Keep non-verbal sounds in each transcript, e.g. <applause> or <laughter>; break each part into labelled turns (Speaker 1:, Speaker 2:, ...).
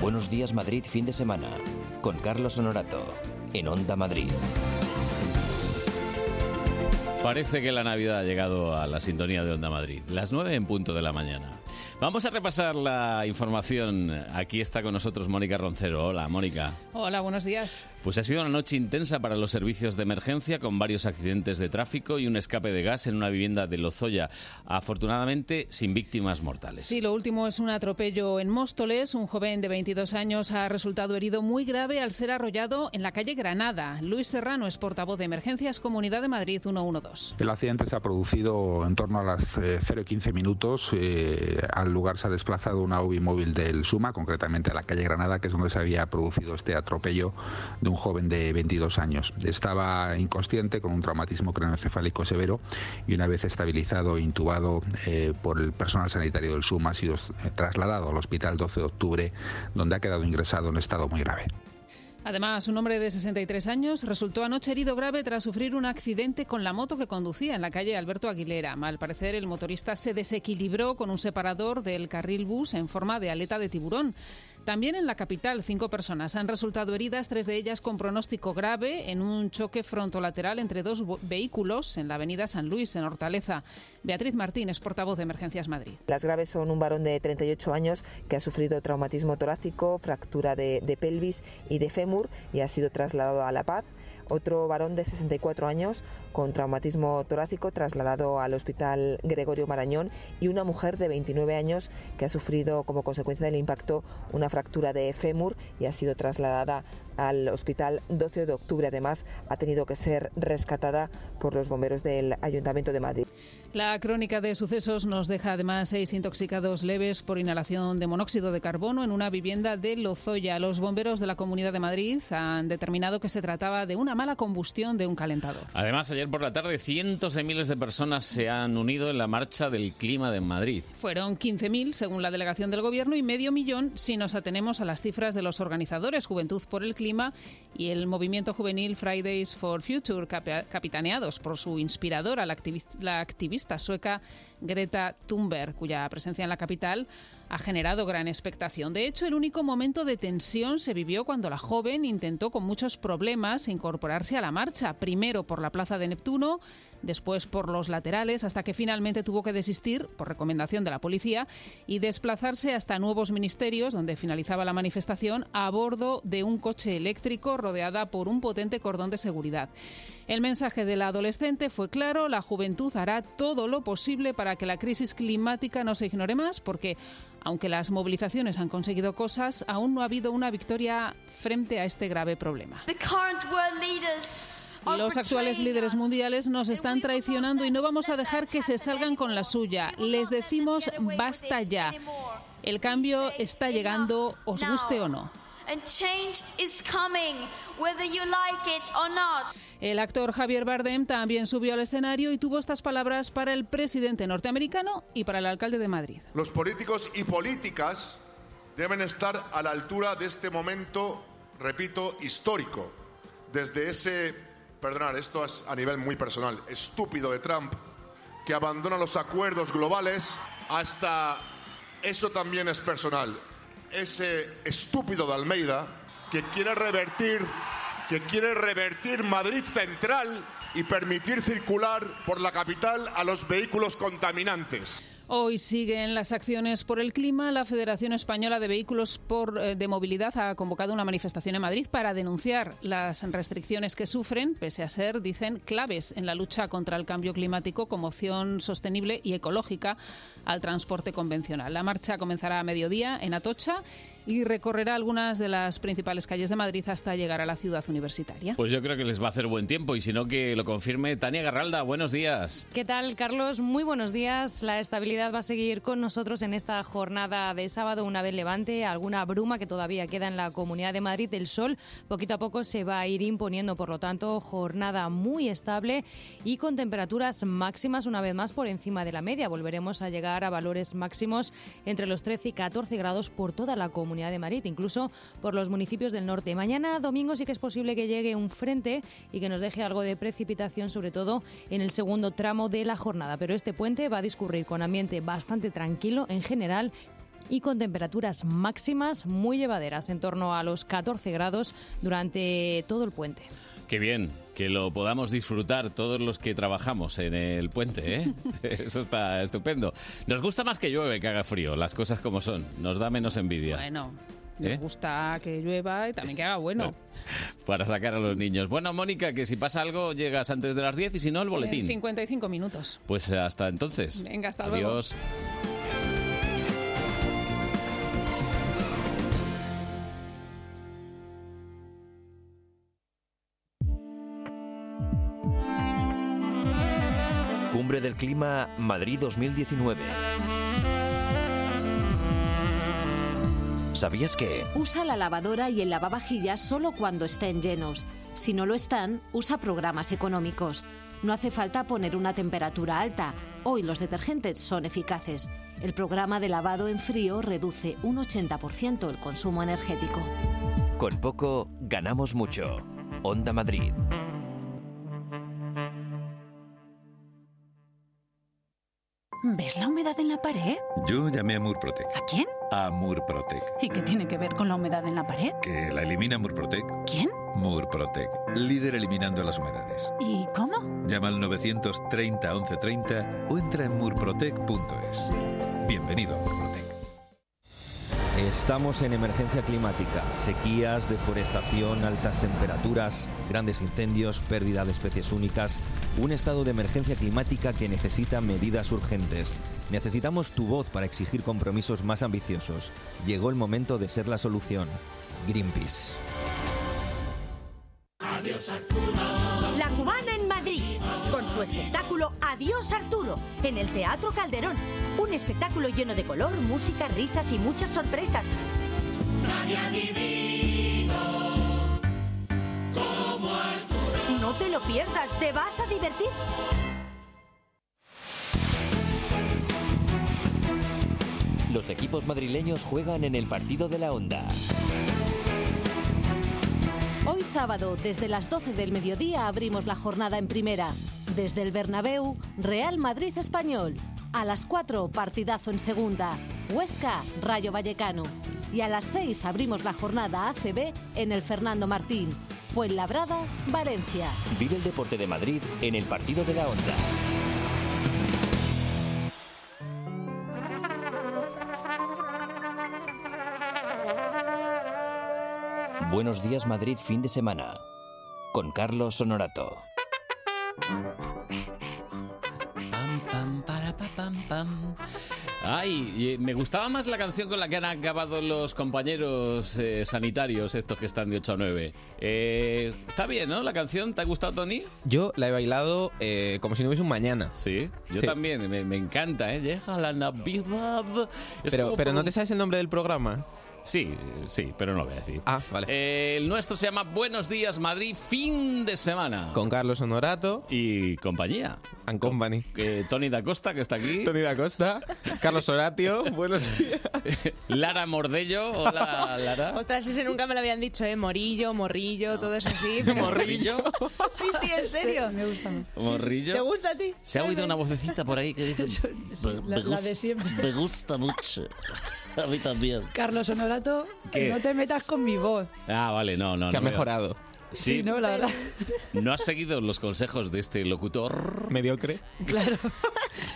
Speaker 1: Buenos días Madrid fin de semana con Carlos Honorato en Onda Madrid.
Speaker 2: Parece que la Navidad ha llegado a la sintonía de Onda Madrid, las 9 en punto de la mañana. Vamos a repasar la información. Aquí está con nosotros Mónica Roncero. Hola, Mónica.
Speaker 3: Hola, buenos días.
Speaker 2: Pues ha sido una noche intensa para los servicios de emergencia, con varios accidentes de tráfico y un escape de gas en una vivienda de Lozoya. Afortunadamente, sin víctimas mortales.
Speaker 3: Sí, lo último es un atropello en Móstoles. Un joven de 22 años ha resultado herido muy grave al ser arrollado en la calle Granada. Luis Serrano es portavoz de Emergencias Comunidad de Madrid 112.
Speaker 4: El accidente se ha producido en torno a las eh, 0 y 15 minutos. eh, al lugar se ha desplazado una UBI móvil del Suma, concretamente a la calle Granada, que es donde se había producido este atropello de un joven de 22 años. Estaba inconsciente con un traumatismo craneoencefálico severo y una vez estabilizado e intubado eh, por el personal sanitario del Suma ha sido eh, trasladado al hospital 12 de octubre, donde ha quedado ingresado en estado muy grave.
Speaker 3: Además, un hombre de 63 años resultó anoche herido grave tras sufrir un accidente con la moto que conducía en la calle Alberto Aguilera. Al parecer, el motorista se desequilibró con un separador del carril bus en forma de aleta de tiburón. También en la capital, cinco personas han resultado heridas, tres de ellas con pronóstico grave, en un choque frontolateral entre dos vo- vehículos en la avenida San Luis, en Hortaleza. Beatriz Martín es portavoz de Emergencias Madrid.
Speaker 5: Las graves son un varón de 38 años que ha sufrido traumatismo torácico, fractura de, de pelvis y de fémur y ha sido trasladado a La Paz. Otro varón de 64 años con traumatismo torácico trasladado al hospital Gregorio Marañón y una mujer de 29 años que ha sufrido como consecuencia del impacto una fractura de fémur y ha sido trasladada al hospital 12 de octubre. Además, ha tenido que ser rescatada por los bomberos del Ayuntamiento de Madrid.
Speaker 3: La crónica de sucesos nos deja además seis intoxicados leves por inhalación de monóxido de carbono en una vivienda de Lozoya. Los bomberos de la Comunidad de Madrid han determinado que se trataba de una mala combustión de un calentador.
Speaker 2: Además, ayer por la tarde, cientos de miles de personas se han unido en la marcha del clima de Madrid.
Speaker 3: Fueron 15.000, según la delegación del Gobierno, y medio millón si nos atenemos a las cifras de los organizadores Juventud por el Clima y el movimiento juvenil Fridays for Future, capa- capitaneados por su inspiradora, la, activi- la activista sueca Greta Thunberg, cuya presencia en la capital ha generado gran expectación. De hecho, el único momento de tensión se vivió cuando la joven intentó con muchos problemas incorporarse a la marcha, primero por la Plaza de Neptuno, después por los laterales, hasta que finalmente tuvo que desistir, por recomendación de la policía, y desplazarse hasta nuevos ministerios, donde finalizaba la manifestación, a bordo de un coche eléctrico rodeada por un potente cordón de seguridad. El mensaje de la adolescente fue claro, la juventud hará todo lo posible para que la crisis climática no se ignore más, porque aunque las movilizaciones han conseguido cosas, aún no ha habido una victoria frente a este grave problema.
Speaker 6: The current world leaders are
Speaker 3: Los actuales
Speaker 6: betraying
Speaker 3: líderes
Speaker 6: us.
Speaker 3: mundiales nos están traicionando y no vamos a dejar que se salgan con la suya. Les decimos basta ya. El cambio está llegando, os guste o no.
Speaker 6: And change is coming, whether you like it or not.
Speaker 3: El actor Javier Bardem también subió al escenario y tuvo estas palabras para el presidente norteamericano y para el alcalde de Madrid.
Speaker 7: Los políticos y políticas deben estar a la altura de este momento, repito, histórico. Desde ese, perdonar, esto es a nivel muy personal, estúpido de Trump, que abandona los acuerdos globales, hasta eso también es personal. Ese estúpido de Almeida que quiere revertir, que quiere revertir Madrid Central y permitir circular por la capital a los vehículos contaminantes.
Speaker 3: Hoy siguen las acciones por el clima. La Federación Española de Vehículos por, eh, de Movilidad ha convocado una manifestación en Madrid para denunciar las restricciones que sufren, pese a ser, dicen, claves en la lucha contra el cambio climático como opción sostenible y ecológica al transporte convencional. La marcha comenzará a mediodía en Atocha y recorrerá algunas de las principales calles de Madrid hasta llegar a la ciudad universitaria.
Speaker 2: Pues yo creo que les va a hacer buen tiempo y si no, que lo confirme Tania Garralda. Buenos días.
Speaker 8: ¿Qué tal, Carlos? Muy buenos días. La estabilidad va a seguir con nosotros en esta jornada de sábado. Una vez levante, alguna bruma que todavía queda en la Comunidad de Madrid, el sol poquito a poco se va a ir imponiendo. Por lo tanto, jornada muy estable y con temperaturas máximas una vez más por encima de la media. Volveremos a llegar a valores máximos entre los 13 y 14 grados por toda la Comunidad de Madrid, incluso por los municipios del norte. Mañana, domingo, sí que es posible que llegue un frente y que nos deje algo de precipitación, sobre todo en el segundo tramo de la jornada. Pero este puente va a discurrir con ambiente bastante tranquilo en general y con temperaturas máximas muy llevaderas, en torno a los 14 grados durante todo el puente.
Speaker 2: Qué bien, que lo podamos disfrutar todos los que trabajamos en el puente,
Speaker 3: <laughs>
Speaker 2: ¿eh? Eso está estupendo. Nos gusta más que llueve, que haga frío, las cosas como son. Nos da menos envidia.
Speaker 3: Bueno,
Speaker 2: ¿Eh?
Speaker 3: nos gusta que llueva y también que haga bueno.
Speaker 2: Para sacar a los niños. Bueno, Mónica, que si pasa algo llegas antes de las 10 y si no, el
Speaker 3: En
Speaker 2: boletín.
Speaker 3: 55 minutos.
Speaker 2: Pues hasta entonces.
Speaker 3: Venga, hasta luego.
Speaker 2: Adiós.
Speaker 1: Cumbre del Clima Madrid 2019. ¿Sabías que?
Speaker 9: Usa la lavadora y el lavavajillas solo cuando estén llenos. Si no lo están, usa programas económicos. No hace falta poner una temperatura alta. Hoy los detergentes son eficaces. El programa de lavado en frío reduce un 80% el consumo energético.
Speaker 1: Con poco ganamos mucho. Onda Madrid.
Speaker 10: ¿Ves la humedad en la pared?
Speaker 11: Yo llamé a Murprotec.
Speaker 10: ¿A quién?
Speaker 11: A Murprotec.
Speaker 10: ¿Y qué tiene que ver con la humedad en la pared?
Speaker 11: ¿Que la elimina Murprotec?
Speaker 10: ¿Quién?
Speaker 11: Murprotec. Líder eliminando las humedades.
Speaker 10: ¿Y cómo?
Speaker 11: Llama al 930 1130 o entra en murprotec.es. Bienvenido a Murprotec.
Speaker 12: Estamos en emergencia climática, sequías, deforestación, altas temperaturas, grandes incendios, pérdida de especies únicas, un estado de emergencia climática que necesita medidas urgentes. Necesitamos tu voz para exigir compromisos más ambiciosos. Llegó el momento de ser la solución. Greenpeace.
Speaker 13: La Cubana en Madrid, con su espectáculo Adiós Arturo, en el Teatro Calderón. Un espectáculo lleno de color, música, risas y muchas sorpresas. No te lo pierdas, te vas a divertir.
Speaker 1: Los equipos madrileños juegan en el partido de la Onda.
Speaker 9: Hoy sábado, desde las 12 del mediodía, abrimos la jornada en primera. Desde el Bernabéu, Real Madrid Español. A las 4, partidazo en segunda. Huesca, Rayo Vallecano. Y a las 6 abrimos la jornada ACB en el Fernando Martín. Fuenlabrada, Valencia.
Speaker 1: Vive el deporte de Madrid en el partido de la Onda. Buenos días Madrid fin de semana. Con Carlos Honorato.
Speaker 2: Ay, y, eh, me gustaba más la canción con la que han acabado los compañeros eh, sanitarios, estos que están de 8 a 9. Eh, está bien, ¿no? La canción, ¿te ha gustado, Tony?
Speaker 14: Yo la he bailado eh, como si no hubiese un mañana.
Speaker 2: Sí, Yo también, me, me encanta, ¿eh? Llega la Navidad. Es
Speaker 14: Pero,
Speaker 2: como
Speaker 14: pero
Speaker 2: por
Speaker 14: no
Speaker 2: un-
Speaker 14: te sabes el nombre del programa.
Speaker 2: Sí, sí, pero no lo voy a decir.
Speaker 14: Ah, vale.
Speaker 2: Eh, el nuestro se llama Buenos Días Madrid, fin de semana.
Speaker 14: Con Carlos Honorato.
Speaker 2: Y compañía.
Speaker 14: And Company.
Speaker 2: Eh, Tony da Costa, que está aquí.
Speaker 14: <laughs> Tony da Costa.
Speaker 2: <laughs>
Speaker 14: Carlos Horatio. Buenos días.
Speaker 2: Lara Mordello. Hola,
Speaker 15: <laughs>
Speaker 2: Lara.
Speaker 15: Ostras, ese nunca me lo habían dicho, ¿eh? Morillo, morrillo, todo
Speaker 16: <laughs>
Speaker 15: eso así.
Speaker 2: Morrillo.
Speaker 15: Sí, sí, en serio. Me gusta
Speaker 2: Morrillo.
Speaker 15: ¿Te gusta a ti?
Speaker 2: Se ha oído una vocecita por ahí
Speaker 16: <laughs>
Speaker 2: que dice... "Me-
Speaker 16: la-
Speaker 2: me,
Speaker 16: la de
Speaker 2: gust-
Speaker 16: siempre".
Speaker 2: me gusta mucho. <laughs> A mí también.
Speaker 16: Carlos Honorato,
Speaker 2: ¿Qué?
Speaker 16: no te metas con mi voz.
Speaker 2: Ah, vale, no, no.
Speaker 14: Que ha
Speaker 2: no veo.
Speaker 14: mejorado.
Speaker 2: Sí,
Speaker 16: No, la verdad. <laughs>
Speaker 2: no has seguido los consejos de este locutor.
Speaker 14: Mediocre.
Speaker 16: Claro.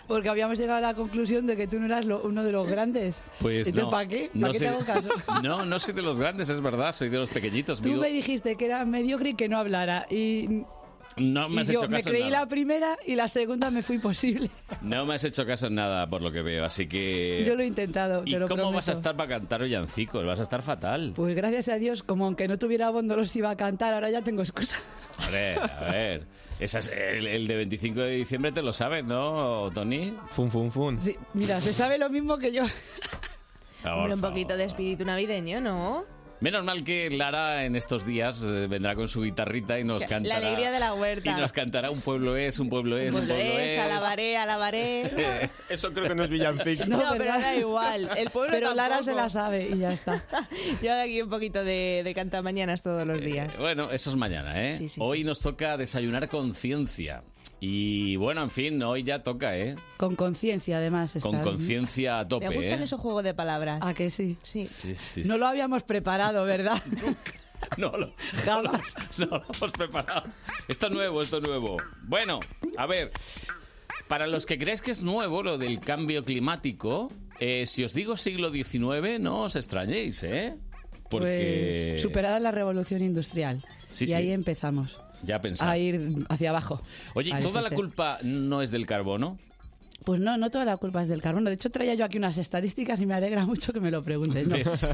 Speaker 16: Porque habíamos llegado a la conclusión de que tú no eras lo- uno de los grandes.
Speaker 2: Pues
Speaker 16: Entonces,
Speaker 2: no,
Speaker 16: ¿para Este, qué? ¿Para
Speaker 2: no
Speaker 16: qué
Speaker 2: sé-
Speaker 16: te hago
Speaker 2: <laughs>
Speaker 16: caso?
Speaker 2: No, no soy de los grandes, es verdad, soy de los pequeñitos.
Speaker 16: Tú
Speaker 2: mido-
Speaker 16: me dijiste que era mediocre y que no hablara. Y,
Speaker 2: No me
Speaker 16: y
Speaker 2: has
Speaker 16: yo
Speaker 2: hecho
Speaker 16: me
Speaker 2: caso
Speaker 16: creí
Speaker 2: en nada.
Speaker 16: la primera y la segunda me fue
Speaker 2: <laughs>
Speaker 16: imposible.
Speaker 2: No me has hecho caso en nada, por lo que veo, así que...
Speaker 16: Yo lo he intentado,
Speaker 2: Eh, ¿Y
Speaker 16: te lo
Speaker 2: cómo
Speaker 16: prometo.
Speaker 2: vas a estar para cantar villancicos? Vas a estar fatal.
Speaker 16: Pues gracias a Dios, como aunque no tuviera bondolos iba a cantar, ahora ya tengo
Speaker 2: <laughs>
Speaker 16: excusa.
Speaker 2: Hombre, a ver. Esa es- el, el de 25 de diciembre te lo sabes, ¿no, Tony?
Speaker 14: Fun, fun, fun.
Speaker 16: Sí, mira, se sabe lo mismo que yo.
Speaker 2: Por
Speaker 15: Hombre, un
Speaker 2: favor.
Speaker 15: poquito de espíritu navideño, ¿no?
Speaker 2: Menos mal que Lara en estos días eh, vendrá con su guitarrita y nos
Speaker 15: La
Speaker 2: cantará.
Speaker 15: alegría de la
Speaker 2: y
Speaker 15: huerta.
Speaker 2: nos cantará un pueblo es, un pueblo es, un pueblo
Speaker 15: Volveré,
Speaker 2: es.
Speaker 16: <laughs>
Speaker 15: alabaré, alabaré.
Speaker 2: <laughs>
Speaker 14: Eso creo que no es villancico.
Speaker 15: No, pero da igual. El pueblo
Speaker 16: Pero Lara se
Speaker 15: tampoco.
Speaker 16: la sabe y ya está.
Speaker 15: <laughs> Yo de aquí un poquito de, de cantamañanas todos los días.
Speaker 2: ¿eh? Bueno, eso es mañana, ¿eh? Hoy nos toca desayunar conciencia. Y bueno, en fin, hoy ya toca, ¿eh?
Speaker 16: Con conciencia, además.
Speaker 2: Con
Speaker 16: está.
Speaker 2: conciencia a tope.
Speaker 16: Me gustan
Speaker 2: ¿eh?
Speaker 16: esos juegos de palabras. ¿A que sí?
Speaker 2: Sí, sí,
Speaker 16: No
Speaker 2: sí.
Speaker 16: lo habíamos preparado,
Speaker 2: <laughs>
Speaker 16: ¿verdad?
Speaker 2: No lo,
Speaker 16: Jamás.
Speaker 2: no lo hemos preparado. Esto es nuevo, esto es nuevo. Bueno, a ver. Para los que creéis que es nuevo lo del cambio climático, eh, si os digo siglo XIX, no os extrañéis, ¿eh? Porque
Speaker 16: Pues superada la revolución industrial.
Speaker 2: Sí,
Speaker 16: y
Speaker 2: sí.
Speaker 16: ahí empezamos
Speaker 2: ya pensad.
Speaker 16: a ir hacia abajo.
Speaker 2: Oye,
Speaker 16: parece
Speaker 2: ¿toda la
Speaker 16: ser.
Speaker 2: culpa no es del carbono?
Speaker 16: Pues no, no toda la culpa es del carbono. De hecho, traía yo aquí unas estadísticas y me alegra mucho que me lo preguntes. ¿no? <laughs>
Speaker 2: ¿Ves?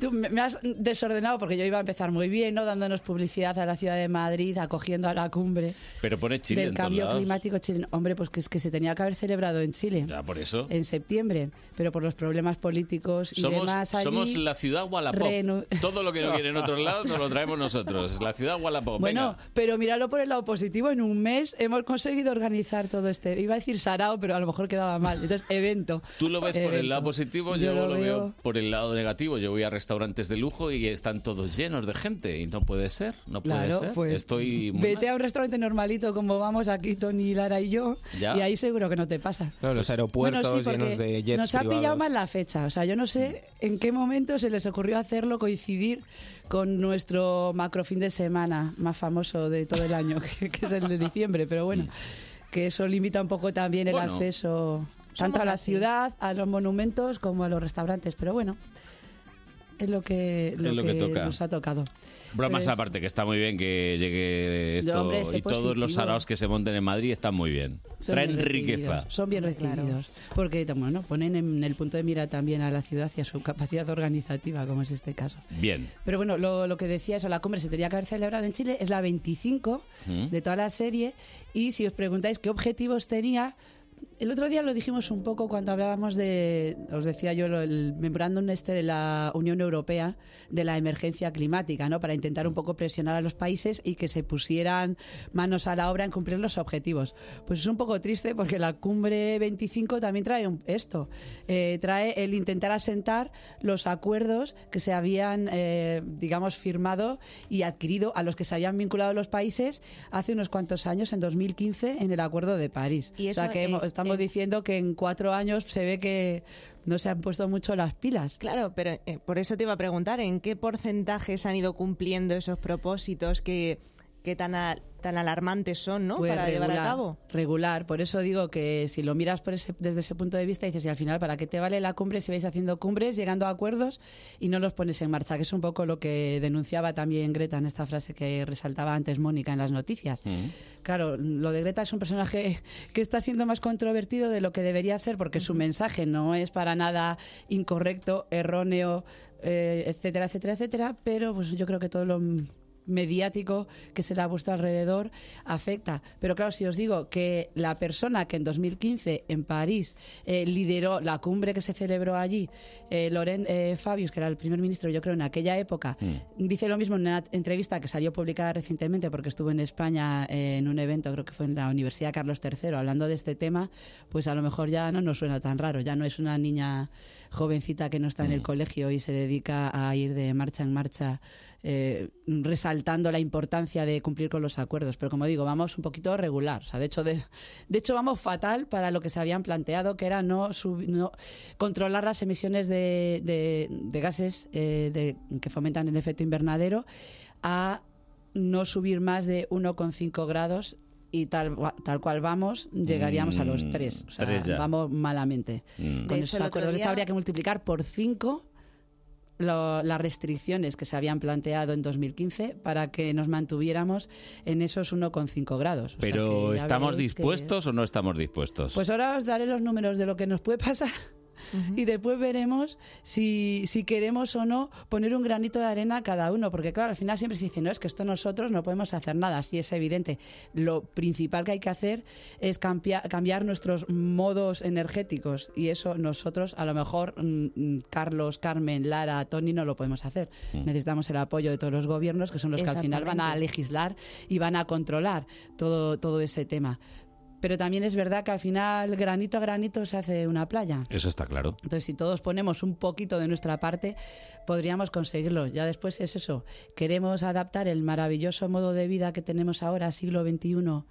Speaker 16: Tú me, me has desordenado porque yo iba a empezar muy bien, ¿no? Dándonos publicidad a la ciudad de Madrid, acogiendo a la cumbre
Speaker 2: Pero pone Chile
Speaker 16: del
Speaker 2: en
Speaker 16: cambio
Speaker 2: todos lados.
Speaker 16: climático chileno. Hombre, pues que es que se tenía que haber celebrado en Chile.
Speaker 2: Ya, por eso.
Speaker 16: En septiembre, pero por los problemas políticos y
Speaker 2: Somos,
Speaker 16: demás allí...
Speaker 2: somos la ciudad Wallapop.
Speaker 16: renu-
Speaker 2: Todo lo que no quieren otros lados nos lo traemos nosotros. La ciudad Wallapop.
Speaker 16: Bueno,
Speaker 2: Pues venga.
Speaker 16: pero míralo por el lado positivo. En un mes hemos conseguido organizar todo este. Iba a decir sarao, pero a lo mejor quedaba mal. Entonces, evento.
Speaker 2: <laughs> Tú lo ves por el
Speaker 16: Evento.
Speaker 2: lado positivo, yo,
Speaker 16: Eh, Yo
Speaker 2: lo,
Speaker 16: lo
Speaker 2: veo...
Speaker 16: veo-
Speaker 2: por el lado negativo. Yo voy a restaurantes de lujo y están todos llenos de gente y no puede ser, no puede
Speaker 16: Claro,
Speaker 2: ser.
Speaker 16: pues,
Speaker 2: Estoy muy
Speaker 16: Vete a un restaurante normalito como vamos aquí Tony, Lara y yo
Speaker 2: Ya.
Speaker 16: y ahí seguro que no te pasa.
Speaker 14: No,
Speaker 2: Pues,
Speaker 14: los aeropuertos
Speaker 16: Bueno, sí, porque
Speaker 14: llenos de jets
Speaker 16: nos ha pillado
Speaker 14: privados.
Speaker 16: mal la fecha. O sea, yo no sé en qué momento se les ocurrió hacerlo coincidir con nuestro macro fin de semana más famoso de todo el año, <laughs> que, que es el de diciembre. Pero bueno, que eso limita un poco también el
Speaker 2: Bueno.
Speaker 16: acceso tanto
Speaker 15: Somos
Speaker 16: a la
Speaker 15: así.
Speaker 16: ciudad, a los monumentos, como a los restaurantes. Pero bueno, es lo que, lo
Speaker 2: Es lo que toca.
Speaker 16: nos ha tocado.
Speaker 2: Bromas
Speaker 16: Pero-
Speaker 2: aparte, que está muy bien que llegue esto
Speaker 16: pues. Yo, hombre, sé
Speaker 2: y todos los
Speaker 16: positivo.
Speaker 2: saraos que se monten en Madrid están muy bien.
Speaker 16: Son
Speaker 2: Traen
Speaker 16: bien recibidos,
Speaker 2: riqueza.
Speaker 16: Son bien recibidos. Porque bueno, ponen en el punto de mira también a la ciudad y a su capacidad organizativa, como es este caso.
Speaker 2: Bien.
Speaker 16: Pero bueno, lo, lo que decía eso, la cumbre se tenía que haber celebrado en Chile, es la 25
Speaker 2: ¿Mm?
Speaker 16: de toda la serie. Y si os preguntáis qué objetivos tenía, el otro día lo dijimos un poco cuando hablábamos de, os decía yo, lo- el memorándum este de la Unión Europea de la emergencia climática, ¿no? Para intentar un poco presionar a los países y que se pusieran manos a la obra en cumplir los objetivos. Pues es un poco triste porque la cumbre 25 también trae un- esto, eh, trae el intentar asentar los acuerdos que se habían, eh, digamos, firmado y adquirido, a los que se habían vinculado los países hace unos cuantos años, en 2015, en el Acuerdo de París.
Speaker 15: Y
Speaker 16: o sea
Speaker 15: eso,
Speaker 16: que
Speaker 15: eh,
Speaker 16: hemos- estamos diciendo que en cuatro años se ve que no se han puesto mucho las pilas.
Speaker 15: Claro, pero eh, por eso te iba a preguntar, ¿en qué porcentaje se han ido cumpliendo esos propósitos que, que tan, a- tan alarmantes son, ¿no?
Speaker 16: Pues
Speaker 15: Para llevar a
Speaker 16: regular,
Speaker 15: cabo.
Speaker 16: Regular, por eso digo que si lo miras por ese- desde ese punto de vista, dices, y al final, ¿para qué te vale la cumbre si vais haciendo cumbres, llegando a acuerdos y no los pones en marcha? Que es un poco lo que denunciaba también Greta en esta frase que resaltaba antes Mónica en las noticias. Claro, lo de Greta es un personaje <laughs> que está siendo más controvertido de lo que debería ser porque su mensaje no es para nada incorrecto, erróneo, eh, etcétera, etcétera, etcétera, pero pues yo creo que todo lo m- mediático que se le ha puesto alrededor afecta. Pero claro, si os digo que la persona que en 2015 en París eh, lideró la cumbre que se celebró allí, eh, Laurent eh, Fabius, que era el primer ministro, yo creo, en aquella época, Dice lo mismo en una entrevista que salió publicada recientemente porque estuvo en España eh, en un evento, creo que fue en la Universidad Carlos III, hablando de este tema, pues a lo mejor ya no nos suena tan raro, ya no es una niña jovencita que no está en el colegio y se dedica a ir de marcha en marcha eh, resaltando la importancia de cumplir con los acuerdos. Pero como digo, vamos un poquito regular. O sea, de hecho, de, de hecho vamos fatal para lo que se habían planteado, que era no, sub- no controlar las emisiones de, de- de gases eh, de- que fomentan el efecto invernadero a no subir más de 1,5 grados y tal, gua- tal cual vamos, llegaríamos a los
Speaker 2: Mm,
Speaker 16: 3. O sea,
Speaker 2: tres ya.
Speaker 16: vamos malamente.
Speaker 2: Mm.
Speaker 16: Con
Speaker 15: De hecho,
Speaker 16: esos
Speaker 15: el otro
Speaker 16: acuerdos. De hecho,
Speaker 15: día-
Speaker 16: habría que multiplicar por 5 lo- las restricciones que se habían planteado en 2015 para que nos mantuviéramos en esos 1,5 grados. O sea
Speaker 2: Pero
Speaker 16: que ya
Speaker 2: ¿estamos
Speaker 16: veis que-
Speaker 2: dispuestos o no estamos dispuestos?
Speaker 16: Pues ahora os daré los números de lo que nos puede pasar y después veremos si, si queremos o no poner un granito de arena a cada uno, porque claro, al final siempre se dice, no, es que esto nosotros no podemos hacer nada, sí es evidente. Lo principal que hay que hacer es campia- cambiar nuestros modos energéticos y eso nosotros, a lo mejor mm, mm, Carlos, Carmen, Lara, Tony, no lo podemos hacer.
Speaker 13: Mm.
Speaker 16: Necesitamos el apoyo de todos los gobiernos, que son los que al final van a
Speaker 13: Exactamente.
Speaker 16: legislar y van a controlar todo, todo ese tema pero también es verdad que al final, granito a granito, se hace una playa.
Speaker 13: Eso está claro.
Speaker 16: Entonces, si todos ponemos un poquito de nuestra parte, podríamos conseguirlo. Ya después es eso. Queremos adaptar el maravilloso modo de vida que tenemos ahora, siglo XXI,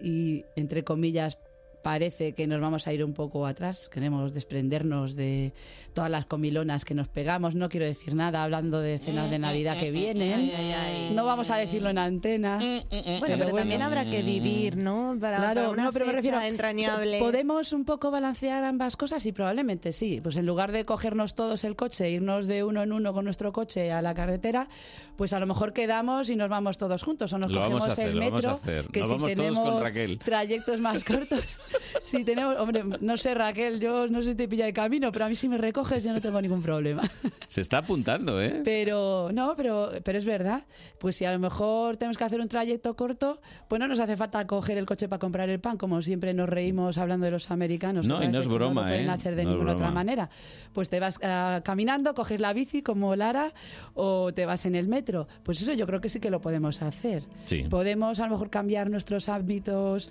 Speaker 16: y entre comillas parece que nos vamos a ir un poco atrás. Queremos desprendernos de todas las comilonas que nos pegamos. No quiero decir nada hablando de cenas de Navidad que
Speaker 15: <laughs>
Speaker 16: vienen. No vamos a decirlo en antena.
Speaker 15: Bueno, Mm, pero, también habrá que vivir, ¿no? Para,
Speaker 16: Claro,
Speaker 15: para una
Speaker 16: no, pero me
Speaker 15: fecha
Speaker 16: refiero,
Speaker 15: entrañable.
Speaker 16: o sea, Podemos un poco balancear ambas cosas y probablemente sí. Pues en lugar de cogernos todos el coche, e irnos de uno en uno con nuestro coche a la carretera, pues a lo mejor quedamos y nos vamos todos juntos o nos
Speaker 13: Lo
Speaker 16: cogemos
Speaker 13: vamos a hacer,
Speaker 16: el
Speaker 13: lo
Speaker 16: metro.
Speaker 13: vamos a hacer.
Speaker 16: Que
Speaker 13: Nos
Speaker 16: si
Speaker 13: vamos todos
Speaker 16: tenemos
Speaker 13: con Raquel.
Speaker 16: trayectos
Speaker 13: <laughs>
Speaker 16: más cortos. si tenemos, hombre, no sé Raquel, yo no sé si te pilla de camino, pero a mí si me recoges yo no tengo ningún problema.
Speaker 13: Se está apuntando, ¿eh?
Speaker 16: Pero no, pero, pero es verdad. Pues si a lo mejor tenemos que hacer un trayecto corto, pues no nos hace falta coger el coche para comprar el pan, como siempre nos reímos hablando de los americanos.
Speaker 13: No,
Speaker 16: que
Speaker 13: y no
Speaker 16: parece que
Speaker 13: es
Speaker 16: lo
Speaker 13: broma,
Speaker 16: pueden
Speaker 13: ¿eh?
Speaker 16: hacer de
Speaker 13: No es
Speaker 16: ninguna otra
Speaker 13: broma.
Speaker 16: manera. Pues te vas ah, caminando, coges la bici como Lara o te vas en el metro. Pues eso yo creo que sí que lo podemos hacer.
Speaker 13: Sí.
Speaker 16: Podemos a lo mejor cambiar nuestros hábitos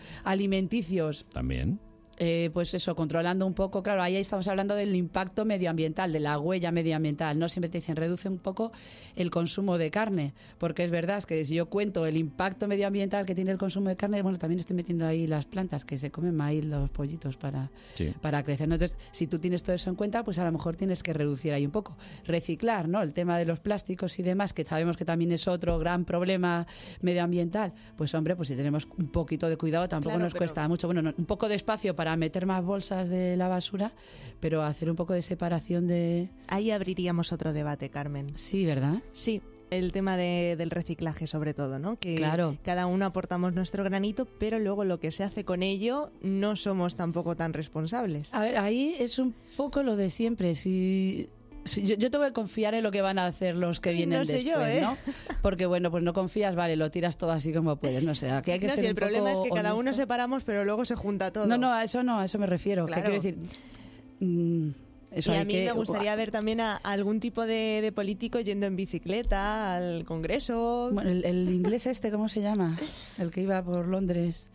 Speaker 16: alimenticios
Speaker 13: También.
Speaker 16: eh, pues eso, controlando un poco, claro, ahí estamos hablando del impacto medioambiental, de la huella medioambiental, ¿no? Siempre te dicen, reduce un poco el consumo de carne, porque es verdad, es que si yo cuento el impacto medioambiental que tiene el consumo de carne, bueno, también estoy metiendo ahí las plantas, que se comen ahí los pollitos para,
Speaker 13: Sí.
Speaker 16: para crecer, ¿no? Entonces, si tú tienes todo eso en cuenta, pues a lo mejor tienes que reducir ahí un poco. Reciclar, ¿no? El tema de los plásticos y demás, que sabemos que también es otro gran problema medioambiental, pues hombre, pues si tenemos un poquito de cuidado, tampoco
Speaker 15: Claro,
Speaker 16: nos
Speaker 15: pero-
Speaker 16: cuesta mucho. Bueno, no- un poco de espacio para meter más bolsas de la basura, pero hacer un poco de separación de...
Speaker 15: Ahí abriríamos otro debate, Carmen.
Speaker 16: Sí, ¿verdad?
Speaker 15: Sí, el tema de- del reciclaje sobre todo, ¿no? Que
Speaker 16: Claro.
Speaker 15: cada uno aportamos nuestro granito, pero luego lo que se hace con ello no somos tampoco tan responsables.
Speaker 16: A ver, ahí es un poco lo de siempre. Si, si- yo, yo tengo que confiar en lo que van a hacer los que vienen
Speaker 15: sé
Speaker 16: después,
Speaker 15: yo, ¿eh?
Speaker 16: ¿no? Porque bueno, pues no confías, vale, lo tiras todo así como puedes. No sé, aquí hay que
Speaker 15: No,
Speaker 16: ser
Speaker 15: si el
Speaker 16: un
Speaker 15: problema es
Speaker 16: poco
Speaker 15: que cada uno
Speaker 16: honesto.
Speaker 15: separamos, pero luego se junta todo.
Speaker 16: No, no, a eso no, a eso me refiero. que
Speaker 15: Claro.
Speaker 16: quiero decir? mm, eso
Speaker 15: y
Speaker 16: hay
Speaker 15: a mí
Speaker 16: que-
Speaker 15: me gustaría ver también a, a algún tipo de, de político yendo en bicicleta al Congreso.
Speaker 16: Bueno, el, el inglés este, ¿cómo se llama? El que iba por Londres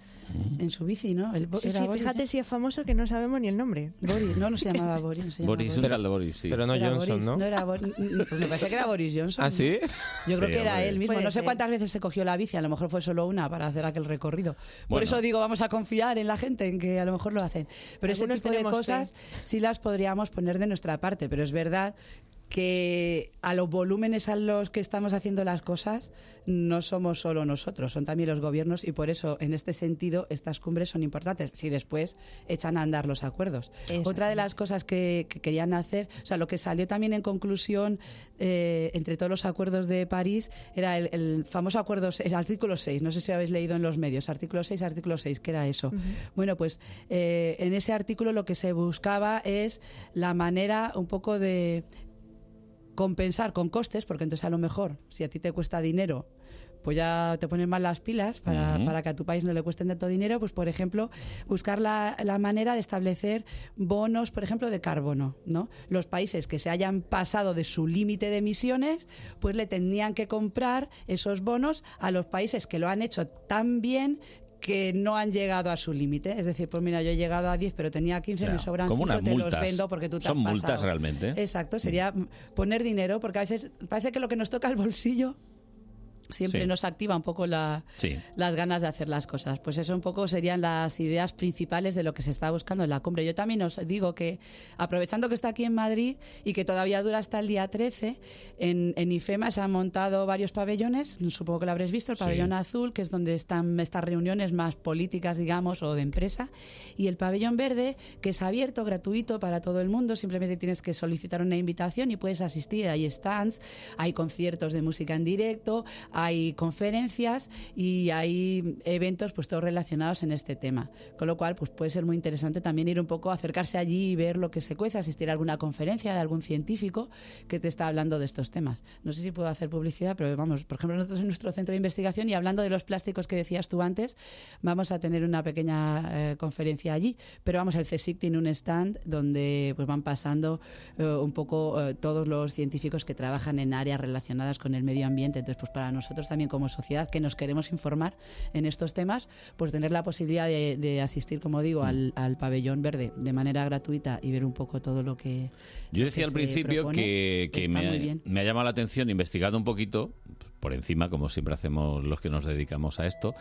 Speaker 16: en su bici, ¿no? El, Bo-
Speaker 15: sí,
Speaker 16: era
Speaker 15: sí,
Speaker 16: Boris,
Speaker 15: fíjate si es famoso que no sabemos ni el nombre.
Speaker 16: Boris, no, no se llamaba Boris. no se llamaba
Speaker 13: Boris, un tal de Boris, sí.
Speaker 14: Pero no
Speaker 16: Era
Speaker 14: Johnson,
Speaker 16: Boris,
Speaker 14: ¿no?
Speaker 16: era Boris. Me parece que era Boris Johnson.
Speaker 14: ¿Ah, sí?
Speaker 16: Yo creo
Speaker 14: Sí,
Speaker 16: que era
Speaker 14: hombre.
Speaker 16: él mismo.
Speaker 14: Puede
Speaker 16: No sé
Speaker 14: ser.
Speaker 16: cuántas veces se cogió la bici, a lo mejor fue solo una para hacer aquel recorrido. Por
Speaker 13: Bueno.
Speaker 16: eso digo, vamos a confiar en la gente, en que a lo mejor lo hacen. Pero ese
Speaker 15: Algunos
Speaker 16: tipo de
Speaker 15: tenemos
Speaker 16: cosas sí las podríamos poner de nuestra parte, pero es verdad que a los volúmenes a los que estamos haciendo las cosas no somos solo nosotros, son también los gobiernos y por eso en este sentido estas cumbres son importantes si después echan a andar los acuerdos. Otra de las cosas que, que querían hacer, o sea, lo que salió también en conclusión eh, entre todos los acuerdos de París era el, el famoso acuerdo, se- el artículo 6, no sé si habéis leído en los medios, artículo 6, artículo 6, que era eso. Bueno, pues eh, en ese artículo lo que se buscaba es la manera un poco de compensar con costes, porque entonces a lo mejor, si a ti te cuesta dinero, pues ya te ponen más las pilas para,
Speaker 17: Ujú.
Speaker 16: para que a tu país no le cuesten tanto dinero, pues por ejemplo, buscar la, la manera de establecer bonos, por ejemplo, de carbono, ¿no? Los países que se hayan pasado de su límite de emisiones, pues le tendrían que comprar esos bonos a los países que lo han hecho tan bien que no han llegado a su límite. Es decir, pues mira, yo he llegado a 10, pero tenía 15,
Speaker 13: Claro,
Speaker 16: me sobran 5,
Speaker 13: como unas
Speaker 16: te los
Speaker 13: multas.
Speaker 16: vendo porque tú te
Speaker 13: Son
Speaker 16: has
Speaker 13: multas
Speaker 16: pasado.
Speaker 13: realmente.
Speaker 16: Exacto, sería mm, poner dinero, porque a veces parece que lo que nos toca el bolsillo siempre
Speaker 13: Sí.
Speaker 16: nos activa un poco la,
Speaker 13: Sí.
Speaker 16: las ganas de hacer las cosas. Pues eso un poco serían las ideas principales de lo que se está buscando en la cumbre. Yo también os digo que, aprovechando que está aquí en Madrid y que todavía dura hasta el día 13, en, en IFEMA se han montado varios pabellones, supongo que lo habréis visto, el
Speaker 17: Sí.
Speaker 16: pabellón azul, que es donde están estas reuniones más políticas, digamos, o de empresa, y el pabellón verde, que es abierto, gratuito para todo el mundo, simplemente tienes que solicitar una invitación y puedes asistir. Hay stands, hay conciertos de música en directo, hay conferencias y hay eventos pues todos relacionados en este tema. Con lo cual, pues puede ser muy interesante también ir un poco, acercarse allí y ver lo que se cuece, asistir a alguna conferencia de algún científico que te está hablando de estos temas. No sé si puedo hacer publicidad, pero vamos, por ejemplo, nosotros en nuestro centro de investigación y hablando de los plásticos que decías tú antes, vamos a tener una pequeña eh, conferencia allí. Pero vamos, el CSIC tiene un stand donde pues van pasando eh, un poco eh, todos los científicos que trabajan en áreas relacionadas con el medio ambiente. Entonces, pues para nos- nosotros también como sociedad que nos queremos informar en estos temas, pues tener la posibilidad de, de asistir, como digo, al, al pabellón verde de manera gratuita y ver un poco todo lo que...
Speaker 2: Yo
Speaker 16: lo
Speaker 2: decía
Speaker 16: que
Speaker 2: al
Speaker 16: se
Speaker 2: principio
Speaker 16: propone.
Speaker 2: que, que
Speaker 16: Está
Speaker 2: me,
Speaker 16: muy
Speaker 2: ha,
Speaker 16: bien.
Speaker 2: me ha llamado la atención, investigado un poquito, por encima, como siempre hacemos los que nos dedicamos a esto,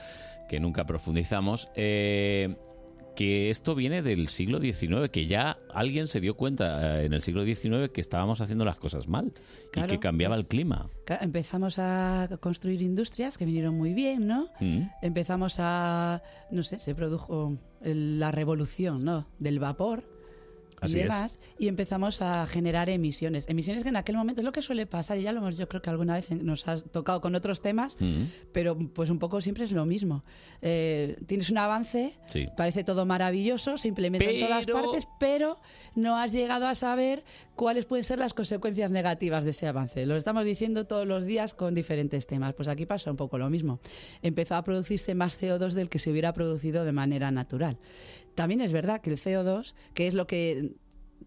Speaker 2: que nunca profundizamos, eh, que esto viene del siglo XIX, que ya alguien se dio cuenta eh, en el siglo XIX que estábamos haciendo las cosas mal y que
Speaker 16: Claro,
Speaker 2: cambiaba el clima.
Speaker 16: Claro, empezamos a construir industrias que vinieron muy bien, ¿no?
Speaker 2: Mm.
Speaker 16: Empezamos a, no sé, se produjo el- la revolución, ¿no? Del vapor
Speaker 2: Así
Speaker 16: y
Speaker 2: es.
Speaker 16: demás, y empezamos a generar emisiones. Emisiones que en aquel momento es lo que suele pasar, y ya lo hemos, yo creo que alguna vez nos has tocado con otros temas,
Speaker 13: Mm,
Speaker 16: pero pues un poco siempre es lo mismo. Eh, tienes un avance,
Speaker 2: Sí.
Speaker 16: parece todo maravilloso, se implementa en todas
Speaker 2: Pero-
Speaker 16: partes, pero no has llegado a saber cuáles pueden ser las consecuencias negativas de ese avance. Lo estamos diciendo todos los días con diferentes temas. Pues aquí pasa un poco lo mismo. Empezó a producirse más CO2 del que se hubiera producido de manera natural. También es verdad que el CO2, que es lo que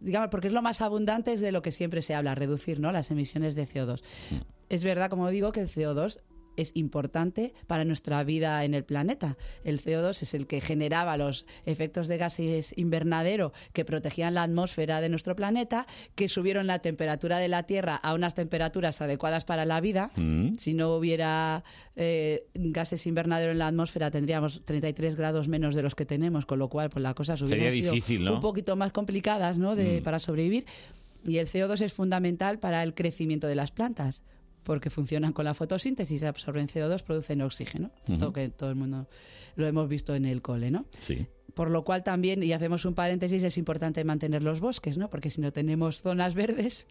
Speaker 16: digamos, porque es lo más abundante es de lo que siempre se habla, reducir ¿no? las emisiones de CO2. Es verdad, como digo, que el CO2 es importante para nuestra vida en el planeta. El CO2 es el que generaba los efectos de gases invernadero que protegían la atmósfera de nuestro planeta, que subieron la temperatura de la Tierra a unas temperaturas adecuadas para la vida.
Speaker 2: Mm.
Speaker 16: Si no hubiera eh, gases invernadero en la atmósfera, tendríamos 33 grados menos de los que tenemos, con lo cual pues, la cosa
Speaker 2: Sería
Speaker 16: hubiera sido
Speaker 2: difícil, ¿no?
Speaker 16: un poquito más complicadas ¿no? de-
Speaker 2: Mm.
Speaker 16: para sobrevivir. Y el CO2 es fundamental para el crecimiento de las plantas, porque funcionan con la fotosíntesis, absorben CO2, producen oxígeno. Esto
Speaker 2: Ujú.
Speaker 16: que todo el mundo lo hemos visto en el cole, ¿no?
Speaker 2: Sí.
Speaker 16: Por lo cual también, y hacemos un paréntesis, es importante mantener los bosques, ¿no? Porque si no tenemos zonas verdes,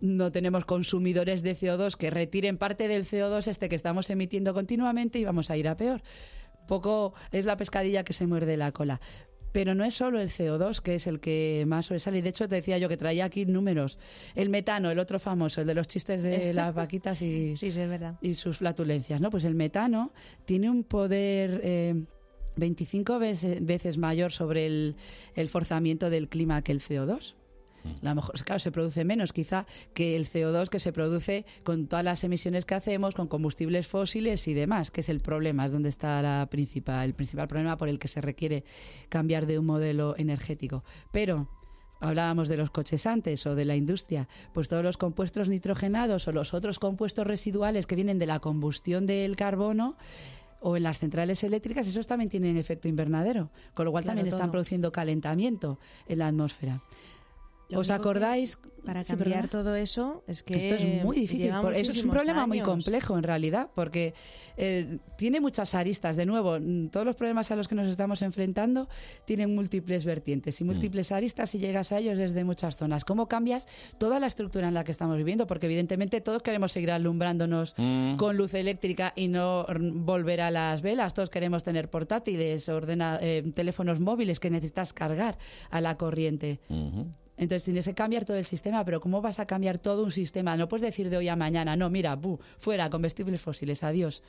Speaker 16: no tenemos consumidores de CO2 que retiren parte del CO2 este que estamos emitiendo continuamente y vamos a ir a peor. Poco es la pescadilla que se muerde la cola. Pero no es solo el CO2 que es el que más sobresale. Y De hecho, te decía yo que traía aquí números. El metano, el otro famoso, el de los chistes de las vaquitas y, y sus flatulencias. ¿no? Pues el metano tiene un poder eh, 25 veces, veces mayor sobre el, el forzamiento del clima que el CO2. A lo mejor, claro, se produce menos quizá que el CO2 que se produce con todas las emisiones que hacemos, con combustibles fósiles y demás, que es el problema, es donde está la principal, el principal problema por el que se requiere cambiar de un modelo energético. Pero hablábamos de los coches antes o de la industria, pues todos los compuestos nitrogenados o los otros compuestos residuales que vienen de la combustión del carbono o en las centrales eléctricas, esos también tienen efecto invernadero, con lo cual
Speaker 17: Claro,
Speaker 16: también están
Speaker 17: todo.
Speaker 16: produciendo calentamiento en la atmósfera.
Speaker 15: Lo
Speaker 16: ¿Os
Speaker 15: único que
Speaker 16: acordáis?
Speaker 15: Para
Speaker 16: Sí,
Speaker 15: cambiar
Speaker 16: perdona.
Speaker 15: todo eso es que
Speaker 16: Esto es muy difícil.
Speaker 15: lleva
Speaker 16: por- eso es un
Speaker 15: muchísimos
Speaker 16: problema muy
Speaker 15: años.
Speaker 16: complejo en realidad, porque eh, tiene muchas aristas. De nuevo, mm, todos los problemas a los que nos estamos enfrentando tienen múltiples vertientes y múltiples aristas y llegas a ellos desde muchas zonas. ¿Cómo cambias toda la estructura en la que estamos viviendo? Porque evidentemente todos queremos seguir alumbrándonos
Speaker 2: Mm.
Speaker 16: con luz eléctrica y no r- volver a las velas. Todos queremos tener portátiles, ordena- eh, teléfonos móviles que necesitas cargar a la corriente. Entonces tienes que cambiar todo el sistema, pero ¿cómo vas a cambiar todo un sistema? No puedes decir de hoy a mañana, no, mira, bu, fuera, combustibles fósiles, adiós.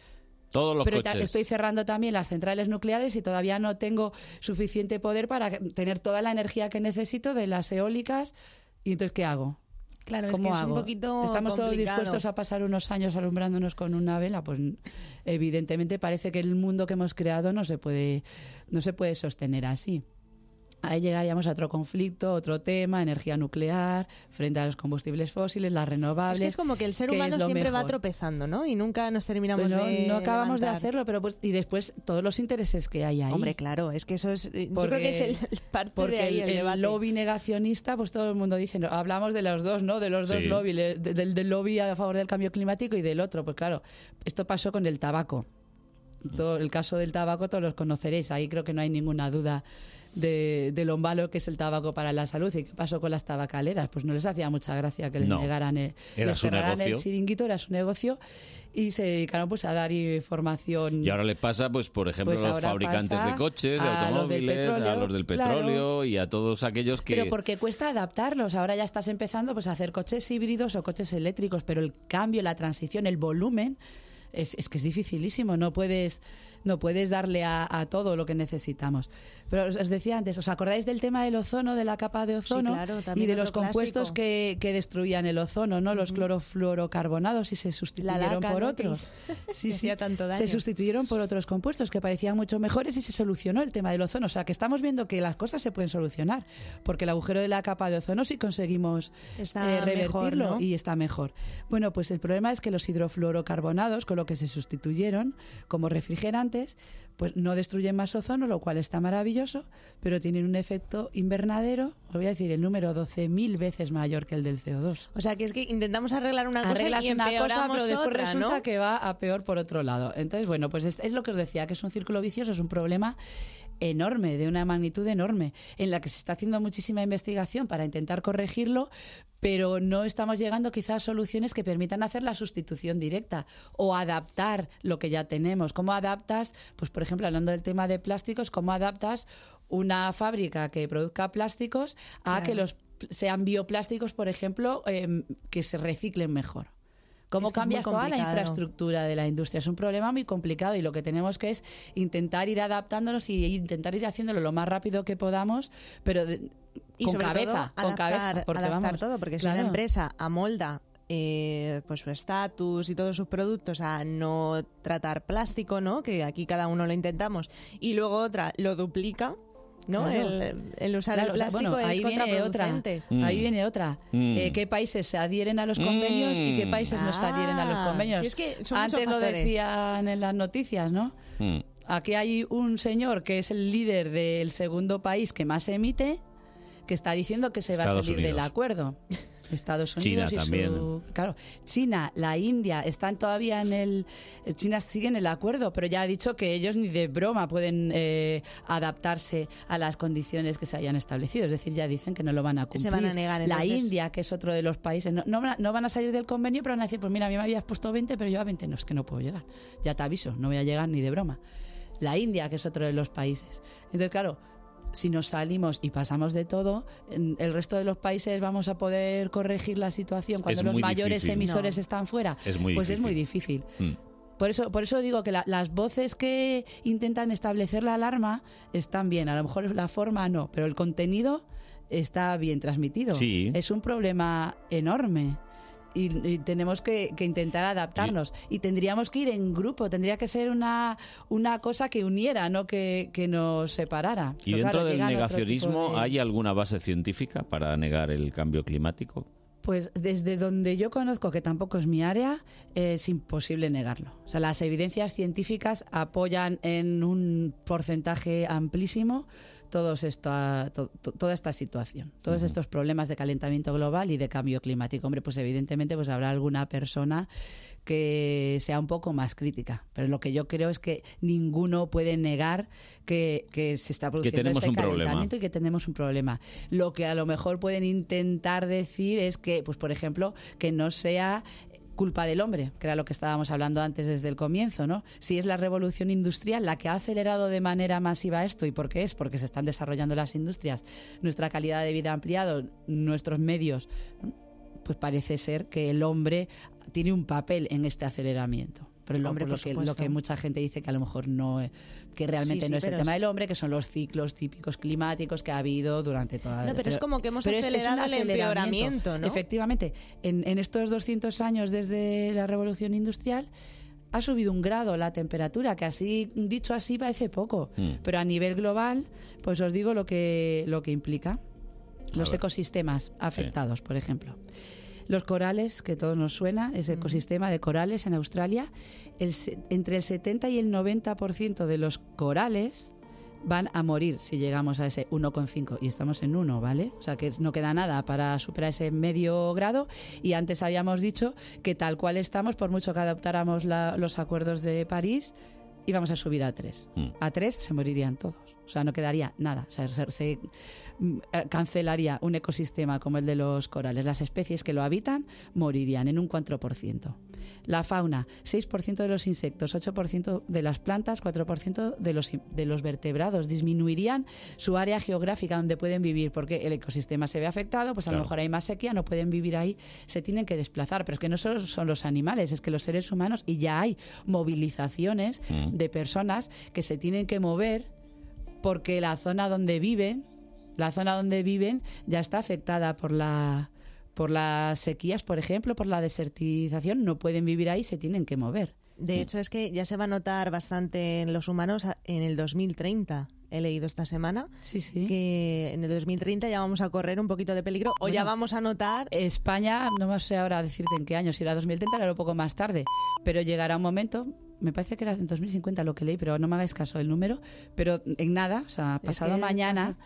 Speaker 2: Todos los
Speaker 16: pero ta-
Speaker 2: coches.
Speaker 16: estoy cerrando también las centrales nucleares y todavía no tengo suficiente poder para tener toda la energía que necesito de las eólicas. ¿Y entonces qué hago?
Speaker 15: Claro, es
Speaker 16: ¿Cómo
Speaker 15: que es un
Speaker 16: hago?
Speaker 15: poquito
Speaker 16: ¿Estamos
Speaker 15: complicado.
Speaker 16: todos dispuestos a pasar unos años alumbrándonos con una vela? Pues evidentemente parece que el mundo que hemos creado no se puede, no se puede sostener así. Ahí llegaríamos a otro conflicto, otro tema, energía nuclear, frente a los combustibles fósiles, las
Speaker 15: Es
Speaker 16: renovables.
Speaker 15: que es como que el ser
Speaker 16: que
Speaker 15: humano
Speaker 16: es lo
Speaker 15: siempre va
Speaker 16: mejor.
Speaker 15: tropezando, ¿no? Y nunca nos terminamos
Speaker 16: Pues no,
Speaker 15: de
Speaker 16: no acabamos de
Speaker 15: levantar.
Speaker 16: hacerlo, pero pues y después todos los intereses que hay ahí.
Speaker 15: Hombre, claro, es que eso es eh, yo creo que es el- el parte de
Speaker 16: porque
Speaker 15: ahí,
Speaker 16: el,
Speaker 15: el debate.
Speaker 16: lobby negacionista, pues todo el mundo dice, no, hablamos de los dos, ¿no? De los dos
Speaker 2: Sí.
Speaker 16: lobbies, del, del lobby a favor del cambio climático y del otro. Pues claro, esto pasó con el tabaco. Todo, el caso del tabaco todos los conoceréis, ahí creo que no hay ninguna duda de, de lo malo que es el tabaco para la salud y qué pasó con las tabacaleras. Pues no les hacía mucha gracia que les
Speaker 2: No.
Speaker 16: negaran el,
Speaker 2: Era
Speaker 16: les
Speaker 2: su
Speaker 16: cerraran
Speaker 2: negocio.
Speaker 16: el chiringuito, era su negocio y se dedicaron pues a dar información
Speaker 2: Y ahora les pasa, pues, por ejemplo,
Speaker 16: Pues
Speaker 2: a los
Speaker 16: ahora
Speaker 2: fabricantes
Speaker 16: pasa
Speaker 2: de coches,
Speaker 16: a
Speaker 2: de
Speaker 16: los del
Speaker 2: automóviles, a
Speaker 16: petróleo,
Speaker 2: los del
Speaker 16: claro.
Speaker 2: petróleo y a todos aquellos que...
Speaker 16: Pero porque cuesta adaptarlos. Ahora ya estás empezando pues, a hacer coches híbridos o coches eléctricos, pero el cambio, la transición, el volumen, es, es que es dificilísimo. No puedes no puedes darle a, a todo lo que necesitamos. Pero os, os decía antes, ¿os acordáis del tema del ozono, de la capa de ozono
Speaker 15: claro,
Speaker 16: y
Speaker 15: también
Speaker 16: de los
Speaker 15: otro
Speaker 16: compuestos
Speaker 15: clásico.
Speaker 16: que, que destruían el ozono, ¿no? Los clorofluorocarbonados y se
Speaker 15: La
Speaker 16: sustituyeron
Speaker 15: laca,
Speaker 16: por
Speaker 15: ¿no? que
Speaker 16: otros. Sí,
Speaker 15: <laughs> que
Speaker 16: sí.
Speaker 15: hacía tanto daño.
Speaker 16: Se sustituyeron por otros compuestos que parecían mucho mejores y se solucionó el tema del ozono. O sea, que estamos viendo que las cosas se pueden solucionar, porque el agujero de la capa de ozono sí conseguimos
Speaker 15: Está
Speaker 16: eh, revertirlo
Speaker 15: mejor, ¿no?
Speaker 16: y está mejor. Bueno, pues el problema es que los hidrofluorocarbonados, con lo que se sustituyeron como refrigerantes, pues no destruyen más ozono, lo cual está maravilloso, pero tienen un efecto invernadero, os voy a decir el número 12.000 veces mayor que el del CO2.
Speaker 15: O sea, que es que intentamos arreglar una
Speaker 16: Arreglas
Speaker 15: cosa y
Speaker 16: una cosa,
Speaker 15: empeoramos
Speaker 16: pero después
Speaker 15: otra,
Speaker 16: resulta
Speaker 15: ¿no?
Speaker 16: que va a peor por otro lado. Entonces, bueno, pues es, es lo que os decía, que es un círculo vicioso, es un problema enorme, de una magnitud enorme, en la que se está haciendo muchísima investigación para intentar corregirlo, pero no estamos llegando quizás a soluciones que permitan hacer la sustitución directa o adaptar lo que ya tenemos. ¿Cómo adaptas? Pues, por ejemplo, hablando del tema de plásticos, ¿cómo adaptas una fábrica que produzca plásticos a
Speaker 15: Claro.
Speaker 16: que los pl- sean bioplásticos, por ejemplo, em, que se reciclen mejor? ¿Cómo
Speaker 15: Es que es muy
Speaker 16: cambias toda la
Speaker 15: complicado.
Speaker 16: infraestructura de la industria? Es un problema muy complicado y lo que tenemos que es intentar ir adaptándonos y intentar ir haciéndolo lo más rápido que podamos, pero de-
Speaker 15: Y
Speaker 16: con
Speaker 15: sobre todo,
Speaker 16: cabeza, con cabeza,
Speaker 15: adaptar-
Speaker 16: porque
Speaker 15: adaptar
Speaker 16: vamos.
Speaker 15: todo, porque si
Speaker 16: claro.
Speaker 15: una empresa amolda eh, pues su estatus y todos sus productos a no tratar plástico, ¿no? Que aquí cada uno lo intentamos y luego otra lo duplica, ¿no?
Speaker 16: Claro.
Speaker 15: El, el usar
Speaker 16: Claro,
Speaker 15: el
Speaker 16: o sea,
Speaker 15: plástico
Speaker 16: bueno,
Speaker 15: es
Speaker 16: ahí viene otra.
Speaker 15: contraproducente.
Speaker 16: Ahí viene otra.
Speaker 15: Mm.
Speaker 16: Eh, ¿Qué países se adhieren a los convenios y qué
Speaker 15: Mm.
Speaker 16: países no se adhieren a los
Speaker 15: Ah,
Speaker 16: convenios?
Speaker 15: si es que son
Speaker 16: Antes
Speaker 15: muchos
Speaker 16: lo
Speaker 15: factores.
Speaker 16: decían en las noticias, ¿no?
Speaker 2: Mm.
Speaker 16: Aquí hay un señor que es el líder del segundo país que más emite, que está diciendo que se va a
Speaker 2: Estados
Speaker 16: salir del
Speaker 2: Unidos. <laughs>
Speaker 16: acuerdo. Estados
Speaker 2: China
Speaker 16: Unidos y su...
Speaker 2: también.
Speaker 16: Claro, China, la India están todavía en el... eh, China sigue en el acuerdo, pero ya ha dicho que ellos ni de broma pueden eh, adaptarse a las condiciones que se hayan establecido. Es decir, ya dicen que no lo van a
Speaker 15: Se
Speaker 16: cumplir.
Speaker 15: van a negar,
Speaker 16: La
Speaker 15: entonces.
Speaker 16: India, que es otro de los países, no, no van a- no van a salir del convenio, pero van a decir, pues mira, a mí me habías puesto 20, pero yo a 20 no, es que no puedo llegar. Ya te aviso, no voy a llegar ni de broma. La India, que es otro de los países. Entonces, claro, si nos salimos y pasamos de todo, en el resto de los países vamos a poder corregir la situación cuando
Speaker 2: Es
Speaker 16: los
Speaker 2: muy
Speaker 16: mayores
Speaker 2: difícil.
Speaker 16: emisores
Speaker 2: No.
Speaker 16: están fuera.
Speaker 2: Es muy
Speaker 16: pues es muy difícil.
Speaker 2: Mm,
Speaker 16: Por eso, por eso digo que la- las voces que intentan establecer la alarma están bien. A lo mejor la forma no, pero el contenido está bien transmitido.
Speaker 2: Sí.
Speaker 16: Es un problema enorme. Y, y tenemos que, que intentar adaptarnos. Y tendríamos que ir en grupo. Tendría que ser una, una cosa que uniera, no que, que nos separara.
Speaker 2: ¿Y
Speaker 16: Pero
Speaker 2: dentro
Speaker 16: claro,
Speaker 2: del
Speaker 16: llegan otro tipo
Speaker 2: negacionismo
Speaker 16: de-
Speaker 2: hay alguna base científica para negar el cambio climático?
Speaker 16: Pues desde donde yo conozco, que tampoco es mi área, es imposible negarlo. O sea, las evidencias científicas apoyan en un porcentaje amplísimo todos esta, to- to- toda esta situación, todos
Speaker 17: Ujú.
Speaker 16: estos problemas de calentamiento global y de cambio climático. Hombre, pues evidentemente pues habrá alguna persona que sea un poco más crítica, pero lo que yo creo es que ninguno puede negar que, que se está produciendo
Speaker 2: tenemos
Speaker 16: este
Speaker 2: un problema.
Speaker 16: calentamiento y que tenemos un problema. Lo que a lo mejor pueden intentar decir es que, pues por ejemplo, que no sea culpa del hombre, que era lo que estábamos hablando antes desde el comienzo, ¿no? Si es la revolución industrial la que ha acelerado de manera masiva esto, ¿y por qué es? Porque se están desarrollando las industrias, nuestra calidad de vida ha ampliado, nuestros medios, pues parece ser que el hombre tiene un papel en este aceleramiento. Pero lo,
Speaker 15: Hombre,
Speaker 16: por lo
Speaker 15: por
Speaker 16: que, lo
Speaker 15: supuesto.
Speaker 16: que mucha gente dice que a lo mejor no, eh, que realmente
Speaker 15: Sí, sí,
Speaker 16: no es el
Speaker 15: pero
Speaker 16: tema
Speaker 15: es-
Speaker 16: del hombre, que son los ciclos típicos climáticos que ha habido durante toda la
Speaker 15: No, pero es como que hemos
Speaker 16: pero es- es un
Speaker 15: acelerado el
Speaker 16: aceleramiento.
Speaker 15: empeoramiento, ¿no?
Speaker 16: Efectivamente, en, en estos 200 años desde la revolución industrial ha subido un grado la temperatura, que así dicho así parece poco,
Speaker 2: Mm.
Speaker 16: pero a nivel global, pues os digo lo que lo que implica los
Speaker 2: ver.
Speaker 16: ecosistemas afectados, por ejemplo. Los corales, que todos nos suena, ese ecosistema de corales en Australia, el se- entre el 70 y el 90% de los corales van a morir si llegamos a ese 1,5 y estamos en 1, ¿vale? O sea que no queda nada para superar ese medio grado y antes habíamos dicho que tal cual estamos, por mucho que adoptáramos la- los acuerdos de París, íbamos a subir a 3. A 3 se morirían todos. O sea, no quedaría nada. O sea, se, se, mm, eh, cancelaría un ecosistema como el de los corales. Las especies que lo habitan morirían en un 4%. La fauna, 6% de los insectos, 8% de las plantas, 4% de los, de los vertebrados. Disminuirían su área geográfica donde pueden vivir porque el ecosistema se ve afectado, pues a
Speaker 2: Claro.
Speaker 16: lo mejor hay más sequía, no pueden vivir ahí, se tienen que desplazar. Pero es que no solo son los animales, es que los seres humanos, y ya hay movilizaciones
Speaker 17: Mm.
Speaker 16: de personas que se tienen que mover porque la zona donde viven, la zona donde viven ya está afectada por la por las sequías, por ejemplo, por la desertización, no pueden vivir ahí, se tienen que mover.
Speaker 15: De hecho, es que ya se va a notar bastante en los humanos a- en el 2030. He leído esta semana que en el 2030 ya vamos a correr un poquito de peligro o ya
Speaker 16: Bueno,
Speaker 15: vamos a notar...
Speaker 16: España, no me sé ahora decirte en qué año, si era 2030, era un poco más tarde, pero llegará un momento, me parece que era en 2050 lo que leí, pero no me hagáis caso el número, pero en nada, o sea, pasado
Speaker 15: que-
Speaker 16: mañana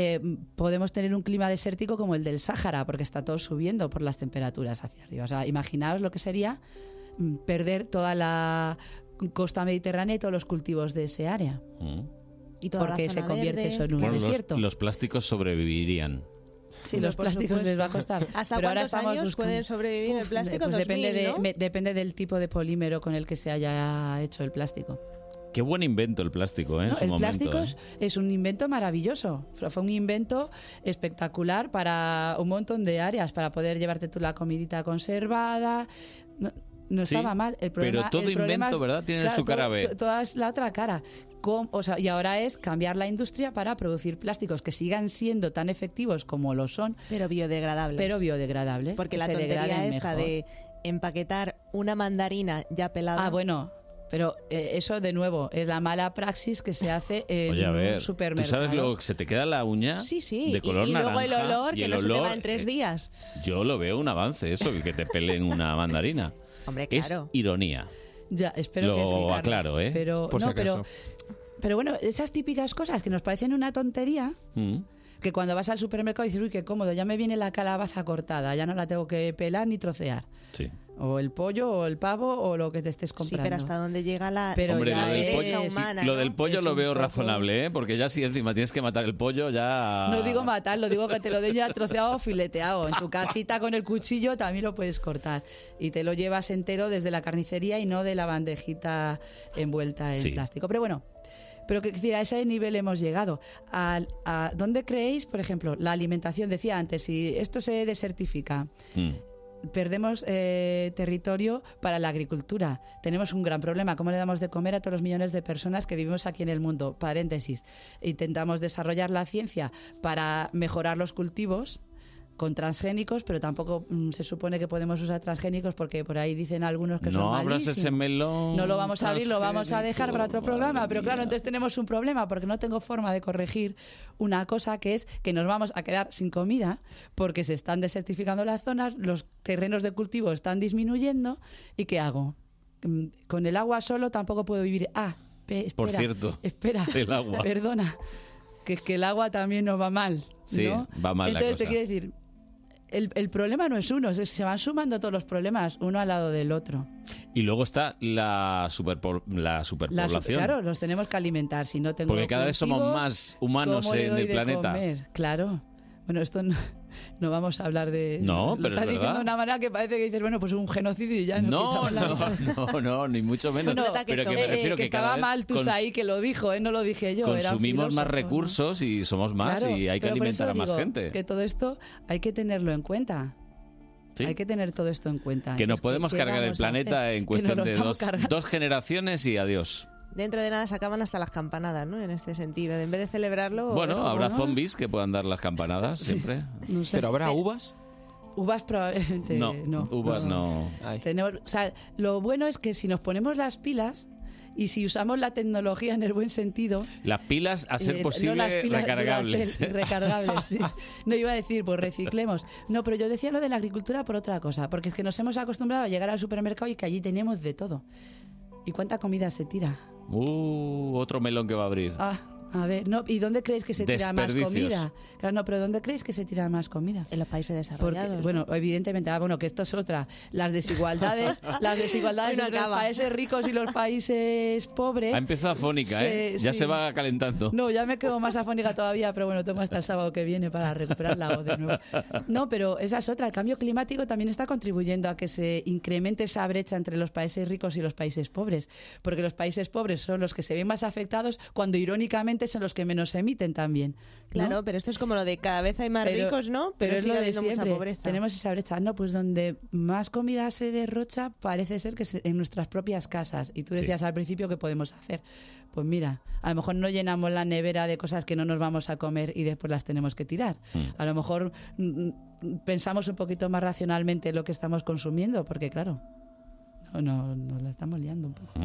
Speaker 16: eh, podemos tener un clima desértico como el del Sáhara, porque está todo subiendo por las temperaturas hacia arriba. O sea, imaginaos lo que sería mm, perder toda la costa mediterránea y todos los cultivos de ese área.
Speaker 15: Y
Speaker 2: toda la
Speaker 16: porque se
Speaker 2: zona
Speaker 16: convierte
Speaker 2: verde.
Speaker 16: eso en un
Speaker 2: Mm. Bueno, los-
Speaker 16: desierto.
Speaker 2: Los, plásticos sobrevivirían.
Speaker 16: Sí, los
Speaker 15: Por
Speaker 16: plásticos
Speaker 15: supuesto.
Speaker 16: les va a costar.
Speaker 15: ¿Hasta
Speaker 16: Pero ahora
Speaker 15: cuántos
Speaker 16: estamos
Speaker 15: años
Speaker 16: buscando-
Speaker 15: pueden sobrevivir el
Speaker 16: Uf,
Speaker 15: plástico?
Speaker 16: Pues depende,
Speaker 15: 2000,
Speaker 16: de-
Speaker 15: ¿no?
Speaker 16: me- depende del tipo de polímero con el que se haya hecho el plástico.
Speaker 2: Qué buen invento el plástico, ¿eh? En
Speaker 16: ¿no?
Speaker 2: su
Speaker 16: el
Speaker 2: momento.
Speaker 16: plástico
Speaker 2: ¿eh?
Speaker 16: es, es un invento maravilloso. Fue fue un invento espectacular para un montón de áreas, para poder llevarte tú la comidita conservada. No, no
Speaker 2: Sí,
Speaker 16: estaba mal. El
Speaker 2: pero
Speaker 16: problema,
Speaker 2: todo
Speaker 16: el problema
Speaker 2: invento,
Speaker 16: es-
Speaker 2: ¿verdad? Tiene su
Speaker 16: todo-
Speaker 2: cara B.
Speaker 16: to- Toda es la otra cara. Com- o sea, y ahora es cambiar la industria para producir plásticos que sigan siendo tan efectivos como lo son.
Speaker 15: Pero biodegradables.
Speaker 16: Pero biodegradables.
Speaker 15: Porque
Speaker 16: que
Speaker 15: la
Speaker 16: se
Speaker 15: tontería
Speaker 16: degraden
Speaker 15: esta
Speaker 16: mejor.
Speaker 15: de empaquetar una mandarina ya pelada...
Speaker 16: Ah, bueno. Pero eh, eso, de nuevo, es la mala praxis que se hace en
Speaker 2: Oye, a ver,
Speaker 16: un
Speaker 2: ¿tú
Speaker 16: supermercado.
Speaker 2: sabes luego que se te queda la uña
Speaker 15: Sí, sí.
Speaker 2: de
Speaker 15: y-
Speaker 2: color
Speaker 15: y, luego
Speaker 2: naranja?
Speaker 15: el olor,
Speaker 2: y
Speaker 15: que
Speaker 2: el
Speaker 15: no se te
Speaker 2: olor, eh.
Speaker 15: va en tres días.
Speaker 2: Yo lo veo un avance, eso, que te peleen una mandarina.
Speaker 15: Hombre,
Speaker 2: Es ironía.
Speaker 16: Ya, espero
Speaker 2: Lo
Speaker 16: que sí. Carmen.
Speaker 2: aclaro, ¿eh?
Speaker 16: Pero,
Speaker 2: Por si
Speaker 16: no, pero,
Speaker 2: acaso.
Speaker 16: pero bueno, esas típicas cosas que nos parecen una tontería,
Speaker 2: Mm.
Speaker 16: que cuando vas al supermercado dices, uy, qué cómodo, ya me viene la calabaza cortada, ya no la tengo que pelar ni trocear.
Speaker 2: Sí.
Speaker 16: O el pollo, o el pavo, o lo que te estés
Speaker 15: Sí,
Speaker 16: comprando.
Speaker 15: pero hasta dónde llega la...
Speaker 16: Pero
Speaker 2: Hombre,
Speaker 16: ya
Speaker 2: lo del
Speaker 16: es-
Speaker 2: pollo,
Speaker 16: es-
Speaker 2: sí,
Speaker 15: Ah,
Speaker 2: lo, del pollo
Speaker 16: Es
Speaker 2: lo
Speaker 16: un
Speaker 2: veo
Speaker 16: poco-
Speaker 2: razonable, ¿eh? Porque ya si encima tienes que matar el pollo, ya...
Speaker 16: No digo matarlo, digo que te lo den ya troceado o fileteado. En tu casita con el cuchillo también lo puedes cortar. Y te lo llevas entero desde la carnicería y no de la bandejita envuelta en
Speaker 2: Sí.
Speaker 16: plástico. Pero bueno, pero que decir, a ese nivel hemos llegado. Al- a, ¿Dónde creéis, por ejemplo, la alimentación? Decía antes, si esto se desertifica,
Speaker 2: mm.
Speaker 16: perdemos eh, territorio para la agricultura. Tenemos un gran problema. ¿Cómo le damos de comer a todos los millones de personas que vivimos aquí en el mundo? Paréntesis. Intentamos desarrollar la ciencia para mejorar los cultivos con transgénicos, pero tampoco mm, se supone que podemos usar transgénicos porque por ahí dicen algunos que son
Speaker 2: No abras
Speaker 16: malísimos.
Speaker 2: ese melón.
Speaker 16: No lo vamos a abrir, lo vamos a dejar para otro
Speaker 2: transgénico,
Speaker 16: programa.
Speaker 2: madre
Speaker 16: Pero claro,
Speaker 2: mía.
Speaker 16: entonces tenemos un problema porque no tengo forma de corregir una cosa que es que nos vamos a quedar sin comida porque se están desertificando las zonas, los terrenos de cultivo están disminuyendo. ¿Y qué hago? Mm, Con el agua solo tampoco puedo vivir. Ah, pe- espera,
Speaker 2: Por cierto,
Speaker 16: Espera.
Speaker 2: <laughs> el agua.
Speaker 16: Perdona. Que es que el agua también nos va mal.
Speaker 2: Sí,
Speaker 16: ¿no?
Speaker 2: va mal la
Speaker 16: Entonces te
Speaker 2: cosa.
Speaker 16: quiero decir. El, el problema no es uno, es que se van sumando todos los problemas uno al lado del otro.
Speaker 2: Y luego está la, superpo- la
Speaker 16: Las-
Speaker 2: superpoblación.
Speaker 16: claro, los tenemos que alimentar. Si no tengo
Speaker 2: Porque cada vez somos
Speaker 16: cultivos,
Speaker 2: más humanos
Speaker 16: ¿cómo le
Speaker 2: en
Speaker 16: doy
Speaker 2: el
Speaker 16: de
Speaker 2: planeta?
Speaker 16: comer? Claro. Bueno, esto no, no vamos a hablar de. lo
Speaker 2: No, pero es
Speaker 16: estás diciendo
Speaker 2: verdad.
Speaker 16: de una manera que parece que dices, bueno, pues un genocidio y ya nos
Speaker 2: <laughs>
Speaker 16: <laughs>
Speaker 2: No,
Speaker 16: quitamos la
Speaker 2: no, no, no, ni mucho menos.
Speaker 16: Bueno,
Speaker 2: pero que me
Speaker 16: eh, eh,
Speaker 2: refiero
Speaker 16: que
Speaker 2: cada
Speaker 16: estaba
Speaker 2: vez
Speaker 16: mal tú
Speaker 2: cons-
Speaker 16: ahí que lo dijo, ¿eh? no lo dije yo. era un
Speaker 2: consumimos más
Speaker 16: filósofo, ¿no?
Speaker 2: recursos y somos más
Speaker 16: Claro,
Speaker 2: y hay que
Speaker 16: pero por eso
Speaker 2: alimentar a más
Speaker 16: digo
Speaker 2: gente.
Speaker 16: Que todo esto hay que tenerlo en cuenta.
Speaker 2: Sí.
Speaker 16: Hay que tener todo esto en cuenta.
Speaker 2: Que nos
Speaker 16: Es
Speaker 2: podemos
Speaker 16: ¿qué
Speaker 2: cargar el
Speaker 16: vamos a
Speaker 2: planeta
Speaker 16: hacer? <laughs>
Speaker 2: en
Speaker 16: Que nos
Speaker 2: cuestión
Speaker 16: lo
Speaker 2: de
Speaker 16: estamos
Speaker 2: dos,
Speaker 16: cargando.
Speaker 2: dos generaciones y adiós.
Speaker 15: Dentro de nada se acaban hasta las campanadas, ¿no? En este sentido. En vez de celebrarlo...
Speaker 2: Bueno,
Speaker 15: dejo
Speaker 2: habrá
Speaker 15: como- "Ah,
Speaker 2: zombies que puedan dar las campanadas siempre.
Speaker 16: No sé. ¿Pero habrá
Speaker 2: uvas?
Speaker 16: Uvas probablemente
Speaker 2: No,
Speaker 16: no.
Speaker 2: uvas no.
Speaker 16: Tenemos, o sea, lo bueno es que si nos ponemos las pilas y si usamos la tecnología en el buen sentido,
Speaker 2: Las pilas, a
Speaker 16: eh,
Speaker 2: ser
Speaker 16: no
Speaker 2: posible,
Speaker 16: las pilas, digo,
Speaker 2: recargables.
Speaker 16: hacer- recargables, sí. No iba a decir, pues reciclemos. No, pero yo decía lo de la agricultura por otra cosa, porque es que nos hemos acostumbrado a llegar al supermercado y que allí tenemos de todo. ¿Y cuánta comida se tira?
Speaker 2: Uh, otro melón que va a abrir.
Speaker 16: Ah, A ver, no, ¿y dónde creéis que se tira más
Speaker 2: Desperdicios.
Speaker 16: comida? Claro, no, pero ¿dónde creéis que se tira más comida?
Speaker 15: En los países
Speaker 16: desarrollados. bueno, evidentemente, ah, bueno, que esto es otra. Las
Speaker 15: <laughs>
Speaker 16: desigualdades, las desigualdades
Speaker 15: No
Speaker 16: entre los
Speaker 15: acaba.
Speaker 16: países ricos y los países pobres.
Speaker 2: Ha empezado afónica, ¿eh?
Speaker 16: Sí,
Speaker 2: Ya
Speaker 16: sí.
Speaker 2: se va calentando.
Speaker 16: No, ya me quedo más afónica todavía, pero bueno, tengo hasta el sábado que viene para recuperar
Speaker 2: <laughs>
Speaker 16: la voz de nuevo. No, pero esa es otra. El cambio climático también está contribuyendo a que se incremente esa brecha entre los países ricos y los países pobres, porque los países pobres son los que se ven más afectados cuando irónicamente son los que menos emiten también. ¿no?
Speaker 15: Claro, pero esto es como lo de cada vez hay más
Speaker 16: Pero-
Speaker 15: ricos, ¿no? Pero,
Speaker 16: es lo de
Speaker 15: habiendo mucha
Speaker 16: siempre.
Speaker 15: pobreza.
Speaker 16: Tenemos esa brecha. No, pues donde más comida se derrocha parece ser que se- en nuestras propias casas. Y tú
Speaker 15: Sí.
Speaker 16: decías al principio que podemos hacer. Pues mira, a lo mejor no llenamos la nevera de cosas que no nos vamos a comer y después las tenemos que tirar. A lo mejor mm, mm, pensamos un poquito más racionalmente lo que estamos consumiendo, porque claro, no, no, nos la estamos liando un
Speaker 18: pues.
Speaker 16: poco.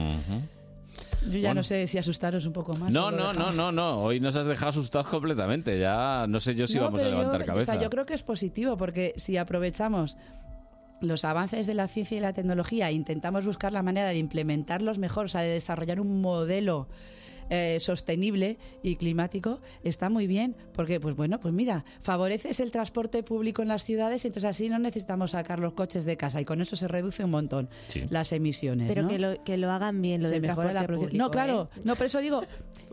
Speaker 16: Yo ya
Speaker 2: Bueno.
Speaker 16: no sé si asustaros un poco más. o
Speaker 2: No,
Speaker 16: lo
Speaker 2: no, no,
Speaker 16: dejamos.
Speaker 2: no, no. Hoy nos has dejado asustados completamente. Ya no sé yo si
Speaker 16: No,
Speaker 2: vamos a
Speaker 16: pero yo-
Speaker 2: levantar
Speaker 16: o sea,
Speaker 2: cabeza.
Speaker 16: yo creo que es positivo porque si aprovechamos los avances de la ciencia y la tecnología e intentamos buscar la manera de implementarlos mejor, o sea, de desarrollar un modelo eh, sostenible y climático, está muy bien porque, pues bueno, pues mira, favoreces el transporte público en las ciudades y entonces así no necesitamos sacar los coches de casa y con eso se reduce un montón las emisiones.
Speaker 15: Pero
Speaker 16: ¿no?
Speaker 15: que, lo, que lo hagan bien, lo
Speaker 16: Se
Speaker 15: del
Speaker 16: mejora
Speaker 15: transporte
Speaker 16: la producción.
Speaker 15: público,
Speaker 16: No, claro,
Speaker 15: ¿eh?
Speaker 16: no, por eso
Speaker 15: <laughs>
Speaker 16: digo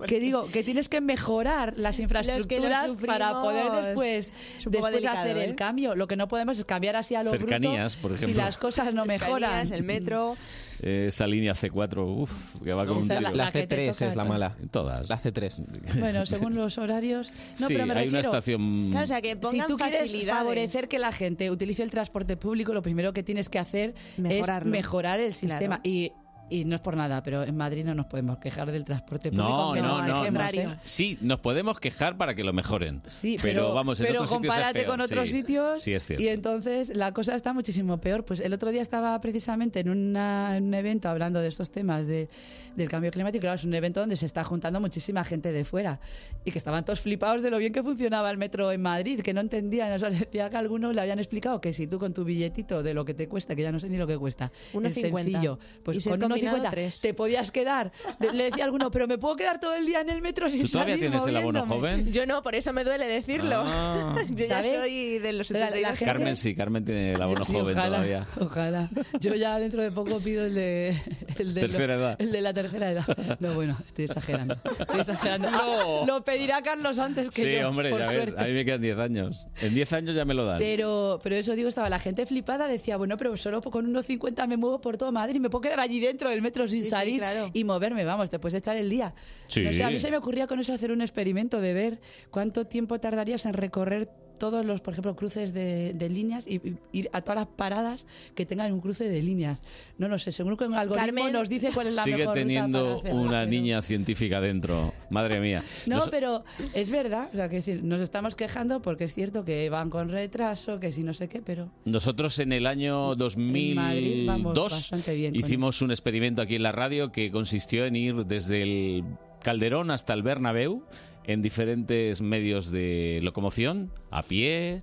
Speaker 16: que digo que tienes que mejorar las infraestructuras
Speaker 15: sufrimos,
Speaker 16: para poder después,
Speaker 15: es un poco
Speaker 16: después
Speaker 15: delicado,
Speaker 16: hacer el
Speaker 15: ¿eh?
Speaker 16: cambio. Lo que no podemos es cambiar así a lo
Speaker 2: Cercanías,
Speaker 16: bruto
Speaker 2: por
Speaker 16: si
Speaker 2: ejemplo.
Speaker 16: las cosas no mejoran.
Speaker 15: Cercanías, el
Speaker 2: <laughs>
Speaker 15: metro.
Speaker 2: Eh, Esa línea C4, uff, que va como un
Speaker 16: Esa es la-
Speaker 2: tiro.
Speaker 16: la que te toca, ¿no?
Speaker 2: Todas. La C3.
Speaker 16: Bueno, según los horarios. No,
Speaker 2: Sí,
Speaker 16: pero me
Speaker 2: hay una
Speaker 16: refiero-
Speaker 2: estación- Claro, o sea,
Speaker 15: que
Speaker 16: si
Speaker 15: pongan
Speaker 16: tú quieres
Speaker 15: facilidades.
Speaker 16: favorecer que la gente utilice el transporte público, lo primero que tienes que hacer
Speaker 15: Mejorarlo.
Speaker 16: es mejorar el sistema.
Speaker 15: Claro.
Speaker 16: Y, y no es por nada, pero en Madrid no nos podemos quejar del transporte público.
Speaker 2: <laughs> No,
Speaker 16: aunque
Speaker 2: no,
Speaker 16: nos
Speaker 2: no,
Speaker 16: quejemos,
Speaker 2: no.
Speaker 16: ¿eh?
Speaker 2: Sí, nos podemos quejar para que lo mejoren.
Speaker 16: Sí,
Speaker 2: pero,
Speaker 16: pero,
Speaker 2: vamos, en
Speaker 16: pero
Speaker 2: otros sitios es
Speaker 16: compárate
Speaker 2: peor,
Speaker 16: con otros
Speaker 2: sí.
Speaker 16: sitios
Speaker 2: Sí, es cierto.
Speaker 16: y entonces la cosa está muchísimo peor. Pues el otro día estaba precisamente en, una- en un evento hablando de estos temas de- del cambio climático. Claro, es un evento donde se está juntando muchísima gente de fuera y que estaban todos flipados de lo bien que funcionaba el metro en Madrid, que no entendían. O sea, decía que algunos le habían explicado que si tú con tu billetito de lo que te cuesta, que ya no sé ni lo que cuesta, el
Speaker 15: 1,50.
Speaker 16: sencillo,
Speaker 15: Y
Speaker 16: pues
Speaker 15: si
Speaker 16: con
Speaker 15: el combinado,
Speaker 16: 1,50 te podías quedar. De- Le decía a alguno, pero me puedo quedar todo el día en el metro sin
Speaker 2: ¿Tú todavía
Speaker 16: salir
Speaker 2: tienes el abono
Speaker 16: moviéndome?".
Speaker 2: joven?
Speaker 15: Yo no, por eso me duele decirlo.
Speaker 2: Ah.
Speaker 15: <laughs> Yo
Speaker 16: ¿Sabes?
Speaker 15: ya soy de los
Speaker 16: La- la
Speaker 15: 72.
Speaker 16: gente-
Speaker 2: Carmen sí, Carmen tiene
Speaker 16: <laughs>
Speaker 2: el abono
Speaker 16: Sí,
Speaker 2: joven
Speaker 16: ojalá,
Speaker 2: <laughs> todavía.
Speaker 16: Ojalá. Yo ya dentro de poco pido el de, el de
Speaker 2: Tercera
Speaker 16: lo-
Speaker 2: edad.
Speaker 16: el de la tercera edad. <laughs> No, bueno, estoy
Speaker 2: <laughs>
Speaker 16: exagerando. Estoy exagerando. Ah, Pues, lo pedirá Carlos antes que
Speaker 2: Sí,
Speaker 16: yo.
Speaker 2: hombre,
Speaker 16: por
Speaker 2: ya ves,
Speaker 16: suerte.
Speaker 2: a mí me quedan 10 años. En 10 años ya me lo dan.
Speaker 16: Pero, pero eso digo, estaba la gente flipada, decía, bueno, pero solo con unos 50 me muevo por todo Madrid, me puedo quedar allí dentro del metro sin
Speaker 15: sí,
Speaker 16: salir
Speaker 15: claro.
Speaker 16: y moverme, vamos, te puedes echar el día.
Speaker 2: Sí.
Speaker 16: No sé, a mí se me ocurría con eso hacer un experimento de ver cuánto tiempo tardarías en recorrer todos los, por ejemplo, cruces de, de líneas y, y ir a todas las paradas que tengan un cruce de líneas. No lo sé, seguro que un algoritmo
Speaker 15: Carmen,
Speaker 16: nos dice cuál es la
Speaker 2: Sigue
Speaker 16: mejor ruta para
Speaker 2: teniendo
Speaker 16: hacerlo,
Speaker 2: una
Speaker 16: pero-
Speaker 2: niña científica dentro. Madre mía.
Speaker 16: no,
Speaker 2: Nos-
Speaker 16: pero es verdad, o sea, que decir, nos estamos quejando porque es cierto que van con retraso, que si no sé qué, pero
Speaker 2: Nosotros en el año
Speaker 16: en Madrid vamos
Speaker 2: 2002
Speaker 16: bastante bien. con
Speaker 2: hicimos un experimento aquí en la radio que consistió en ir desde el Calderón hasta el Bernabéu en diferentes medios de locomoción, a pie,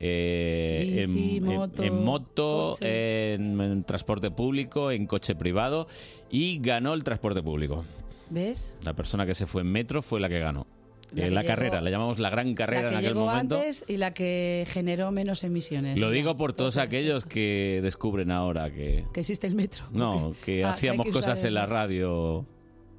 Speaker 2: eh,
Speaker 16: Bici,
Speaker 2: en, en-
Speaker 16: moto,
Speaker 2: en moto,
Speaker 16: coche.
Speaker 2: en, en transporte público, en coche privado y ganó el transporte público.
Speaker 16: eso. ¿Ves?
Speaker 2: La persona que se fue en metro fue la que ganó.
Speaker 16: La
Speaker 2: Eh,
Speaker 16: que
Speaker 2: la
Speaker 16: llegó-
Speaker 2: carrera, la llamamos la gran carrera
Speaker 16: la que
Speaker 2: en aquel
Speaker 16: llegó
Speaker 2: momento.
Speaker 16: antes y la que generó menos emisiones.
Speaker 2: Lo digo por todos aquellos que descubren ahora que
Speaker 16: Que existe el metro.
Speaker 2: No, que
Speaker 16: Ah, que
Speaker 2: hacíamos
Speaker 16: hay que usar
Speaker 2: cosas
Speaker 16: el-
Speaker 2: en la radio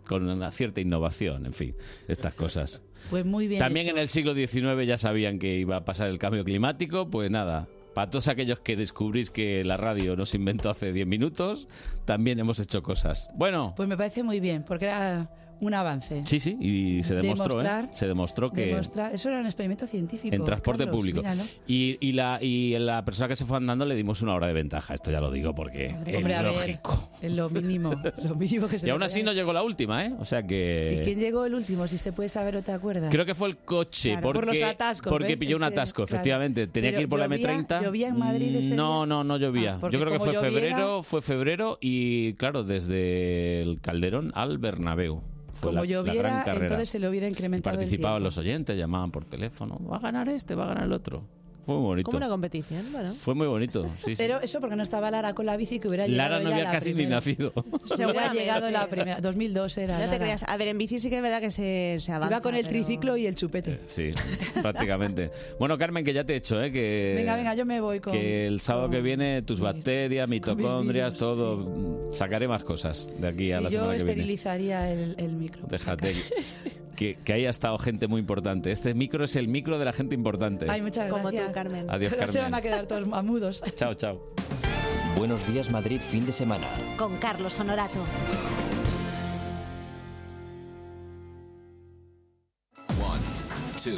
Speaker 2: con una cierta innovación, en fin, estas cosas.
Speaker 16: Pues muy bien.
Speaker 2: También
Speaker 16: hecho.
Speaker 2: en el siglo XIX ya sabían que iba a pasar el cambio climático, pues nada. Para todos aquellos que descubrís que la radio nos inventó hace 10 minutos, también hemos hecho cosas. Bueno,
Speaker 16: Pues me parece muy bien, porque era un avance.
Speaker 2: sí, sí, y se demostró, ¿eh?
Speaker 16: Demostrar-
Speaker 2: Se demostró que...
Speaker 16: Demostrar- Eso era un experimento científico.
Speaker 2: En transporte
Speaker 16: Carlos,
Speaker 2: público.
Speaker 16: míralo.
Speaker 2: Y, y la, y la persona que se fue andando le dimos una hora de ventaja. Esto ya lo digo porque es
Speaker 16: Hombre, a ver,
Speaker 2: lógico.
Speaker 16: es lo mínimo, lo mínimo
Speaker 2: <laughs>
Speaker 16: que se
Speaker 2: Y aún
Speaker 16: le
Speaker 2: así
Speaker 16: podía-
Speaker 2: no llegó la última, ¿eh? O sea que...
Speaker 16: ¿Y quién llegó el último? Si se puede saber o te acuerdas.
Speaker 2: Creo que fue el coche,
Speaker 16: Claro, por
Speaker 2: porque,
Speaker 16: los atascos,
Speaker 2: porque
Speaker 16: ¿ves?
Speaker 2: pilló
Speaker 16: Es
Speaker 2: un
Speaker 16: que,
Speaker 2: atasco,
Speaker 16: claro.
Speaker 2: efectivamente. Tenía
Speaker 16: Pero
Speaker 2: que ir por
Speaker 16: llovía-
Speaker 2: la M30.
Speaker 16: ¿llovía en Madrid ese
Speaker 2: No, no, no
Speaker 16: Ah,
Speaker 2: llovía. Yo
Speaker 16: porque
Speaker 2: creo que
Speaker 16: como
Speaker 2: fue
Speaker 16: lloviera-
Speaker 2: febrero, fue febrero y claro, desde el Calderón al Bernabéu. Fue
Speaker 16: Como
Speaker 2: la, la gran
Speaker 16: lloviera,
Speaker 2: carrera.
Speaker 16: entonces se le hubiera
Speaker 2: Y
Speaker 16: incrementado el
Speaker 2: participaban
Speaker 16: tiempo.
Speaker 2: los oyentes, llamaban por teléfono. Va a ganar este, va a ganar el otro. Fue muy bonito.
Speaker 15: Como una competición, bueno.
Speaker 2: Fue muy bonito, sí, sí.
Speaker 16: Pero eso porque no estaba Lara con la bici que hubiera llegado
Speaker 2: Lara no
Speaker 16: ya
Speaker 2: había
Speaker 16: la
Speaker 2: casi
Speaker 16: primera.
Speaker 2: ni nacido. <laughs>
Speaker 15: <laughs>
Speaker 16: Se hubiera llegado la primera. 2002 era.
Speaker 15: No te
Speaker 16: Lara.
Speaker 15: creas. A ver, en bici sí que es verdad que se, se avanza.
Speaker 16: Iba con el triciclo y el chupete.
Speaker 2: Sí, prácticamente. Bueno, Carmen, que ya te he hecho, ¿eh? Que,
Speaker 16: venga, venga, yo me voy con.
Speaker 2: que el sábado que viene tus bacterias, mitocondrias, todo. Sacaré más cosas de aquí a
Speaker 16: Sí, yo este
Speaker 2: la semana que viene.
Speaker 16: esterilizaría el, el micro. <laughs>
Speaker 2: Déjate. Que, que haya estado gente muy importante. Este micro es el micro de la gente importante.
Speaker 16: Ay, muchas
Speaker 15: Como tú,
Speaker 16: gracias.
Speaker 15: Carmen.
Speaker 16: <laughs>
Speaker 2: Adiós,
Speaker 16: Se
Speaker 2: Carmen.
Speaker 16: van a quedar todos mamudos.
Speaker 2: Chao, chao.
Speaker 19: Buenos días Madrid fin de semana.
Speaker 20: Con Carlos Honorato.
Speaker 1: One, two.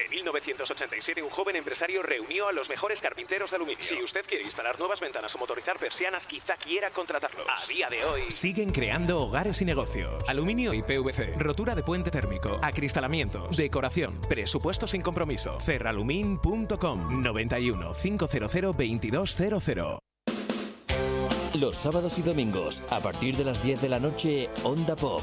Speaker 21: En 1987 un joven empresario reunió a los mejores carpinteros de aluminio. Si usted quiere instalar nuevas ventanas o motorizar persianas, quizá quiera contratarlos. A día de hoy siguen creando hogares y negocios. Aluminio y PVC, rotura de puente térmico, acristalamientos, decoración, presupuesto sin compromiso. Cerralumin.com 91 500 2200.
Speaker 19: Los sábados y domingos, a partir de las 10 de la noche, Onda Pop.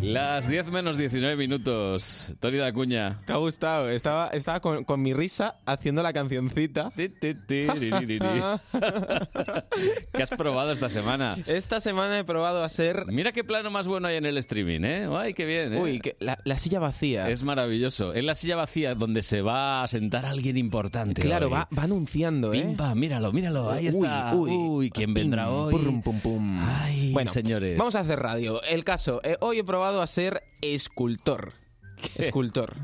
Speaker 2: Las 10 menos 19 minutos. Tony de Acuña.
Speaker 14: Te ha gustado. Estaba, estaba con, con mi risa haciendo la cancioncita. Ah.
Speaker 2: ri, ri, ri,
Speaker 14: <laughs>
Speaker 2: ri. ¿Qué has probado esta semana?
Speaker 14: Esta semana he probado a ser...
Speaker 2: Mira qué plano más bueno hay en el streaming, ¿eh? ¡Ay, qué bien! ¿eh?
Speaker 14: Uy, que la, la silla vacía.
Speaker 2: Es maravilloso. Es la silla vacía donde se va a sentar alguien importante.
Speaker 14: Claro,
Speaker 2: hoy.
Speaker 14: va, va anunciando, ¿eh?
Speaker 2: Pim, pam, míralo, míralo. Ahí
Speaker 14: Uy,
Speaker 2: está.
Speaker 14: uy.
Speaker 2: Uy, ¿quién vendrá
Speaker 14: Pim,
Speaker 2: hoy?
Speaker 14: purrum, pum, pum.
Speaker 2: Ay,
Speaker 14: Bueno,
Speaker 2: señores.
Speaker 14: Vamos a hacer radio. El caso, eh, hoy he probado a ser escultor.
Speaker 2: <laughs>
Speaker 14: Escultor.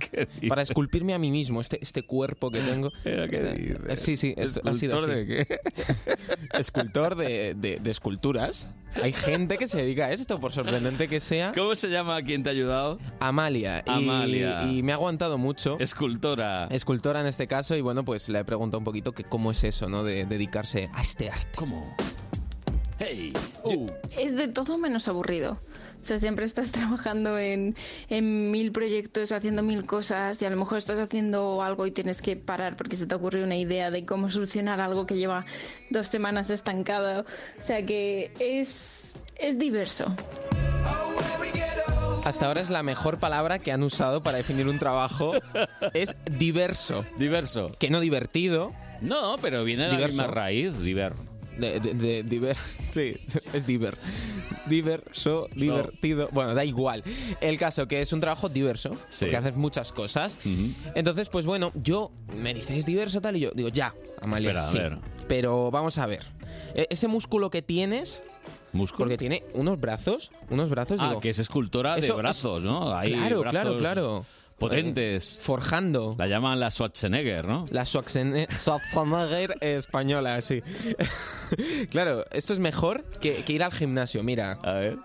Speaker 14: Para esculpirme a mí mismo, este, este cuerpo que tengo.
Speaker 2: ¿Pero qué
Speaker 14: Eh, Sí, sí, esto ha sido
Speaker 2: ¿Escultor
Speaker 14: así.
Speaker 2: de qué?
Speaker 14: <laughs> Escultor de, de- de esculturas. Hay gente que se dedica a esto, por sorprendente que sea.
Speaker 2: ¿Cómo se llama quien te ha ayudado?
Speaker 14: Amalia. Y-
Speaker 2: Amalia.
Speaker 14: Y, me ha aguantado mucho.
Speaker 2: Escultora.
Speaker 14: Escultora en este caso, y bueno, pues le he preguntado un poquito que cómo es eso, ¿no? De dedicarse a este arte.
Speaker 2: ¿Cómo? ¡Hey!
Speaker 22: Es de todo menos aburrido. O sea, siempre estás <laughs> trabajando en, en mil proyectos, haciendo mil cosas y a lo mejor estás haciendo algo y tienes que parar porque se te ocurre una idea de cómo solucionar algo que lleva dos semanas estancado. O sea que es, es diverso.
Speaker 14: Hasta ahora es la mejor palabra que han usado para definir un trabajo. es diverso.
Speaker 2: Diverso.
Speaker 14: Que no divertido.
Speaker 2: No, pero viene de la misma raíz, diver.
Speaker 14: De, de- de- diver. <laughs> Sí, es diver. Diverso, divertido. Bueno, da igual. El caso que es un trabajo diverso,
Speaker 2: Sí.
Speaker 14: que haces muchas cosas.
Speaker 13: Mm.
Speaker 14: Entonces, pues bueno, yo me dices diverso tal y yo digo, ya, Amalia,
Speaker 2: Espera, a
Speaker 14: sí,
Speaker 2: ver.
Speaker 14: Pero vamos a ver. E- ese músculo que tienes,
Speaker 2: ¿Músculo?
Speaker 14: porque tiene unos brazos, unos brazos
Speaker 2: Ah,
Speaker 14: digo,
Speaker 2: que es escultora de
Speaker 14: eso es-
Speaker 2: brazos, ¿no? Ahí,
Speaker 14: Claro,
Speaker 2: brazos
Speaker 14: claro, claro. Eh,
Speaker 2: Potentes.
Speaker 14: forjando.
Speaker 2: La llaman la Schwarzenegger, ¿no?
Speaker 14: La Schwarzen- <laughs> Schwarzenegger española, sí. <laughs> claro, esto es mejor que, que ir al gimnasio, mira.
Speaker 2: A ver.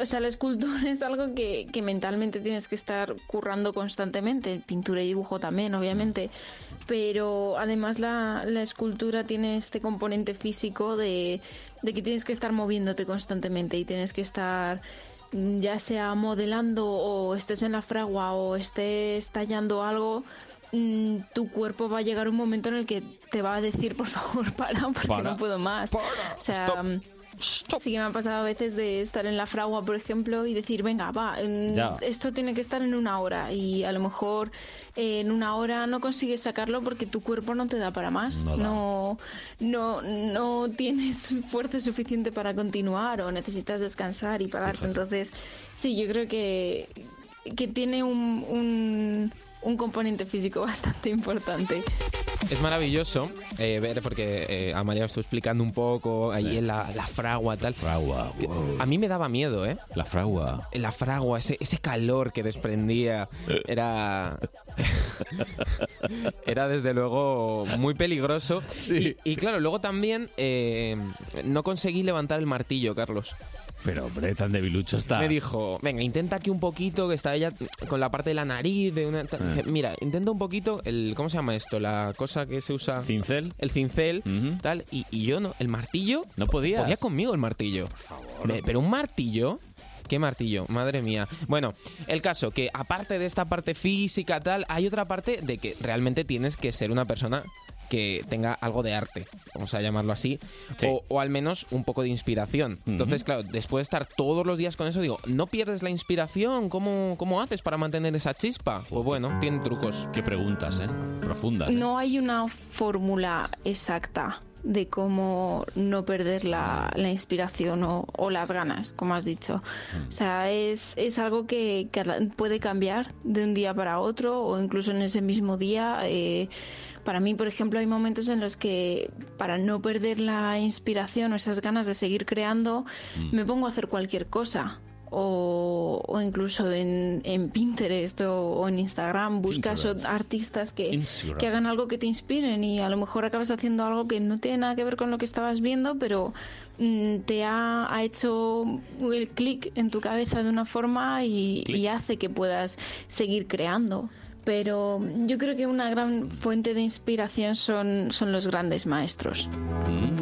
Speaker 22: O sea, la escultura es algo que, que mentalmente tienes que estar currando constantemente, pintura y dibujo también, obviamente, pero además la, la escultura tiene este componente físico de, de que tienes que estar moviéndote constantemente y tienes que estar mm, ya sea modelando o estés en la fragua o estés tallando algo, mm, tu cuerpo va a <laughs> llegar un momento en el que te va a decir, por favor, para, porque
Speaker 23: Para.
Speaker 22: no puedo más. O sea, mm, Sí que me ha pasado a veces de estar en la fragua, por ejemplo, y decir, venga, va, mm,
Speaker 24: Ya.
Speaker 22: esto tiene que estar en una hora. Y a lo mejor eh, en una hora no consigues sacarlo porque tu cuerpo no te da para más.
Speaker 24: No da.
Speaker 22: No, no, no tienes fuerza suficiente para continuar o necesitas descansar y pararte. Entonces, sí, yo creo que, que tiene un- un- un componente físico <laughs> bastante importante.
Speaker 14: Es maravilloso eh, ver, porque eh, Amalia lo estuvo explicando un poco, ahí en la, la fragua, tal. Fragua, A mí me daba miedo, ¿eh? La fragua. La fragua, ese, ese calor que desprendía era... <laughs> era desde luego muy peligroso. Y, y claro, luego también eh, no conseguí levantar el martillo, Carlos.
Speaker 13: Pero, hombre, tan debilucho estás.
Speaker 14: Me dijo, venga, intenta aquí un poquito, que estaba ella con la parte de la nariz, de una...
Speaker 13: Ah.
Speaker 14: tal. Dije, Mira, intenta un poquito el... ¿Cómo se llama esto? La cosa que se usa... ¿Cincel? El cincel, tal. Y, y yo no, el martillo... No podía. Podía conmigo el martillo. Por favor. pero un martillo... ¿Qué martillo? Madre mía. Bueno, el caso que aparte de esta parte física tal, hay otra parte de que realmente tienes que ser una persona que tenga algo de arte, vamos a llamarlo así, o, o al menos un poco de inspiración. Entonces, claro, después de estar todos los días con eso, digo, ¿no pierdes la inspiración? ¿Cómo, cómo haces para mantener esa chispa? Pues bueno, tiene trucos. Qué preguntas, ¿eh? Profundas.
Speaker 22: No hay una fórmula exacta de cómo no perder la, la inspiración o, o las ganas, como has dicho. O sea, es, es algo que cada- puede cambiar de un día para otro o incluso en ese mismo día. eh, para mí, por ejemplo, hay momentos en los que para no perder la inspiración o esas ganas de seguir creando, me pongo a hacer cualquier cosa. O, o incluso en, en Pinterest o, o en Instagram buscas o-
Speaker 24: Pinterest.
Speaker 22: artistas que,
Speaker 24: Instagram.
Speaker 22: que hagan algo que te inspiren y a lo mejor acabas haciendo algo que no tiene nada que ver con lo que estabas viendo, pero mm, te ha, ha hecho el clic en tu cabeza de una forma y, y hace que puedas seguir creando. Pero mm, yo creo que una gran fuente de inspiración son, son los grandes maestros.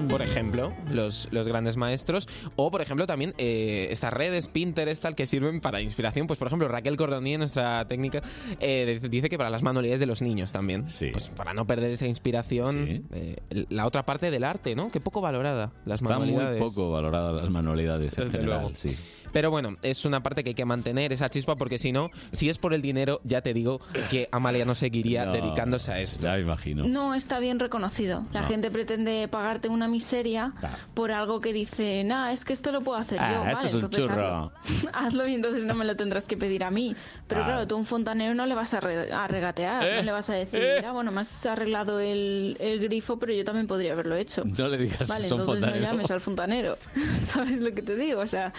Speaker 14: Por ejemplo, los, los grandes maestros. O, por ejemplo, también eh, estas redes, Pinterest, tal, que sirven para inspiración. Pues, por ejemplo, Raquel Cordonier, nuestra técnica, eh, de- dice que para las manualidades de los niños también. Pues para no perder esa inspiración, eh, la otra parte del arte, ¿no? Que poco valorada, las
Speaker 13: Están muy
Speaker 14: manualidades.
Speaker 13: poco valoradas las manualidades en
Speaker 14: Desde
Speaker 13: general,
Speaker 14: luego.
Speaker 13: sí.
Speaker 14: Pero bueno, es una parte que hay que mantener, esa chispa, porque si no, si es por el dinero, ya te digo que Amalia no seguiría
Speaker 13: No,
Speaker 14: dedicándose a esto. Ya me imagino.
Speaker 22: No está bien reconocido. La
Speaker 14: No.
Speaker 22: gente pretende pagarte una miseria por algo que dice, nah, es que esto lo puedo hacer yo.
Speaker 13: Ah, eso
Speaker 22: Vale,
Speaker 13: es un
Speaker 22: entonces hazlo".
Speaker 13: churro.
Speaker 22: hazlo <laughs> y entonces no me lo tendrás que pedir a mí. Pero
Speaker 13: Claro.
Speaker 22: claro, tú a un fontanero no le vas a, re- a regatear,
Speaker 13: Eh,
Speaker 22: no le vas a decir,
Speaker 13: eh.
Speaker 22: mira, bueno, me has arreglado el, el grifo, pero yo también podría haberlo hecho.
Speaker 13: No le digas ¿eh?
Speaker 22: Vale,
Speaker 13: que son
Speaker 22: entonces no
Speaker 13: fontanero.
Speaker 22: llames al fontanero. <laughs> ¿Sabes lo que te digo? O sea,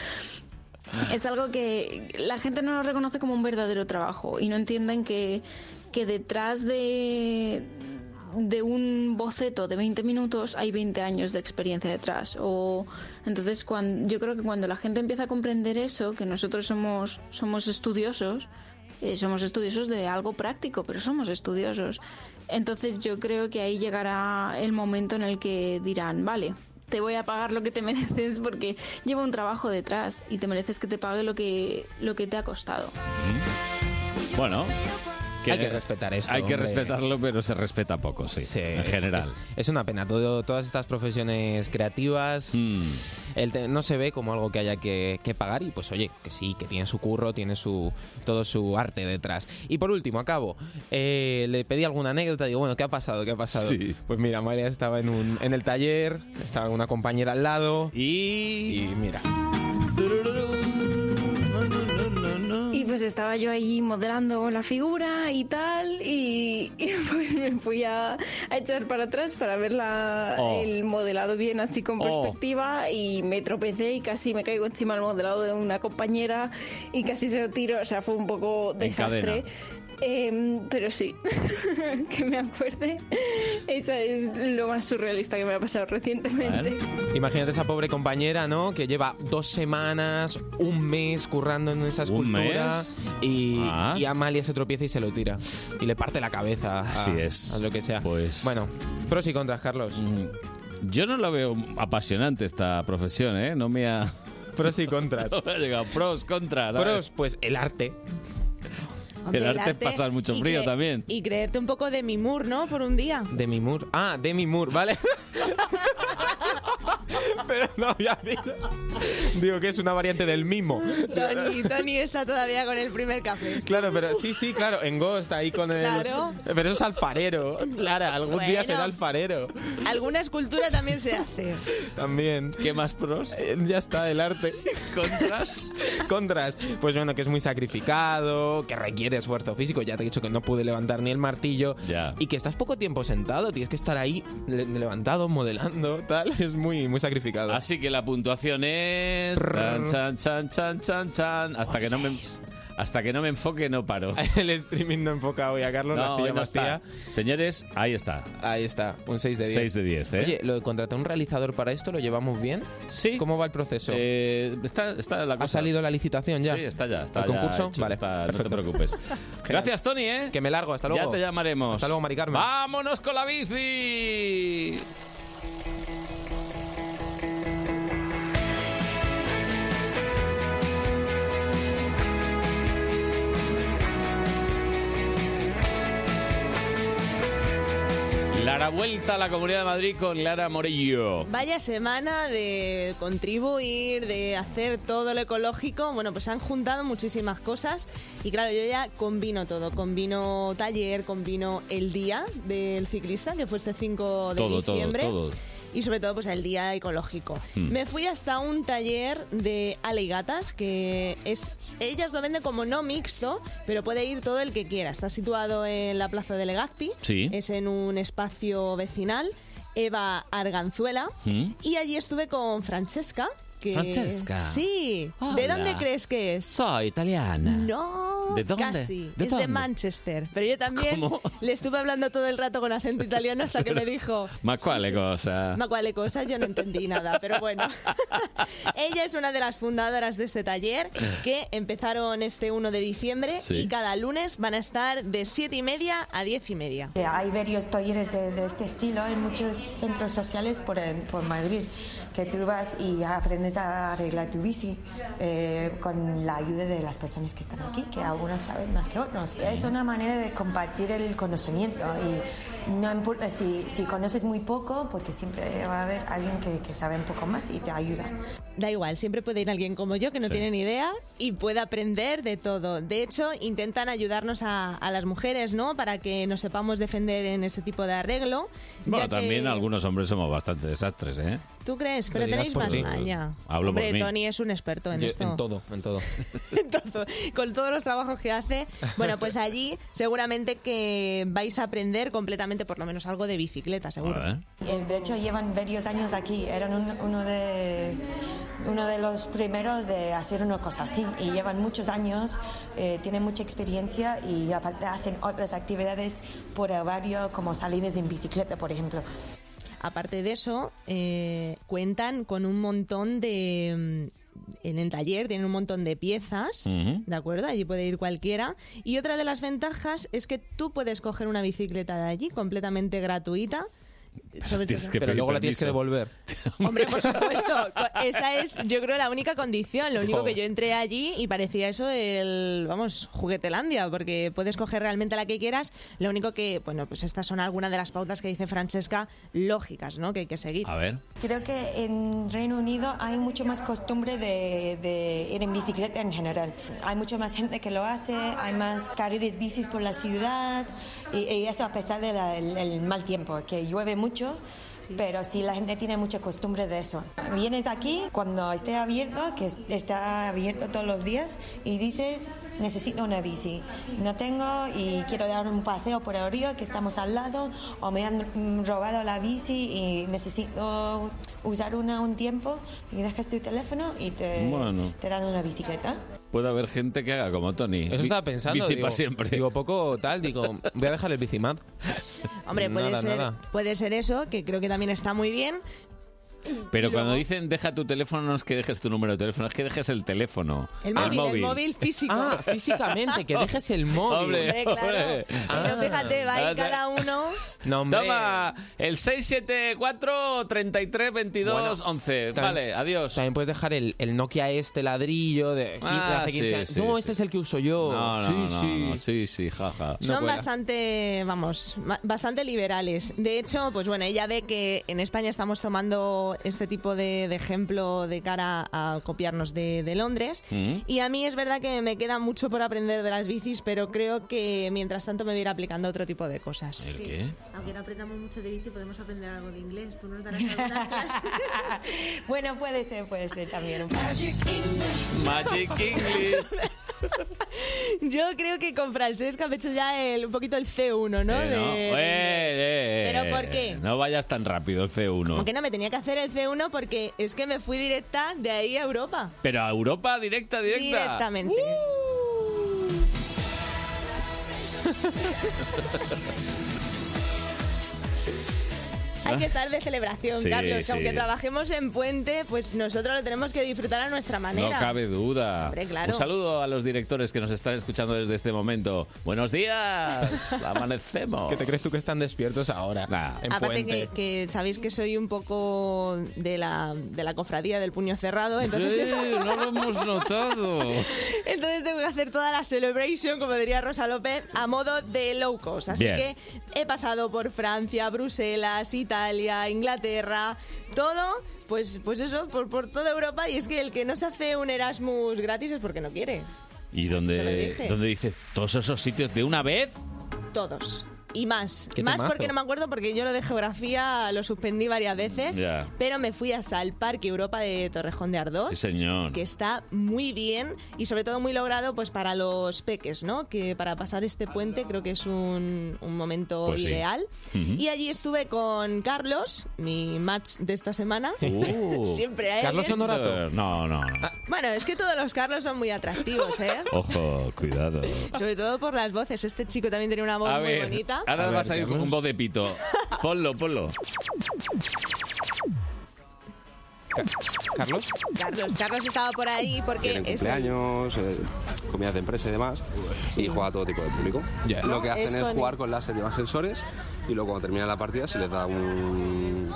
Speaker 22: es algo que la gente no lo reconoce como un verdadero trabajo y no entienden que, que detrás de, de un boceto de 20 minutos hay 20 años de experiencia detrás. O, entonces, cuando, yo creo que cuando la gente empieza a comprender eso, que nosotros somos, somos estudiosos, eh, somos estudiosos de algo práctico, pero somos estudiosos. Entonces yo creo que ahí llegará el momento en el que dirán, vale, te voy a pagar lo que te <laughs> mereces porque lleva un trabajo detrás y te mereces que te pague lo que, lo que te ha costado.
Speaker 13: Bueno.
Speaker 14: Hay que respetar esto,
Speaker 13: Hay que
Speaker 14: hombre.
Speaker 13: respetarlo, pero se respeta poco, sí. en
Speaker 14: es-
Speaker 13: general.
Speaker 14: Es, es una pena. Todo- todas estas profesiones creativas
Speaker 13: Mm.
Speaker 14: el te- no se ve como algo que haya que, que pagar. Y pues, oye, que sí, que tiene su curro, tiene su todo su arte detrás. Y por último, acabo. eh, le pedí alguna anécdota. Digo, bueno, ¿qué ha pasado? ¿Qué ha pasado?
Speaker 13: Sí.
Speaker 14: Pues mira, María estaba en, un, en el taller, estaba una compañera al lado.
Speaker 13: Y.
Speaker 14: Y mira.
Speaker 22: Y pues estaba yo ahí modelando la figura y tal, y, <laughs> y pues me fui a, a echar para atrás para ver la-
Speaker 24: Oh.
Speaker 22: el modelado bien así con
Speaker 24: Oh.
Speaker 22: perspectiva y me tropecé y casi me caigo encima del modelado de una compañera y casi se lo tiro, o sea, fue un poco desastre.
Speaker 24: cadena.
Speaker 22: Em, pero sí, <laughs> que me acuerde, esa es lo más surrealista que me ha pasado recientemente.
Speaker 14: Imagínate esa pobre compañera, ¿no? Que lleva dos semanas, un mes currando en esa escultura.
Speaker 13: mes?
Speaker 14: Y,
Speaker 13: Más.
Speaker 14: y Amalia se tropieza y se lo tira. Y le parte la cabeza. a-
Speaker 13: Así es.
Speaker 14: a lo que sea.
Speaker 13: Pues.
Speaker 14: Bueno, pros y contras, Carlos.
Speaker 2: Mm,
Speaker 13: Yo no la veo apasionante esta profesión, ¿eh? No me ha.
Speaker 14: Pros y
Speaker 13: <laughs>
Speaker 14: contras.
Speaker 13: no me ha llegado. Pros, contras. ¿sabes?
Speaker 14: Pros, pues el arte.
Speaker 15: Hombre,
Speaker 13: el arte es pasar mucho
Speaker 15: y
Speaker 13: frío
Speaker 15: cre-
Speaker 13: también.
Speaker 15: Y creerte un poco de Mimur, ¿no? Por un día.
Speaker 14: Demi Moore. Ah, Demi Moore, vale. <laughs> Pero no había dicho. Digo que es una variante del mimo.
Speaker 15: Tony, Tony está todavía con el primer café.
Speaker 14: Claro, pero sí, sí, claro, en Ghost ahí con el.
Speaker 15: Claro.
Speaker 14: Pero eso es alfarero. Clara, algún día
Speaker 15: Bueno.
Speaker 14: será alfarero.
Speaker 15: Alguna escultura también se hace.
Speaker 14: También. ¿Qué más pros? ya está, el arte. ¿Contras? <laughs> Contras. Pues bueno, que es muy sacrificado, que requiere esfuerzo físico. Ya te he dicho que no pude levantar ni el martillo. Y que estás poco tiempo sentado, tienes que estar ahí le- levantado, modelando, tal. <laughs> Es muy, muy sacrificado.
Speaker 2: Así que la puntuación es. Tan, chan, chan, chan, chan, chan. Hasta que no me. Hasta que no me enfoque, no paro.
Speaker 14: <laughs> El streaming no enfoca hoy a Carlos, la
Speaker 2: No,
Speaker 14: silla
Speaker 2: hoy no
Speaker 14: vacía.
Speaker 2: está. Señores, ahí está.
Speaker 14: Ahí está, un 6 de 10.
Speaker 2: 6 de 10, ¿eh?
Speaker 14: Oye, lo de contratar un realizador para esto, ¿lo llevamos bien?
Speaker 2: Sí. Eh,
Speaker 14: ¿Cómo va el proceso?
Speaker 2: está, la
Speaker 14: ¿Ha salido la licitación ya?
Speaker 2: Sí, está ya. Está
Speaker 14: ¿El
Speaker 2: ya
Speaker 14: concurso?
Speaker 2: hecho,
Speaker 14: vale,
Speaker 2: está- no te
Speaker 14: perfecto. <laughs>
Speaker 2: preocupes. Gracias, Tony, ¿eh?
Speaker 14: Que me largo, hasta luego.
Speaker 2: Ya te llamaremos.
Speaker 14: Hasta luego, Mari Carmen.
Speaker 2: ¡Vámonos con la bici! Lara Vuelta a la Comunidad de Madrid con Lara Morello.
Speaker 15: Vaya semana de contribuir, de hacer todo lo ecológico. Bueno, pues se han juntado muchísimas cosas y claro, yo ya combino todo. Combino taller, combino el día del ciclista, que fue este 5 de
Speaker 1: Todo, todo,
Speaker 15: diciembre.
Speaker 1: todo.
Speaker 15: Y sobre todo, pues el día ecológico.
Speaker 1: Hmm.
Speaker 15: Me fui hasta un taller de alegatas, que es. Ellas lo venden como no mixto, pero puede ir todo el que quiera. Está situado en la plaza de Legazpi.
Speaker 1: Sí.
Speaker 15: Es en un espacio vecinal. Eva Arganzuela.
Speaker 1: ¿Mm?
Speaker 15: Y allí estuve con Francesca. Que...
Speaker 1: Francesca.
Speaker 15: Sí. ¿De
Speaker 1: Hola.
Speaker 15: dónde crees que es?
Speaker 2: Soy italiana.
Speaker 15: No.
Speaker 1: ¿De dónde?
Speaker 15: Casi.
Speaker 1: ¿De
Speaker 15: es de
Speaker 1: dónde?
Speaker 15: Manchester. Pero yo también
Speaker 2: ¿Cómo?
Speaker 15: le estuve hablando todo el rato con acento italiano hasta
Speaker 1: <laughs>
Speaker 15: que me dijo.
Speaker 2: Más cuál eh, cosa.
Speaker 15: Ma cuale cosa, yo no entendí nada, pero
Speaker 2: <laughs>
Speaker 15: bueno. Ella es una de las fundadoras de este taller que empezaron este 1 de diciembre
Speaker 1: Sí.
Speaker 15: y cada lunes van a estar de 7 y media a 10 y media.
Speaker 25: Que Eh, Hay varios talleres de, de este estilo en muchos centros sociales por, en- por Madrid, que tú vas y aprendes a arreglar tu bici eh, con la ayuda de las personas que están aquí, que algunos saben más que otros. Es una manera de compartir el conocimiento y no importa si, si conoces muy poco, porque siempre va a haber alguien que, que sabe un poco más y te ayuda.
Speaker 15: Da igual, siempre puede ir alguien como yo que no
Speaker 25: Sí.
Speaker 15: tiene ni idea y puede aprender de todo. De hecho, intentan ayudarnos a, a las mujeres, ¿no? Para que nos sepamos defender en ese tipo de arreglo.
Speaker 2: Bueno,
Speaker 15: ya que-
Speaker 2: también algunos hombres somos bastante desastres, ¿eh?
Speaker 15: ¿Tú crees?
Speaker 2: Lo
Speaker 15: Pero
Speaker 2: digas
Speaker 15: tenéis
Speaker 2: por
Speaker 15: más
Speaker 2: ti.
Speaker 15: maña.
Speaker 2: Hablo por
Speaker 15: Hombre,
Speaker 2: mí.
Speaker 15: Tony es un experto en
Speaker 14: Yo-
Speaker 15: esto.
Speaker 14: todo,
Speaker 2: <laughs>
Speaker 14: en todo.
Speaker 15: <laughs> con todos los trabajos que hace. Bueno, pues allí seguramente que vais a aprender completamente, por lo menos algo de bicicleta, seguro.
Speaker 25: Eh, De hecho, llevan varios años aquí. Eran un- uno, de, uno de los primeros de hacer una cosa así. Y llevan muchos años, eh, tienen mucha experiencia y aparte hacen otras actividades por el barrio, como salidas en bicicleta, por ejemplo.
Speaker 15: Aparte de eso, eh, cuentan con un montón de... mm, En el taller tienen un montón de piezas,
Speaker 1: Ujú.
Speaker 15: ¿de acuerdo? Allí puede ir cualquiera. Y otra de las ventajas es que tú puedes coger una bicicleta de allí completamente gratuita. Sobre todo-
Speaker 14: Pero luego la tienes que devolver.
Speaker 15: Hombre, por supuesto. Co- Esa es, yo creo, la única condición. Lo único
Speaker 14: Joder.
Speaker 15: que yo entré allí y parecía eso el, vamos, juguetelandia, porque puedes coger realmente la que quieras. Lo único que, bueno, pues estas son algunas de las pautas que dice Francesca, lógicas, ¿no? Que hay que seguir.
Speaker 25: A ver. Creo que en Reino Unido hay mucho más costumbre de, de ir en bicicleta en general. Hay mucha más gente que lo hace, hay más carriles bicis por la ciudad y, y eso a pesar del mal tiempo, que llueve mucho. Pero sí, la gente tiene mucha costumbre de eso. Vienes aquí cuando esté abierto, que es- está abierto todos los días, y dices, necesito una bici. No tengo y quiero dar un paseo por el río que estamos al lado, o me han mm, robado la bici y necesito usar una un tiempo, y dejas tu teléfono y te,
Speaker 2: Bueno.
Speaker 25: te dan una bicicleta.
Speaker 2: Puede haber gente que haga como Tony.
Speaker 14: Eso
Speaker 2: Bi-
Speaker 14: estaba pensando.
Speaker 2: Bici
Speaker 14: digo,
Speaker 2: pa' siempre.
Speaker 14: Digo, poco tal, digo, voy a dejar el bicimap.
Speaker 15: <laughs> Hombre, puede,
Speaker 14: Nada,
Speaker 15: ser,
Speaker 14: nada.
Speaker 15: puede ser eso, que creo que también está muy bien.
Speaker 2: Pero cuando dicen deja tu teléfono, no es que dejes tu número de teléfono, es que dejes el teléfono.
Speaker 15: El móvil, el móvil físico.
Speaker 14: Ah, físicamente, que dejes el móvil.
Speaker 2: Hombre,
Speaker 15: Hombre, claro.
Speaker 2: hombre.
Speaker 15: Si no, fíjate, va a
Speaker 2: Ah,
Speaker 15: ir cada uno.
Speaker 14: No, hombre.
Speaker 2: Toma, el 674 33 22 11.
Speaker 14: También-
Speaker 2: Vale, adiós.
Speaker 14: También puedes dejar el, el Nokia este ladrillo de,
Speaker 2: Ah,
Speaker 14: de hace 15
Speaker 2: sí,
Speaker 14: años.
Speaker 2: sí,
Speaker 14: no,
Speaker 2: sí.
Speaker 14: este es el que uso yo.
Speaker 2: No, no,
Speaker 14: sí,
Speaker 2: no,
Speaker 14: sí.
Speaker 2: no, sí, sí, jaja.
Speaker 15: Son bastante, vamos, ba- bastante liberales. De hecho, pues bueno, ella ve que en España estamos tomando mucho este tipo de, de ejemplo de cara a copiarnos de, de Londres.
Speaker 26: Mm.
Speaker 15: Y a mí es verdad que me queda mucho por aprender de las bicis, pero creo que mientras tanto me voy a ir aplicando otro tipo de cosas.
Speaker 2: ¿El qué?
Speaker 27: Aunque no aprendamos mucho de bici, podemos aprender algo de inglés. Tú
Speaker 8: <laughs>
Speaker 27: nos darás algunas
Speaker 28: bueno, puede ser, puede ser también. un poco.
Speaker 15: <laughs>
Speaker 2: Magic English.
Speaker 15: Yo creo que con Francesca me he hecho ya el- un poquito el C1, ¿no?
Speaker 2: Eh,
Speaker 15: De-
Speaker 2: no.
Speaker 15: de
Speaker 2: Eh, eh,
Speaker 15: ¿Pero
Speaker 2: eh,
Speaker 15: por qué?
Speaker 2: No vayas tan rápido el C1.
Speaker 15: Aunque no, me tenía que hacer el C1 porque es que me fui directa de ahí a Europa.
Speaker 2: Pero a Europa directa, directa. Uh.
Speaker 15: Directamente. Hay que estar de celebración,
Speaker 2: Sí,
Speaker 15: Carlos.
Speaker 2: sí.
Speaker 15: Aunque trabajemos en puente, pues nosotros lo tenemos que disfrutar a <laughs> nuestra manera.
Speaker 2: No cabe duda.
Speaker 15: Hombre, claro.
Speaker 2: Un saludo a los directores que nos están escuchando desde este momento.
Speaker 15: <laughs>
Speaker 2: Buenos días. Amanecemos.
Speaker 14: ¿Qué te crees tú que están despiertos ahora? En
Speaker 15: Aparte que,
Speaker 14: puente.
Speaker 15: que sabéis que soy un poco de la, de la cofradía del puño cerrado, Oh, entonces... <laughs>
Speaker 2: Sí, no lo hemos notado.
Speaker 15: Entonces tengo que hacer toda la celebration, como diría Rosa López, a modo de low cost. Así
Speaker 2: Bien.
Speaker 15: que he pasado por Francia, Bruselas, Italia, Inglaterra, todo, pues, pues eso, por, por toda Europa. Y es que el que no se hace un Erasmus gratis es porque no quiere.
Speaker 2: ¿Y
Speaker 15: lo
Speaker 2: donde,
Speaker 15: dije.
Speaker 2: donde dices todos esos sitios de una vez?
Speaker 15: Todos. Y más.
Speaker 2: Qué
Speaker 15: Más
Speaker 2: temazo.
Speaker 15: porque no me acuerdo, porque yo lo de geografía lo suspendí varias veces.
Speaker 2: Ya.
Speaker 15: Pero me fui hasta el Parque Europa de Torrejón de Ardoz.
Speaker 2: Sí, señor.
Speaker 15: Oh, que está muy bien y sobre todo muy logrado pues para los peques, ¿no? Que para pasar este puente creo que es un, un momento
Speaker 2: Pues sí.
Speaker 15: ideal. <laughs>
Speaker 2: Ujú.
Speaker 15: Y allí estuve con Carlos, mi match de esta semana.
Speaker 2: Uh.
Speaker 15: <laughs> Siempre hay alguien-
Speaker 2: Eh, No, no.
Speaker 14: Ah.
Speaker 2: no.
Speaker 15: Bueno, es que todos los Carlos son muy atractivos, ¿eh?
Speaker 2: Ojo, cuidado.
Speaker 15: Sobre todo por las voces. Este chico también tenía una voz
Speaker 2: A
Speaker 15: muy
Speaker 2: ver,
Speaker 15: bonita.
Speaker 2: ahora vas a ir con voz de pito. Ponlo, ponlo.
Speaker 24: Carlos.
Speaker 15: Carlos, Carlos estaba por ahí porque
Speaker 24: Tienen
Speaker 15: es-
Speaker 24: cumpleaños, eh, comidas de empresa y demás, y juega a todo tipo de público. Lo que
Speaker 15: No,
Speaker 24: hacen
Speaker 15: es
Speaker 24: es,
Speaker 15: con
Speaker 24: jugar con láser y más sensores, y luego cuando termina la partida se les da un-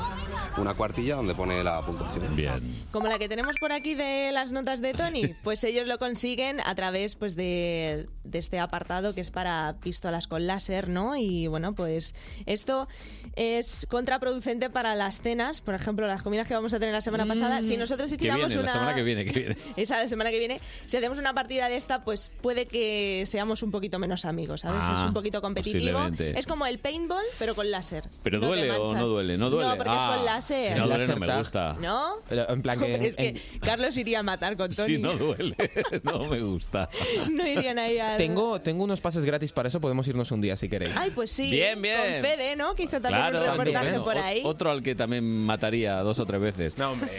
Speaker 24: una cuartilla donde pone la puntuación.
Speaker 2: Bien.
Speaker 15: Como la que tenemos por aquí de las notas de Tony, pues ellos lo consiguen a través pues de, de este apartado que es para pistolas con láser, ¿no? Y bueno, pues esto es contraproducente para las cenas, por ejemplo, las comidas que vamos a tener la semana pasada. Si nosotros si
Speaker 2: Mm, que viene,
Speaker 15: tiramos
Speaker 2: la
Speaker 15: una...
Speaker 2: semana que viene, que viene.
Speaker 15: Esa la semana que viene. Si hacemos una partida de esta, pues puede que seamos un poquito menos amigos, ¿sabes?
Speaker 2: Ah,
Speaker 15: es un poquito competitivo.
Speaker 2: posiblemente.
Speaker 15: Es como el paintball, pero con láser.
Speaker 2: ¿Pero
Speaker 15: No te
Speaker 2: duele o
Speaker 15: manchas.
Speaker 2: no duele? No duele.
Speaker 15: porque
Speaker 2: Ah,
Speaker 15: es con láser.
Speaker 2: Si no duele, no me gusta.
Speaker 15: ¿No?
Speaker 2: En plan
Speaker 15: Hombre, <laughs> es que Carlos iría a matar con Tony.
Speaker 2: <laughs> Si no duele, <laughs> no me gusta.
Speaker 15: <laughs> No irían ahí al...
Speaker 14: Tengo, tengo unos pases gratis para eso, podemos irnos un día si queréis.
Speaker 15: Ay, pues sí.
Speaker 2: Bien, bien.
Speaker 15: Con Fede, ¿no? Que hizo también un reportaje
Speaker 2: estupendo.
Speaker 15: por
Speaker 2: O-
Speaker 15: ahí.
Speaker 2: Otro al que también mataría dos o tres veces. No, hombre.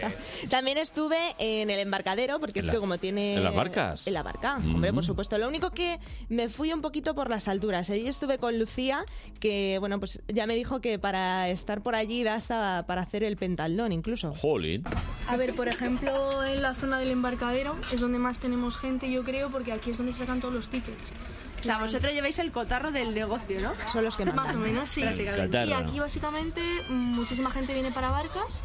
Speaker 15: También estuve en el embarcadero, porque
Speaker 2: ¿En
Speaker 15: es
Speaker 2: la-
Speaker 15: que como tiene...
Speaker 2: en las barcas?
Speaker 15: En la barca, hombre, por
Speaker 2: Mm.
Speaker 15: supuesto. Lo único que me fui un poquito por las alturas. Allí estuve con Lucía, que, bueno, pues ya me dijo que para estar por allí da hasta para hacer el pentatlón incluso.
Speaker 2: Jolín.
Speaker 18: A ver, por ejemplo, en la zona del embarcadero es donde más tenemos gente, yo creo, porque aquí es donde se sacan todos los tickets.
Speaker 15: O sea, vosotros lleváis el cotarro del negocio, ¿no? Son los que mandan.
Speaker 18: Más o menos, sí.
Speaker 15: Prácticamente.
Speaker 18: Y aquí básicamente mm, muchísima gente viene para barcas,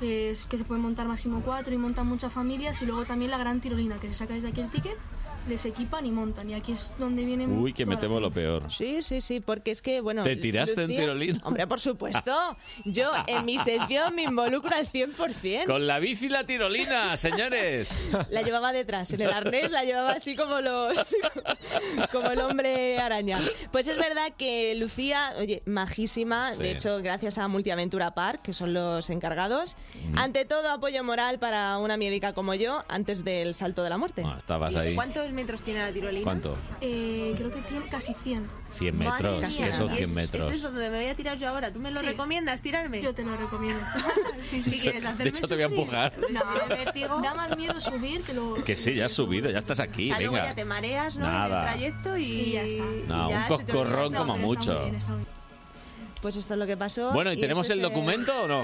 Speaker 18: pues, que se pueden montar máximo cuatro y montan muchas familias. Y luego también la gran tirolina, que se saca desde aquí el ticket, les equipan y montan. Y aquí es donde vienen...
Speaker 2: Uy, que me
Speaker 18: toda la
Speaker 2: temo lo peor.
Speaker 15: Sí, sí, sí, porque es que, bueno...
Speaker 2: ¿Te tiraste en tirolina?
Speaker 15: Hombre, por supuesto. Yo en mi sección me involucro al 100%.
Speaker 2: <laughs> Con la bici y la tirolina, señores.
Speaker 15: La llevaba detrás, en el arnés la llevaba así como los <laughs> como el hombre araña. Pues es verdad que Lucía, oye, majísima,
Speaker 24: Sí.
Speaker 15: de hecho, gracias a Multiaventura Park, que son los encargados. Ante todo, apoyo moral para una miedica como yo antes del salto de la muerte.
Speaker 2: Ah, estabas ahí.
Speaker 15: ¿Cuántos metros tiene la tirolina? Eh,
Speaker 2: ¿Cuánto?
Speaker 18: creo que tiene casi 100.
Speaker 2: 100 metros,
Speaker 18: Madre
Speaker 2: que
Speaker 18: mía.
Speaker 2: son
Speaker 15: este
Speaker 2: 100 metros.
Speaker 15: donde me voy a tirar yo ahora. ¿Tú me
Speaker 18: lo
Speaker 15: recomiendas tirarme?
Speaker 18: Yo te
Speaker 15: <laughs>
Speaker 18: lo recomiendo. sí, sí.
Speaker 2: ¿Qué quieres, <laughs> De hacerme hecho, te voy a sufrir? empujar.
Speaker 18: No, da más miedo subir que lo...
Speaker 2: <laughs> Que sí, ya has subido, ya estás aquí, venga.
Speaker 18: mareas,
Speaker 2: ¿no? Nada. En el
Speaker 18: trayecto y, ya está.
Speaker 2: No, un coscorrón como mucho.
Speaker 15: Pues esto es lo que pasó.
Speaker 2: Bueno, ¿y tenemos
Speaker 15: este
Speaker 2: el
Speaker 15: es
Speaker 2: documento o no?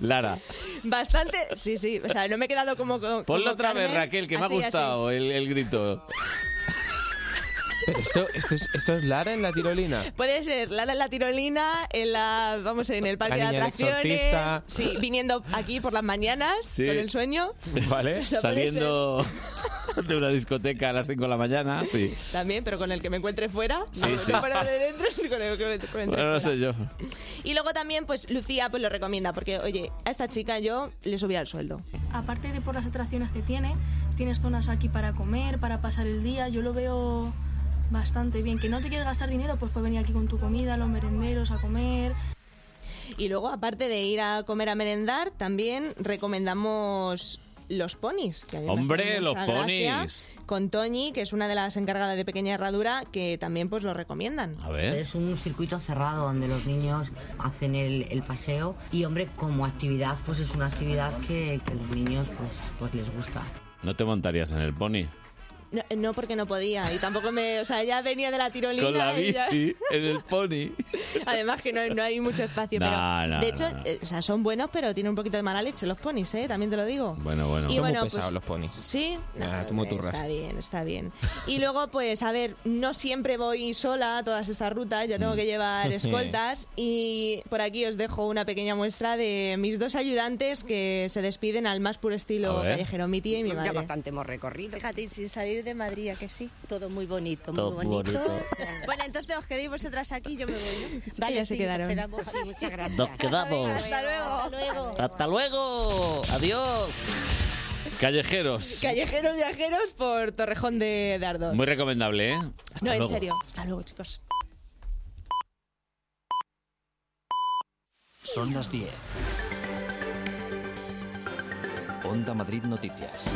Speaker 2: Lara,
Speaker 15: <laughs> Bastante, sí, sí. O sea, no me he quedado como. como
Speaker 2: ponlo otra vez,
Speaker 15: Carmen.
Speaker 2: Raquel, que me
Speaker 15: Así,
Speaker 2: ha
Speaker 15: así.
Speaker 2: gustado el, el grito.
Speaker 14: Pero esto, esto, es, esto es Lara en la tirolina.
Speaker 15: Puede ser Lara en la tirolina, en la, vamos, en el parque
Speaker 14: La
Speaker 15: de
Speaker 14: niña del
Speaker 15: atracciones.
Speaker 14: exorcista.
Speaker 15: Sí, viniendo aquí por las mañanas
Speaker 2: Sí.
Speaker 15: con el sueño.
Speaker 2: ¿Vale?
Speaker 15: O sea, puede
Speaker 2: Saliendo <laughs> de una discoteca a las 5 de la mañana. Sí.
Speaker 15: También, pero con el que me encuentre fuera.
Speaker 2: Sí,
Speaker 15: no,
Speaker 2: sí.
Speaker 15: no para de dentro, sino con el que me encuentre
Speaker 2: <laughs> Bueno,
Speaker 15: fuera.
Speaker 2: no sé yo.
Speaker 15: Y luego también, pues Lucía pues lo recomienda, porque oye, a esta chica yo le subía el sueldo.
Speaker 18: Aparte de por las atracciones que tiene, tienes zonas aquí para comer, para pasar el día. Yo lo veo bastante bien. Que no te quieres gastar dinero, pues puedes venir aquí con tu comida, los merenderos, a comer.
Speaker 15: Y luego, aparte de ir a comer a merendar, también recomendamos los ponis. que a mí me
Speaker 2: Hombre,
Speaker 15: hacen
Speaker 2: los
Speaker 15: mucha gracia,
Speaker 2: ponis.
Speaker 15: Con Toñi, que es una de las encargadas de Pequeña Herradura, que también pues lo recomiendan.
Speaker 29: Es un circuito cerrado donde los niños hacen el, el paseo y hombre, como actividad, pues es una actividad que, que a los niños pues, pues les gusta.
Speaker 2: No te montarías en el pony.
Speaker 15: No, no, porque no podía. Y tampoco me... O sea, ya venía de la tirolina.
Speaker 2: Con la
Speaker 15: y ya-
Speaker 2: bici en el pony.
Speaker 15: <laughs> Además que no, no hay mucho espacio. pero,
Speaker 2: No, no,
Speaker 15: de
Speaker 2: no,
Speaker 15: hecho,
Speaker 2: no.
Speaker 15: eh, o sea, son buenos, pero tienen un poquito de mala leche los ponis, ¿eh? También te lo digo.
Speaker 2: Bueno, bueno.
Speaker 15: Y
Speaker 14: Son muy
Speaker 15: bueno,
Speaker 14: pesados
Speaker 15: pues-
Speaker 14: los ponis.
Speaker 15: Sí,
Speaker 14: Ah, tú me turras.
Speaker 15: Está bien, está bien. Y luego, pues, a ver, no siempre voy sola a todas estas rutas, yo tengo que llevar escoltas y por aquí os dejo una pequeña muestra de mis dos ayudantes que se despiden al más puro estilo
Speaker 8: A ver.
Speaker 15: callejero, mi tía y mi
Speaker 8: Ya
Speaker 15: madre.
Speaker 8: bastante
Speaker 15: hemos recorrido.
Speaker 8: Fíjate, sin salir de Madrid, ¿a que sí? Todo muy bonito,
Speaker 15: Todo
Speaker 8: muy bonito.
Speaker 15: bonito.
Speaker 8: <laughs> bueno, entonces os quedéis vosotras aquí, yo me voy. ¿no?
Speaker 15: Vale, se
Speaker 8: sí,
Speaker 15: quedaron.
Speaker 8: Nos quedamos, sí, muchas gracias.
Speaker 1: Nos quedamos.
Speaker 8: Hasta luego.
Speaker 1: Hasta luego. Adiós.
Speaker 2: Callejeros.
Speaker 15: Callejeros viajeros por Torrejón de Dardos.
Speaker 2: Muy recomendable, ¿eh? Hasta
Speaker 15: no, en
Speaker 2: luego.
Speaker 15: serio. Hasta luego, chicos.
Speaker 30: Son las 10. Onda Madrid Noticias.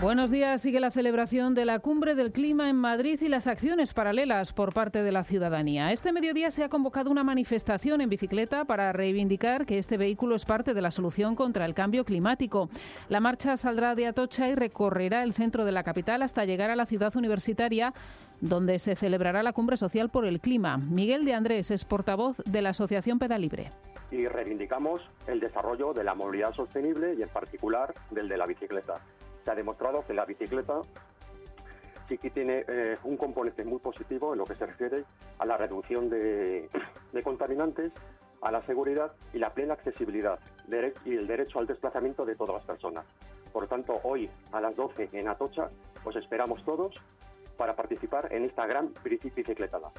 Speaker 3: Buenos días. Sigue la celebración de la Cumbre del Clima en Madrid y las acciones paralelas por parte de la ciudadanía. Este mediodía se ha convocado una manifestación en bicicleta para reivindicar que este vehículo es parte de la solución contra el cambio climático. La marcha saldrá de Atocha y recorrerá el centro de la capital hasta llegar a la ciudad universitaria donde se celebrará la Cumbre Social por el Clima. Miguel de Andrés es portavoz de la Asociación Pedalibre.
Speaker 31: y reivindicamos el desarrollo de la movilidad sostenible y en particular del de la bicicleta. Se ha demostrado que la bicicleta sí que tiene eh, un componente muy positivo en lo que se refiere a la reducción de, de contaminantes, a la seguridad y la plena accesibilidad dere- y el derecho al desplazamiento de todas las personas. Por lo tanto, hoy a las 12 en Atocha os esperamos todos para participar en esta gran bici- bicicletada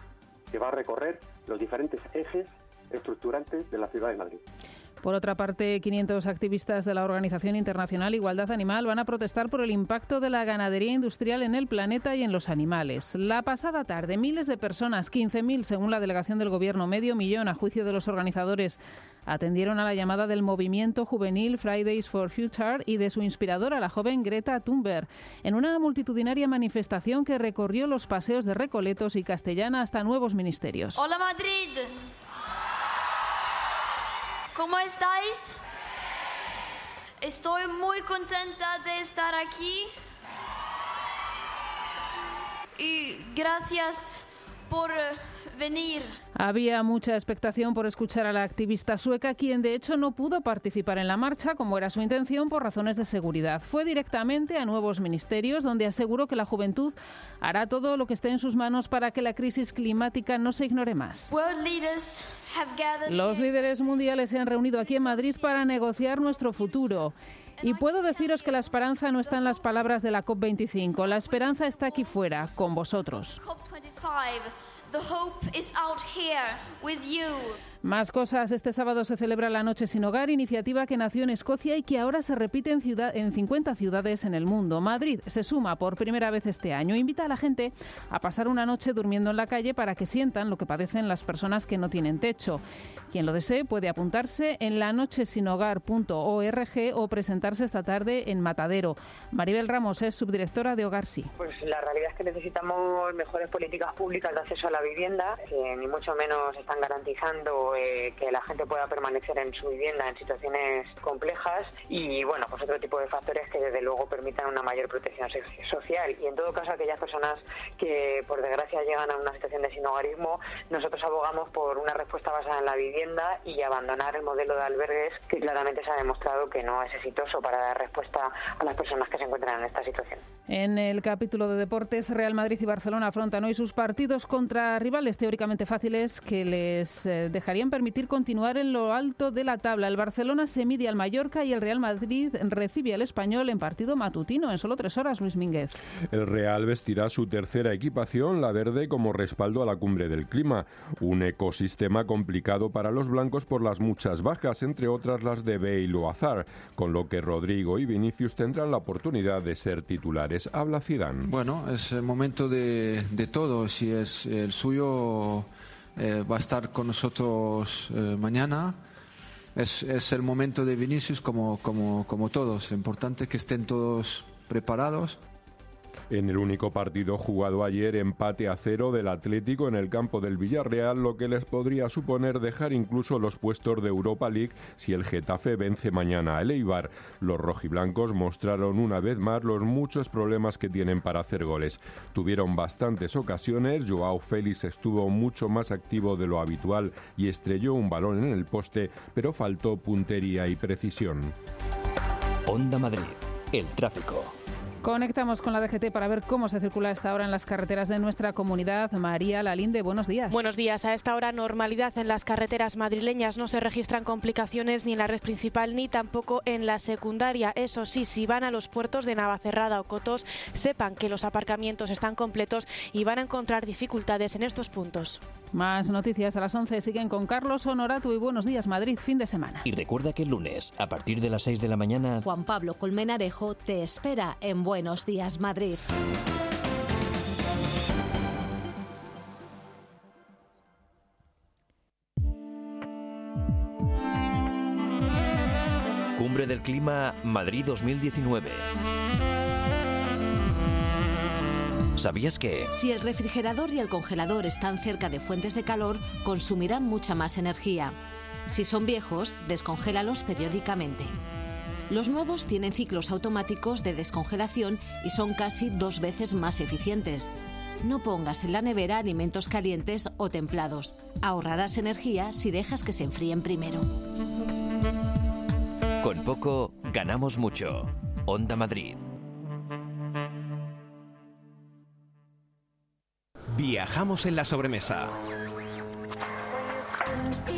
Speaker 31: que va a recorrer los diferentes ejes estructurantes de la ciudad de Madrid.
Speaker 3: Por otra parte, 500 activistas de la Organización Internacional Igualdad Animal van a protestar por el impacto de la ganadería industrial en el planeta y en los animales. La pasada tarde, miles de personas, 15.000 según la delegación del Gobierno, medio millón a juicio de los organizadores, atendieron a la llamada del movimiento juvenil Fridays for Future y de su inspiradora, la joven Greta Thunberg, en una multitudinaria manifestación que recorrió los paseos de Recoletos y Castellana hasta nuevos ministerios.
Speaker 6: Hola Madrid. ¿Cómo estáis? Estoy muy contenta de estar aquí. Y gracias por eh, venir.
Speaker 3: Había mucha expectación por escuchar a la activista sueca, quien de hecho no pudo participar en la marcha, como era su intención, por razones de seguridad. Fue directamente a nuevos ministerios, donde aseguró que la juventud hará todo lo que esté en sus manos para que la crisis climática no se ignore más.
Speaker 6: World leaders have gathered
Speaker 3: Los
Speaker 6: here.
Speaker 3: líderes mundiales se han reunido aquí en Madrid para negociar nuestro futuro. Y puedo deciros que la esperanza no está en las palabras de la COP25, la esperanza está aquí fuera, con vosotros.
Speaker 6: COP25. The hope is out here with you.
Speaker 3: Más cosas. Este sábado se celebra la Noche sin Hogar, iniciativa que nació en Escocia y que ahora se repite en, ciudad- en 50 ciudades en el mundo. Madrid se suma por primera vez este año. Invita a la gente a pasar una noche durmiendo en la calle para que sientan lo que padecen las personas que no tienen techo. Quien lo desee puede apuntarse en lanochesinhogar.org o presentarse esta tarde en Matadero. Maribel Ramos es subdirectora de Hogar Sí.
Speaker 32: Pues la realidad es que necesitamos mejores políticas públicas de acceso a la vivienda, que ni mucho menos están garantizando eh, que la gente pueda permanecer en su vivienda en situaciones complejas y, bueno, pues otro tipo de factores que desde luego permitan una mayor protección so- social. Y en todo caso, aquellas personas que por desgracia llegan a una situación de sinhogarismo, nosotros abogamos por una respuesta basada en la vivienda vivienda y abandonar el modelo de albergues que claramente se ha demostrado que no es exitoso para dar respuesta a las personas que se encuentran en esta situación.
Speaker 3: En el capítulo de deportes, Real Madrid y Barcelona afrontan hoy sus partidos contra rivales teóricamente fáciles que les eh, dejarían permitir continuar en lo alto de la tabla. El Barcelona se mide al Mallorca y el Real Madrid recibe al español en partido matutino en solo tres horas, Luis Mínguez.
Speaker 33: El Real vestirá su tercera equipación, la verde, como respaldo a la cumbre del clima. Un ecosistema complicado para los blancos por las muchas bajas, entre otras las de Bale o Azar, con lo que Rodrigo y Vinicius tendrán la oportunidad de ser titulares. Habla Zidane.
Speaker 34: Bueno, es el momento de, de todo. Si es el suyo, eh, va a estar con nosotros eh, mañana. Es, es el momento de Vinicius como, <laughs> como, como todos. Lo importante es que estén todos preparados.
Speaker 33: En el único partido jugado ayer, empate a cero del Atlético en el campo del Villarreal, lo que les podría suponer dejar incluso los puestos de Europa League si el Getafe vence mañana al Eibar. Los rojiblancos mostraron una vez más los muchos problemas que tienen para hacer goles. Tuvieron bastantes ocasiones, Joao Félix estuvo mucho más activo de lo habitual y estrelló un balón en el poste, pero faltó puntería y precisión.
Speaker 1: Onda Madrid, el tráfico.
Speaker 3: Conectamos con la DGT para ver cómo se circula a esta hora en las carreteras de nuestra comunidad. María Lalinde, buenos días.
Speaker 35: Buenos días. A esta hora normalidad en las carreteras madrileñas. No se registran complicaciones ni en la red principal ni tampoco en la secundaria. Eso sí, si van a los puertos de Navacerrada o Cotos, sepan que los aparcamientos están completos y van a encontrar dificultades en estos puntos.
Speaker 3: Más noticias a las 11. Siguen con Carlos Honorato y buenos días, Madrid, fin de semana.
Speaker 1: Y recuerda que el lunes, a partir de las 6 de la mañana,
Speaker 9: Juan Pablo Colmenarejo te espera en Buenos Días Madrid.
Speaker 1: Cumbre del Clima Madrid 2019. ¿Sabías que?
Speaker 9: Si el refrigerador y el congelador están cerca de fuentes de calor, consumirán mucha más energía. Si son viejos, descongélalos periódicamente. Los nuevos tienen ciclos automáticos de descongelación y son casi dos veces más eficientes. No pongas en la nevera alimentos calientes o templados. Ahorrarás energía si dejas que se enfríen primero.
Speaker 1: Con poco ganamos mucho. Onda Madrid.
Speaker 21: Viajamos en la sobremesa.
Speaker 13: Mm.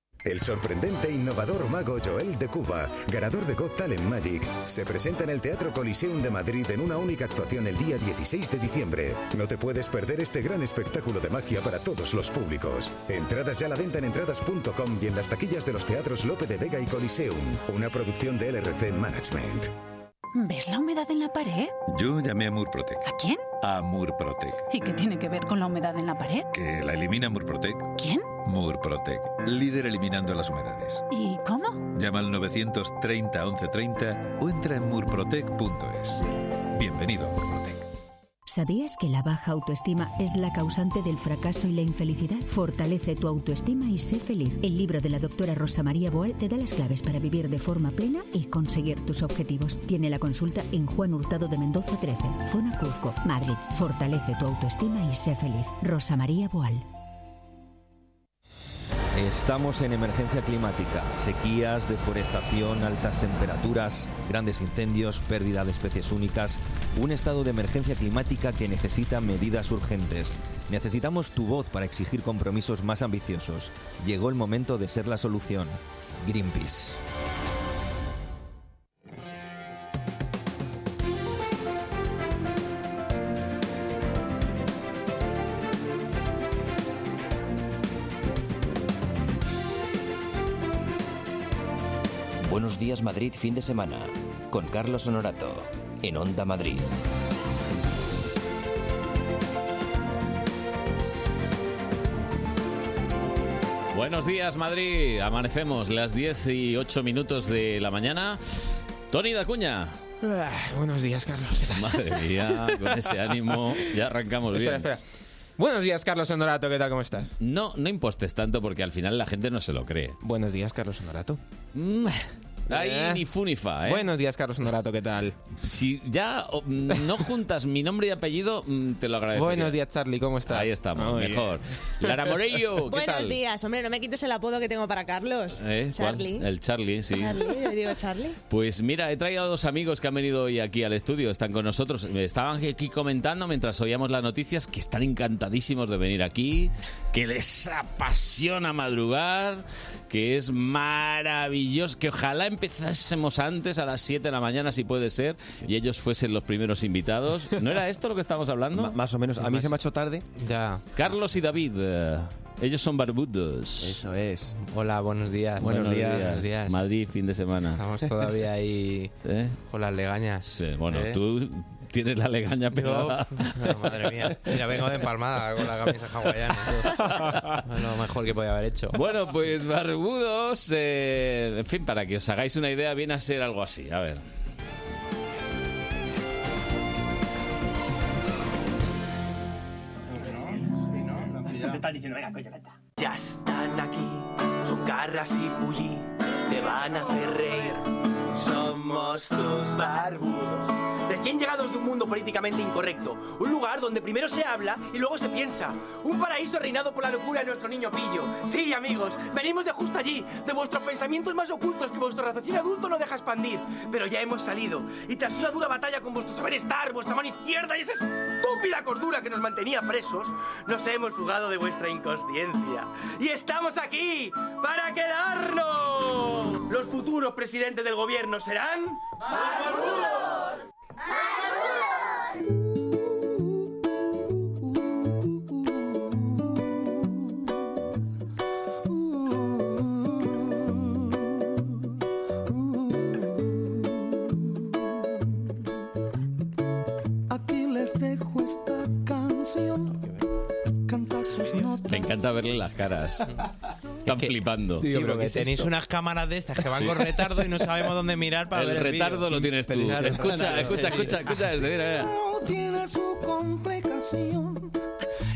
Speaker 36: El sorprendente e innovador mago Joel de Cuba, ganador de Got Talent Magic, se presenta en el Teatro Coliseum de Madrid en una única actuación el día 16 de diciembre. No te puedes perder este gran espectáculo de magia para todos los públicos. Entradas ya a la venta en entradas.com y en las taquillas de los teatros Lope de Vega y Coliseum, una producción de LRC Management.
Speaker 10: ¿Ves la humedad en la pared?
Speaker 11: Yo llamé a Murprotec.
Speaker 10: ¿A quién?
Speaker 11: A Murprotec.
Speaker 10: ¿Y qué tiene que ver con la humedad en la pared?
Speaker 11: ¿Que la elimina Murprotec?
Speaker 10: ¿Quién?
Speaker 11: Murprotec, líder eliminando las humedades.
Speaker 10: ¿Y cómo?
Speaker 11: Llama al 930 1130 o entra en murprotec.es. Bienvenido a Murprotec.
Speaker 37: ¿Sabías que la baja autoestima es la causante del fracaso y la infelicidad? Fortalece tu autoestima y sé feliz. El libro de la doctora Rosa María Boal te da las claves para vivir de forma plena y conseguir tus objetivos. Tiene la consulta en Juan Hurtado de Mendoza 13, zona Cuzco, Madrid. Fortalece tu autoestima y sé feliz. Rosa María Boal.
Speaker 12: Estamos en emergencia climática, sequías, deforestación, altas temperaturas, grandes incendios, pérdida de especies únicas, un estado de emergencia climática que necesita medidas urgentes. Necesitamos tu voz para exigir compromisos más ambiciosos. Llegó el momento de ser la solución. Greenpeace.
Speaker 1: Buenos días Madrid fin de semana con Carlos Honorato en Onda Madrid.
Speaker 2: Buenos días, Madrid. Amanecemos las 10 y 8 minutos de la mañana. Tony Dacuña.
Speaker 14: Ah, buenos días, Carlos. ¿Qué tal?
Speaker 2: Madre mía, con ese ánimo ya arrancamos
Speaker 14: Espera,
Speaker 2: bien.
Speaker 14: espera. Buenos días, Carlos Honorato. ¿Qué tal? ¿Cómo estás?
Speaker 2: No, no impostes tanto porque al final la gente no se lo cree.
Speaker 14: Buenos días, Carlos Honorato.
Speaker 2: Ahí
Speaker 14: Eh.
Speaker 2: ni funifa, ¿eh?
Speaker 14: Buenos días, Carlos Honorato. ¿Qué tal?
Speaker 2: Si ya o, mm, no juntas mi nombre y apellido, mm, te lo agradezco.
Speaker 14: Buenos días, Charlie. ¿Cómo estás?
Speaker 2: Ahí estamos,
Speaker 14: <laughs> Muy bien.
Speaker 2: mejor. Lara Morello, ¿qué
Speaker 15: Buenos
Speaker 2: tal?
Speaker 15: días, hombre, no me quites el apodo que tengo para Carlos.
Speaker 2: ¿Eh? ¿Cuál?
Speaker 15: Charlie.
Speaker 2: El Charlie, sí.
Speaker 15: Charlie, yo digo
Speaker 2: <laughs>
Speaker 15: Charlie.
Speaker 2: Pues mira, he traído a dos amigos que han venido hoy aquí al estudio, están con nosotros. Me Estaban aquí comentando mientras oíamos las noticias que están encantadísimos de venir aquí, que les apasiona madrugar, que es maravilloso, que ojalá empezásemos antes a las 7 de la mañana si puede ser y ellos fuesen los primeros invitados. ¿No era esto lo que estábamos hablando?
Speaker 29: más o menos. A mí se me ha hecho tarde.
Speaker 14: Ya.
Speaker 2: Carlos y David, eh, ellos son barbudos.
Speaker 24: Eso es. Hola, buenos días. Buenos días.
Speaker 2: Madrid, fin de semana. ¿Eh?
Speaker 24: Estamos
Speaker 2: <laughs>
Speaker 24: todavía ahí con las legañas.
Speaker 2: Bueno,
Speaker 24: ¿Eh?
Speaker 2: tú tienes la legaña
Speaker 24: <laughs>
Speaker 2: pegada.
Speaker 24: No, madre mía. Mira, vengo de empalmada con la camisa hawaiana. Lo mejor que podía haber hecho.
Speaker 2: Bueno, pues barbudos, eh, en fin, para que os hagáis una idea, viene a ser algo así. A ver.
Speaker 38: Te están diciendo, venga, coño, vete. Ya están aquí, son garras y bulli, te van a hacer reír. Somos tus barbudos. Recién llegados de un mundo políticamente incorrecto, un lugar donde primero se habla y luego se piensa. Un paraíso reinado por la locura de nuestro niño pillo. Sí, amigos, venimos de justo allí, de vuestros pensamientos más ocultos que vuestro raciocinio adulto no deja expandir. Pero ya hemos salido, y tras una dura batalla con vuestro saber estar, vuestra mano izquierda y esa estúpida cordura que nos mantenía presos, nos hemos fugado de vuestra inconsciencia. Y estamos aquí para quedarnos. Los futuros presidentes del gobierno serán...
Speaker 26: Aquí les dejo esta canción. Canta sus notas.
Speaker 2: Me encanta verle las
Speaker 24: <laughs>
Speaker 2: caras. Están flipando.
Speaker 24: Sí, porque tenéis unas cámaras de estas que van
Speaker 2: Sí.
Speaker 24: con retardo y no sabemos dónde mirar para
Speaker 2: El
Speaker 24: ver el
Speaker 2: retardo
Speaker 24: vídeo.
Speaker 2: lo tienes tú.
Speaker 24: Claro.
Speaker 2: Escucha, escucha, escucha, escucha desde- mira, mira.
Speaker 26: Todo tiene su complicación.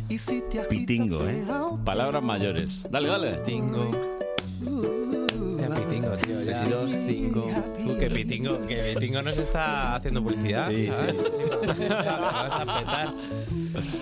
Speaker 26: Y si te agitas,
Speaker 2: Pitingo, ¿eh? Palabras mayores. Dale, dale.
Speaker 24: Pitingo. Pitingo, tío. Tres y dos, cinco. Uh, que pitingo, que pitingo nos está haciendo publicidad.
Speaker 2: Sí,
Speaker 24: ¿sabes? <laughs>
Speaker 2: sí.
Speaker 24: Vas a petar.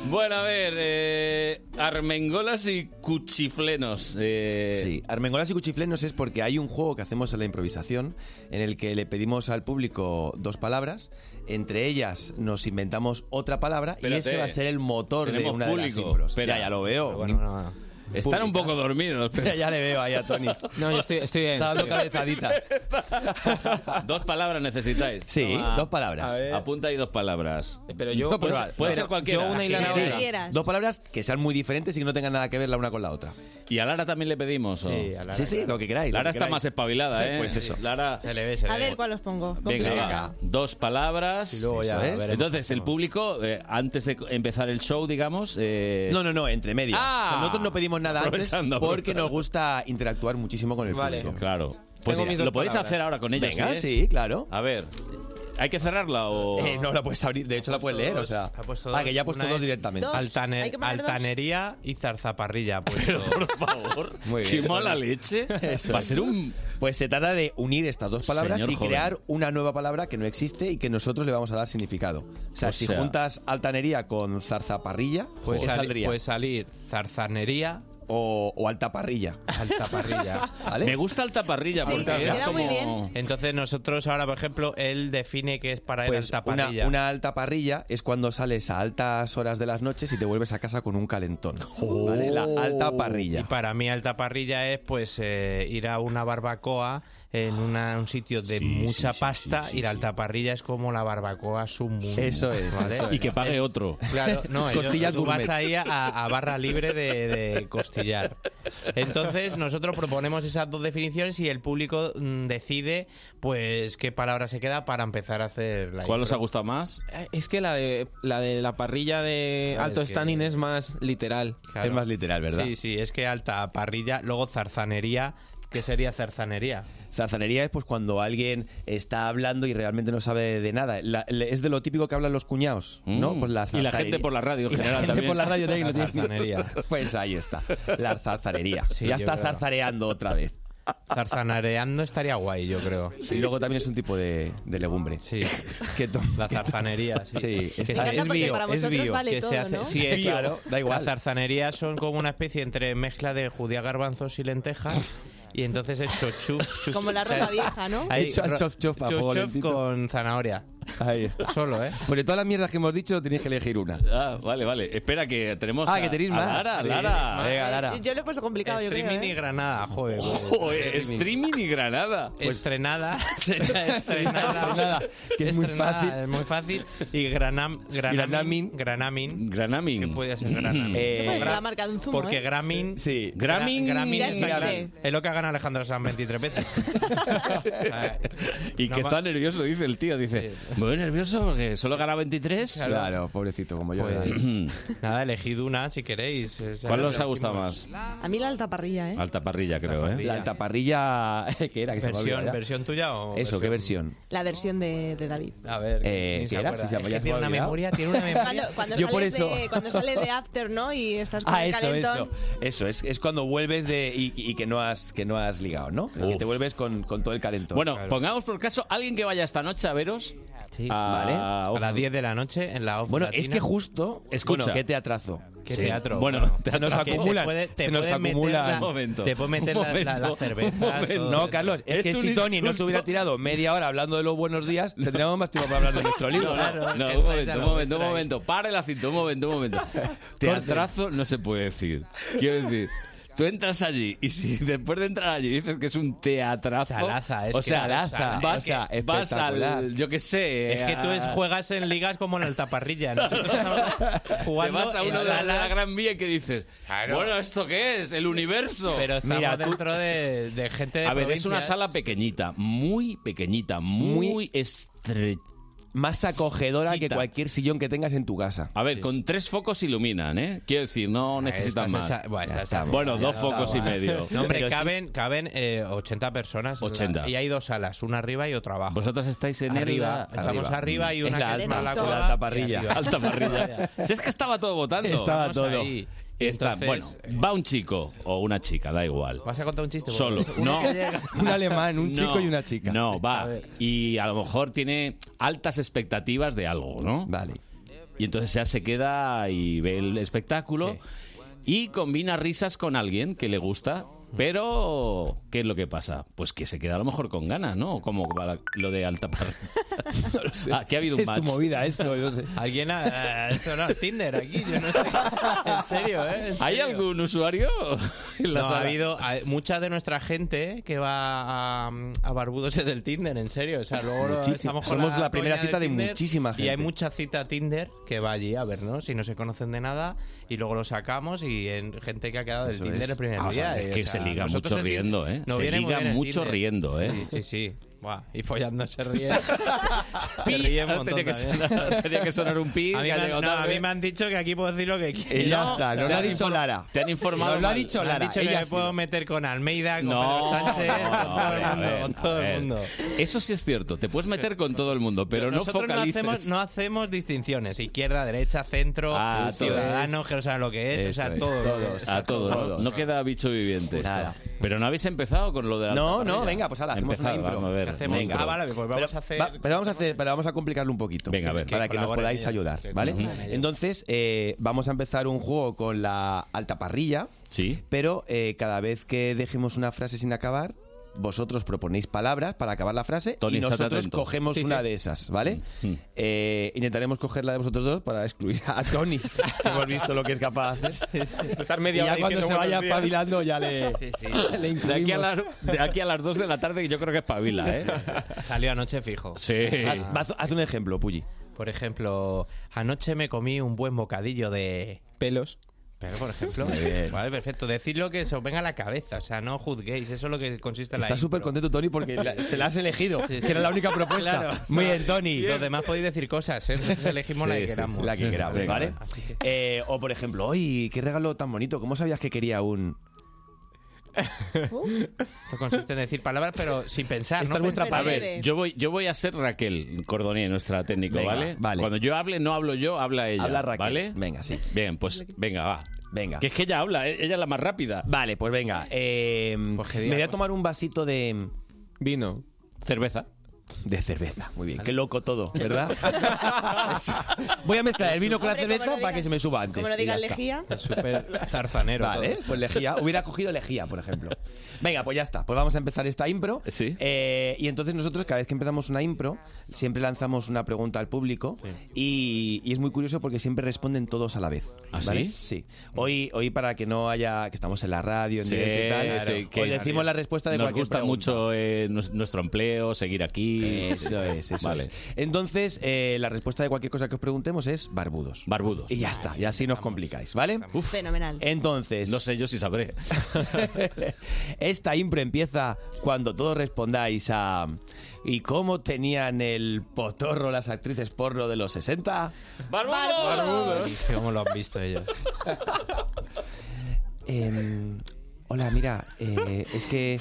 Speaker 2: Bueno, a ver, eh, armengolas y cuchiflenos. eh,
Speaker 24: Sí,
Speaker 38: Armengolas y Cuchiflenos es porque hay un juego que hacemos en la improvisación
Speaker 29: en el que le pedimos al público dos palabras, entre ellas nos inventamos otra palabra y
Speaker 2: Espérate.
Speaker 29: ese va a ser el motor de
Speaker 2: Tenemos
Speaker 29: una de las
Speaker 2: público.
Speaker 29: impros.
Speaker 2: Espera.
Speaker 29: Ya, ya lo veo.
Speaker 24: Ah.
Speaker 2: Están un poco dormidos.
Speaker 24: <laughs>
Speaker 29: Ya, ya le veo
Speaker 24: ¿eh?
Speaker 29: ahí a Tony.
Speaker 14: <laughs> No, yo estoy, estoy bien.
Speaker 29: Está dando
Speaker 14: estoy bien. <laughs>
Speaker 29: <laughs> cabezaditas.
Speaker 2: Dos palabras necesitáis.
Speaker 29: Sí, dos palabras.
Speaker 2: A ver. Apunta ahí dos palabras. Pero
Speaker 29: No, pero vale,
Speaker 2: puede
Speaker 29: vale.
Speaker 2: ser cualquiera.
Speaker 29: Sí, sí. Dos palabras que sean muy diferentes y que no tengan nada que ver la una con la otra.
Speaker 2: Y a Lara también le pedimos. ¿o?
Speaker 29: Sí, a Lara, Sí, sí, claro. lo que queráis, lo
Speaker 2: Lara
Speaker 29: que
Speaker 2: está
Speaker 29: queráis.
Speaker 2: más espabilada, ¿eh?
Speaker 29: Pues eso.
Speaker 2: Lara. Se le ve,
Speaker 15: A ver cuál os pongo.
Speaker 2: Venga,
Speaker 15: Complicado.
Speaker 2: va. dos palabras.
Speaker 29: Y luego ya
Speaker 2: Eso es.
Speaker 29: veremos.
Speaker 2: Entonces, el público, eh, antes de empezar el show, digamos. eh,
Speaker 29: No, no, no, entre medias.
Speaker 2: Ah.
Speaker 29: O sea, nosotros no pedimos nada antes
Speaker 2: Aprovechando,
Speaker 29: porque
Speaker 2: aprovechando.
Speaker 29: nos gusta interactuar muchísimo con el
Speaker 2: Vale.
Speaker 29: público.
Speaker 2: Claro. Pues
Speaker 29: Tengo mis
Speaker 2: lo
Speaker 29: dos
Speaker 2: podéis
Speaker 29: palabras.
Speaker 2: hacer ahora con ellos.
Speaker 29: Venga,
Speaker 2: ¿eh?
Speaker 29: sí, claro.
Speaker 2: A ver, ¿hay que cerrarla o.?
Speaker 29: Eh, no la puedes abrir, de hecho la puedes leer, o sea. Ah, que ya ha puesto dos directamente.
Speaker 24: Altane- altanería y zarzaparrilla. pues. Pero,
Speaker 2: por favor,
Speaker 29: Muy bien.
Speaker 24: qué mala
Speaker 2: leche.
Speaker 29: <laughs> Eso
Speaker 24: Va a
Speaker 29: es.
Speaker 24: ser un-
Speaker 29: Pues se trata de unir estas dos palabras
Speaker 24: Señor
Speaker 29: y
Speaker 24: joven.
Speaker 29: crear una nueva palabra que no existe y que nosotros le vamos a dar significado. O sea,
Speaker 24: O
Speaker 29: si
Speaker 24: sea-
Speaker 29: juntas altanería con zarzaparrilla,
Speaker 24: Puede,
Speaker 29: ¿qué
Speaker 24: sali-
Speaker 29: saldría?
Speaker 24: puede salir zarzanería
Speaker 29: o, o altaparrilla.
Speaker 24: Altaparrilla.
Speaker 29: ¿Vale? Me gusta
Speaker 2: altaparrilla
Speaker 24: parrilla
Speaker 29: Sí, porque es queda muy como- bien.
Speaker 24: Entonces nosotros ahora, por ejemplo, él define que es para él
Speaker 29: Pues una,
Speaker 24: altaparrilla.
Speaker 29: una alta parrilla es cuando sales a altas horas de las noches y te vuelves a casa con un calentón.
Speaker 2: Oh.
Speaker 29: ¿vale? La alta parrilla.
Speaker 24: Oh. Y para mí alta parrilla es pues eh, ir a una barbacoa en una- un sitio de mucha pasta y la alta parrilla es como la barbacoa su mundo.
Speaker 29: Eso es,
Speaker 24: ¿vale?
Speaker 29: eso es. Y que pague
Speaker 24: Eh,
Speaker 29: otro.
Speaker 24: Claro,
Speaker 29: <laughs>
Speaker 24: no, ellos-
Speaker 29: Costillas
Speaker 24: tú vas
Speaker 29: gourmet.
Speaker 24: ahí a, a barra libre de,
Speaker 29: <laughs>
Speaker 24: de costillar. Entonces nosotros proponemos esas dos definiciones y el público mm, decide pues qué palabra se queda para empezar a hacer la
Speaker 2: ¿Cuál os
Speaker 24: impro.
Speaker 2: ha gustado más?
Speaker 14: Eh, Es que la de la, de la parrilla de
Speaker 24: Ah,
Speaker 14: alto
Speaker 24: es que-
Speaker 14: standing es más literal.
Speaker 24: Claro.
Speaker 29: Es más literal, ¿verdad?
Speaker 24: Sí, sí, es que alta parrilla, luego zarzanería, ¿Qué
Speaker 14: <laughs>
Speaker 24: sería zarzanería?
Speaker 29: Zarzanería es pues cuando alguien está hablando y realmente no sabe de nada. La- le- es de lo típico que hablan los cuñados, ¿no?
Speaker 2: Mm.
Speaker 29: Pues
Speaker 2: Y la
Speaker 29: zarzanería-
Speaker 2: gente por la radio en
Speaker 29: Y la
Speaker 2: general
Speaker 29: gente
Speaker 2: también.
Speaker 29: por la radio también lo tiene-
Speaker 24: Zarzanería.
Speaker 29: Pues ahí está, la zarzanería.
Speaker 24: Sí,
Speaker 29: ya
Speaker 24: yo
Speaker 29: está
Speaker 24: creo.
Speaker 29: zarzareando otra vez.
Speaker 24: Zarzanereando estaría guay, yo creo.
Speaker 29: Y luego también es un tipo de, de legumbre.
Speaker 24: Sí.
Speaker 29: <laughs> Que
Speaker 24: la zarzanería, sí.
Speaker 29: es,
Speaker 24: Que se-
Speaker 29: es
Speaker 24: bio,
Speaker 29: bio, es bio.
Speaker 24: bio, que se hace- Sí, es
Speaker 29: Bio,
Speaker 24: claro.
Speaker 29: da igual.
Speaker 24: Las zarzanerías son como una especie entre mezcla de judía garbanzos y lentejas. Y entonces es chochu. chuchu-
Speaker 15: Como la
Speaker 24: o sea,
Speaker 15: ropa vieja, ¿no?
Speaker 24: hay
Speaker 29: Hecho a
Speaker 24: ro-
Speaker 29: chof chof a
Speaker 24: chof
Speaker 29: fuego
Speaker 24: chof
Speaker 29: lentito.
Speaker 24: con zanahoria.
Speaker 29: Ahí está.
Speaker 24: Solo, ¿eh?
Speaker 29: Pues de todas las mierdas que hemos dicho, tenéis que elegir una.
Speaker 2: Ah, vale, vale. Espera que tenemos
Speaker 29: Ah,
Speaker 2: a,
Speaker 29: que tenéis
Speaker 2: a
Speaker 29: más.
Speaker 2: Lara,
Speaker 29: Sí, tenéis
Speaker 2: Lara.
Speaker 29: más. Venga, Lara.
Speaker 15: Yo lo he puesto complicado, yo creo.
Speaker 24: Streaming
Speaker 15: ¿eh?
Speaker 24: y Granada, joder.
Speaker 2: Joder, Pues, eh, streaming y Granada. Pues <laughs>
Speaker 24: estrenada. <laughs> Sería estrenada.
Speaker 29: que es muy fácil.
Speaker 24: Es muy fácil. Y Granam, Granamin. Granamin.
Speaker 2: Granamin. Mm.
Speaker 24: Que puede ser Granamin.
Speaker 29: Eh,
Speaker 15: ¿Qué puede ser la marca de un zumo,
Speaker 24: Porque
Speaker 15: eh?
Speaker 24: Gramin.
Speaker 29: Sí.
Speaker 24: Gra-
Speaker 2: Gramin-
Speaker 24: Gramin
Speaker 15: Ya
Speaker 24: es,
Speaker 15: existe.
Speaker 24: la- es lo que ha ganado Alejandro Sanz
Speaker 15: <laughs>
Speaker 24: 23 veces.
Speaker 2: Y que
Speaker 24: No,
Speaker 2: está nervioso, dice el tío. Dice, me voy nervioso porque solo gana 23.
Speaker 24: Claro. Claro,
Speaker 29: pobrecito como
Speaker 24: yo.
Speaker 2: <clears throat>
Speaker 24: Nada, elegid una si queréis. O sea,
Speaker 2: ¿Cuál os ha gustado
Speaker 24: elegimos-
Speaker 2: más?
Speaker 15: A mí la alta parrilla, ¿eh?
Speaker 2: Alta parrilla, creo, ¿eh?
Speaker 29: La <laughs> altaparrilla, que era? Que se me ha
Speaker 24: Versión,
Speaker 29: olvidado ya.
Speaker 24: ¿Versión tuya o.?
Speaker 29: Eso, ¿qué versión?
Speaker 15: La versión de, de David.
Speaker 24: A ver.
Speaker 29: Eh,
Speaker 24: ni se
Speaker 29: ¿Qué era?
Speaker 24: acuerda.
Speaker 29: Si se-
Speaker 24: Es que
Speaker 29: ya se me
Speaker 24: tiene
Speaker 29: ha
Speaker 24: una
Speaker 29: olvidado.
Speaker 24: memoria, tiene una
Speaker 15: <laughs>
Speaker 24: memoria.
Speaker 15: Cuando, cuando
Speaker 29: Yo por
Speaker 15: sales
Speaker 29: eso.
Speaker 15: De, cuando sales de After, ¿no? Y estás con
Speaker 29: Ah,
Speaker 15: el
Speaker 29: eso,
Speaker 15: calentón.
Speaker 29: eso. Eso, es, es cuando vuelves de y, y que no has que no has ligado, ¿no? Que te vuelves con, con todo el calentón.
Speaker 2: Bueno, pongamos por caso alguien que vaya esta noche a veros.
Speaker 29: Vale.
Speaker 2: A,
Speaker 29: A las
Speaker 24: 10 de la noche en la off
Speaker 29: Bueno, es
Speaker 24: latina.
Speaker 29: que justo.
Speaker 2: Escucha.
Speaker 29: Bueno, qué teatrazo.
Speaker 24: Qué
Speaker 29: Sí.
Speaker 24: teatro.
Speaker 29: Bueno, se nos
Speaker 24: teatro.
Speaker 29: acumulan.
Speaker 24: Te puede- te
Speaker 29: se nos
Speaker 24: pueden meter la-
Speaker 29: acumulan.
Speaker 24: Un momento. te pueden meter la- la- las cervezas, todo.
Speaker 29: No, Carlos, es,
Speaker 24: Es
Speaker 29: que
Speaker 24: un
Speaker 29: si Tony no se
Speaker 24: insulto.
Speaker 29: hubiera tirado media hora hablando de los buenos
Speaker 24: <laughs>
Speaker 29: días, tendríamos más tiempo para hablar de nuestro libro.
Speaker 2: No, no, no, un momento, un momento, un momento. Pare la cinta, un momento, un momento. Teatrazo no se puede decir. Quiero decir. Tú entras allí y si <laughs> después de entrar allí dices que es un teatrazo.
Speaker 24: Salaza, es
Speaker 2: o
Speaker 24: que
Speaker 2: sea,
Speaker 24: salaza,
Speaker 2: vas,
Speaker 24: es que
Speaker 2: vas
Speaker 24: espectacular.
Speaker 2: al. Yo qué sé.
Speaker 24: Es que tú es-
Speaker 2: a-
Speaker 24: juegas en ligas como en el
Speaker 2: <laughs>
Speaker 24: taparrilla. Nosotros estamos
Speaker 2: Te
Speaker 24: jugando
Speaker 2: vas a
Speaker 24: en
Speaker 2: uno de la, de la
Speaker 24: salas-
Speaker 2: Gran Vía y que dices, bueno, ¿esto qué es? El universo.
Speaker 24: Pero estamos dentro de, de gente de
Speaker 2: A ver, es una
Speaker 24: provincias.
Speaker 2: sala pequeñita, muy pequeñita, muy, estrecha.
Speaker 29: Más acogedora que cualquier sillón que tengas en tu casa.
Speaker 2: A ver, con tres focos iluminan, ¿eh? Quiero decir, no necesitan
Speaker 24: Estás
Speaker 2: más.
Speaker 24: Ah, esa- buah, estás esa-
Speaker 2: bueno,
Speaker 24: ya
Speaker 2: dos
Speaker 24: está,
Speaker 2: focos y
Speaker 24: guay.
Speaker 2: medio. <laughs>
Speaker 24: No, hombre, caben, caben eh, 80 personas. en la-
Speaker 2: 80.
Speaker 24: y hay dos salas, una arriba y otra abajo.
Speaker 2: Vosotros estáis en el-
Speaker 24: arriba.
Speaker 2: arriba.
Speaker 24: Estamos arriba y
Speaker 2: Es
Speaker 24: una
Speaker 2: la
Speaker 24: que es
Speaker 2: alta,
Speaker 24: más la
Speaker 2: la
Speaker 24: cola
Speaker 2: alta
Speaker 24: y
Speaker 2: parrilla.
Speaker 24: arriba.
Speaker 2: <laughs> Alta parrilla. Si es que estaba todo votando.
Speaker 24: Estaba todo.
Speaker 2: Está,
Speaker 24: Entonces-
Speaker 2: bueno, va un chico o una chica, da igual.
Speaker 24: ¿Vas a contar un chiste?
Speaker 2: Solo,
Speaker 24: Uno
Speaker 2: no.
Speaker 24: que llega.
Speaker 29: <laughs> Un alemán, un
Speaker 2: No,
Speaker 29: chico y una chica.
Speaker 2: No, va. y a lo mejor tiene altas expectativas de algo, ¿no?
Speaker 29: Vale.
Speaker 2: Y entonces ya se queda y ve el espectáculo y combina risas con alguien que le gusta. Pero, ¿qué es lo que pasa? Pues que se queda a lo mejor con ganas, ¿no? Como para lo de alta
Speaker 29: <laughs>
Speaker 2: parrilla. No lo sé. Ah, que ha habido un
Speaker 29: es
Speaker 2: match.
Speaker 29: tu movida esto, yo sé.
Speaker 24: Alguien ha ha sonado Tinder aquí, yo
Speaker 29: <laughs>
Speaker 24: Ah, no sé. En serio, ¿eh? En
Speaker 2: ¿Hay
Speaker 24: serio.
Speaker 2: algún usuario en la
Speaker 24: no,
Speaker 2: sala?
Speaker 24: ha habido ha- mucha de nuestra gente que va a, a Barbudos es del Tinder, en serio. O sea, luego lo-
Speaker 29: Muchísimo.
Speaker 24: estamos con
Speaker 29: Somos la primera
Speaker 24: coña del
Speaker 29: cita de
Speaker 24: Tinder
Speaker 29: muchísima
Speaker 24: Y hay
Speaker 29: gente.
Speaker 24: mucha cita Tinder que va allí a vernos y no se conocen de nada y luego lo sacamos y en gente que ha quedado del
Speaker 2: Eso
Speaker 24: Tinder
Speaker 2: es.
Speaker 24: el primer
Speaker 2: Vamos a
Speaker 24: día.
Speaker 2: ver,
Speaker 24: y,
Speaker 2: Ah, es
Speaker 24: o
Speaker 2: que
Speaker 24: sea,
Speaker 2: se liga
Speaker 24: nosotros
Speaker 2: mucho
Speaker 24: el Tinder
Speaker 2: riendo, ¿eh?
Speaker 24: nos
Speaker 2: se
Speaker 24: viene muy
Speaker 2: liga
Speaker 24: bien el
Speaker 2: mucho
Speaker 24: Tinder.
Speaker 2: riendo, ¿eh?
Speaker 24: Sí, sí, sí. Buah, y follando se ríe.
Speaker 2: <laughs>
Speaker 24: se ríe un
Speaker 2: Ahora
Speaker 24: montón
Speaker 2: tenía que
Speaker 24: también.
Speaker 2: sonar- tenía que sonar un pi,
Speaker 24: A mí,
Speaker 2: que ha
Speaker 24: me han,
Speaker 2: llegado
Speaker 24: no, a
Speaker 2: tarde.
Speaker 24: mí me han dicho que aquí puedo decir lo que quiera.
Speaker 29: Y ya está, nos lo ha dicho Lara.
Speaker 2: Te han informado
Speaker 29: Nos lo ha
Speaker 2: mal.
Speaker 29: dicho
Speaker 24: Me han
Speaker 29: Lara.
Speaker 24: dicho que
Speaker 29: ella
Speaker 24: me
Speaker 29: sí.
Speaker 24: puedo meter con Almeida, con
Speaker 2: No,
Speaker 24: Pedro Sánchez,
Speaker 2: no,
Speaker 24: con
Speaker 2: no,
Speaker 24: todo el
Speaker 2: a ver,
Speaker 24: mundo,
Speaker 2: a
Speaker 24: con todo el
Speaker 2: ver.
Speaker 24: mundo.
Speaker 2: Eso sí es cierto, te puedes meter con todo el mundo, pero no
Speaker 24: Nosotros
Speaker 2: focalices.
Speaker 24: no hacemos, no hacemos distinciones, izquierda, derecha, centro,
Speaker 2: Ah, todo
Speaker 24: ciudadanos,
Speaker 2: es.
Speaker 24: que no saben lo que es, o sea,
Speaker 2: Eso es.
Speaker 24: todo. o sea,
Speaker 2: a todos, ¿no?
Speaker 24: todo.
Speaker 2: No, queda bicho viviente. Pero no habéis empezado con lo de la
Speaker 29: No,
Speaker 2: alta
Speaker 29: no,
Speaker 2: parrilla.
Speaker 29: venga, pues ahora hacemos
Speaker 2: Empezad,
Speaker 29: una impro.
Speaker 2: Vamos a ver.
Speaker 29: Hacemos-
Speaker 2: una impro.
Speaker 29: Ah, vale,
Speaker 24: pues vamos a hacer...
Speaker 29: pero vamos a hacer, pero vamos a complicarlo un poquito.
Speaker 2: Venga, a ver.
Speaker 29: Para
Speaker 2: Que
Speaker 29: que nos
Speaker 2: colaboren
Speaker 29: podáis
Speaker 2: ellos,
Speaker 29: ayudar,
Speaker 2: que
Speaker 29: ¿vale?
Speaker 2: colaboren ellos.
Speaker 29: Entonces, eh, vamos a empezar un juego con la alta parrilla.
Speaker 2: Sí.
Speaker 29: Pero eh, cada vez que dejemos una frase sin acabar, vosotros proponéis palabras para acabar la frase
Speaker 2: Tony,
Speaker 29: y
Speaker 2: estate
Speaker 29: nosotros
Speaker 2: atento. Mm.
Speaker 29: cogemos
Speaker 2: Sí,
Speaker 29: una
Speaker 2: sí.
Speaker 29: de esas, ¿vale? Eh, intentaremos coger la de vosotros dos para excluir a Tony, que hemos visto lo que es capaz de hacer.
Speaker 24: Estar
Speaker 29: Y ya cuando se vaya espabilando ya le, <laughs> le
Speaker 2: De aquí, a las,
Speaker 29: incluimos.
Speaker 2: de aquí a las 2 de la tarde yo creo que es pavila, ¿eh?
Speaker 24: Salió anoche fijo.
Speaker 2: Sí.
Speaker 29: Ah. Haz, haz un ejemplo, Puyi.
Speaker 24: Por ejemplo, anoche me comí un buen bocadillo de...
Speaker 29: Pelos.
Speaker 24: Pero, por ejemplo,
Speaker 29: Muy bien.
Speaker 24: vale, perfecto. Decid lo que se os venga a la cabeza, o sea, no juzguéis, eso es lo que consiste la
Speaker 29: Está súper contento Tony porque la- se
Speaker 24: <laughs>
Speaker 29: la has elegido, que era la única propuesta.
Speaker 24: Claro.
Speaker 29: Muy bien, Tony.
Speaker 24: Los demás podéis decir cosas, ¿eh? Nosotros elegimos la que queramos.
Speaker 29: La que queramos,
Speaker 24: Venga,
Speaker 29: ¿vale?
Speaker 24: Así que...
Speaker 15: <laughs>
Speaker 29: Eh, o por ejemplo, ¡ay, qué regalo tan bonito! ¿Cómo sabías que quería un...?
Speaker 15: Uh.
Speaker 24: Esto consiste en decir palabras, pero sin pensar.
Speaker 29: Esta
Speaker 24: ¿no?
Speaker 29: es vuestra
Speaker 24: Pensar.
Speaker 2: A ver, yo voy, yo voy a ser Raquel Cordonier, nuestra técnico,
Speaker 29: Venga,
Speaker 2: ¿vale?
Speaker 29: vale.
Speaker 2: Cuando yo hable, no hablo yo, habla ella.
Speaker 29: Habla Raquel.
Speaker 2: ¿Vale?
Speaker 29: Venga, sí.
Speaker 2: Bien, pues venga, va.
Speaker 29: Venga.
Speaker 2: Que es que ella habla, eh, ella es la más rápida.
Speaker 29: Vale, pues venga. eh,
Speaker 24: Pues
Speaker 29: me voy a tomar un vasito de...
Speaker 14: Vino.
Speaker 2: Cerveza.
Speaker 29: De cerveza, muy bien. Qué loco todo,
Speaker 15: <laughs>
Speaker 29: ¿verdad? <laughs> Voy a mezclar el vino con la
Speaker 15: Hombre, como
Speaker 29: cerveza
Speaker 15: lo
Speaker 29: para que
Speaker 15: digas-
Speaker 29: se me suba antes.
Speaker 15: como lo
Speaker 29: y
Speaker 15: digas
Speaker 29: ya está.
Speaker 15: lejía.
Speaker 24: Es súper zarzanero.
Speaker 29: Vale,
Speaker 24: todo.
Speaker 29: pues lejía. Hubiera cogido lejía, por ejemplo. Venga, pues ya está. Pues vamos a empezar esta impro. Sí. y entonces nosotros, cada vez que empezamos una impro, siempre lanzamos una pregunta al público. Y, y es muy curioso porque siempre responden todos a la vez.
Speaker 2: ¿Ah, sí?
Speaker 29: ¿vale? Sí. Hoy, hoy, para que no haya. que estamos en la radio, en
Speaker 2: Sí,
Speaker 29: directo y tal.
Speaker 2: sí, que
Speaker 29: os decimos la respuesta de
Speaker 2: Nos
Speaker 29: cualquier
Speaker 2: gusta
Speaker 29: pregunta.
Speaker 2: mucho eh, nues- nuestro empleo, seguir aquí.
Speaker 29: Eso es, eso
Speaker 2: vale.
Speaker 29: es. Entonces, eh, la respuesta de cualquier cosa que os preguntemos es barbudos.
Speaker 2: Barbudos.
Speaker 29: Y ya está, y así nos complicáis, ¿vale?
Speaker 15: Fenomenal.
Speaker 29: Entonces.
Speaker 2: No sé yo si sabré.
Speaker 29: <laughs> Esta impro empieza cuando todos respondáis a. ¿Y cómo tenían el potorro las actrices porno de los 60?
Speaker 24: Sí, ¿Cómo lo han visto ellos?
Speaker 29: <laughs> Em, hola, mira, eh, es que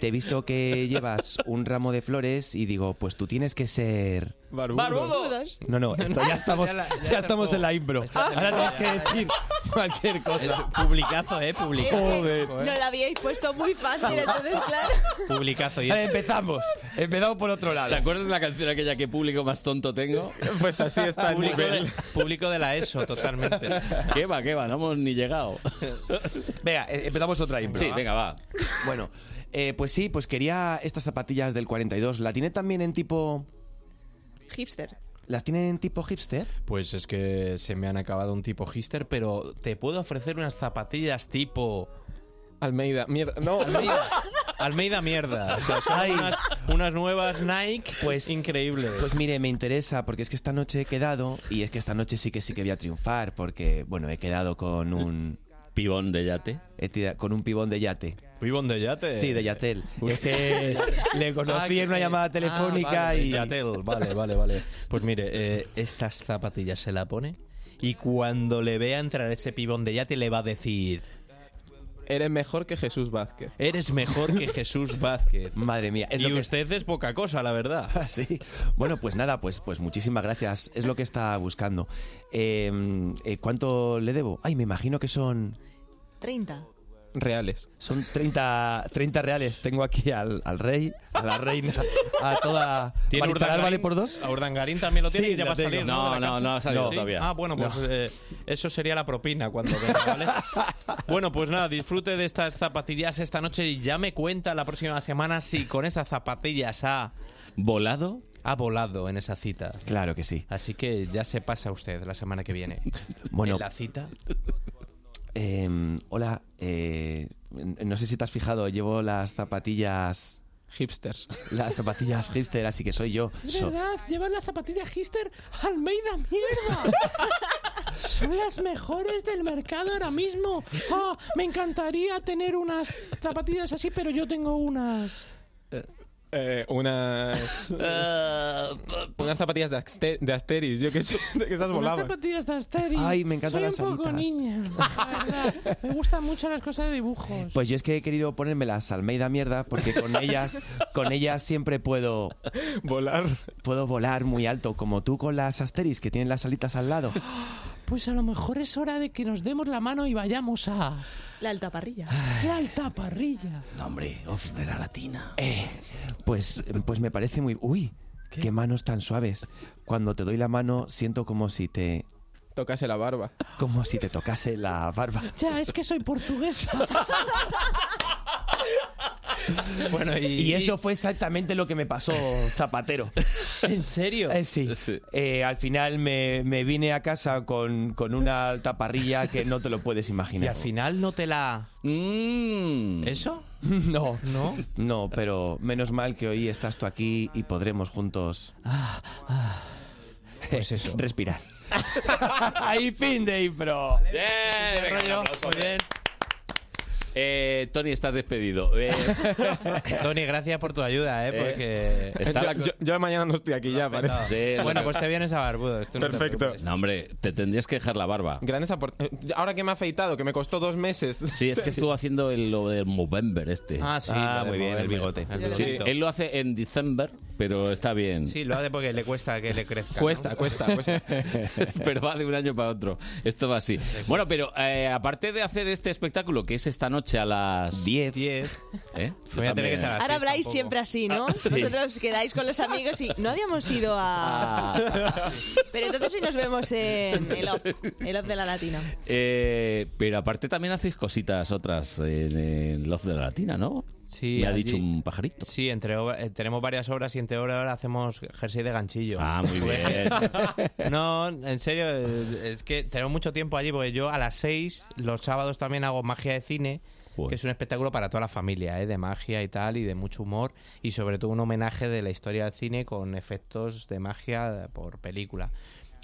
Speaker 29: te he visto que llevas un ramo de flores y digo, pues tú tienes que ser.
Speaker 28: ¡Barbudos!
Speaker 29: No, no, esto <laughs> ya estamos,
Speaker 28: Ya
Speaker 29: ya
Speaker 28: la- ya
Speaker 29: estamos en la impro. Ahora tienes que decir cualquier cosa. publicazo, eh,
Speaker 15: Es que No la habíais puesto muy fácil, entonces, claro.
Speaker 29: Publicazo. Y empezamos. Empezamos por otro lado.
Speaker 2: ¿Te acuerdas de la canción aquella que público más tonto tengo?
Speaker 24: <laughs> Pues así está el Público nivel. de-
Speaker 2: público de la ESO, totalmente. ¿Qué va, qué va? <laughs> No hemos ni llegado.
Speaker 29: <laughs> Venga, eh, empezamos otra <laughs> impro.
Speaker 2: Sí, venga, va.
Speaker 29: Bueno, eh, pues sí, pues quería estas zapatillas del 42. ¿La tiene también en tipo...
Speaker 15: Hipster.
Speaker 29: ¿Las tiene en tipo hipster?
Speaker 24: Pues es que se me han acabado un tipo hister, pero te puedo ofrecer unas zapatillas tipo.
Speaker 14: Almeida, mierda. No,
Speaker 24: Almeida. Almeida, mierda. O sea, son
Speaker 29: Ay.
Speaker 24: unas, unas nuevas Nike,
Speaker 29: pues
Speaker 24: increíble.
Speaker 29: Pues mire, me interesa porque es que esta noche he quedado y es que esta noche sí que sí que voy a triunfar porque, bueno, he quedado con un...
Speaker 2: ¿Pibón de yate?
Speaker 29: Con un pibón de yate.
Speaker 24: ¿Pibón de yate?
Speaker 29: Sí, de yatel.
Speaker 24: pues
Speaker 29: Es
Speaker 24: <laughs>
Speaker 29: que le
Speaker 24: Ah,
Speaker 29: conocí
Speaker 24: que-
Speaker 29: en una llamada
Speaker 24: ah,
Speaker 29: telefónica
Speaker 24: vale,
Speaker 29: y...
Speaker 24: Yatel, vale, vale, vale. Pues mire, eh, estas zapatillas se la pone y cuando le vea entrar ese pibón de yate le va a decir...
Speaker 14: Eres mejor que Jesús Vázquez.
Speaker 24: Eres mejor que Jesús Vázquez.
Speaker 29: Madre mía.
Speaker 24: y usted es poca cosa, la verdad.
Speaker 29: <laughs> Ah, sí. Bueno, pues nada, pues, pues muchísimas gracias. Es lo que está buscando. Eh, eh, ¿Cuánto le debo? Ay, me imagino que son...
Speaker 15: 30.
Speaker 14: Reales.
Speaker 29: Son 30, 30 reales. Tengo aquí al, al rey, a la reina, a toda...
Speaker 24: ¿Tiene
Speaker 29: Marichalar
Speaker 24: Urdangarín?
Speaker 29: vale por dos?
Speaker 24: A Urdangarín también lo tiene
Speaker 29: Sí,
Speaker 24: y ya
Speaker 29: la
Speaker 24: va a
Speaker 29: tengo.
Speaker 24: salir.
Speaker 29: No,
Speaker 24: De la
Speaker 29: no,
Speaker 24: cárcel.
Speaker 29: no ha salido todavía.
Speaker 24: Ah, bueno, pues
Speaker 29: No.
Speaker 24: eh, eso sería la propina cuando venga,
Speaker 29: <laughs>
Speaker 24: ¿vale? bueno, pues nada, disfrute de estas zapatillas esta noche y ya me cuenta la próxima semana si con estas zapatillas ha...
Speaker 2: ¿Volado?
Speaker 24: Ha volado en esa cita.
Speaker 29: Claro que sí.
Speaker 24: Así que ya se pasa usted la semana que viene.
Speaker 29: Bueno.
Speaker 24: En la cita.
Speaker 29: Eh, hola, eh, no sé si te has fijado, llevo las zapatillas...
Speaker 14: Hipsters.
Speaker 29: Las zapatillas hipster, así que soy yo.
Speaker 28: Es
Speaker 29: So-
Speaker 28: verdad, llevan las zapatillas Hister Almeida mierda.
Speaker 26: <laughs>
Speaker 28: Son las mejores del mercado ahora mismo. Ah, me encantaría tener unas zapatillas así, pero yo tengo unas.
Speaker 14: Eh, unas. Eh, <laughs> unas zapatillas de, Axte- de Asteris, yo que sé, <laughs> de que esas
Speaker 28: unas
Speaker 14: volaban.
Speaker 28: zapatillas de Asterix.
Speaker 14: Ay, me encantan
Speaker 28: Soy
Speaker 14: las
Speaker 28: un poco
Speaker 14: alitas.
Speaker 28: niña. la verdad. Me gustan mucho las cosas de dibujos.
Speaker 29: Pues yo es que he querido ponerme las Almeida mierda porque
Speaker 14: <laughs>
Speaker 29: con ellas, con ellas siempre puedo
Speaker 14: volar.
Speaker 29: Puedo volar muy alto, como tú con las Asteris que tienen las alitas al
Speaker 14: <gasps>
Speaker 29: lado.
Speaker 28: Pues a lo mejor es hora de que nos demos la mano y vayamos a
Speaker 15: La altaparrilla.
Speaker 28: la alta parrilla.
Speaker 29: No, hombre, off de la latina. pues, pues me parece muy. Uy, ¿Qué? manos tan suaves. Cuando te doy la mano siento como si te,
Speaker 14: Tocase la barba.
Speaker 29: como si te tocase la barba.
Speaker 39: <laughs>
Speaker 28: Ya, es que soy portuguesa.
Speaker 29: Bueno, y... eso fue exactamente lo que me pasó Zapatero.
Speaker 24: <laughs> ¿En serio?
Speaker 29: Eh, sí. Eh, al final me, me vine a casa con, con una taparrilla que no te lo puedes imaginar.
Speaker 24: <laughs> Y al final no te la... ¿Eso?
Speaker 29: <laughs> No.
Speaker 24: ¿No?
Speaker 29: No, pero menos mal que hoy estás tú aquí y podremos juntos.
Speaker 24: Ah,
Speaker 29: Pues eso. Respirar. Ahí fin de impro.
Speaker 2: Bien, venga, un aplauso,
Speaker 29: Muy
Speaker 2: hombre.
Speaker 29: bien.
Speaker 2: Eh, Tony, estás despedido.
Speaker 29: <laughs>
Speaker 2: Eh,
Speaker 24: Tony, gracias por tu ayuda, ¿eh?
Speaker 2: Eh,
Speaker 24: Porque...
Speaker 2: está-
Speaker 14: Yo, yo mañana no estoy aquí ya, parece.
Speaker 2: Sí, lo
Speaker 24: bueno,
Speaker 2: que-
Speaker 24: pues te vienes a barbudo. esto no te
Speaker 14: Perfecto.
Speaker 24: preocupes.
Speaker 2: No, hombre, te tendrías que dejar la barba.
Speaker 14: Grandes aport- eh, Ahora que me ha afeitado, que me costó dos meses.
Speaker 2: Sí,
Speaker 14: <laughs>
Speaker 2: es que estuvo haciendo el- lo de Movember este.
Speaker 14: Ah, sí, Ah, lo de muy bien, el
Speaker 24: bigote. el bigote.
Speaker 2: Sí,
Speaker 24: Yo lo he visto.
Speaker 2: él lo hace en December, pero está bien.
Speaker 24: Sí, lo hace porque le cuesta que le crezca. ¿no?
Speaker 2: <laughs> pero va de un año para otro. Esto va así. Bueno, pero eh, aparte de hacer este espectáculo, que es esta noche a las 10. <laughs> ¿Eh?
Speaker 24: Voy a tener que estar
Speaker 15: Ahora habláis siempre así, ¿no?
Speaker 2: Ah, sí.
Speaker 15: Vosotros quedáis con los amigos y no habíamos ido a...
Speaker 2: Ah.
Speaker 15: Pero entonces sí nos vemos en el off, el off de la latina.
Speaker 2: <laughs> Eh, pero aparte también hacéis cositas otras en el Love de la Latina, ¿no?
Speaker 24: Sí,
Speaker 2: Me ha
Speaker 24: allí-
Speaker 2: dicho un pajarito.
Speaker 24: Sí, entre obra- eh, tenemos varias obras y entre obras hacemos jersey de ganchillo. Ah,
Speaker 2: muy bien.
Speaker 24: <laughs> no, en serio, eh, es que tenemos mucho tiempo allí porque yo a las 6 los sábados también hago magia de cine. Que es un espectáculo para toda la familia, ¿eh? de magia y tal, y de mucho humor, y sobre todo un homenaje de la historia del cine con efectos de magia por película.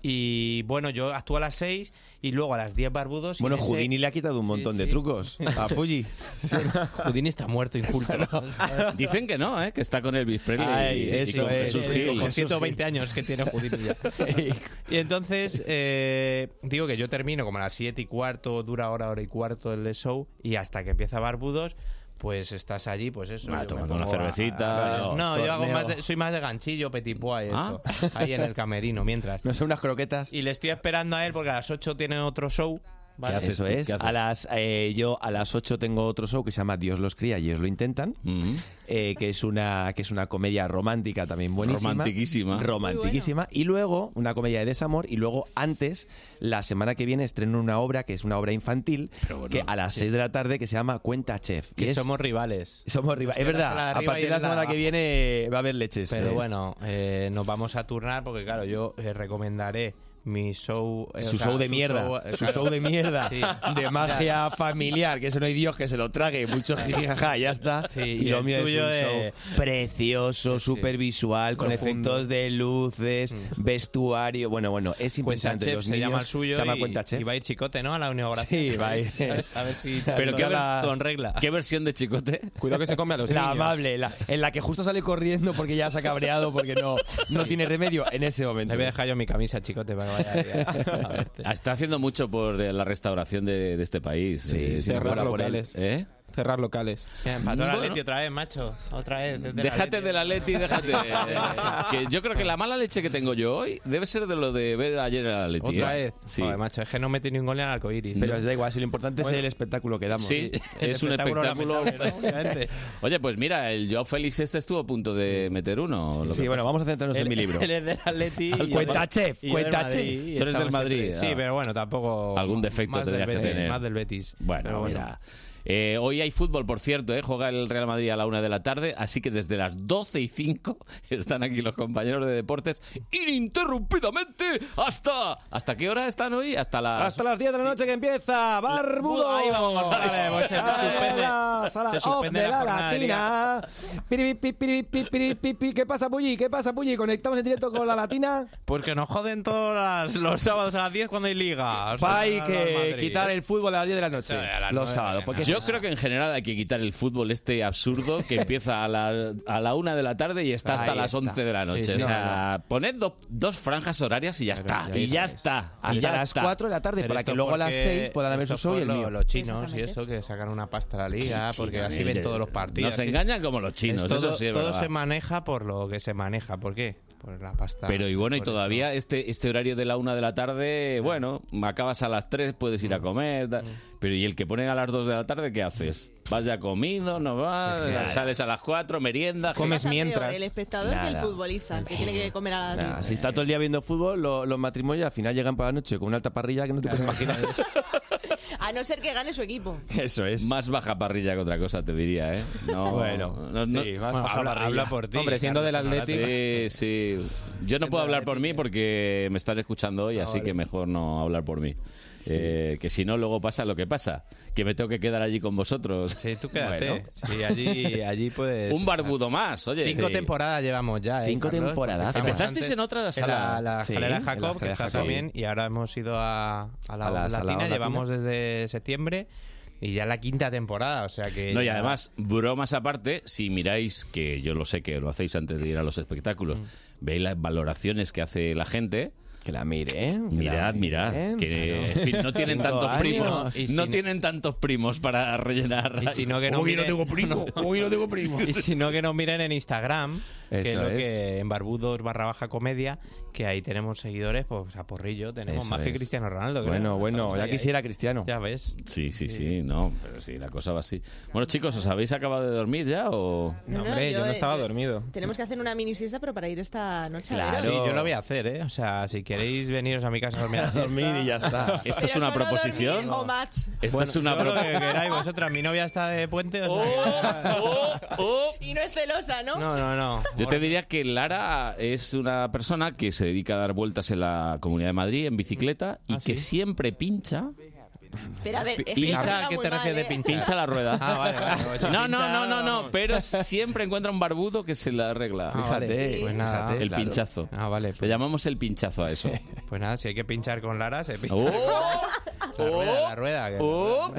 Speaker 24: Y bueno, yo actúo a las 6 y luego a las 10 barbudos. y
Speaker 29: Bueno,
Speaker 24: en ese-
Speaker 29: Houdini le ha quitado un montón de
Speaker 24: sí.
Speaker 29: trucos
Speaker 24: <laughs>
Speaker 29: a Puggy.
Speaker 24: Houdini está muerto, inculto.
Speaker 2: <laughs> Dicen que no, ¿eh? que está con Elvis Presley.
Speaker 29: Ah,
Speaker 24: Ay,
Speaker 2: y- y
Speaker 24: eso
Speaker 2: con
Speaker 24: es,
Speaker 2: Jesús
Speaker 24: eh,
Speaker 2: Gil.
Speaker 24: con 120 años que tiene Houdini ya. <laughs> Y entonces, eh, digo que yo termino como a las 7 y cuarto, dura hora, hora y cuarto el show, y hasta que empieza Barbudos, pues estás allí, pues eso.
Speaker 2: Ah,
Speaker 24: yo me
Speaker 2: tomando una
Speaker 24: pongo a-
Speaker 2: cervecita,
Speaker 24: a-
Speaker 2: o
Speaker 24: no, yo hago
Speaker 2: torneo.
Speaker 24: más de- soy más de ganchillo, petit pois,
Speaker 2: Ah.
Speaker 24: eso. Ahí en el camerino, mientras.
Speaker 29: No sé, unas croquetas.
Speaker 24: Y le estoy esperando a él porque a las 8 tiene otro show. ¿vale?
Speaker 29: Eso es. A las, eh, yo a las 8 tengo otro show que se llama Dios los cría y ellos lo intentan, eh, que, es una, que es una comedia romántica también buenísima.
Speaker 2: Romantiquísima.
Speaker 29: Romantiquísima. Y luego una comedia de desamor. Y luego antes, la semana que viene, estreno una obra que es una obra infantil que a las 6 de la tarde que se llama Cuenta Chef.
Speaker 24: Que
Speaker 29: es-
Speaker 24: somos rivales.
Speaker 29: Somos rivales. Es
Speaker 24: Nos quedamos la de
Speaker 29: verdad. A
Speaker 24: arriba y
Speaker 29: partir de
Speaker 24: en
Speaker 29: la semana que viene va a haber leches.
Speaker 24: Pero
Speaker 29: Sí.
Speaker 24: bueno, eh, nos vamos a turnar porque, claro, yo eh, recomendaré mi show. eh,
Speaker 29: Su
Speaker 24: o sea,
Speaker 29: show de mierda.
Speaker 24: show, eh,
Speaker 29: su
Speaker 24: claro.
Speaker 29: show de mierda.
Speaker 24: <laughs> Sí.
Speaker 29: De magia familiar. Que eso no hay Dios que se lo trague. Mucho <laughs> jijijaja, ya está. y,
Speaker 24: y
Speaker 29: lo
Speaker 24: el
Speaker 29: mío es un
Speaker 24: tuyo de-
Speaker 29: show precioso, súper visual, con
Speaker 24: Profundo.
Speaker 29: efectos de luces, vestuario. Bueno, bueno, es impresionante.
Speaker 24: Cuentachef
Speaker 29: Los
Speaker 24: se
Speaker 29: niños-
Speaker 24: llama el suyo.
Speaker 29: Se llama
Speaker 24: y,
Speaker 29: Cuentachef.
Speaker 24: y va a ir chicote, ¿no? A la inauguración.
Speaker 29: Sí, va a <laughs> ir.
Speaker 24: <laughs> ¿Sabes? A ver si.
Speaker 29: Pero qué vers-
Speaker 24: con regla.
Speaker 2: ¿Qué
Speaker 29: <laughs>
Speaker 2: versión de Chicote?
Speaker 14: Cuidado que se come a los
Speaker 29: La
Speaker 2: <laughs>
Speaker 14: niños.
Speaker 29: amable, la- en la que justo sale corriendo porque ya se ha cabreado, porque no, no tiene remedio en ese momento.
Speaker 24: Le voy a dejar yo mi camisa, chicote, para que
Speaker 29: <laughs>
Speaker 24: vaya.
Speaker 2: Ah, Está haciendo mucho por eh, la restauración de, de este país. Eh, si
Speaker 14: cerrar
Speaker 2: fuera por él.
Speaker 14: locales.
Speaker 2: ¿Eh?
Speaker 14: Cerrar locales.
Speaker 24: Empató la
Speaker 2: Bueno.
Speaker 24: Leti otra vez, macho. Otra vez. desde la
Speaker 2: Déjate
Speaker 24: Leti.
Speaker 2: de la Leti, déjate. Eh, <laughs> que yo creo que la mala leche que tengo yo hoy debe ser de lo de ver ayer a la Leti.
Speaker 24: Otra
Speaker 2: ¿eh?
Speaker 24: vez.
Speaker 2: Sí.
Speaker 24: Joder, macho, es que no metí ni un gol en el arcoíris.
Speaker 2: Pero da
Speaker 29: igual, si lo importante
Speaker 2: Bueno.
Speaker 29: es el espectáculo que damos.
Speaker 24: <laughs>
Speaker 2: Sí, es un espectáculo. <laughs> Oye, pues mira, el Joao Félix este estuvo a punto de meter uno. lo
Speaker 29: Sí,
Speaker 2: que
Speaker 29: bueno,
Speaker 2: pasa.
Speaker 29: vamos a centrarnos en mi libro.
Speaker 24: <laughs> Él es del Atleti. y yo-
Speaker 29: Cuentachef,
Speaker 24: y yo del
Speaker 29: Cuentachef.
Speaker 24: Madrid, y
Speaker 2: Tú eres del
Speaker 24: estamos
Speaker 2: Madrid.
Speaker 24: siempre- Sí,
Speaker 2: ah.
Speaker 24: pero bueno, tampoco.
Speaker 2: Algún defecto
Speaker 24: más del
Speaker 2: tendrías que
Speaker 24: Betis,
Speaker 2: tener.
Speaker 24: Más del Betis.
Speaker 2: Bueno,
Speaker 24: Pero bueno.
Speaker 2: mira. Eh, hoy hay fútbol, por cierto, ¿eh? juega el Real Madrid a la una de la tarde, así que desde las 12 y 5 <laughs> están aquí los compañeros de deportes ininterrumpidamente hasta... ¿Hasta qué hora están hoy? Hasta las...
Speaker 29: Hasta las 10 de la noche que empieza Barbudo.
Speaker 24: Ahí vamos, González, pues se
Speaker 29: Ahí
Speaker 24: suspende-
Speaker 29: las- a
Speaker 24: se
Speaker 29: las
Speaker 24: suspende
Speaker 29: off de
Speaker 24: la
Speaker 29: la
Speaker 24: jornada de
Speaker 29: latina. Piri, pi, piri, pi, piri, pi, pi. ¿Qué pasa, Pulli? ¿Qué pasa, Pulli? ¿Conectamos en directo con la latina?
Speaker 24: Porque nos joden todos las- los sábados a las 10 cuando hay liga. O sea,
Speaker 29: Hay
Speaker 24: al
Speaker 29: que
Speaker 24: Madrid. ¿eh?
Speaker 29: quitar el fútbol a las 10 de la noche. Los sábados. Porque
Speaker 2: Yo creo que en general hay que quitar el fútbol este absurdo
Speaker 29: <laughs>
Speaker 2: que empieza a la, a la una de la tarde y está hasta
Speaker 29: Ahí
Speaker 2: las
Speaker 29: está.
Speaker 2: 11 de la
Speaker 29: Sí,
Speaker 2: noche.
Speaker 29: sí,
Speaker 2: o
Speaker 29: no,
Speaker 2: sea, poned do- dos franjas horarias y ya está.
Speaker 29: ya
Speaker 2: Y
Speaker 29: eso
Speaker 2: ya
Speaker 29: es.
Speaker 2: está. y
Speaker 29: Hasta
Speaker 2: ya
Speaker 29: las
Speaker 2: está.
Speaker 29: 4 de la tarde,
Speaker 24: Pero
Speaker 29: para
Speaker 24: esto
Speaker 29: que luego a las
Speaker 24: porque
Speaker 29: 6 puedan ver
Speaker 24: esto
Speaker 29: su show y
Speaker 24: fue
Speaker 29: el
Speaker 24: lo-
Speaker 29: mío.
Speaker 24: Los chinos y eso que sacan una pasta a la liga
Speaker 2: Qué
Speaker 24: porque
Speaker 2: chino,
Speaker 24: así
Speaker 2: mira,
Speaker 24: ven
Speaker 2: que
Speaker 24: todos los partidos.
Speaker 2: Nos
Speaker 24: Sí.
Speaker 2: engañan como los chinos,
Speaker 24: Es todo,
Speaker 2: eso sí es
Speaker 24: todo
Speaker 2: verdad.
Speaker 24: se maneja por lo que se maneja. ¿Por qué? Por la pasta.
Speaker 2: Pero y bueno, y
Speaker 24: por eso.
Speaker 2: todavía este, este horario de la una de la tarde, bueno, acabas a las tres, puedes ir a comer. da- Pero ¿y el que ponen a las dos de la tarde, qué haces? Vas ya comido, no vas,
Speaker 24: Sí, claro.
Speaker 2: sales a las cuatro, merienda,
Speaker 15: Pasa peor El espectador que el futbolista, que tiene que comer a la
Speaker 29: Nah, si está todo el día viendo fútbol, lo- los matrimonios al final llegan para la noche con una alta parrilla que no te puedes imaginar. <laughs>
Speaker 15: A no ser que gane su equipo.
Speaker 29: Eso es.
Speaker 2: Más baja parrilla que otra cosa, te diría, ¿eh? No,
Speaker 29: Bueno,
Speaker 2: no- no-
Speaker 29: sí, más Bueno, baja habla- parrilla. habla por ti,
Speaker 14: Hombre, siendo del
Speaker 2: Carlos,
Speaker 14: Atlético.
Speaker 2: Sí, sí. Yo no puedo hablar por mí porque me están escuchando
Speaker 14: Ah,
Speaker 2: hoy, así que mejor no hablar por mí. Eh, que si no, luego pasa lo que pasa. Que me tengo que quedar allí con vosotros. Sí, tú
Speaker 24: Quédate. Sí, allí,
Speaker 2: <laughs>
Speaker 24: allí puedes.
Speaker 2: Un barbudo más, oye.
Speaker 24: Cinco
Speaker 2: Sí.
Speaker 24: temporadas llevamos ya. ¿eh,
Speaker 2: pues, Cinco
Speaker 24: Carlos?
Speaker 2: temporadas.
Speaker 24: Porque estábamos
Speaker 2: Empezasteis
Speaker 24: antes
Speaker 2: en otra
Speaker 24: en
Speaker 2: sala.
Speaker 24: la, la
Speaker 2: Sí,
Speaker 24: escalera
Speaker 2: en la
Speaker 24: Jacob, que
Speaker 2: escalera
Speaker 24: estás
Speaker 2: Jacob.
Speaker 24: también, y ahora hemos ido a, a la
Speaker 2: A las- a la
Speaker 24: latina.
Speaker 2: Latina.
Speaker 24: llevamos desde septiembre Y ya la quinta temporada, o sea que...
Speaker 2: No, y
Speaker 24: ya-
Speaker 2: además, bromas aparte, si miráis, que yo lo sé que lo hacéis antes de ir a los espectáculos,
Speaker 15: Mm.
Speaker 2: veis las valoraciones que hace la gente.
Speaker 14: Que la mire,
Speaker 2: Mirad, mirad. que,
Speaker 24: ¿eh? claro.
Speaker 2: en fin, no
Speaker 24: <laughs>
Speaker 2: tienen
Speaker 24: Cinco
Speaker 2: tantos
Speaker 24: años,
Speaker 2: primos.
Speaker 24: y si
Speaker 2: no
Speaker 24: no-
Speaker 2: tienen tantos primos para rellenar.
Speaker 24: Y si no, que no
Speaker 2: Uy,
Speaker 24: miren-
Speaker 2: tengo
Speaker 24: <laughs>
Speaker 2: primo. uy, no tengo primo.
Speaker 24: Y si no, que nos miren en Instagram, que es
Speaker 2: Eso
Speaker 24: lo
Speaker 2: es.
Speaker 24: que en Barbudos barra baja comedia, que ahí tenemos seguidores, pues a porrillo, tenemos
Speaker 2: Eso
Speaker 24: más que
Speaker 2: es.
Speaker 24: Cristiano Ronaldo. creo.
Speaker 2: Bueno, bueno,
Speaker 24: Estamos
Speaker 2: ya
Speaker 24: ahí,
Speaker 2: quisiera
Speaker 24: ahí.
Speaker 2: Cristiano.
Speaker 24: Ya ves.
Speaker 2: Sí, sí, sí, no, pero sí, la cosa va así. Bueno, chicos, ¿os habéis acabado de dormir ya o...?
Speaker 15: No, No, hombre, yo yo no he- estaba
Speaker 24: dormido.
Speaker 15: Tenemos que hacer una mini siesta, pero para ir esta noche a
Speaker 24: Sí,
Speaker 15: veros.
Speaker 24: yo lo voy a hacer, ¿eh? O sea, si queréis veniros a mi casa <laughs> a dormir,
Speaker 2: A dormir y ya
Speaker 24: <laughs>
Speaker 2: está. ¿Esto es Pero una solo proposición? dormir o match.
Speaker 15: <laughs>
Speaker 2: Esto es una Oh,
Speaker 24: yo lo
Speaker 2: propo-
Speaker 24: que queráis vosotras. Mi novia está de puente. O sea,
Speaker 2: Oh.
Speaker 15: Y no es celosa, ¿no?
Speaker 24: No, no, no.
Speaker 2: Yo te diría que Lara es una persona que se dedica a dar vueltas en la Comunidad de Madrid en bicicleta
Speaker 24: Ah,
Speaker 2: y que siempre pincha.
Speaker 24: Eh,
Speaker 15: Pero a ver, es que
Speaker 2: Pincha,
Speaker 15: eso suena
Speaker 2: ¿qué
Speaker 15: muy
Speaker 2: te
Speaker 15: mal,
Speaker 2: refieres
Speaker 15: ¿eh?
Speaker 2: de pinchar? Pincha la rueda.
Speaker 24: Ah,
Speaker 2: <laughs>
Speaker 24: vale, vale. pues
Speaker 2: No, no,
Speaker 24: pincha-
Speaker 2: no, no, no, pero siempre encuentra un barbudo que se la arregla.
Speaker 24: Ah, vale. Fíjate, pues nada,
Speaker 2: el
Speaker 24: claro.
Speaker 2: pinchazo.
Speaker 24: Ah, vale.
Speaker 2: Le llamamos el pinchazo a eso.
Speaker 24: <laughs> Pues nada, si hay que pinchar con Lara, se pincha.
Speaker 2: ¡Oh!
Speaker 24: La rueda, <laughs> la rueda. que-
Speaker 2: ¡Oh!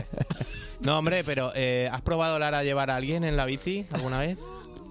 Speaker 24: No, hombre, pero eh, ¿has probado, Lara, llevar a alguien en la bici alguna vez?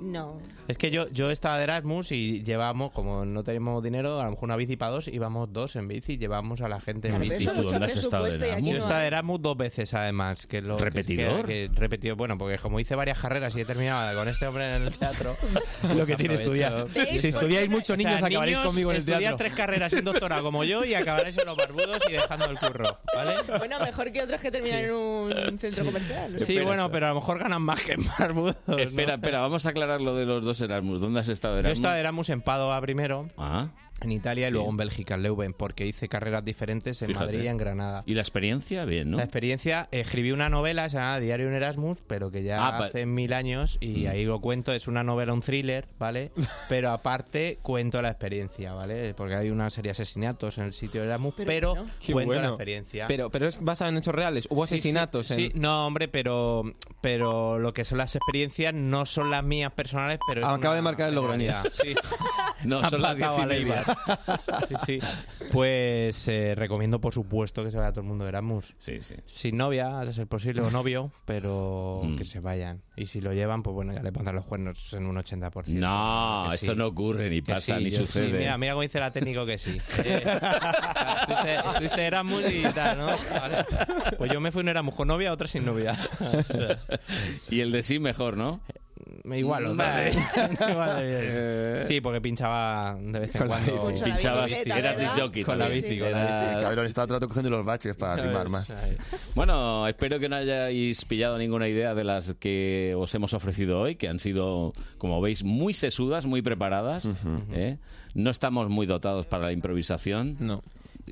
Speaker 15: No.
Speaker 24: Es que yo, yo estaba de Erasmus y llevábamos, como no tenemos dinero, a lo mejor una bici para dos, íbamos dos en bici, llevamos a la gente en
Speaker 2: Claro, pero
Speaker 24: bici.
Speaker 2: eso es ¿Tú mucho dónde has estado de presupuesto y aquí Erasmus? no
Speaker 24: Yo he estado
Speaker 2: hay.
Speaker 24: de Erasmus dos veces, además. Que lo,
Speaker 2: ¿Repetidor?
Speaker 24: Que, que- repetido, bueno, porque como hice varias carreras y he terminado con este hombre en el teatro.
Speaker 29: <laughs> Lo que tiene estudiar.
Speaker 24: aprovecho.
Speaker 29: Si estudiáis mucho,
Speaker 24: O sea,
Speaker 29: niños, acabaréis
Speaker 24: niños,
Speaker 29: conmigo en el
Speaker 24: estudiad
Speaker 29: teatro.
Speaker 24: tres carreras y un doctorado como yo y acabaréis en los barbudos y dejando el curro, ¿vale?
Speaker 15: Bueno, mejor que otros que terminan en un centro comercial.
Speaker 24: Sí, bueno, pero a lo mejor ganan más que en barbudos. <laughs> ¿no?
Speaker 2: Espera, espera, vamos a aclarar lo de los dos Erasmus. ¿Dónde has estado
Speaker 24: Yo
Speaker 2: Erasmus?
Speaker 24: estaba de Erasmus en Padua primero,
Speaker 2: Ah,
Speaker 24: en Italia y
Speaker 2: Sí.
Speaker 24: luego en Bélgica, en Leuven, porque hice carreras diferentes en
Speaker 2: fíjate.
Speaker 24: Madrid y en Granada.
Speaker 2: ¿Y la experiencia? Bien, ¿no?
Speaker 24: La experiencia, escribí una novela, se llama Diario de un Erasmus, pero que ya
Speaker 2: Ah, pa-
Speaker 24: hace mil años y
Speaker 2: Mm.
Speaker 24: ahí lo cuento, es una novela, un thriller, ¿vale? Pero aparte cuento la experiencia, ¿vale? Porque hay una serie de asesinatos en el sitio de Erasmus, pero,
Speaker 14: Qué
Speaker 24: cuento la
Speaker 14: bueno.
Speaker 24: experiencia.
Speaker 14: Pero, pero es basado en hechos reales. Hubo
Speaker 24: Sí, sí,
Speaker 14: asesinatos.
Speaker 24: Sí,
Speaker 14: en-
Speaker 24: no, hombre, pero, pero lo que son las experiencias no son las mías personales, pero es
Speaker 29: Acaba
Speaker 24: una
Speaker 29: de marcar el Logroñés.
Speaker 24: generalidad. <laughs> Sí.
Speaker 2: No,
Speaker 24: Ha
Speaker 2: son las diez
Speaker 24: empatado
Speaker 2: y
Speaker 24: a
Speaker 2: media.
Speaker 24: Leibar. Sí, sí. Pues eh, recomiendo, por supuesto, que se vaya todo el mundo de Erasmus.
Speaker 2: Sí, sí.
Speaker 24: Sin novia, a ser posible, o novio, pero
Speaker 2: Mm.
Speaker 24: que se vayan. Y si lo llevan, pues bueno, ya le pondrán los cuernos en un 80%.
Speaker 2: No,
Speaker 24: Que sí.
Speaker 2: esto no ocurre, ni
Speaker 24: Que
Speaker 2: pasa,
Speaker 24: sí,
Speaker 2: ni
Speaker 24: yo- sí,
Speaker 2: sucede.
Speaker 24: mira, mira cómo dice la técnico
Speaker 2: <laughs>
Speaker 24: que sí. Eh, estuviste, estuviste de Erasmus y tal, ¿no? Vale. Pues yo me fui a un Erasmus con novia, otra sin novia.
Speaker 2: <laughs> Y el de sí mejor, ¿no?
Speaker 24: Me igualo.
Speaker 2: Vale.
Speaker 24: tal Mm, vez. <laughs> Me igualo
Speaker 2: Eh.
Speaker 24: bien. Sí, porque pinchaba de vez en
Speaker 29: Con la
Speaker 24: cuando.
Speaker 29: bici. Pinchabas, eras disjockey
Speaker 24: Con la
Speaker 29: también.
Speaker 24: bici, con la
Speaker 2: Era-
Speaker 24: bici.
Speaker 29: Cabrón, estaba todo el rato cogiendo los baches para
Speaker 2: Ya
Speaker 29: rimar
Speaker 2: ves.
Speaker 29: más.
Speaker 2: Bueno, espero que no hayáis pillado ninguna idea de las que os hemos ofrecido hoy, que han sido, como veis, muy sesudas, muy preparadas. ¿eh? No estamos muy dotados para la improvisación.
Speaker 14: No.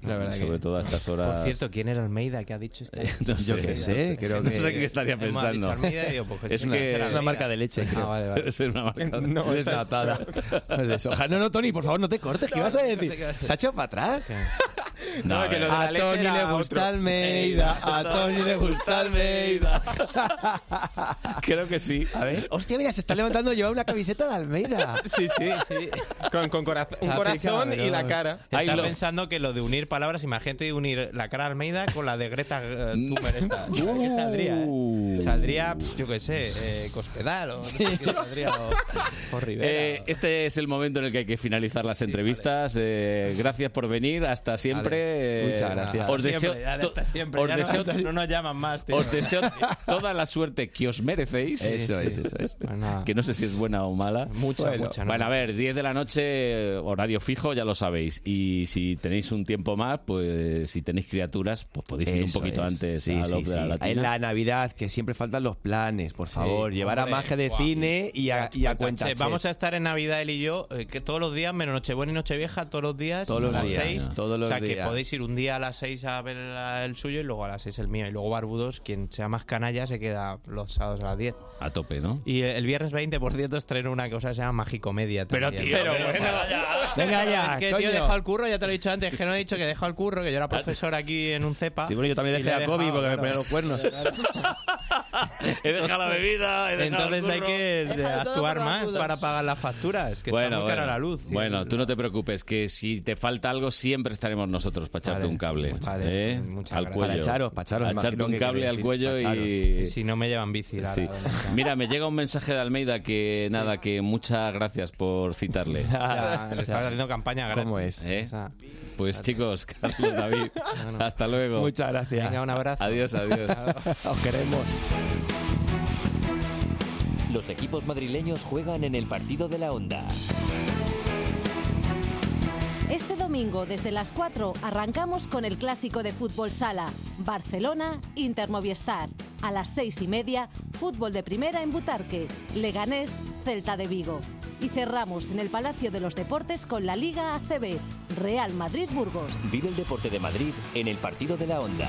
Speaker 24: la verdad
Speaker 2: Sobre
Speaker 24: que-
Speaker 2: todo a estas horas.
Speaker 24: Por cierto, ¿quién era Almeida que ha dicho esto?
Speaker 2: <laughs> no sé, no sé, no sé qué estaría
Speaker 24: Hemos dicho
Speaker 2: pensando.
Speaker 24: Almeida y digo,
Speaker 2: <laughs>
Speaker 24: pues,
Speaker 2: es,
Speaker 24: será-
Speaker 2: que-
Speaker 24: será Almeida.
Speaker 2: <laughs>
Speaker 24: Ah, vale, vale.
Speaker 2: Es una marca.
Speaker 29: No, es natada. No, es Pues de soja. no, no, Tony, por favor, no te cortes. ¿Qué vas a decir? ¿Se ha echado para atrás?
Speaker 2: No, eh. que lo de
Speaker 29: a
Speaker 2: Alex
Speaker 29: Tony
Speaker 2: era
Speaker 29: le
Speaker 2: otro. <laughs>
Speaker 29: gusta Almeida. A Tony le gusta Almeida.
Speaker 2: Creo que sí.
Speaker 29: A ver, hostia, mira, se está levantando lleva una camiseta de Almeida.
Speaker 14: Sí, sí, sí. Con, con corazón, un corazón y la cara.
Speaker 24: Está
Speaker 14: I love.
Speaker 24: pensando que lo de unir palabras, imagínate unir la cara de Almeida con la de Greta eh,
Speaker 2: Mm. <laughs>
Speaker 24: Thunberg esta.
Speaker 2: Uh.
Speaker 24: ¿Qué saldría? eh? Saldría, pf, yo qué sé, eh, Cospedal o no sé qué saldría, o- o Rivera.
Speaker 2: Eh, este es el momento en el que hay que finalizar las entrevistas. Eh, gracias por venir. Hasta siempre.
Speaker 24: Vale.
Speaker 2: Eh,
Speaker 24: Muchas gracias.
Speaker 2: Os deseo,
Speaker 24: Siempre, ya de esta siempre,
Speaker 2: os
Speaker 24: ya no-
Speaker 2: deseo-
Speaker 24: <laughs> no nos llaman más, tío.
Speaker 2: os deseo toda la suerte que os merecéis.
Speaker 24: Eso es,
Speaker 2: eso es. Que no sé si es buena o mala. Mucha,
Speaker 24: mucha, no.
Speaker 2: Bueno, a ver, 10 de la noche, horario fijo, ya lo sabéis. Y si tenéis un tiempo más, pues si tenéis criaturas, pues podéis ir un
Speaker 29: Eso
Speaker 2: poquito
Speaker 29: es.
Speaker 2: antes
Speaker 29: Sí,
Speaker 2: a
Speaker 29: sí,
Speaker 2: la ópera
Speaker 29: sí.
Speaker 2: latina.
Speaker 29: En la Navidad, que siempre faltan los planes, por favor. Llevar
Speaker 24: hombre,
Speaker 29: a magia de
Speaker 24: guau.
Speaker 29: cine y a, y a cuenta.
Speaker 24: Che, vamos a estar en Navidad él y yo, eh, que todos los días, menos Nochebuena y Nochevieja, todos los días
Speaker 29: Todos los
Speaker 24: a las
Speaker 29: días,
Speaker 24: 6.
Speaker 29: todos los
Speaker 24: o sea, que
Speaker 29: días.
Speaker 24: podéis ir un día a las 6 a ver la- el suyo y luego a las 6 el mío. Y luego Barbudos, quien sea más canalla, se queda los sábados a las 10.
Speaker 2: A tope, ¿no?
Speaker 24: Y el viernes 20, por cierto, estreno una cosa que se llama Magicomedia.
Speaker 2: Pero,
Speaker 24: también.
Speaker 2: tío, pero bueno, ya.
Speaker 29: Venga ya,
Speaker 24: Es que,
Speaker 29: coño.
Speaker 24: tío, he dejado el curro, ya te lo he dicho antes, que no he dicho que he dejado el curro, que yo era profesor aquí en un cepa.
Speaker 29: Sí, bueno, yo también
Speaker 24: y
Speaker 29: dejé
Speaker 24: le he
Speaker 29: a Kobe
Speaker 24: dejado,
Speaker 29: porque me
Speaker 24: claro.
Speaker 29: ponía los cuernos.
Speaker 24: <laughs>
Speaker 2: He dejado la bebida, he dejado el
Speaker 24: Entonces hay
Speaker 2: curro.
Speaker 24: que eh,
Speaker 2: Dejado todo
Speaker 24: actuar
Speaker 2: por
Speaker 24: más
Speaker 2: vacunos.
Speaker 24: para pagar las facturas, que está muy cara la luz. tío.
Speaker 2: Bueno, tú no te preocupes, que si te falta algo, siempre estaremos nosotros para echarte un cable. ¿eh? al
Speaker 24: gracias.
Speaker 2: cuello.
Speaker 24: Para echaros, para echaros,
Speaker 2: A
Speaker 24: imagino
Speaker 2: echarte un
Speaker 24: que
Speaker 2: cable
Speaker 24: queréis
Speaker 2: al cuello
Speaker 24: para
Speaker 2: y.
Speaker 24: echaros. Si no me llevan bici, la
Speaker 2: Sí.
Speaker 24: verdad.
Speaker 2: <laughs> Mira, me llega un mensaje de Almeida que nada, que muchas gracias por citarle.
Speaker 24: <laughs> Ya, le estabas haciendo campaña gratis. ¿Eh?
Speaker 2: ¿Cómo es? Pues chicos, <laughs> Carlos David, hasta luego.
Speaker 24: Muchas
Speaker 29: gracias.
Speaker 24: Venga, un abrazo.
Speaker 2: Adiós,
Speaker 24: <laughs>
Speaker 2: adiós.
Speaker 29: Os queremos.
Speaker 1: Los equipos madrileños juegan en el partido de la onda.
Speaker 9: Este domingo, desde las 4, arrancamos con el clásico de fútbol sala, Barcelona Intermovistar. A las 6 y media, fútbol de primera en Butarque, Leganés, Celta de Vigo. Y cerramos en el Palacio de los Deportes con la Liga ACB, Real Madrid Burgos.
Speaker 1: Vive el deporte de Madrid en el partido de la onda.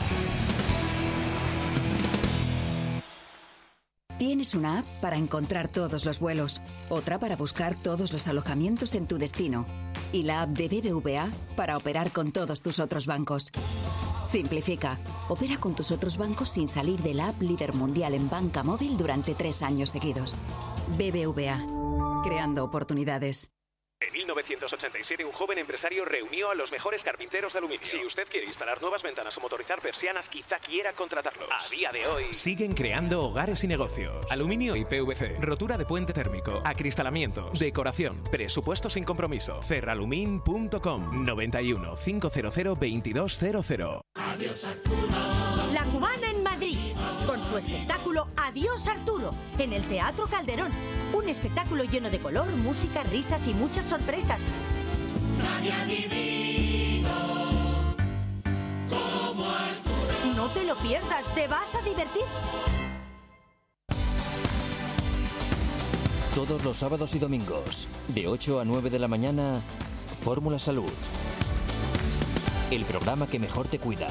Speaker 37: Tienes una app para encontrar todos los vuelos, otra para buscar todos los alojamientos en tu destino y la app de BBVA para operar con todos tus otros bancos. Simplifica. Opera con tus otros bancos sin salir de la app líder mundial en banca móvil durante tres años seguidos. BBVA. Creando oportunidades.
Speaker 21: En 1987, un joven empresario reunió a los mejores carpinteros de aluminio. Si usted quiere instalar nuevas ventanas o motorizar persianas, quizá quiera contratarlos. A día de hoy,
Speaker 40: Siguen creando hogares y negocios.
Speaker 21: aluminio y PVC, rotura de puente térmico, acristalamientos, decoración, presupuesto sin compromiso.
Speaker 40: Cerralumin.com 91 500 2200.
Speaker 13: Adiós Arturo. La cubana en Madrid, con su espectáculo Adiós Arturo, en el Teatro Calderón. Un espectáculo lleno de color, música, risas y muchas sorpresas. No te lo pierdas, te vas a divertir.
Speaker 1: Todos los sábados y domingos, de 8 a 9 de la mañana, Fórmula Salud. El programa que mejor te cuida.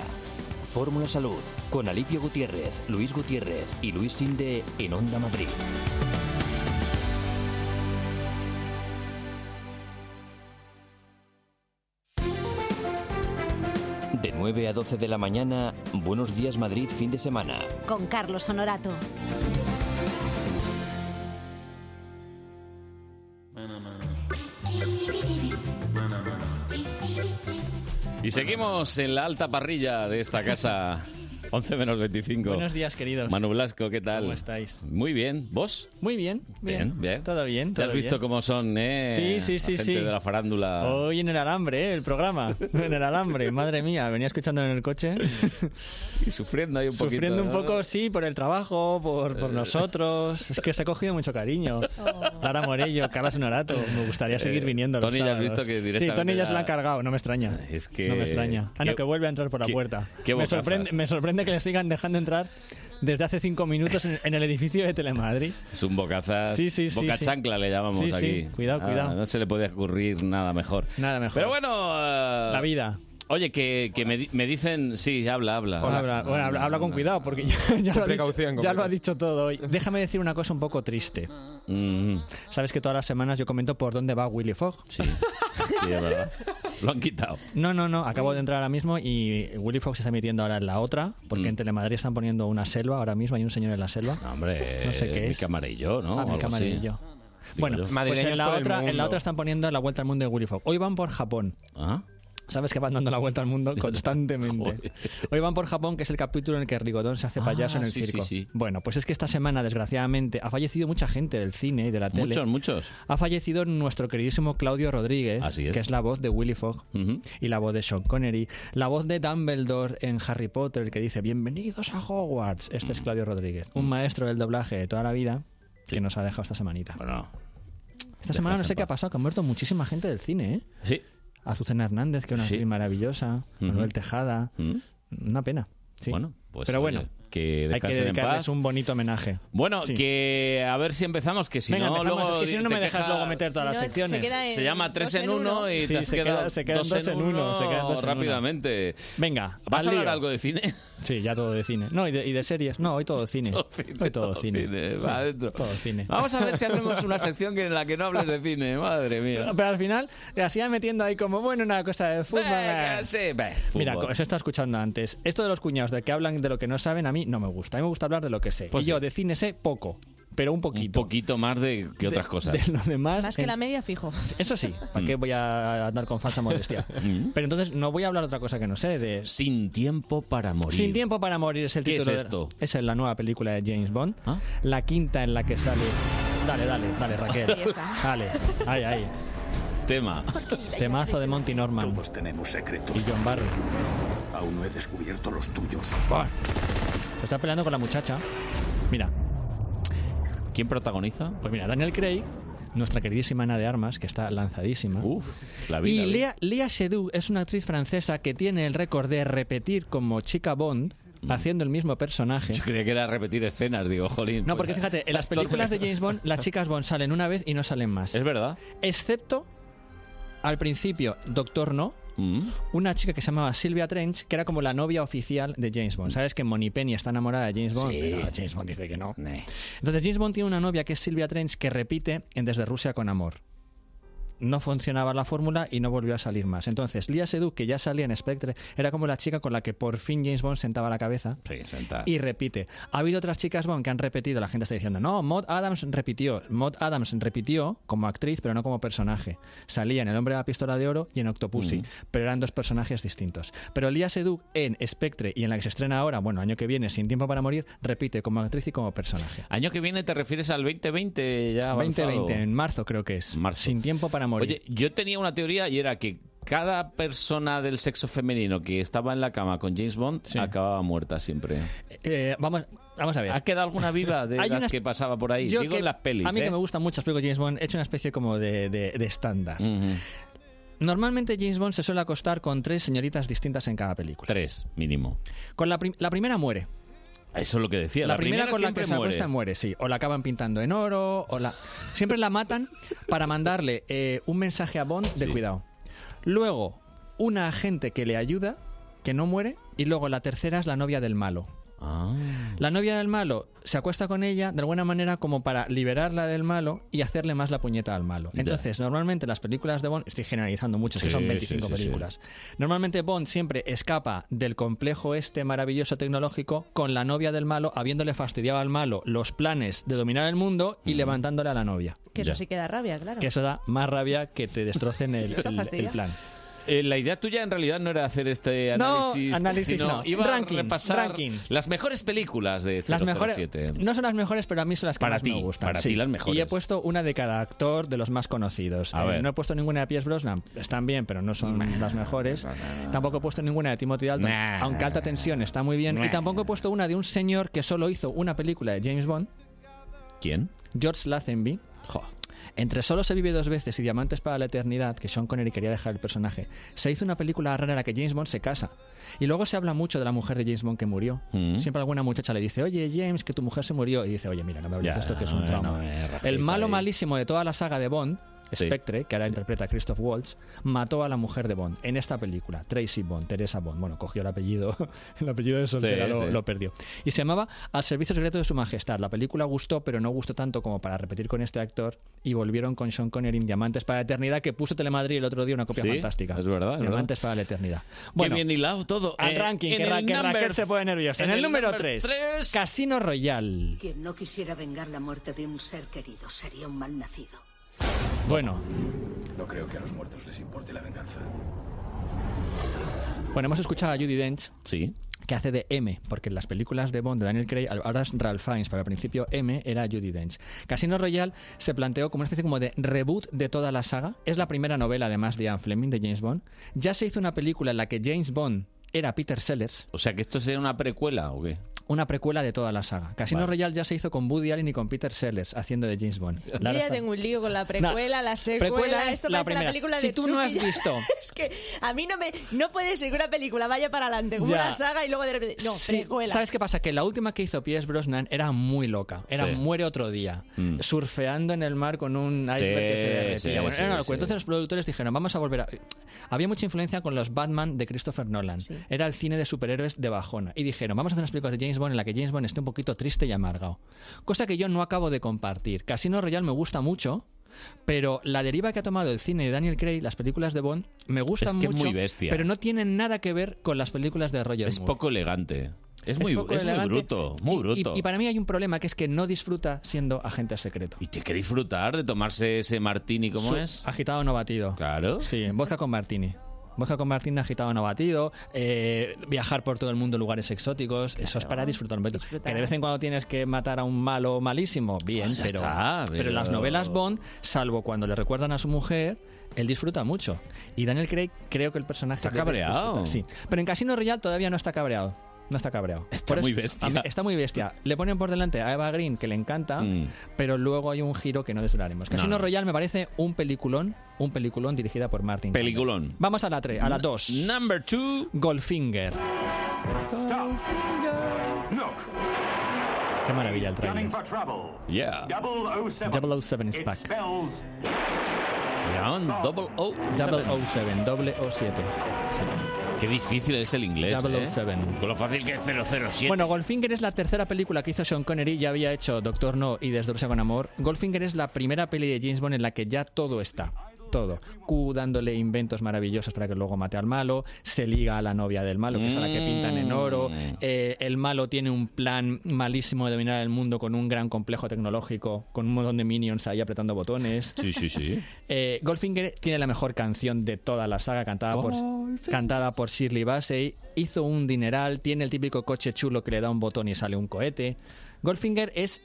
Speaker 1: Fórmula Salud, con Alipio Gutiérrez, Luis Gutiérrez y Luis Sinde en Onda Madrid. De 9 a 12 de la mañana, Buenos Días Madrid, fin de semana.
Speaker 9: Con Carlos Honorato.
Speaker 2: Y seguimos en la alta parrilla de esta casa. 11 menos 25.
Speaker 39: Buenos días, queridos.
Speaker 2: Manu Blasco, ¿qué tal?
Speaker 39: ¿Cómo estáis?
Speaker 2: Muy bien. ¿Vos?
Speaker 39: Muy bien, bien.
Speaker 2: bien. bien.
Speaker 39: Todo bien,
Speaker 2: ¿Te has
Speaker 39: todo
Speaker 2: visto
Speaker 39: bien.
Speaker 2: cómo son, eh?
Speaker 39: Sí, sí,
Speaker 2: la
Speaker 39: sí,
Speaker 2: gente
Speaker 39: sí.
Speaker 2: de la farándula.
Speaker 39: Hoy en el alambre, ¿eh? el programa. En el alambre, madre mía, venía escuchando en el coche.
Speaker 2: Y sufriendo ahí un poquito.
Speaker 39: Sufriendo un
Speaker 2: ¿no? Eh.
Speaker 39: poco, sí, por el trabajo, por, por nosotros. Es que se ha cogido mucho cariño. Lara Morello, Carlos Honorato. Me gustaría seguir
Speaker 2: Eh,
Speaker 39: viniendo. los
Speaker 2: Tony ya has
Speaker 39: sábados.
Speaker 2: visto que
Speaker 39: Sí, Tony
Speaker 2: directamente
Speaker 39: ya se la
Speaker 2: la-
Speaker 39: ha cargado, no me extraña.
Speaker 2: Es que...
Speaker 39: No me extraña. Ah, no,
Speaker 2: qué-
Speaker 39: que vuelve a entrar por la
Speaker 2: qué-
Speaker 39: puerta.
Speaker 2: qué
Speaker 39: me,
Speaker 2: bocazas.
Speaker 39: sorprende, me sorprende que le sigan dejando entrar desde hace cinco minutos en, en el edificio de Telemadrid.
Speaker 2: Es un bocazas.
Speaker 39: Sí, sí, sí,
Speaker 2: Boca
Speaker 39: sí.
Speaker 2: chancla le llamamos
Speaker 39: Sí, sí.
Speaker 2: aquí.
Speaker 39: Cuidado,
Speaker 2: Ah,
Speaker 39: cuidado.
Speaker 2: No se le puede ocurrir nada mejor.
Speaker 39: Nada mejor.
Speaker 2: Pero bueno. La
Speaker 39: vida.
Speaker 2: Oye, que, que me, di- me dicen. Sí, habla, habla.
Speaker 39: Habla, bueno, habla, habla con cuidado porque <laughs> ya, ya lo, ha dicho, ya lo ha dicho todo hoy. Déjame decir una cosa un poco triste. Sabes que todas las semanas yo comento por dónde va Willy Fogg.
Speaker 2: Sí, sí, es verdad. Lo han quitado.
Speaker 39: No, no, no. Acabo de entrar ahora mismo y Willy Fox se está metiendo ahora en la otra, porque en Telemadrid están poniendo una selva ahora mismo. Hay un señor en la selva.
Speaker 2: Ah, Hombre,
Speaker 39: no sé qué
Speaker 2: mi
Speaker 39: es.
Speaker 2: camarillo, ¿no?
Speaker 39: Ah, mi
Speaker 2: Algo así.
Speaker 39: camarillo. Bueno,
Speaker 2: yo.
Speaker 39: pues
Speaker 2: Madrileños
Speaker 39: en la,
Speaker 2: por el
Speaker 39: otra, en la
Speaker 2: mundo. Ah.
Speaker 39: otra están poniendo la vuelta al mundo de Willy Fox. Hoy van por Japón. Sabes que van dando la vuelta al
Speaker 2: <laughs>
Speaker 39: mundo constantemente. Hoy van por Japón, que es el capítulo en el que Rigodón se hace
Speaker 2: Ah,
Speaker 39: payaso en el
Speaker 2: sí, sí,
Speaker 39: circo.
Speaker 2: sí.
Speaker 39: Bueno, pues es que esta semana, desgraciadamente, ha fallecido mucha gente del cine y de la tele.
Speaker 2: Muchos, muchos.
Speaker 39: Ha fallecido nuestro queridísimo Claudio Rodríguez, que es la voz de Willy Fogg y la voz de Sean Connery, la voz de Dumbledore en Harry Potter, el que dice bienvenidos a Hogwarts. Este
Speaker 2: Mm.
Speaker 39: es Claudio Rodríguez, un maestro del doblaje de toda la vida que nos ha dejado esta semanita. esta semana no
Speaker 2: descansa
Speaker 39: sé
Speaker 2: en
Speaker 39: qué ha pasado, que ha muerto muchísima gente del cine, ¿eh?
Speaker 2: Sí.
Speaker 39: Azucena Hernández, que es una actriz maravillosa,
Speaker 2: Ujú. Mm.
Speaker 39: Manuel Tejada, una pena. Sí.
Speaker 2: Bueno, pues,
Speaker 39: Pero bueno,
Speaker 2: oye, que
Speaker 39: Hay que
Speaker 2: descansen en
Speaker 39: dedicarles
Speaker 2: paz.
Speaker 39: un bonito homenaje.
Speaker 2: Bueno,
Speaker 39: Sí.
Speaker 2: que a ver si empezamos, que si
Speaker 39: Venga,
Speaker 2: no,
Speaker 39: empezamos,
Speaker 2: luego
Speaker 39: es que si no, no
Speaker 2: te
Speaker 39: me dejas
Speaker 2: quejas-
Speaker 39: luego meter todas las
Speaker 2: No, se
Speaker 39: secciones.
Speaker 2: queda en Se llama tres dos en en uno uno. y te
Speaker 39: Sí,
Speaker 2: has
Speaker 39: se
Speaker 2: quedado
Speaker 39: queda- se quedan
Speaker 2: dos
Speaker 39: dos
Speaker 2: en
Speaker 39: en uno, se quedan dos en uno.
Speaker 2: rápidamente.
Speaker 39: Venga,
Speaker 2: ¿Vas
Speaker 39: al
Speaker 2: a hablar
Speaker 39: lío.
Speaker 2: algo
Speaker 39: <laughs>
Speaker 2: de cine?
Speaker 39: Sí, ya todo de cine. No, y de, y de series. No, hoy todo
Speaker 2: <laughs>
Speaker 39: cine. hoy todo, cine.
Speaker 2: va
Speaker 39: Sí,
Speaker 2: adentro.
Speaker 39: Todo cine.
Speaker 2: Vamos a ver
Speaker 39: <laughs>
Speaker 2: si hacemos una sección que en la que no hables de cine, madre mía.
Speaker 39: Pero, pero al final, así metiendo ahí como, bueno, una cosa de fútbol.
Speaker 2: Venga,
Speaker 39: eh.
Speaker 2: sí, ve,
Speaker 39: Mira,
Speaker 2: fútbol.
Speaker 39: co- se está escuchando antes. Esto de los cuñados, de que hablan de lo que no saben, a mí no me gusta. A mí me gusta hablar de lo que sé.
Speaker 2: Pues
Speaker 39: y
Speaker 2: sí.
Speaker 39: yo de cine sé poco, pero un poquito.
Speaker 2: Un poquito más de que otras cosas. Mm.
Speaker 39: De lo demás.
Speaker 15: Más que
Speaker 39: en-
Speaker 15: la media, fijo.
Speaker 39: Eso sí, ¿para qué voy a andar con falsa
Speaker 2: <laughs>
Speaker 39: modestia? Pero entonces no voy a hablar otra cosa que no sé de...
Speaker 2: Sin tiempo para morir.
Speaker 39: Sin tiempo para morir es el
Speaker 2: ¿Qué
Speaker 39: título.
Speaker 2: es
Speaker 39: de-
Speaker 2: esto? ¿Ah?
Speaker 39: Esa es la nueva película de James Bond. La quinta en la que sale... Dale, dale, dale, Raquel.
Speaker 41: Ahí está.
Speaker 39: Dale, ahí, ahí.
Speaker 2: Tema.
Speaker 39: Temazo de Monty Norman.
Speaker 41: Todos tenemos secretos.
Speaker 39: Y John Barry.
Speaker 41: Aún no he descubierto los tuyos.
Speaker 39: Se está peleando con la muchacha. Mira.
Speaker 2: ¿Quién protagoniza?
Speaker 39: Pues mira, Daniel Craig, nuestra queridísima Ana de Armas, que está lanzadísima.
Speaker 2: la vi,
Speaker 39: y
Speaker 2: la vi.
Speaker 39: Lea, Lea Seydoux es una actriz francesa que tiene el récord de repetir como chica Bond,
Speaker 2: Mm.
Speaker 39: haciendo el mismo personaje.
Speaker 2: Yo creía que era repetir escenas, digo, jolín.
Speaker 39: No,
Speaker 2: pues
Speaker 39: porque
Speaker 2: ya.
Speaker 39: fíjate, en las películas de James Bond, las chicas Bond salen una vez y no salen más.
Speaker 2: Es verdad.
Speaker 39: Excepto al principio, Doctor No, una chica que se llamaba Sylvia Trench, que era como la novia oficial de James Bond. ¿Sabes que Moni Penny está enamorada de James Bond?
Speaker 2: Sí.
Speaker 39: Pero James Bond dice que no. Entonces, James Bond tiene una novia que es Sylvia Trench que repite en Desde Rusia con Amor. No funcionaba la fórmula y no volvió a salir más. Entonces, Lia Seydoux, que ya salía en Spectre, era como la chica con la que por fin James Bond sentaba la cabeza.
Speaker 2: Sí, sentar.
Speaker 39: Y repite. Ha habido otras chicas Bond que han repetido. La gente está diciendo, no, Maud Adams repitió. Maud Adams repitió como actriz, pero no como personaje. Salía en El hombre de la pistola de oro y en Octopussy, pero eran dos personajes distintos. Pero Lia Seydoux en Spectre y en la que se estrena ahora, bueno, año que viene, Sin tiempo para morir, repite como actriz y como personaje.
Speaker 2: Año que viene te refieres al 2020 ya avanzado.
Speaker 39: 2020, en marzo creo que es. Sin tiempo para morir.
Speaker 2: Oye, yo tenía una teoría y era que cada persona del sexo femenino que estaba en la cama con James Bond acababa muerta siempre.
Speaker 39: Eh, vamos, vamos a ver.
Speaker 2: ¿Ha quedado alguna viva de
Speaker 39: Hay
Speaker 2: las
Speaker 39: unas-
Speaker 2: que pasaba por ahí?
Speaker 39: Yo
Speaker 2: Digo
Speaker 39: que-
Speaker 2: en las pelis.
Speaker 39: A mí
Speaker 2: ¿eh?
Speaker 39: que me gustan mucho las películas de James Bond, he hecho una especie como de, de- de estándar. Normalmente James Bond se suele acostar con tres señoritas distintas en cada película.
Speaker 2: Tres, mínimo.
Speaker 39: Con la, prim- la primera muere.
Speaker 2: Eso es lo que decía. La,
Speaker 39: la, primera, con la que se
Speaker 2: siempre muere.
Speaker 39: acuesta muere, sí. O la acaban pintando en oro, o la... Siempre la matan para mandarle eh, un mensaje a Bond de cuidado. Luego, una agente que le ayuda, que no muere, y luego la tercera es la novia del malo.
Speaker 2: Ah.
Speaker 39: La novia del malo se acuesta con ella de alguna manera como para liberarla del malo y hacerle más la puñeta al malo.
Speaker 2: Ya.
Speaker 39: Entonces, normalmente las películas de Bond, estoy generalizando mucho, es que
Speaker 2: Sí,
Speaker 39: son
Speaker 2: sí,
Speaker 39: 25
Speaker 2: sí, sí.
Speaker 39: películas. Normalmente Bond siempre escapa del complejo este maravilloso tecnológico con la novia del malo, habiéndole fastidiado al malo los planes de dominar el mundo y levantándole a la novia.
Speaker 15: Mm. Que eso sí que da rabia, claro.
Speaker 39: Que eso da más rabia que te destrocen el,
Speaker 15: <laughs> Eso
Speaker 39: el-
Speaker 15: fastidia.
Speaker 39: el plan.
Speaker 2: Eh, la idea tuya en realidad no era hacer este
Speaker 39: No,
Speaker 2: análisis,
Speaker 39: análisis
Speaker 2: sino
Speaker 39: no.
Speaker 2: iba
Speaker 39: Ranking,
Speaker 2: a repasar
Speaker 39: ranking.
Speaker 2: las mejores películas de 007.
Speaker 39: Las mejores, no son las mejores, pero a mí son las que
Speaker 2: ¿eh? Para
Speaker 39: más
Speaker 2: ti,
Speaker 39: me gustan.
Speaker 2: para ti las mejores.
Speaker 39: Y he puesto una de cada actor de los más conocidos. Eh,
Speaker 2: A ver.
Speaker 39: No he puesto ninguna de Pierce Brosnan. Están bien, pero no son las mejores. Tampoco he puesto ninguna de Timothy Dalton,
Speaker 2: Nah.
Speaker 39: aunque Alta Tensión está muy bien.
Speaker 2: Nah.
Speaker 39: Y tampoco he puesto una de un señor que solo hizo una película de James Bond,
Speaker 2: ¿Quién?
Speaker 39: George Lazenby. Entre Solo se vive dos veces y Diamantes para la eternidad, que Sean Connery quería dejar el personaje, se hizo una película rara en la que James Bond se casa. Y luego se habla mucho de la mujer de James Bond que murió. Siempre alguna muchacha le dice, oye James, que tu mujer se murió. Y dice, oye, mira, no me hables
Speaker 2: Ya,
Speaker 39: de esto que es
Speaker 2: no
Speaker 39: un
Speaker 2: me-
Speaker 39: trauma.
Speaker 2: no me rajéis
Speaker 39: el malo
Speaker 2: ahí.
Speaker 39: malísimo de toda la saga de Bond,
Speaker 2: Sí.
Speaker 39: Spectre, que ahora interpreta Christoph Waltz, mató a la mujer de Bond en esta película. Tracy Bond, Teresa Bond. Bueno, cogió el apellido, <laughs> el apellido de soltera,
Speaker 2: Sí,
Speaker 39: lo,
Speaker 2: sí.
Speaker 39: lo perdió. Y se llamaba Al servicio secreto de su majestad. La película gustó, pero no gustó tanto como para repetir con este actor. Y volvieron con Sean Connery en Diamantes para la Eternidad, que puso Telemadrid el otro día una copia
Speaker 2: Sí,
Speaker 39: fantástica.
Speaker 2: es verdad, es
Speaker 39: Diamantes para la Eternidad.
Speaker 2: Qué bien hilado todo.
Speaker 39: Al
Speaker 2: Eh,
Speaker 39: ranking,
Speaker 2: en
Speaker 39: que,
Speaker 2: el
Speaker 39: Ra- que
Speaker 2: number-
Speaker 39: Raquel se pone nerviosa. En, el, número
Speaker 2: number
Speaker 39: 3,
Speaker 2: tres.
Speaker 39: Casino Royal.
Speaker 10: Quien no quisiera vengar la muerte de un ser querido sería un mal nacido.
Speaker 39: Bueno,
Speaker 41: No creo que a los muertos les importe la venganza.
Speaker 39: bueno, hemos escuchado a Judy Dench.
Speaker 2: Sí.
Speaker 39: Que hace de M, porque en las películas de Bond de Daniel Craig, ahora es Ralph Fiennes, pero al principio M era Judy Dench. Casino Royale se planteó como una especie como de reboot de toda la saga. Es la primera novela, además, de Ian Fleming, de James Bond. Ya se hizo una película en la que James Bond era Peter Sellers.
Speaker 2: O sea, que esto sería una precuela o qué?
Speaker 39: una precuela de toda la saga. Casino Royale ya se hizo con Woody Allen y con Peter Sellers haciendo de James
Speaker 2: <laughs>
Speaker 39: Bond. La
Speaker 15: Yo ya
Speaker 39: razón-
Speaker 15: tengo un lío con la precuela,
Speaker 39: Nah,
Speaker 15: la secuela,
Speaker 39: precuela es
Speaker 15: esto
Speaker 39: la
Speaker 15: parece
Speaker 39: primera.
Speaker 15: la película
Speaker 39: Si
Speaker 15: de
Speaker 39: tú no
Speaker 15: Chucky, <laughs>
Speaker 39: has
Speaker 15: ya.
Speaker 39: visto-
Speaker 15: es que a mí no me no puede ser que una película vaya para adelante, como
Speaker 39: Ya.
Speaker 15: una saga y luego de repente no,
Speaker 39: Sí,
Speaker 15: precuela.
Speaker 39: ¿Sabes qué pasa? Que la última que hizo Pierce Brosnan era muy loca. Era
Speaker 2: Sí.
Speaker 39: muere otro día.
Speaker 2: Mm.
Speaker 39: Surfeando en el mar con un iceberg que se
Speaker 2: Sí,
Speaker 39: derretía.
Speaker 2: sí,
Speaker 39: Bueno,
Speaker 2: sí,
Speaker 39: era una locura.
Speaker 2: sí.
Speaker 39: Entonces los productores dijeron, vamos a volver a... Había mucha influencia con los Batman de Christopher Nolan. Era el cine de superhéroes de bajona. Y dijeron, vamos a hacer unas películas de James Bond en la que James Bond esté un poquito triste y amargado. Cosa que yo no acabo de compartir. Casino Royale me gusta mucho. Pero la deriva que ha tomado el cine de Daniel Craig, las películas de Bond, me gustan
Speaker 2: que es
Speaker 39: mucho.
Speaker 2: muy bestia.
Speaker 39: Pero no tienen nada que ver con las películas de Roger
Speaker 2: Es
Speaker 39: Moore.
Speaker 2: poco elegante. Es muy,
Speaker 39: poco
Speaker 2: es muy
Speaker 39: elegante.
Speaker 2: bruto, muy
Speaker 39: Y-
Speaker 2: bruto.
Speaker 39: Y, y para mí hay un problema que es que no disfruta siendo agente secreto.
Speaker 2: Tiene que disfrutar de tomarse ese martini, ¿cómo
Speaker 39: Su-
Speaker 2: es?
Speaker 39: Agitado no batido.
Speaker 2: Claro.
Speaker 39: Sí, vodka con martini. Vodka con martini, agitado no batido. eh, viajar por todo el mundo, lugares exóticos. Eso es para disfrutar un poquito. Que de vez en cuando tienes que matar a un malo malísimo. Bien,
Speaker 2: Ah, ya
Speaker 39: pero,
Speaker 2: está,
Speaker 39: pero...
Speaker 2: pero-
Speaker 39: las novelas Bond, salvo cuando le recuerdan a su mujer, él disfruta mucho. Y Daniel Craig, creo que el personaje...
Speaker 2: Está
Speaker 39: debe
Speaker 2: cabreado.
Speaker 39: disfrutar, Sí. Pero en Casino Royale todavía no está cabreado. No está cabreado. Por eso-
Speaker 2: muy bestia.
Speaker 39: a mí- Está muy bestia. Le ponen por delante a Eva Green, que le encanta,
Speaker 2: Mm.
Speaker 39: pero luego hay un giro que no desvelaremos.
Speaker 2: No,
Speaker 39: Casino
Speaker 2: no.
Speaker 39: Royale me parece un peliculón, un peliculón dirigida por Martin.
Speaker 2: Peliculón.
Speaker 39: Campbell. Vamos a la 3, a la 2.
Speaker 2: Number 2.
Speaker 39: Goldfinger. Qué maravilla el trailer.
Speaker 2: Yeah.
Speaker 39: 007 Spack.
Speaker 2: Double O
Speaker 39: 007, doble o 7.
Speaker 2: Qué difícil es el inglés. ¿eh?
Speaker 39: 007.
Speaker 2: Con lo fácil que es 007.
Speaker 39: Bueno, Goldfinger es la tercera película que hizo Sean Connery, ya había hecho Doctor No y Desde Rusia con Amor. Goldfinger es la primera peli de James Bond en la que ya todo está. Todo. Q dándole inventos maravillosos para que luego mate al malo, se liga a la novia del malo, que es a la que pintan en oro,
Speaker 2: Mm.
Speaker 39: eh, el malo tiene un plan malísimo de dominar el mundo con un gran complejo tecnológico, con un montón de minions ahí apretando botones.
Speaker 2: Sí, sí, sí.
Speaker 39: <laughs> Eh, Goldfinger tiene la mejor canción de toda la saga, cantada por, cantada por Shirley Bassey. Hizo un dineral, tiene el típico coche chulo que le da un botón y sale un cohete. Goldfinger es,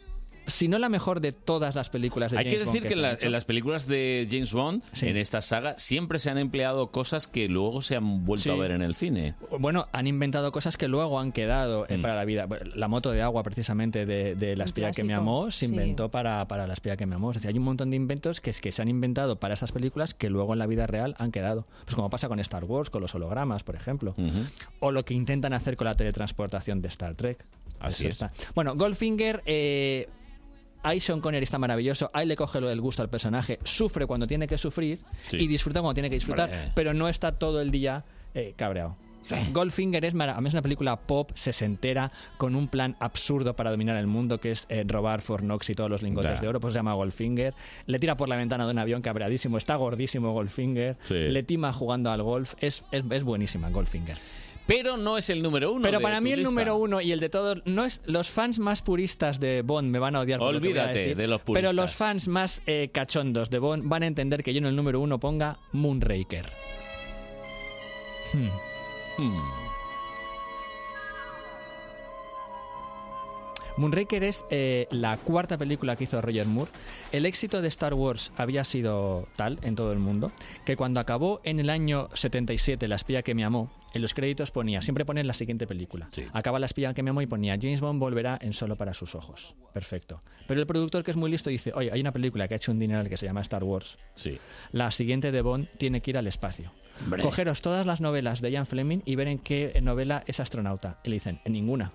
Speaker 39: si no la mejor de todas las películas de
Speaker 2: Hay que
Speaker 39: James Bond
Speaker 2: decir que, en,
Speaker 39: se
Speaker 2: la-
Speaker 39: han hecho.
Speaker 2: en las películas de James Bond, en esta saga, siempre se han empleado cosas que luego se han vuelto
Speaker 39: Sí.
Speaker 2: a ver en el cine.
Speaker 39: Bueno, han inventado cosas que luego han quedado
Speaker 2: Mm.
Speaker 39: eh, para la vida. La moto de agua, precisamente, de, de la espía que me
Speaker 2: clásico,
Speaker 39: amó, se
Speaker 2: sí.
Speaker 39: inventó para, para la espía que me amó. Es decir, hay un montón de inventos que, es que se han inventado para estas películas que luego en la vida real han quedado. Pues como pasa con Star Wars, con los hologramas, por ejemplo. O lo que intentan hacer con la teletransportación de Star Trek.
Speaker 2: Así
Speaker 39: Eso
Speaker 2: es.
Speaker 39: está. Bueno, Goldfinger... Eh, Ahí Sean Connery está maravilloso, ahí le coge lo del gusto al personaje, sufre cuando tiene que sufrir
Speaker 2: Sí.
Speaker 39: y disfruta cuando tiene que disfrutar,
Speaker 2: Vale.
Speaker 39: pero no está todo el día eh, cabreado. Goldfinger es, mara- a mí es una película pop, sesentera, con un plan absurdo para dominar el mundo, que es eh, robar Fornox y todos los lingotes
Speaker 2: Ya.
Speaker 39: de oro, pues se llama Goldfinger. Le tira por la ventana de un avión cabreadísimo, está gordísimo Goldfinger,
Speaker 2: Sí.
Speaker 39: le tima jugando al golf, es, es, es buenísima Goldfinger.
Speaker 2: Pero no es el número uno.
Speaker 39: Pero
Speaker 2: de
Speaker 39: para
Speaker 2: tu
Speaker 39: mí el
Speaker 2: lista.
Speaker 39: número uno y el de todos, no es los fans más puristas de Bond me van a odiar. por lo que voy a
Speaker 2: Olvídate
Speaker 39: decir,
Speaker 2: de los
Speaker 39: Pero
Speaker 2: puristas.
Speaker 39: los fans más eh, cachondos de Bond van a entender que yo en el número uno ponga Moonraker.
Speaker 2: Hmm.
Speaker 39: Moonraker es eh, la cuarta película que hizo Roger Moore. El éxito de Star Wars había sido tal en todo el mundo que cuando acabó en el año 77 La espía que me amó, en los créditos ponía, siempre ponen la siguiente película. Acaba La espía que me amó y ponía James Bond volverá en solo para sus ojos. Perfecto. Pero el productor que es muy listo dice, oye, hay una película que ha hecho un dineral que se llama Star Wars. La siguiente de Bond tiene que ir al espacio.
Speaker 2: Hombre.
Speaker 39: Cogeros todas las novelas de Ian Fleming y ver en qué novela es astronauta. Y le dicen, en ninguna.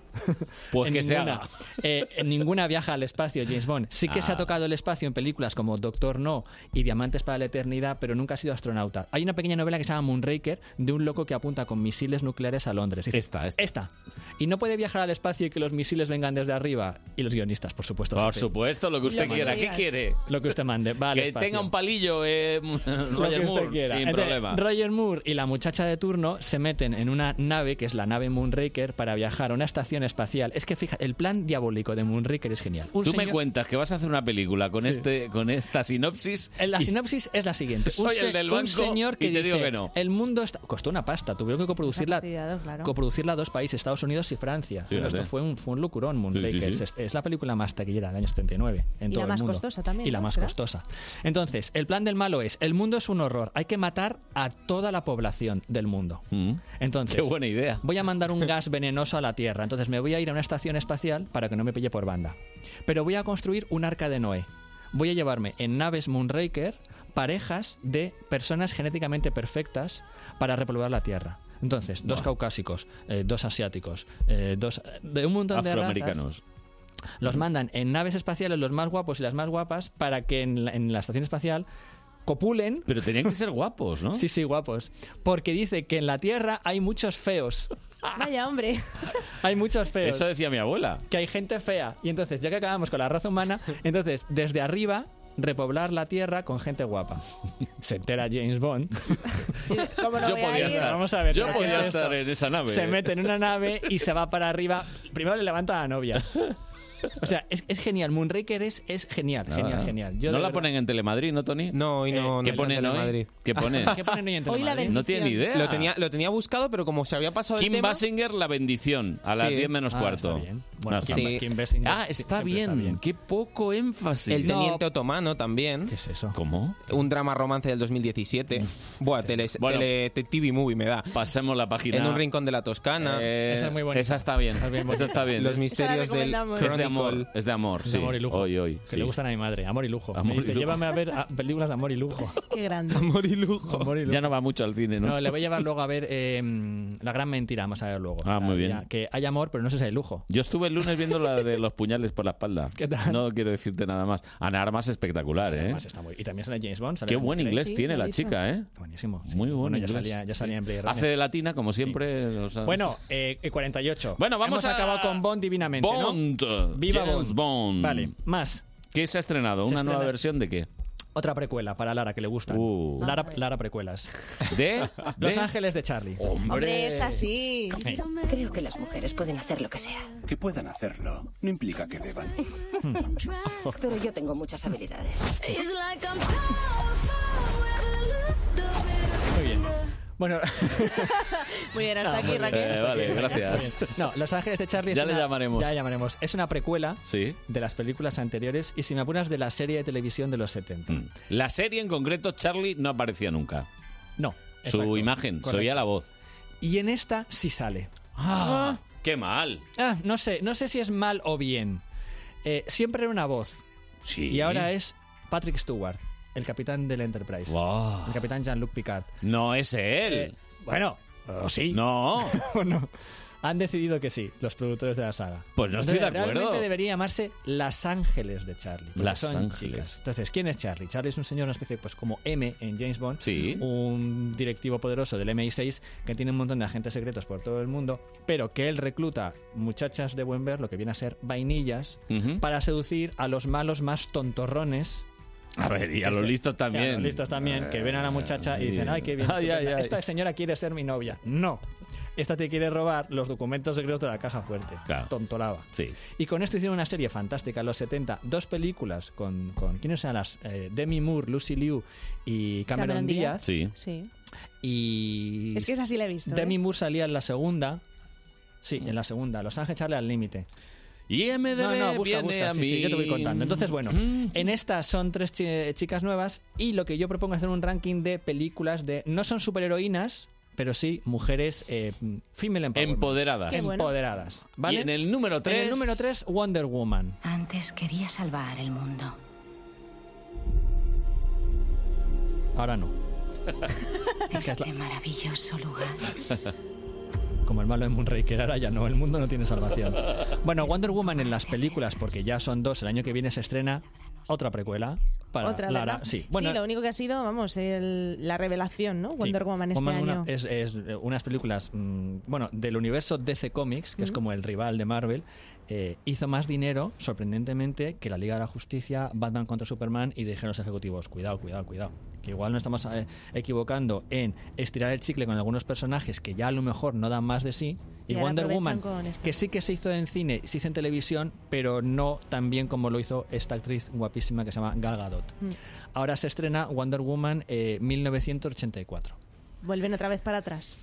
Speaker 39: <laughs>
Speaker 2: Pues
Speaker 39: En
Speaker 2: que se
Speaker 39: ninguna.
Speaker 2: haga.
Speaker 39: Eh, en ninguna viaja al espacio James Bond. Sí que se
Speaker 2: Ah.
Speaker 39: ha tocado el espacio en películas como Doctor No y Diamantes para la Eternidad, pero nunca ha sido astronauta. Hay una pequeña novela que se llama Moonraker de un loco que apunta con misiles nucleares a Londres. esta, esta. Y no puede viajar al espacio y que los misiles vengan desde arriba. Y los guionistas, por supuesto.
Speaker 2: Por
Speaker 39: jefe.
Speaker 2: supuesto, lo que usted
Speaker 39: Lo que
Speaker 2: quiera. ¿Qué
Speaker 39: digas.
Speaker 2: quiere?
Speaker 39: Lo que usted mande. Va al
Speaker 2: Que
Speaker 39: espacio.
Speaker 2: tenga un palillo, eh, <laughs>
Speaker 39: Lo que
Speaker 2: Roger
Speaker 39: usted
Speaker 2: Moore.
Speaker 39: quiera.
Speaker 2: Sin
Speaker 39: Entonces,
Speaker 2: problema.
Speaker 39: Roger Moore y la muchacha de turno se meten en una nave, que es la nave Moonraker, para viajar a una estación espacial. Es que fíjate, el plan diabólico de Moonraker es genial. Un
Speaker 2: Tú me
Speaker 39: señor-
Speaker 2: cuentas que vas a hacer una película con,
Speaker 39: Sí.
Speaker 2: este, con esta sinopsis.
Speaker 39: En La
Speaker 2: y-
Speaker 39: sinopsis es la siguiente.
Speaker 2: <laughs> Soy el
Speaker 39: se-
Speaker 2: del banco
Speaker 39: señor que
Speaker 2: y te digo
Speaker 39: dice,
Speaker 2: que no.
Speaker 39: El mundo está... costó una pasta. Tuvieron que coproducirla,
Speaker 15: fastidiado, claro.
Speaker 39: coproducirla dos países, Estados Unidos y Francia. Bueno,
Speaker 2: Fíjate.
Speaker 39: esto fue un, fue un lucurón, Moonraker.
Speaker 2: Sí, sí, sí.
Speaker 39: Es, es la película más taquillera del año 79 en
Speaker 15: Y
Speaker 39: todo
Speaker 15: la
Speaker 39: el
Speaker 15: más
Speaker 39: mundo.
Speaker 15: costosa también,
Speaker 39: Y la
Speaker 15: ¿no?
Speaker 39: más
Speaker 15: ¿Será?
Speaker 39: costosa. Entonces, el plan del malo es, el mundo es un horror, hay que matar a todos toda la población del mundo. Entonces,
Speaker 2: Qué buena idea.
Speaker 39: Voy a mandar un gas venenoso a la Tierra. Entonces me voy a ir a una estación espacial para que no me pille por banda. Pero voy a construir un arca de Noé. Voy a llevarme en naves Moonraker parejas de personas genéticamente perfectas para repoblar la Tierra. Entonces, dos caucásicos, eh, dos asiáticos, eh, dos de un montón de razas.
Speaker 2: Afroamericanos.
Speaker 39: Los mandan en naves espaciales los más guapos y las más guapas para que en la, en la estación espacial copulen.
Speaker 2: Pero tenían que ser guapos, ¿no?
Speaker 39: Sí, sí, guapos. Porque dice que en la Tierra hay muchos feos.
Speaker 15: Vaya hombre.
Speaker 39: <laughs> Hay muchos feos.
Speaker 2: Eso decía mi abuela.
Speaker 39: Que hay gente fea. Y entonces, ya que acabamos con la raza humana, entonces, desde arriba, repoblar la Tierra con gente guapa. Se entera James Bond.
Speaker 15: Como
Speaker 2: Yo podía estar.
Speaker 39: Vamos a ver,
Speaker 2: Yo
Speaker 39: ¿para qué
Speaker 2: podía
Speaker 39: es esto?
Speaker 2: estar en esa nave.
Speaker 39: Se mete en una nave y se va para arriba. Primero le levanta a la novia. O sea, es, es genial. Moonraker es, es genial,
Speaker 2: Ah.
Speaker 39: genial, genial. Yo
Speaker 2: ¿No
Speaker 39: de
Speaker 2: la
Speaker 39: verdad- Eh,
Speaker 2: ponen en Telemadrid, no, Tony?
Speaker 14: No, hoy no- no
Speaker 2: ¿Qué
Speaker 14: está en
Speaker 2: ponen hoy?
Speaker 14: Telemadrid.
Speaker 2: ¿Qué ponen?
Speaker 39: <laughs> ¿Qué ponen hoy en ¿eh?
Speaker 14: Hoy la
Speaker 39: Telemadrid?
Speaker 2: No tiene ni idea.
Speaker 14: Lo tenía, lo tenía buscado, pero como se había pasado el
Speaker 2: Kim
Speaker 14: tema...
Speaker 2: Basinger, La Bendición, a las
Speaker 14: Sí.
Speaker 2: 10 menos
Speaker 14: Ah,
Speaker 2: cuarto.
Speaker 14: está bien. Bueno,
Speaker 2: No, está
Speaker 14: sí.
Speaker 2: mal.
Speaker 14: Kim Basinger
Speaker 2: Ah, está
Speaker 14: siempre
Speaker 2: bien.
Speaker 14: está bien.
Speaker 2: Qué poco énfasis. <laughs>
Speaker 14: El Teniente Otomano también. ¿Qué
Speaker 39: es eso?
Speaker 2: ¿Cómo?
Speaker 14: Un drama romance del 2017. Buah, tele,
Speaker 2: Bueno.
Speaker 14: tele- te- TV Movie me da.
Speaker 2: Pasemos la página.
Speaker 14: En un rincón de la Toscana.
Speaker 2: Eh, Esa es muy bonita. esa está bien. Está bien bonita. Esa está bien.
Speaker 14: Los
Speaker 2: Esa la
Speaker 14: misterios del
Speaker 2: recomendamos. Es de amor,
Speaker 14: Chronicle.
Speaker 2: es de amor,
Speaker 39: Es de amor y lujo.
Speaker 2: Hoy, hoy.
Speaker 39: Que le gustan a mi madre, amor y lujo.
Speaker 2: Amor
Speaker 39: Me
Speaker 2: y
Speaker 39: dice,
Speaker 2: lujo.
Speaker 39: llévame a ver a- películas de amor y lujo.
Speaker 15: Qué grande.
Speaker 14: Amor y lujo.
Speaker 2: <laughs> Ya no va mucho al cine, ¿no?
Speaker 39: No, le voy a llevar luego a ver eh, La Gran Mentira, vamos a ver luego.
Speaker 2: Ah, muy
Speaker 39: La-
Speaker 2: bien.
Speaker 39: ya, que hay amor, pero no sé si hay lujo.
Speaker 2: Yo estuve el lunes viendo la de los puñales por la espalda.
Speaker 39: <laughs> ¿Qué tal?
Speaker 2: No quiero decirte nada más. Ana Armas espectacular, ¿eh?
Speaker 39: Además, está muy- Y también sale James Bond. sale
Speaker 2: Qué
Speaker 39: en
Speaker 2: buen inglés
Speaker 39: Sí, lo
Speaker 2: tiene
Speaker 39: he
Speaker 2: la
Speaker 39: visto.
Speaker 2: chica, ¿eh?
Speaker 39: Buenísimo.
Speaker 2: Muy buen
Speaker 39: Bueno, ya
Speaker 2: inglés.
Speaker 39: salía- ya salía en Blade Runner.
Speaker 2: Hace de latina, como siempre. o sea-
Speaker 39: Bueno, eh, eh, 48.
Speaker 2: Bueno,
Speaker 39: Hemos
Speaker 2: vamos a-
Speaker 39: acabado con Bond divinamente, ¿no?
Speaker 2: Bond.
Speaker 39: Viva
Speaker 2: James
Speaker 39: Bond.
Speaker 2: Bond.
Speaker 39: Vale, más.
Speaker 2: ¿Qué se ha estrenado?
Speaker 39: Se
Speaker 2: ¿Una
Speaker 39: estrena-
Speaker 2: nueva versión de qué?
Speaker 39: Otra precuela para Lara, que le gustan.
Speaker 2: Uh.
Speaker 39: Lara, Lara precuelas.
Speaker 2: ¿De?
Speaker 39: Los
Speaker 2: ¿De?
Speaker 39: Ángeles de Charlie.
Speaker 15: Hombre, esta sí.
Speaker 10: Creo que las mujeres pueden hacer lo que sea.
Speaker 41: Que puedan hacerlo no implica que deban.
Speaker 10: Pero yo
Speaker 26: <laughs>
Speaker 10: tengo <laughs> muchas habilidades.
Speaker 39: Muy bien. Bueno,
Speaker 15: Muy bien, hasta
Speaker 39: Ah, muy
Speaker 15: aquí,
Speaker 39: bien.
Speaker 15: Raquel.
Speaker 2: Eh, vale, gracias.
Speaker 39: Muy bien. No, Los Ángeles de Charlie. es
Speaker 2: Ya le
Speaker 39: una-
Speaker 2: llamaremos.
Speaker 39: Ya llamaremos. Es una precuela
Speaker 2: Sí.
Speaker 39: de las películas anteriores y, si me apuras, de la serie de televisión de los 70.
Speaker 2: La serie en concreto, Charlie, no aparecía nunca.
Speaker 39: No.
Speaker 2: Su imagen, se
Speaker 39: correcto.
Speaker 2: oía la voz.
Speaker 39: Y en esta sí sale.
Speaker 2: Ah, ¡Qué mal!
Speaker 39: Ah, no sé, no sé si es mal o bien. Eh, siempre era una voz.
Speaker 2: Sí.
Speaker 39: Y ahora es Patrick Stewart, el capitán del Enterprise.
Speaker 2: Wow.
Speaker 39: El capitán Jean-Luc Picard.
Speaker 2: No es él.
Speaker 39: Eh, bueno, o sí. <laughs>
Speaker 2: No.
Speaker 39: Bueno, Han decidido que sí, los productores de la saga.
Speaker 2: Pues no estoy de
Speaker 39: Entonces,
Speaker 2: acuerdo.
Speaker 39: Realmente debería llamarse Las Ángeles de Charlie. porque
Speaker 2: Las
Speaker 39: son
Speaker 2: Ángeles.
Speaker 39: chicas. Entonces, ¿quién es Charlie? Charlie es un señor, una especie pues como M en James Bond.
Speaker 2: Sí.
Speaker 39: Un directivo poderoso del MI6 que tiene un montón de agentes secretos por todo el mundo, pero que él recluta muchachas de buen ver, lo que viene a ser vainillas, para seducir a los malos más tontorrones.
Speaker 2: A ver, y a
Speaker 39: Que
Speaker 2: los
Speaker 39: se-
Speaker 2: listos
Speaker 39: y a
Speaker 2: también.
Speaker 39: los listos también, que ven a la muchacha y dicen, ay, qué bien,
Speaker 2: Ay, ay,
Speaker 39: estupenda,
Speaker 2: ay.
Speaker 39: esta señora quiere ser mi novia. No, esta te quiere robar los documentos secretos de la caja fuerte.
Speaker 2: Claro.
Speaker 39: Tontolaba.
Speaker 2: Sí.
Speaker 39: Y con esto hicieron una serie fantástica en los 70, dos películas con, con ¿quiénes eran las? Eh, Demi Moore, Lucy Liu y Cameron,
Speaker 15: Cameron Díaz.
Speaker 39: Díaz.
Speaker 15: Sí.
Speaker 39: Y
Speaker 15: Es que esa sí la he visto.
Speaker 39: Demi
Speaker 15: ¿eh? Mm.
Speaker 39: Moore salía en la segunda. Sí, en la segunda. Los Ángeles Charlie al límite.
Speaker 2: Y MDB
Speaker 39: No, no, busca,
Speaker 2: viene
Speaker 39: busca,
Speaker 2: eh, a
Speaker 39: sí,
Speaker 2: mí. Mm,
Speaker 39: sí, yo te voy contando. Entonces, bueno, en estas son tres chi- chicas nuevas y lo que yo propongo es hacer un ranking de películas de... No son superheroínas, pero sí mujeres eh, female empowerment.
Speaker 2: Empoderadas. Qué bueno.
Speaker 39: Empoderadas. ¿vale?
Speaker 2: Y en el número
Speaker 39: En
Speaker 2: tres-
Speaker 39: el número 3, Wonder Woman.
Speaker 10: Antes quería salvar el mundo.
Speaker 39: Ahora no.
Speaker 10: Este maravilloso lugar.
Speaker 39: Como el malo de Moonraker, ahora ya no, el mundo no tiene salvación. Bueno, Wonder Woman en las películas, porque ya son dos, el año que viene se estrena otra precuela para
Speaker 15: Otra,
Speaker 39: Lara.
Speaker 15: ¿verdad?
Speaker 39: Sí, bueno,
Speaker 15: lo único que ha sido, vamos, el- la revelación, ¿no? Wonder Woman este
Speaker 39: Woman una-
Speaker 15: año.
Speaker 39: es, es, eh, unas películas, mm, bueno, del universo DC Comics, que es
Speaker 15: Ujú.
Speaker 39: como el rival de Marvel, eh, hizo más dinero, sorprendentemente, que la Liga de la Justicia, Batman contra Superman y dijeron los ejecutivos, cuidado, cuidado, cuidado, que igual no estamos eh, equivocando en estirar el chicle con algunos personajes que ya a lo mejor no dan más de sí.
Speaker 15: Y
Speaker 39: Y,
Speaker 15: ahora
Speaker 39: Wonder
Speaker 15: aprovechan
Speaker 39: Woman,
Speaker 15: con esto.
Speaker 39: que sí que se hizo en cine, se hizo en televisión, pero no tan bien como lo hizo esta actriz guapísima que se llama Gal Gadot.
Speaker 15: Mm.
Speaker 39: Ahora se estrena Wonder Woman eh, 1984.
Speaker 15: Vuelven otra vez para atrás.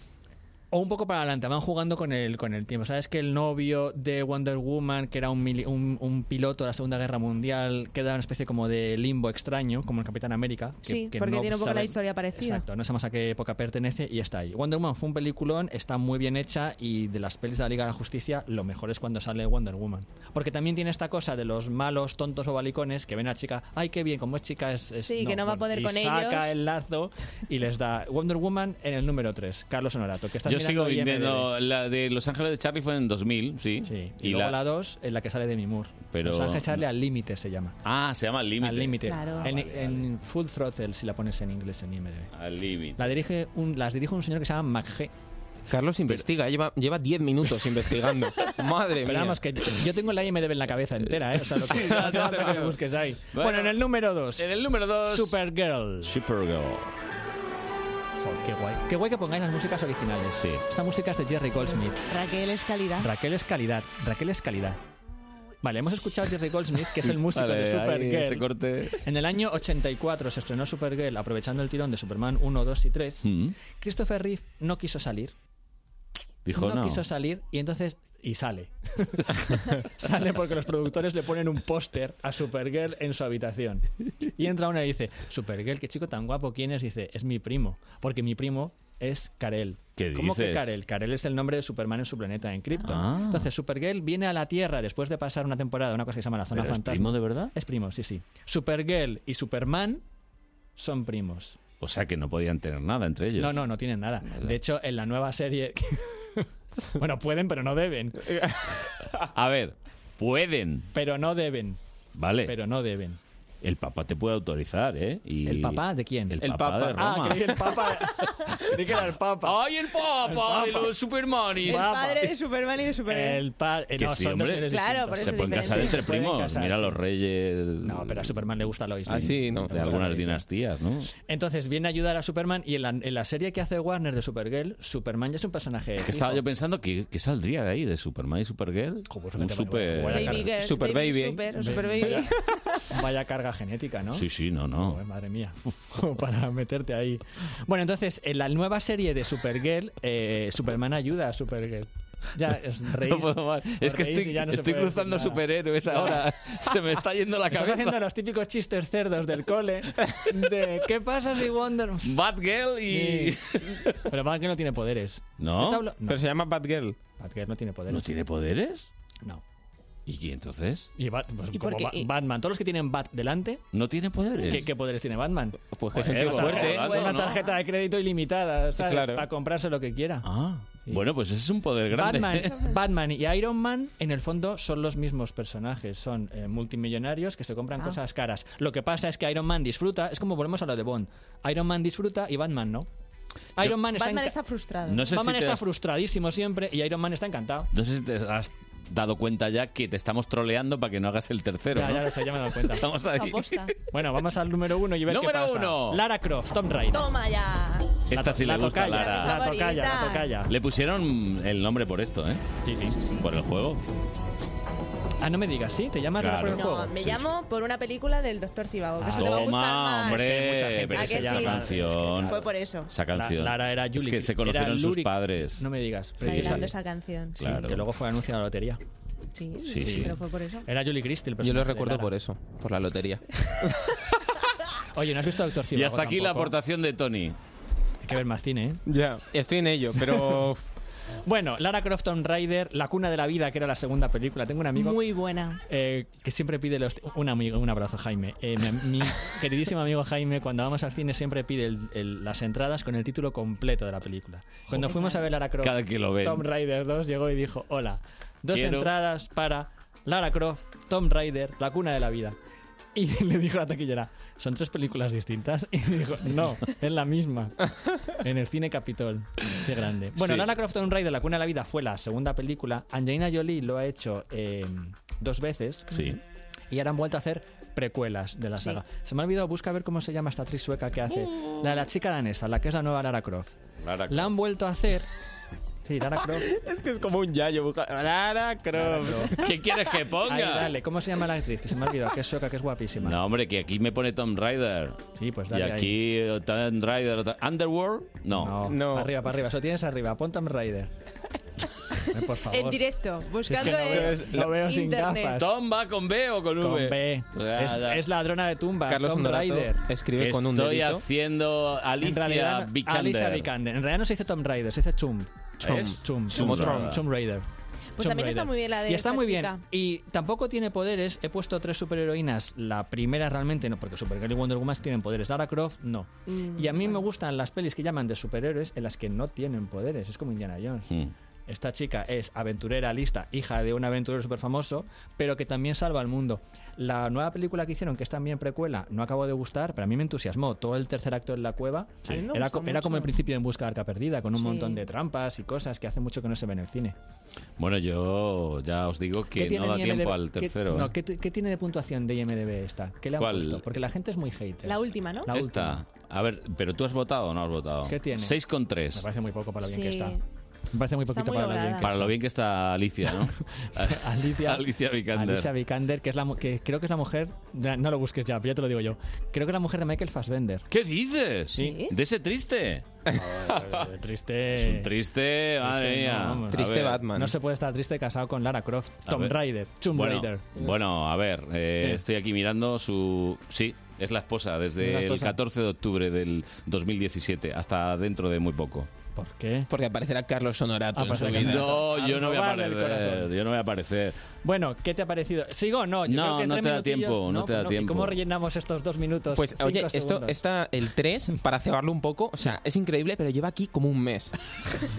Speaker 39: o un poco para adelante, van jugando con el, con el tiempo. Sabes que el novio de Wonder Woman, que era un, mili- un, un piloto de la Segunda Guerra Mundial, queda en una especie como de limbo extraño, como el Capitán América. que-
Speaker 15: Sí,
Speaker 39: que
Speaker 15: porque
Speaker 39: no
Speaker 15: tiene un poco la
Speaker 39: sabes-
Speaker 15: historia parecida.
Speaker 39: Exacto, no sabemos a qué época pertenece y está ahí. Wonder Woman fue un peliculón, está muy bien hecha y de las pelis de la Liga de la Justicia lo mejor es cuando sale Wonder Woman. Porque también tiene esta cosa de los malos, tontos o balicones que ven a la chica, ay, qué bien, como es chica es... es-
Speaker 15: Sí, que no va a poder
Speaker 39: y
Speaker 15: con ellos.
Speaker 39: saca el lazo y les da Wonder Woman en el número 3, Carlos Honorato, que está
Speaker 2: Yo sigo
Speaker 39: mirando IMDb.
Speaker 2: vendiendo la de Los Ángeles de Charlie fue en 2000, sí.
Speaker 39: Y, luego la 2 en la que sale Demi Moore.
Speaker 2: Pero-
Speaker 39: Los Ángeles sale al límite se llama.
Speaker 2: Ah, se llama Al Límite.
Speaker 39: Al límite.
Speaker 2: Ah,
Speaker 39: en,
Speaker 2: vale.
Speaker 39: en Full Throttle si la pones en inglés en IMDb.
Speaker 2: Al límite.
Speaker 39: La dirige un, las dirige un señor que se llama McG.
Speaker 14: Carlos investiga, lleva lleva 10 minutos
Speaker 39: <laughs>
Speaker 14: investigando. Madre
Speaker 39: Pero
Speaker 14: mía.
Speaker 39: vamos, que yo tengo la IMDB en la cabeza entera, ¿eh? O sea, lo que,
Speaker 14: Sí, ya,
Speaker 39: <laughs>
Speaker 14: ya te
Speaker 39: lo que
Speaker 14: veo.
Speaker 39: busques ahí. Bueno,
Speaker 14: Bueno,
Speaker 39: en el número 2.
Speaker 2: en el número dos-
Speaker 39: Supergirl.
Speaker 2: Supergirl.
Speaker 39: qué guay. Qué guay que pongáis las músicas originales. Sí. Esta música es de Jerry Goldsmith.
Speaker 15: Raquel es calidad.
Speaker 39: Raquel es calidad. Raquel es calidad. Vale, hemos escuchado a Jerry Goldsmith, que es el músico
Speaker 2: Vale,
Speaker 39: de
Speaker 2: ahí
Speaker 39: Supergirl.
Speaker 2: ese corte.
Speaker 39: En el año 84 se estrenó Supergirl aprovechando el tirón de Superman 1, 2 y 3.
Speaker 2: Mm.
Speaker 39: Christopher Reeve no quiso salir.
Speaker 2: Dijo, no.
Speaker 39: quiso salir y entonces... Y sale. <laughs> sale porque los productores le ponen un póster a Supergirl en su habitación. Y entra una y dice, Supergirl, qué chico tan guapo, ¿quién es? dice, es mi primo. Porque mi primo es Karel.
Speaker 2: ¿Qué
Speaker 39: ¿Cómo que
Speaker 2: dices?
Speaker 39: Karel? Karel es el nombre de Superman en su planeta, en Krypton.
Speaker 2: Ah.
Speaker 39: Entonces, Supergirl viene a la Tierra después de pasar una temporada, una cosa que se llama la Zona
Speaker 2: ¿Pero es
Speaker 39: Fantasma.
Speaker 2: primo de verdad?
Speaker 39: Es primo, sí, sí. Supergirl y Superman son primos.
Speaker 2: O sea que no podían tener nada entre ellos.
Speaker 39: No, no, no tienen nada. De hecho, en la nueva serie... <laughs> bueno, pueden, pero no deben.
Speaker 2: A ver, pueden.
Speaker 39: Pero no deben.
Speaker 2: Vale.
Speaker 39: Pero no deben.
Speaker 2: El papá te puede autorizar, ¿eh? Y-
Speaker 39: ¿El papá de quién?
Speaker 2: El, papá, de Roma.
Speaker 39: Ah, creí el
Speaker 2: <laughs>
Speaker 39: papa. creí que era el papa.
Speaker 2: ¡Ay, el papa, de los
Speaker 15: El
Speaker 2: Supermanis!
Speaker 15: padre de Superman y de Superman.
Speaker 39: El pa- eh,
Speaker 2: Que
Speaker 39: no,
Speaker 2: sí,
Speaker 39: son dos
Speaker 2: hombre.
Speaker 39: seres
Speaker 15: Claro,
Speaker 39: distintos.
Speaker 15: por eso
Speaker 2: se pueden casar entre primos. Mira los reyes. No,
Speaker 39: pero a Superman le gusta Lois
Speaker 2: Ah,
Speaker 39: Lane.
Speaker 2: sí, no.
Speaker 39: Le
Speaker 2: De
Speaker 39: gusta
Speaker 2: algunas
Speaker 39: Lois Lane.
Speaker 2: dinastías, ¿no?
Speaker 39: Entonces viene a ayudar a Superman y en la, en la serie que hace Warner de Supergirl, Superman ya es un personaje.
Speaker 2: Que estaba yo pensando que, que saldría de ahí, de Superman y Supergirl. un
Speaker 39: fíjate,
Speaker 2: super.
Speaker 39: vaya Baby carga. girl, Super baby baby. super, super baby.
Speaker 2: Vaya-
Speaker 39: <laughs> Vaya carga genética, ¿no?
Speaker 2: Sí, sí, no, no.
Speaker 39: Joder, madre mía, <laughs> como para meterte ahí. Bueno, entonces, en la nueva serie de Supergirl, eh, Superman ayuda a Supergirl. Ya, os reís,
Speaker 2: No puedo más.
Speaker 39: os
Speaker 2: Es que
Speaker 39: reís y
Speaker 2: estoy,
Speaker 39: ya no se
Speaker 2: estoy
Speaker 39: puede decir
Speaker 2: cruzando
Speaker 39: nada.
Speaker 2: superhéroes ahora. <laughs> Se me está yendo la
Speaker 39: Estás
Speaker 2: cabeza.
Speaker 39: haciendo los típicos chistes cerdos del cole de ¿qué pasa si Wonder...
Speaker 2: Batgirl y...
Speaker 39: Pero Batgirl no tiene poderes.
Speaker 2: ¿No?
Speaker 39: Está hablo- no.
Speaker 2: Pero se llama Batgirl.
Speaker 39: Batgirl no tiene poderes.
Speaker 2: ¿No tiene poderes?
Speaker 39: No.
Speaker 2: ¿Y qué, entonces?
Speaker 39: Y, Bat- pues
Speaker 2: ¿Y por
Speaker 39: como
Speaker 2: qué?
Speaker 39: Ba- Batman, todos los que tienen Bat delante...
Speaker 2: ¿No tiene poderes?
Speaker 39: ¿Qué, qué poderes tiene Batman?
Speaker 2: Pues que es un tío
Speaker 39: una tarjeta-
Speaker 2: fuerte, ¿no?
Speaker 39: Una tarjeta de crédito ilimitada, ¿sabes?
Speaker 2: Claro.
Speaker 39: Para comprarse lo que quiera.
Speaker 2: Bueno, pues ese es un poder grande. <laughs>
Speaker 39: Batman, Batman y Iron Man, en el fondo, son los mismos personajes. Son eh, multimillonarios que se compran
Speaker 2: Ah.
Speaker 39: cosas caras. Lo que pasa es que Iron Man disfruta, es como volvemos a lo de Bond. Iron Man disfruta y Batman no. Iron Man está,
Speaker 15: Batman
Speaker 39: enca-
Speaker 15: está frustrado.
Speaker 2: No sé si
Speaker 39: Batman
Speaker 2: te
Speaker 39: está
Speaker 2: has-
Speaker 39: frustradísimo siempre y Iron Man está
Speaker 2: <laughs>
Speaker 39: encantado.
Speaker 2: No sé si te has dado cuenta ya que te estamos troleando para que no hagas el tercero.
Speaker 39: Ya,
Speaker 2: ¿no?
Speaker 39: ya lo sé, ya me he dado cuenta.
Speaker 2: Estamos ahí.
Speaker 39: Bueno, vamos al número uno y ver qué
Speaker 2: Número
Speaker 39: pasa.
Speaker 2: uno.
Speaker 39: Lara Croft, Tomb Raider.
Speaker 15: Toma ya.
Speaker 2: Esta sí le
Speaker 39: la
Speaker 2: gusta a
Speaker 39: tocaya,
Speaker 2: Lara.
Speaker 39: la tocaya, la tocaya.
Speaker 2: Le pusieron el nombre por esto, ¿eh?
Speaker 39: Sí, sí.
Speaker 2: Por el juego.
Speaker 39: Ah, no me digas, ¿sí? ¿Te llamas
Speaker 2: Claro.
Speaker 39: Lara por el juego?
Speaker 15: No, me llamo por una película del Doctor Cibago. Que eso te va a gustar
Speaker 2: Toma,
Speaker 15: más.
Speaker 2: hombre.
Speaker 39: mucha gente
Speaker 2: pero
Speaker 39: que
Speaker 2: esa
Speaker 39: se llama.
Speaker 2: canción.
Speaker 15: Fue por eso.
Speaker 2: Esa
Speaker 39: La-
Speaker 2: canción.
Speaker 39: Lara era
Speaker 2: Es
Speaker 39: Julie.
Speaker 2: que se
Speaker 39: Era
Speaker 2: conocieron sus
Speaker 39: Lurik.
Speaker 2: padres.
Speaker 39: No me digas.
Speaker 2: Sí,
Speaker 15: Bailando
Speaker 2: sí.
Speaker 15: esa canción.
Speaker 39: Sí,
Speaker 2: Claro.
Speaker 39: que luego fue anunciada la lotería.
Speaker 15: Sí,
Speaker 39: Sí, sí.
Speaker 15: pero fue por eso.
Speaker 39: Era Julie Christie el
Speaker 14: Yo
Speaker 39: personaje
Speaker 14: lo
Speaker 39: de
Speaker 14: recuerdo
Speaker 39: Lara.
Speaker 14: por eso, por
Speaker 39: <laughs>
Speaker 14: la lotería.
Speaker 39: Oye, ¿no has visto Doctor
Speaker 2: Y
Speaker 39: Cibago
Speaker 2: hasta aquí la
Speaker 39: tampoco?
Speaker 2: aportación de Tony.
Speaker 39: Hay que ver más cine, ¿eh?
Speaker 14: Ya, estoy en ello, pero
Speaker 39: <laughs> Bueno, Lara Croft Tomb Raider, La cuna de la vida, que era la segunda película. Tengo un amigo...
Speaker 15: Muy buena.
Speaker 39: eh, que siempre pide los un amigo un abrazo Jaime Eh,
Speaker 2: <laughs>
Speaker 39: mi, mi queridísimo amigo Jaime cuando vamos al cine siempre pide el- el- las entradas con el título completo de la película cuando fuimos a ver Lara Croft
Speaker 2: Cada que lo ven.
Speaker 39: Tomb Raider 2 llegó y dijo hola dos
Speaker 2: Quiero-
Speaker 39: entradas para Lara Croft Tomb Raider La cuna de la vida y <laughs> le dijo la taquillera son tres películas distintas <laughs> y dijo no es la
Speaker 2: <laughs>
Speaker 39: misma en el cine Capitol qué grande bueno
Speaker 2: Sí.
Speaker 39: Lara Croft Tomb Raider La cuna de la vida fue la segunda película Angelina Jolie lo ha hecho eh, dos veces
Speaker 2: Sí.
Speaker 39: y ahora han vuelto a hacer precuelas de la
Speaker 2: Sí.
Speaker 39: saga. Se me ha olvidado, busca a ver cómo se llama esta actriz sueca que hace. La de la chica danesa, la que es la nueva Lara Croft.
Speaker 2: Lara
Speaker 39: La han vuelto a hacer Sí, Lara
Speaker 14: <laughs>
Speaker 39: Croft.
Speaker 14: Es que es como un yayo. busca- Lara Croft.
Speaker 2: ¿Qué quieres que ponga?
Speaker 39: Ahí, dale, ¿cómo se llama la actriz? Que se me ha olvidado, que es soca, que es guapísima.
Speaker 2: No, hombre, que aquí me pone Tomb Raider.
Speaker 39: Sí, pues
Speaker 2: Y
Speaker 39: dale ahí.
Speaker 2: aquí eh, Tomb Raider. otra- ¿Underworld? No.
Speaker 39: No. Para arriba, para arriba. Eso tienes arriba. Pon Tomb Raider. Eh, Por favor.
Speaker 15: En directo, buscando
Speaker 39: lo veo-
Speaker 15: en
Speaker 39: lo veo sin
Speaker 15: internet.
Speaker 39: gafas.
Speaker 2: ¿Tom va con B o con V?
Speaker 39: Con B.
Speaker 2: Ya,
Speaker 39: Es,
Speaker 2: ya.
Speaker 39: es ladrona de tumbas.
Speaker 14: Carlos
Speaker 39: Tomb
Speaker 14: Honorato
Speaker 39: Raider.
Speaker 14: escribe
Speaker 2: Que
Speaker 14: con un
Speaker 2: Estoy
Speaker 14: dedito.
Speaker 2: haciendo Alicia
Speaker 39: en realidad, no-
Speaker 2: Vikander.
Speaker 39: Alicia Vikander. En realidad no se dice Tomb Raider, se dice Chum.
Speaker 2: Chum.
Speaker 39: Es Chum.
Speaker 2: Chum.
Speaker 39: Chum.
Speaker 2: Chum.
Speaker 39: Chum Raider.
Speaker 15: Pues
Speaker 39: Chum
Speaker 15: también está
Speaker 39: Raider.
Speaker 15: muy bien la de
Speaker 39: Y está
Speaker 15: esta
Speaker 39: muy
Speaker 15: chica.
Speaker 39: bien. Y tampoco tiene poderes. He puesto tres superheroínas. La primera realmente no, porque Supergirl y Wonder Woman tienen poderes. Lara Croft no.
Speaker 15: Mm,
Speaker 39: Y a mí me gustan las pelis que llaman de superhéroes en las que no tienen poderes. Es como Indiana Jones.
Speaker 2: Mm.
Speaker 39: Esta chica es aventurera lista, hija de un aventurero súper famoso, pero que también salva al mundo. La nueva película que hicieron, que es también precuela, no acabo de gustar, pero a mí me entusiasmó. Todo el tercer acto en la cueva
Speaker 2: Sí. A mí me
Speaker 39: era,
Speaker 2: gustó
Speaker 39: co- era como
Speaker 2: mucho.
Speaker 39: el principio de En Busca de Arca Perdida, con un
Speaker 2: Sí.
Speaker 39: montón de trampas y cosas que hace mucho que no se ven en el cine.
Speaker 2: Bueno, yo ya os digo
Speaker 39: ¿Qué
Speaker 2: que
Speaker 39: tiene
Speaker 2: no da
Speaker 39: en
Speaker 2: tiempo
Speaker 39: IMDb?
Speaker 2: al
Speaker 39: ¿Qué-
Speaker 2: tercero.
Speaker 39: no,
Speaker 2: ¿eh?
Speaker 39: ¿qué, t- qué tiene de puntuación de IMDB esta? ¿Qué le han
Speaker 2: ¿Cuál?
Speaker 39: puesto? Porque la gente es muy hater.
Speaker 15: La última, ¿no?
Speaker 39: La
Speaker 2: Esta. A ver, ¿pero tú has votado o no has votado?
Speaker 39: ¿Qué tiene?
Speaker 2: 6,3.
Speaker 39: Me parece muy poco para lo bien que
Speaker 15: Sí.
Speaker 39: está. Me parece muy
Speaker 15: Está
Speaker 39: poquito
Speaker 15: muy
Speaker 39: para lo bien que
Speaker 2: Para lo bien que está Alicia, ¿no?
Speaker 39: <laughs> Alicia,
Speaker 2: Alicia Vikander.
Speaker 39: Alicia Vikander, que, es la, mu- que creo que es la mujer. ya, No lo busques ya, pero ya te lo digo yo. Creo que es la mujer de Michael Fassbender.
Speaker 2: ¿Qué dices? ¿De ese triste?
Speaker 39: triste.
Speaker 2: Es un triste, madre
Speaker 39: Triste,
Speaker 2: mía.
Speaker 39: no, vamos.
Speaker 2: A ver.
Speaker 39: No se puede estar triste casado con Lara Croft.
Speaker 2: A
Speaker 39: Tomb
Speaker 2: ver.
Speaker 39: Raider. Tomb
Speaker 2: bueno,
Speaker 39: Raider.
Speaker 2: Bueno, a ver, eh,
Speaker 39: ¿Qué?
Speaker 2: estoy aquí mirando su... Sí, es la esposa desde
Speaker 39: Es la
Speaker 2: el
Speaker 39: esposa.
Speaker 2: 14 de octubre del 2017 hasta dentro de muy poco.
Speaker 39: ¿Por qué?
Speaker 14: Porque aparecerá Carlos
Speaker 39: Ah,
Speaker 14: Honorato. en su
Speaker 2: no,
Speaker 14: vida.
Speaker 2: yo no voy a
Speaker 39: robarle el
Speaker 2: aparecer.
Speaker 39: corazón.
Speaker 2: Yo no voy a aparecer.
Speaker 39: Bueno, ¿qué te ha parecido? ¿Sigo o no? Yo
Speaker 2: No,
Speaker 39: creo que en
Speaker 2: no
Speaker 39: tres
Speaker 2: te da
Speaker 39: minutillos,
Speaker 2: tiempo, no te da
Speaker 39: ¿Y
Speaker 2: tiempo.
Speaker 39: ¿Cómo rellenamos estos dos minutos?
Speaker 14: Pues
Speaker 39: Cinco
Speaker 14: oye, esto
Speaker 39: segundos.
Speaker 14: está el 3, para cebarlo un poco, o sea, es increíble, pero lleva aquí como un mes.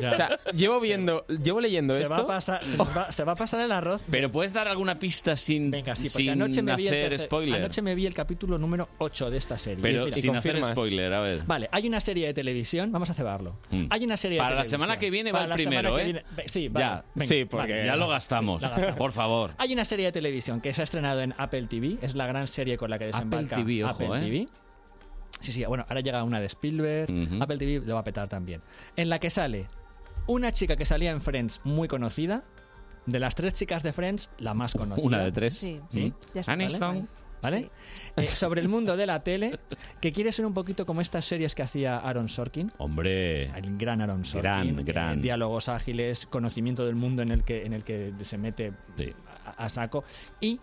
Speaker 39: Ya.
Speaker 14: O sea, llevo viendo, llevo leyendo
Speaker 39: se
Speaker 14: esto.
Speaker 39: va, a pasar, se, nos va, se va a pasar el arroz.
Speaker 2: Pero puedes dar alguna pista sin,
Speaker 39: Venga, sí, porque
Speaker 2: sin
Speaker 39: anoche me, vi el
Speaker 2: hacer
Speaker 39: tercer-
Speaker 2: spoiler.
Speaker 39: anoche me vi el capítulo número 8 de esta serie.
Speaker 2: Pero
Speaker 39: Mira,
Speaker 2: sin hacer spoiler, a ver.
Speaker 39: Vale, hay una serie de televisión, vamos a cebarlo.
Speaker 2: Mm.
Speaker 39: Hay una serie
Speaker 2: Para
Speaker 39: de
Speaker 2: la
Speaker 39: televisión.
Speaker 2: semana que viene va
Speaker 39: Para
Speaker 2: el
Speaker 39: la semana
Speaker 2: primero,
Speaker 39: que
Speaker 2: ¿eh?
Speaker 39: viene- Ve- Sí, vale,
Speaker 2: ya,
Speaker 39: venga, vale.
Speaker 2: ya lo gastamos.
Speaker 39: La gastamos.
Speaker 2: <laughs> Por favor.
Speaker 39: Hay una serie de televisión que se ha estrenado en Apple TV, es la gran serie con la que desembarca
Speaker 2: Apple TV, ojo, ¿eh?
Speaker 39: TV. Sí, sí, bueno, ahora llega una de Spielberg, Apple TV lo va a petar también. En la que sale una chica que salía en Friends muy conocida, de las tres chicas de Friends, la más conocida.
Speaker 2: Una de tres.
Speaker 39: Sí.
Speaker 2: Sí. Ya está, Aniston.
Speaker 39: ¿Vale? ¿Vale? Eh, sobre el mundo de la tele, que quiere ser un poquito como estas series que hacía Aaron Sorkin,
Speaker 2: Hombre.
Speaker 39: el gran Aaron Sorkin,
Speaker 2: Gran, gran.
Speaker 39: eh, diálogos ágiles, conocimiento del mundo en el que, en el que se mete a, a saco y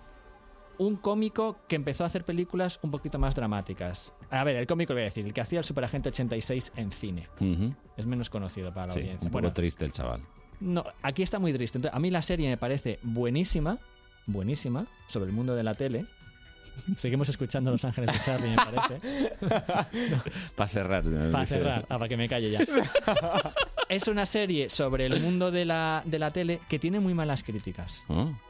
Speaker 39: un cómico que empezó a hacer películas un poquito más dramáticas. A ver, el cómico voy a decir, el que hacía el Superagente 86 en cine.
Speaker 2: Ujú.
Speaker 39: Es menos conocido para la
Speaker 2: Sí, un
Speaker 39: audiencia.
Speaker 2: poco
Speaker 39: Bueno,
Speaker 2: triste el chaval.
Speaker 39: no, aquí está muy triste. Entonces, a mí la serie me parece buenísima, buenísima, sobre el mundo de la tele. <laughs> Seguimos escuchando Los Ángeles de Charlie, me parece.
Speaker 2: Para cerrar.
Speaker 39: Para cerrar, ah, para que me calle
Speaker 2: <laughs>
Speaker 39: ya. <laughs> Es una serie sobre el mundo de la, de la tele que tiene muy malas críticas.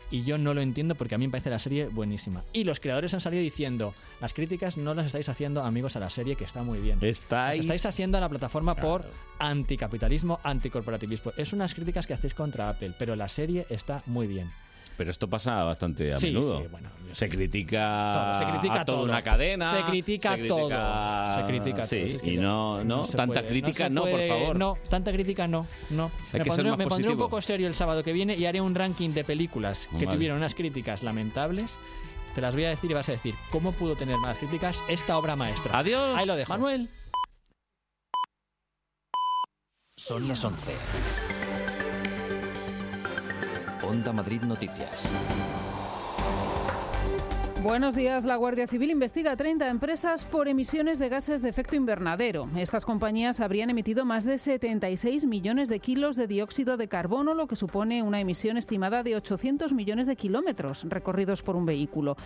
Speaker 39: Y yo no lo entiendo porque a mí me parece la serie buenísima. Y los creadores han salido diciendo, las críticas no las estáis haciendo amigos a la serie, que está muy bien.
Speaker 2: Estáis...
Speaker 39: Las estáis haciendo a la plataforma por anticapitalismo, anticorporativismo. Es unas críticas que hacéis contra Apple, pero la serie está muy bien.
Speaker 2: Pero esto pasa bastante a
Speaker 39: Sí,
Speaker 2: menudo.
Speaker 39: sí, bueno,
Speaker 2: se critica,
Speaker 39: Todo, se critica
Speaker 2: a toda
Speaker 39: todo.
Speaker 2: una cadena.
Speaker 39: Se critica todo. Se critica
Speaker 2: sí,
Speaker 39: todo, si es que
Speaker 2: y
Speaker 39: ya-
Speaker 2: no, no,
Speaker 39: se
Speaker 2: tanta
Speaker 39: puede,
Speaker 2: crítica
Speaker 39: se
Speaker 2: no,
Speaker 39: puede,
Speaker 2: por favor.
Speaker 39: No, tanta crítica no, no.
Speaker 2: Hay
Speaker 39: me
Speaker 2: que ser
Speaker 39: pondré,
Speaker 2: más
Speaker 39: me pondré un
Speaker 2: positivo.
Speaker 39: poco serio el sábado que viene y haré un ranking de películas que
Speaker 2: Vale.
Speaker 39: tuvieron unas críticas lamentables. Te las voy a decir y vas a decir, ¿cómo pudo tener más críticas esta obra maestra?
Speaker 2: Adiós.
Speaker 39: Ahí lo dejo. Manuel.
Speaker 30: Son las 11. Onda Madrid Noticias.
Speaker 3: Buenos días. La Guardia Civil investiga a 30 empresas por emisiones de gases de efecto invernadero. Estas compañías habrían emitido más de 76 millones de kilos de dióxido de carbono, lo que supone una emisión estimada de 800 millones de kilómetros recorridos por un vehículo.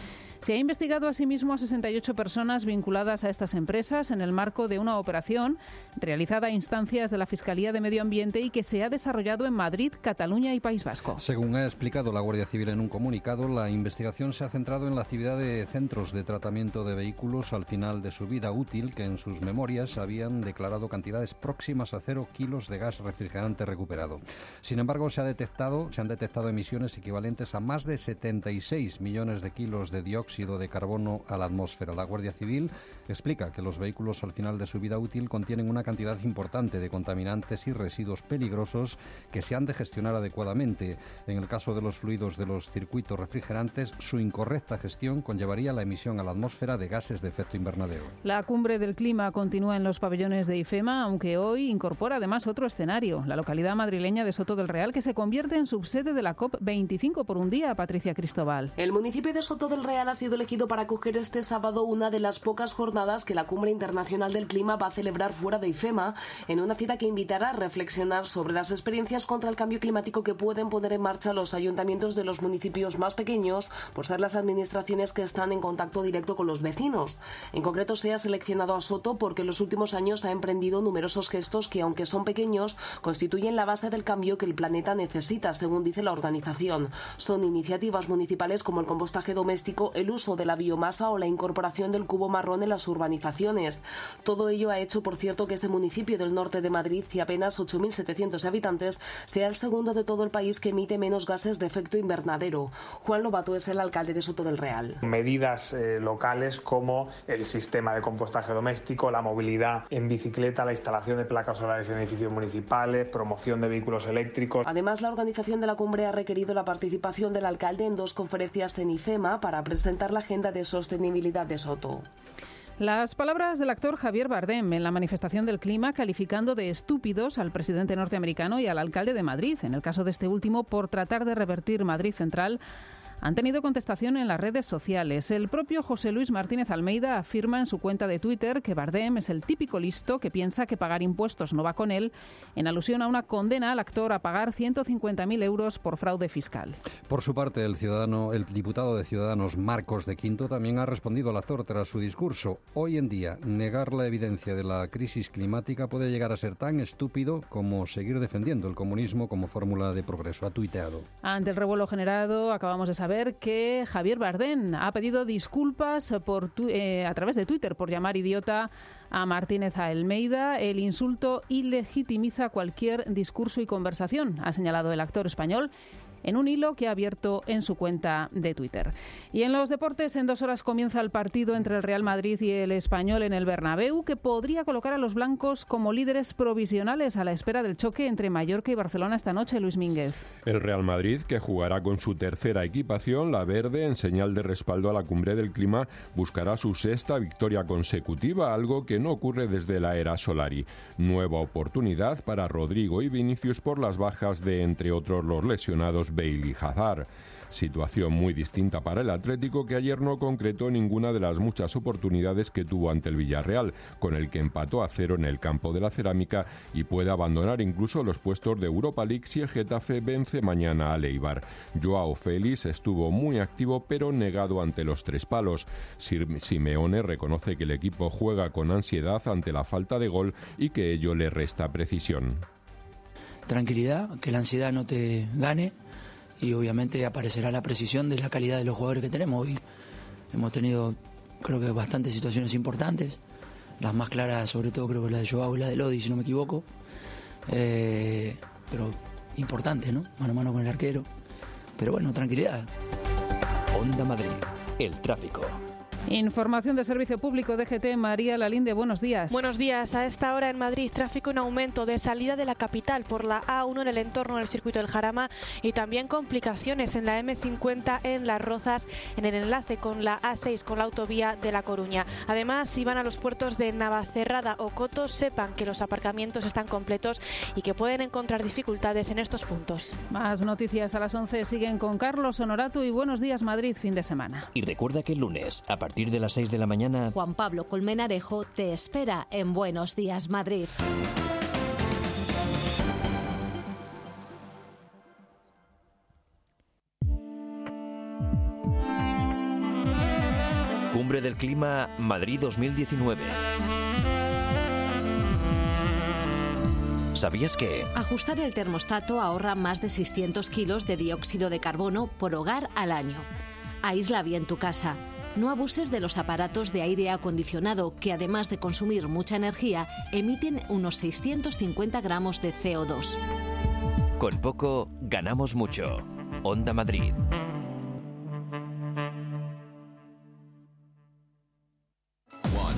Speaker 3: Se ha investigado asimismo a 68 personas vinculadas a estas empresas en el marco de una operación realizada a instancias de la Fiscalía de Medio Ambiente y que se ha desarrollado en Madrid, Cataluña y País Vasco.
Speaker 42: Según ha explicado la Guardia Civil en un comunicado, la investigación se ha centrado en la actividad cantidad de centros de tratamiento de vehículos al final de su vida útil que en sus memorias habían declarado cantidades próximas a cero kilos de gas refrigerante recuperado. Sin embargo, se, ha detectado, se han detectado emisiones equivalentes a más de 76 millones de kilos de dióxido de carbono a la atmósfera. La Guardia Civil explica que los vehículos al final de su vida útil contienen una cantidad importante de contaminantes y residuos peligrosos que se han de gestionar adecuadamente. En el caso de los fluidos de los circuitos refrigerantes, su incorrecta gestión conllevaría la emisión a la atmósfera de gases de efecto invernadero.
Speaker 3: La cumbre del clima continúa en los pabellones de IFEMA, aunque hoy incorpora además otro escenario, la localidad madrileña de Soto del Real, que se convierte en subsede de la COP25 por un día, Patricia Cristobal.
Speaker 43: El municipio de Soto del Real ha sido elegido para acoger este sábado una de las pocas jornadas que la Cumbre Internacional del Clima va a celebrar fuera de IFEMA, en una cita que invitará a reflexionar sobre las experiencias contra el cambio climático que pueden poner en marcha los ayuntamientos de los municipios más pequeños, por ser las administraciones que están en contacto directo con los vecinos. En concreto, se ha seleccionado a Soto porque en los últimos años ha emprendido numerosos gestos que, aunque son pequeños, constituyen la base del cambio que el planeta necesita, según dice la organización. Son iniciativas municipales como el compostaje doméstico, el uso de la biomasa o la incorporación del cubo marrón en las urbanizaciones. Todo ello ha hecho, por cierto, que este municipio del norte de Madrid, y apenas 8.700 habitantes, sea el segundo de todo el país que emite menos gases de efecto invernadero. Juan Lobato es el alcalde de Soto del Real.
Speaker 21: Medidas eh, locales como el sistema de compostaje doméstico, la movilidad en bicicleta, la instalación de placas solares en edificios municipales, promoción de vehículos eléctricos.
Speaker 43: Además, la organización de la cumbre ha requerido la participación del alcalde en dos conferencias en IFEMA para presentar la agenda de sostenibilidad de Soto.
Speaker 3: Las palabras del actor Javier Bardem en la manifestación del clima calificando de estúpidos al presidente norteamericano y al alcalde de Madrid, en el caso de este último por tratar de revertir Madrid Central, han tenido contestación en las redes sociales. El propio José Luis Martínez Almeida afirma en su cuenta de Twitter que Bardem es el típico listo que piensa que pagar impuestos no va con él, en alusión a una condena al actor a pagar 150.000 euros por fraude fiscal.
Speaker 42: Por su parte, el ciudadano, el diputado de Ciudadanos Marcos de Quinto también ha respondido al actor tras su discurso. Hoy en día, negar la evidencia de la crisis climática puede llegar a ser tan estúpido como seguir defendiendo el comunismo como fórmula de progreso. Ha tuiteado.
Speaker 3: Ante el revuelo generado, acabamos de saber ver que Javier Bardén ha pedido disculpas por tu, eh, a través de Twitter por llamar idiota a Martínez Almeida. El insulto ilegitimiza cualquier discurso y conversación, ha señalado el actor español en un hilo que ha abierto en su cuenta de Twitter. Y en los deportes, en dos horas comienza el partido entre el Real Madrid y el Español en el Bernabéu, que podría colocar a los blancos como líderes provisionales a la espera del choque entre Mallorca y Barcelona esta noche, Luis Mínguez.
Speaker 33: El Real Madrid, que jugará con su tercera equipación, la verde, en señal de respaldo a la cumbre del clima, buscará su sexta victoria consecutiva, algo que no ocurre desde la era Solari. Nueva oportunidad para Rodrigo y Vinicius por las bajas de, entre otros, los lesionados Bailey Hazard. Situación muy distinta para el Atlético que ayer no concretó ninguna de las muchas oportunidades que tuvo ante el Villarreal, con el que empató a cero en el campo de la cerámica y puede abandonar incluso los puestos de Europa League si el Getafe vence mañana a Leibar. Joao Félix estuvo muy activo pero negado ante los tres palos. Simeone reconoce que el equipo juega con ansiedad ante la falta de gol y que ello le resta precisión.
Speaker 44: Tranquilidad, que la ansiedad no te gane y obviamente aparecerá la precisión de la calidad de los jugadores que tenemos. Hoy hemos tenido, creo que, bastantes situaciones importantes. Las más claras, sobre todo, creo que la de Joao y la de Lodi, si no me equivoco. Eh, pero importante, ¿no? Mano a mano con el arquero. Pero bueno, tranquilidad.
Speaker 1: Onda Madrid, el tráfico.
Speaker 3: Información de Servicio Público DGT, María Lalinde, buenos días.
Speaker 35: Buenos días. A esta hora en Madrid, tráfico en aumento de salida de la capital por la A1 en el entorno del circuito del Jarama y también complicaciones en la M50 en Las Rozas en el enlace con la A6 con la autovía de La Coruña. Además, si van a los puertos de Navacerrada o Cotos, sepan que los aparcamientos están completos y que pueden encontrar dificultades en estos puntos.
Speaker 3: Más noticias a las 11 siguen con Carlos Honorato y buenos días Madrid, fin de semana.
Speaker 1: Y recuerda que el lunes, a partir de las 6 de la mañana.
Speaker 9: Juan Pablo Colmenarejo te espera en Buenos Días Madrid.
Speaker 1: Cumbre del Clima Madrid 2019. ¿Sabías que?
Speaker 9: Ajustar el termostato ahorra más de 600 kilos de dióxido de carbono por hogar al año. Aísla bien tu casa. No abuses de los aparatos de aire acondicionado que además de consumir mucha energía, emiten unos 650 gramos de CO2.
Speaker 45: Con poco ganamos mucho. Onda Madrid.
Speaker 1: One,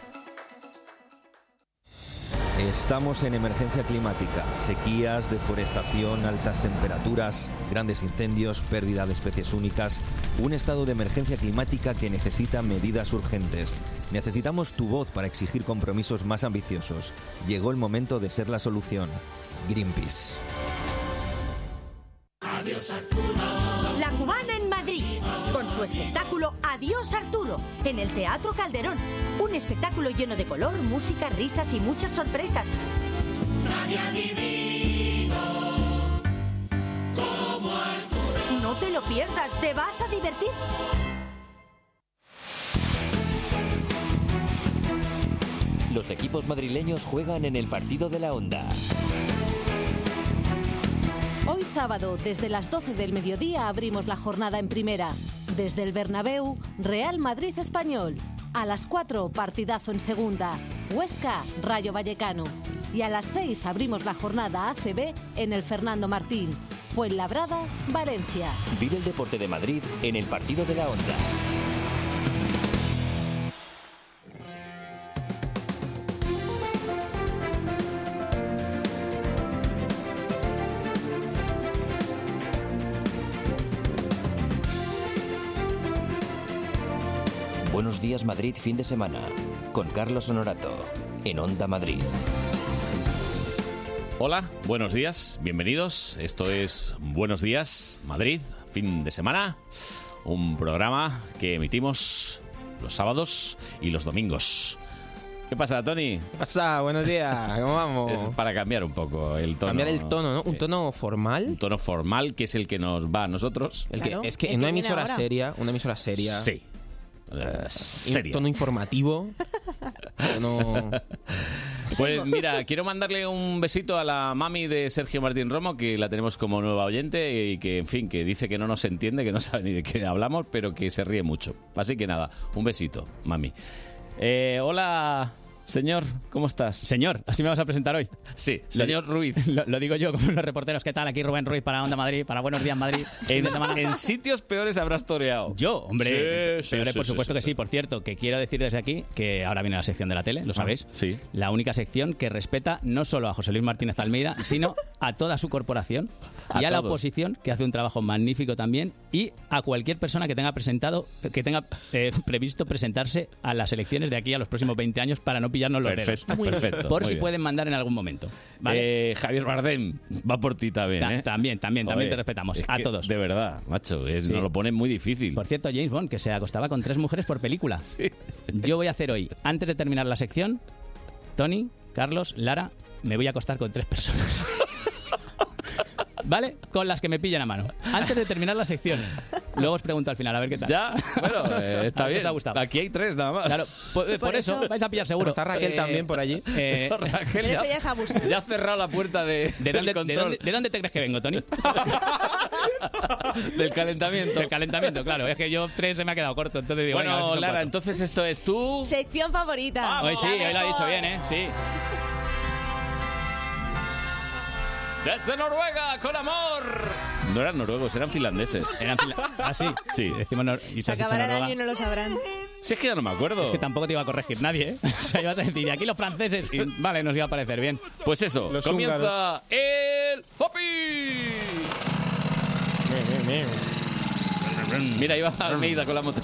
Speaker 12: Estamos en emergencia climática, sequías, deforestación, altas temperaturas, grandes incendios, pérdida de especies únicas, un estado de emergencia climática que necesita medidas urgentes. Necesitamos tu voz para exigir compromisos más ambiciosos. Llegó el momento de ser la solución. Greenpeace.
Speaker 13: Adiós Arturo. La cubana en Madrid, con su espectáculo Adiós Arturo, en el Teatro Calderón. Un espectáculo lleno de color, música, risas y muchas sorpresas. No te lo pierdas, te vas a divertir.
Speaker 45: Los equipos madrileños juegan en el partido de la Onda.
Speaker 9: Hoy sábado, desde las 12 del mediodía, abrimos la jornada en primera. Desde el Bernabéu, Real Madrid Español. A las 4, partidazo en segunda. Huesca, Rayo Vallecano. Y a las 6 abrimos la jornada ACB en el Fernando Martín. Fuenlabrada, Valencia.
Speaker 45: Vive el deporte de Madrid en el partido de la Onda. Buenos días Madrid fin de semana con Carlos Honorato en Onda Madrid.
Speaker 2: Hola, buenos días, bienvenidos. Esto es Buenos Días Madrid, fin de semana. Un programa que emitimos los sábados y los domingos. ¿Qué pasa, Tony? ¿Qué
Speaker 14: pasa? Buenos días, ¿cómo vamos?
Speaker 2: <laughs> Es para cambiar un poco el tono. Eh,
Speaker 14: Cambiar el tono, ¿no? Un tono formal.
Speaker 2: Un tono formal que es el que nos va a nosotros.
Speaker 14: El que- Claro, es que el en una que viene emisora ahora. seria, una emisora seria.
Speaker 2: Sí. Eh, seria.
Speaker 14: tono informativo.
Speaker 2: <laughs>
Speaker 14: tono-
Speaker 2: Pues mira, quiero mandarle un besito a la mami de Sergio Martín Romo, que la tenemos como nueva oyente y que, en fin, que dice que no nos entiende, que no sabe ni de qué hablamos, pero que se ríe mucho. Así que nada, un besito, mami. Eh, hola, señor, ¿cómo estás? Señor,
Speaker 18: Así me vas a presentar hoy.
Speaker 2: Sí, señor
Speaker 18: <laughs>
Speaker 2: Ruiz.
Speaker 18: Lo, lo digo yo como los reporteros. ¿Qué tal? Aquí Rubén Ruiz para Onda Madrid, para Buenos Días Madrid.
Speaker 2: En, en sitios peores habrás toreado.
Speaker 18: Yo, hombre.
Speaker 2: Sí, sí,
Speaker 18: peores,
Speaker 2: sí,
Speaker 18: por
Speaker 2: sí,
Speaker 18: supuesto
Speaker 2: sí,
Speaker 18: que sí. Por cierto, que quiero decir desde aquí que ahora viene la sección de la tele, lo sabéis.
Speaker 2: Ah, sí.
Speaker 18: La única sección que respeta no solo a José Luis Martínez
Speaker 2: <laughs>
Speaker 18: Almeida, sino a toda su corporación y
Speaker 2: A
Speaker 18: a, la
Speaker 2: todos.
Speaker 18: oposición, que hace un trabajo magnífico también, y a cualquier persona que tenga presentado, que tenga eh, previsto presentarse a las elecciones de aquí a los próximos 20 años para no pillarnos los dedos.
Speaker 2: Perfecto, perfecto,
Speaker 18: Por
Speaker 2: muy
Speaker 18: si
Speaker 2: bien.
Speaker 18: pueden mandar en algún momento.
Speaker 2: Eh, Javier Bardem va por ti también.
Speaker 18: Ta-
Speaker 2: ¿eh?
Speaker 18: También, también, también
Speaker 2: Oye,
Speaker 18: te respetamos.
Speaker 2: es
Speaker 18: A
Speaker 2: que,
Speaker 18: todos.
Speaker 2: De verdad, macho, es-
Speaker 18: Sí.
Speaker 2: nos lo ponen muy difícil.
Speaker 18: Por cierto, James Bond, que se acostaba con tres mujeres por
Speaker 2: <laughs>
Speaker 18: película. Yo voy a hacer hoy, antes de terminar la sección, Tony, Carlos, Lara, me voy a acostar con tres
Speaker 2: <laughs>
Speaker 18: personas. ¿Vale? Con las que me pillan a mano. Antes de terminar la sección. Luego os pregunto al final, a ver qué tal.
Speaker 2: Ya, bueno,
Speaker 18: <laughs>
Speaker 2: eh, está
Speaker 18: A ver si
Speaker 2: bien.
Speaker 18: os ha gustado.
Speaker 2: Aquí hay tres nada más.
Speaker 18: Claro, por, por Por eso eso. vais a pillar seguro. Eh,
Speaker 2: Pero está Raquel también por allí.
Speaker 39: Eh,
Speaker 2: Pero <laughs> Raquel Pero ya- eso ya es abuso. <laughs> ya ha cerrado la puerta de,
Speaker 18: ¿De dónde, de dónde- de dónde te crees que vengo, Tony?
Speaker 2: <laughs> Del calentamiento.
Speaker 18: Del calentamiento, claro. Es que yo tres se me ha quedado corto, entonces digo,
Speaker 2: Bueno,
Speaker 18: venga, a ver si son
Speaker 2: Lara,
Speaker 18: cuatro.
Speaker 2: entonces esto es tú.
Speaker 15: Sección favorita.
Speaker 18: Hoy sí, hoy lo ha dicho bien, ¿eh? Sí.
Speaker 2: Desde Noruega, con amor. No eran noruegos, eran finlandeses.
Speaker 18: Eran finlandeses. Ah, sí.
Speaker 2: Sí.
Speaker 18: Decimos y
Speaker 15: Se acabará el año y no lo <laughs> sabrán.
Speaker 2: Si es que ya no me acuerdo.
Speaker 18: Es que tampoco te iba a corregir nadie, ¿eh? <laughs> O sea, ibas a decir, y aquí los franceses. y vale, nos iba a parecer bien.
Speaker 2: Pues eso,
Speaker 18: Los
Speaker 2: comienza
Speaker 18: húngaros.
Speaker 2: el Hopi. Mira, iba Almeida con la moto.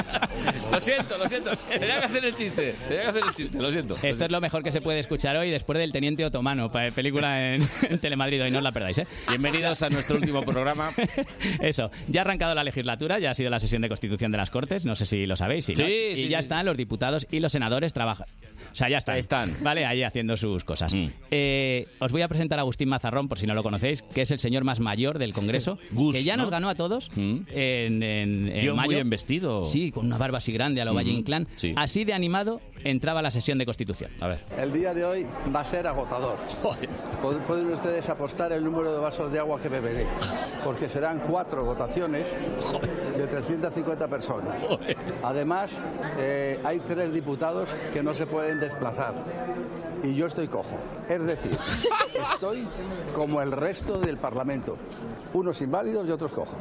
Speaker 2: <laughs> lo siento, lo siento. Tenía que hacer el chiste. Tenía que hacer el chiste, lo siento.
Speaker 18: Esto es lo mejor que se puede escuchar hoy después del Teniente Otomano, pa- película en, <laughs> en Telemadrid, hoy no os la perdáis. ¿eh?
Speaker 2: Bienvenidos a nuestro último programa.
Speaker 18: <laughs> Eso, ya ha arrancado la legislatura, ya ha sido la sesión de constitución de las Cortes, no sé si lo sabéis, si no.
Speaker 2: Sí,
Speaker 18: y
Speaker 2: sí,
Speaker 18: ya
Speaker 2: sí.
Speaker 18: están los diputados y los senadores trabajan. O sea, ya están. están. Vale, ahí haciendo sus cosas.
Speaker 2: Mm.
Speaker 18: Eh, os voy a presentar a Agustín Mazarrón, por si no lo conocéis, que es el señor más mayor del Congreso,
Speaker 2: Gus,
Speaker 18: que ya
Speaker 2: ¿no?
Speaker 18: nos ganó a todos en, en- en
Speaker 2: Mm. Yo muy
Speaker 18: mayo.
Speaker 2: bien vestido.
Speaker 18: Sí, con una barba así grande a lo Valle
Speaker 2: Ujú,
Speaker 18: Inclán.
Speaker 2: sí.
Speaker 18: Así de animado entraba la sesión de constitución.
Speaker 2: A ver.
Speaker 46: El día de hoy va a ser agotador. Pod- Pueden ustedes apostar el número de vasos de agua que beberé, porque serán cuatro votaciones de 350 personas. Además, eh, hay tres diputados que no se pueden desplazar y yo estoy cojo. Es decir, estoy como el resto del Parlamento, unos inválidos y otros cojos.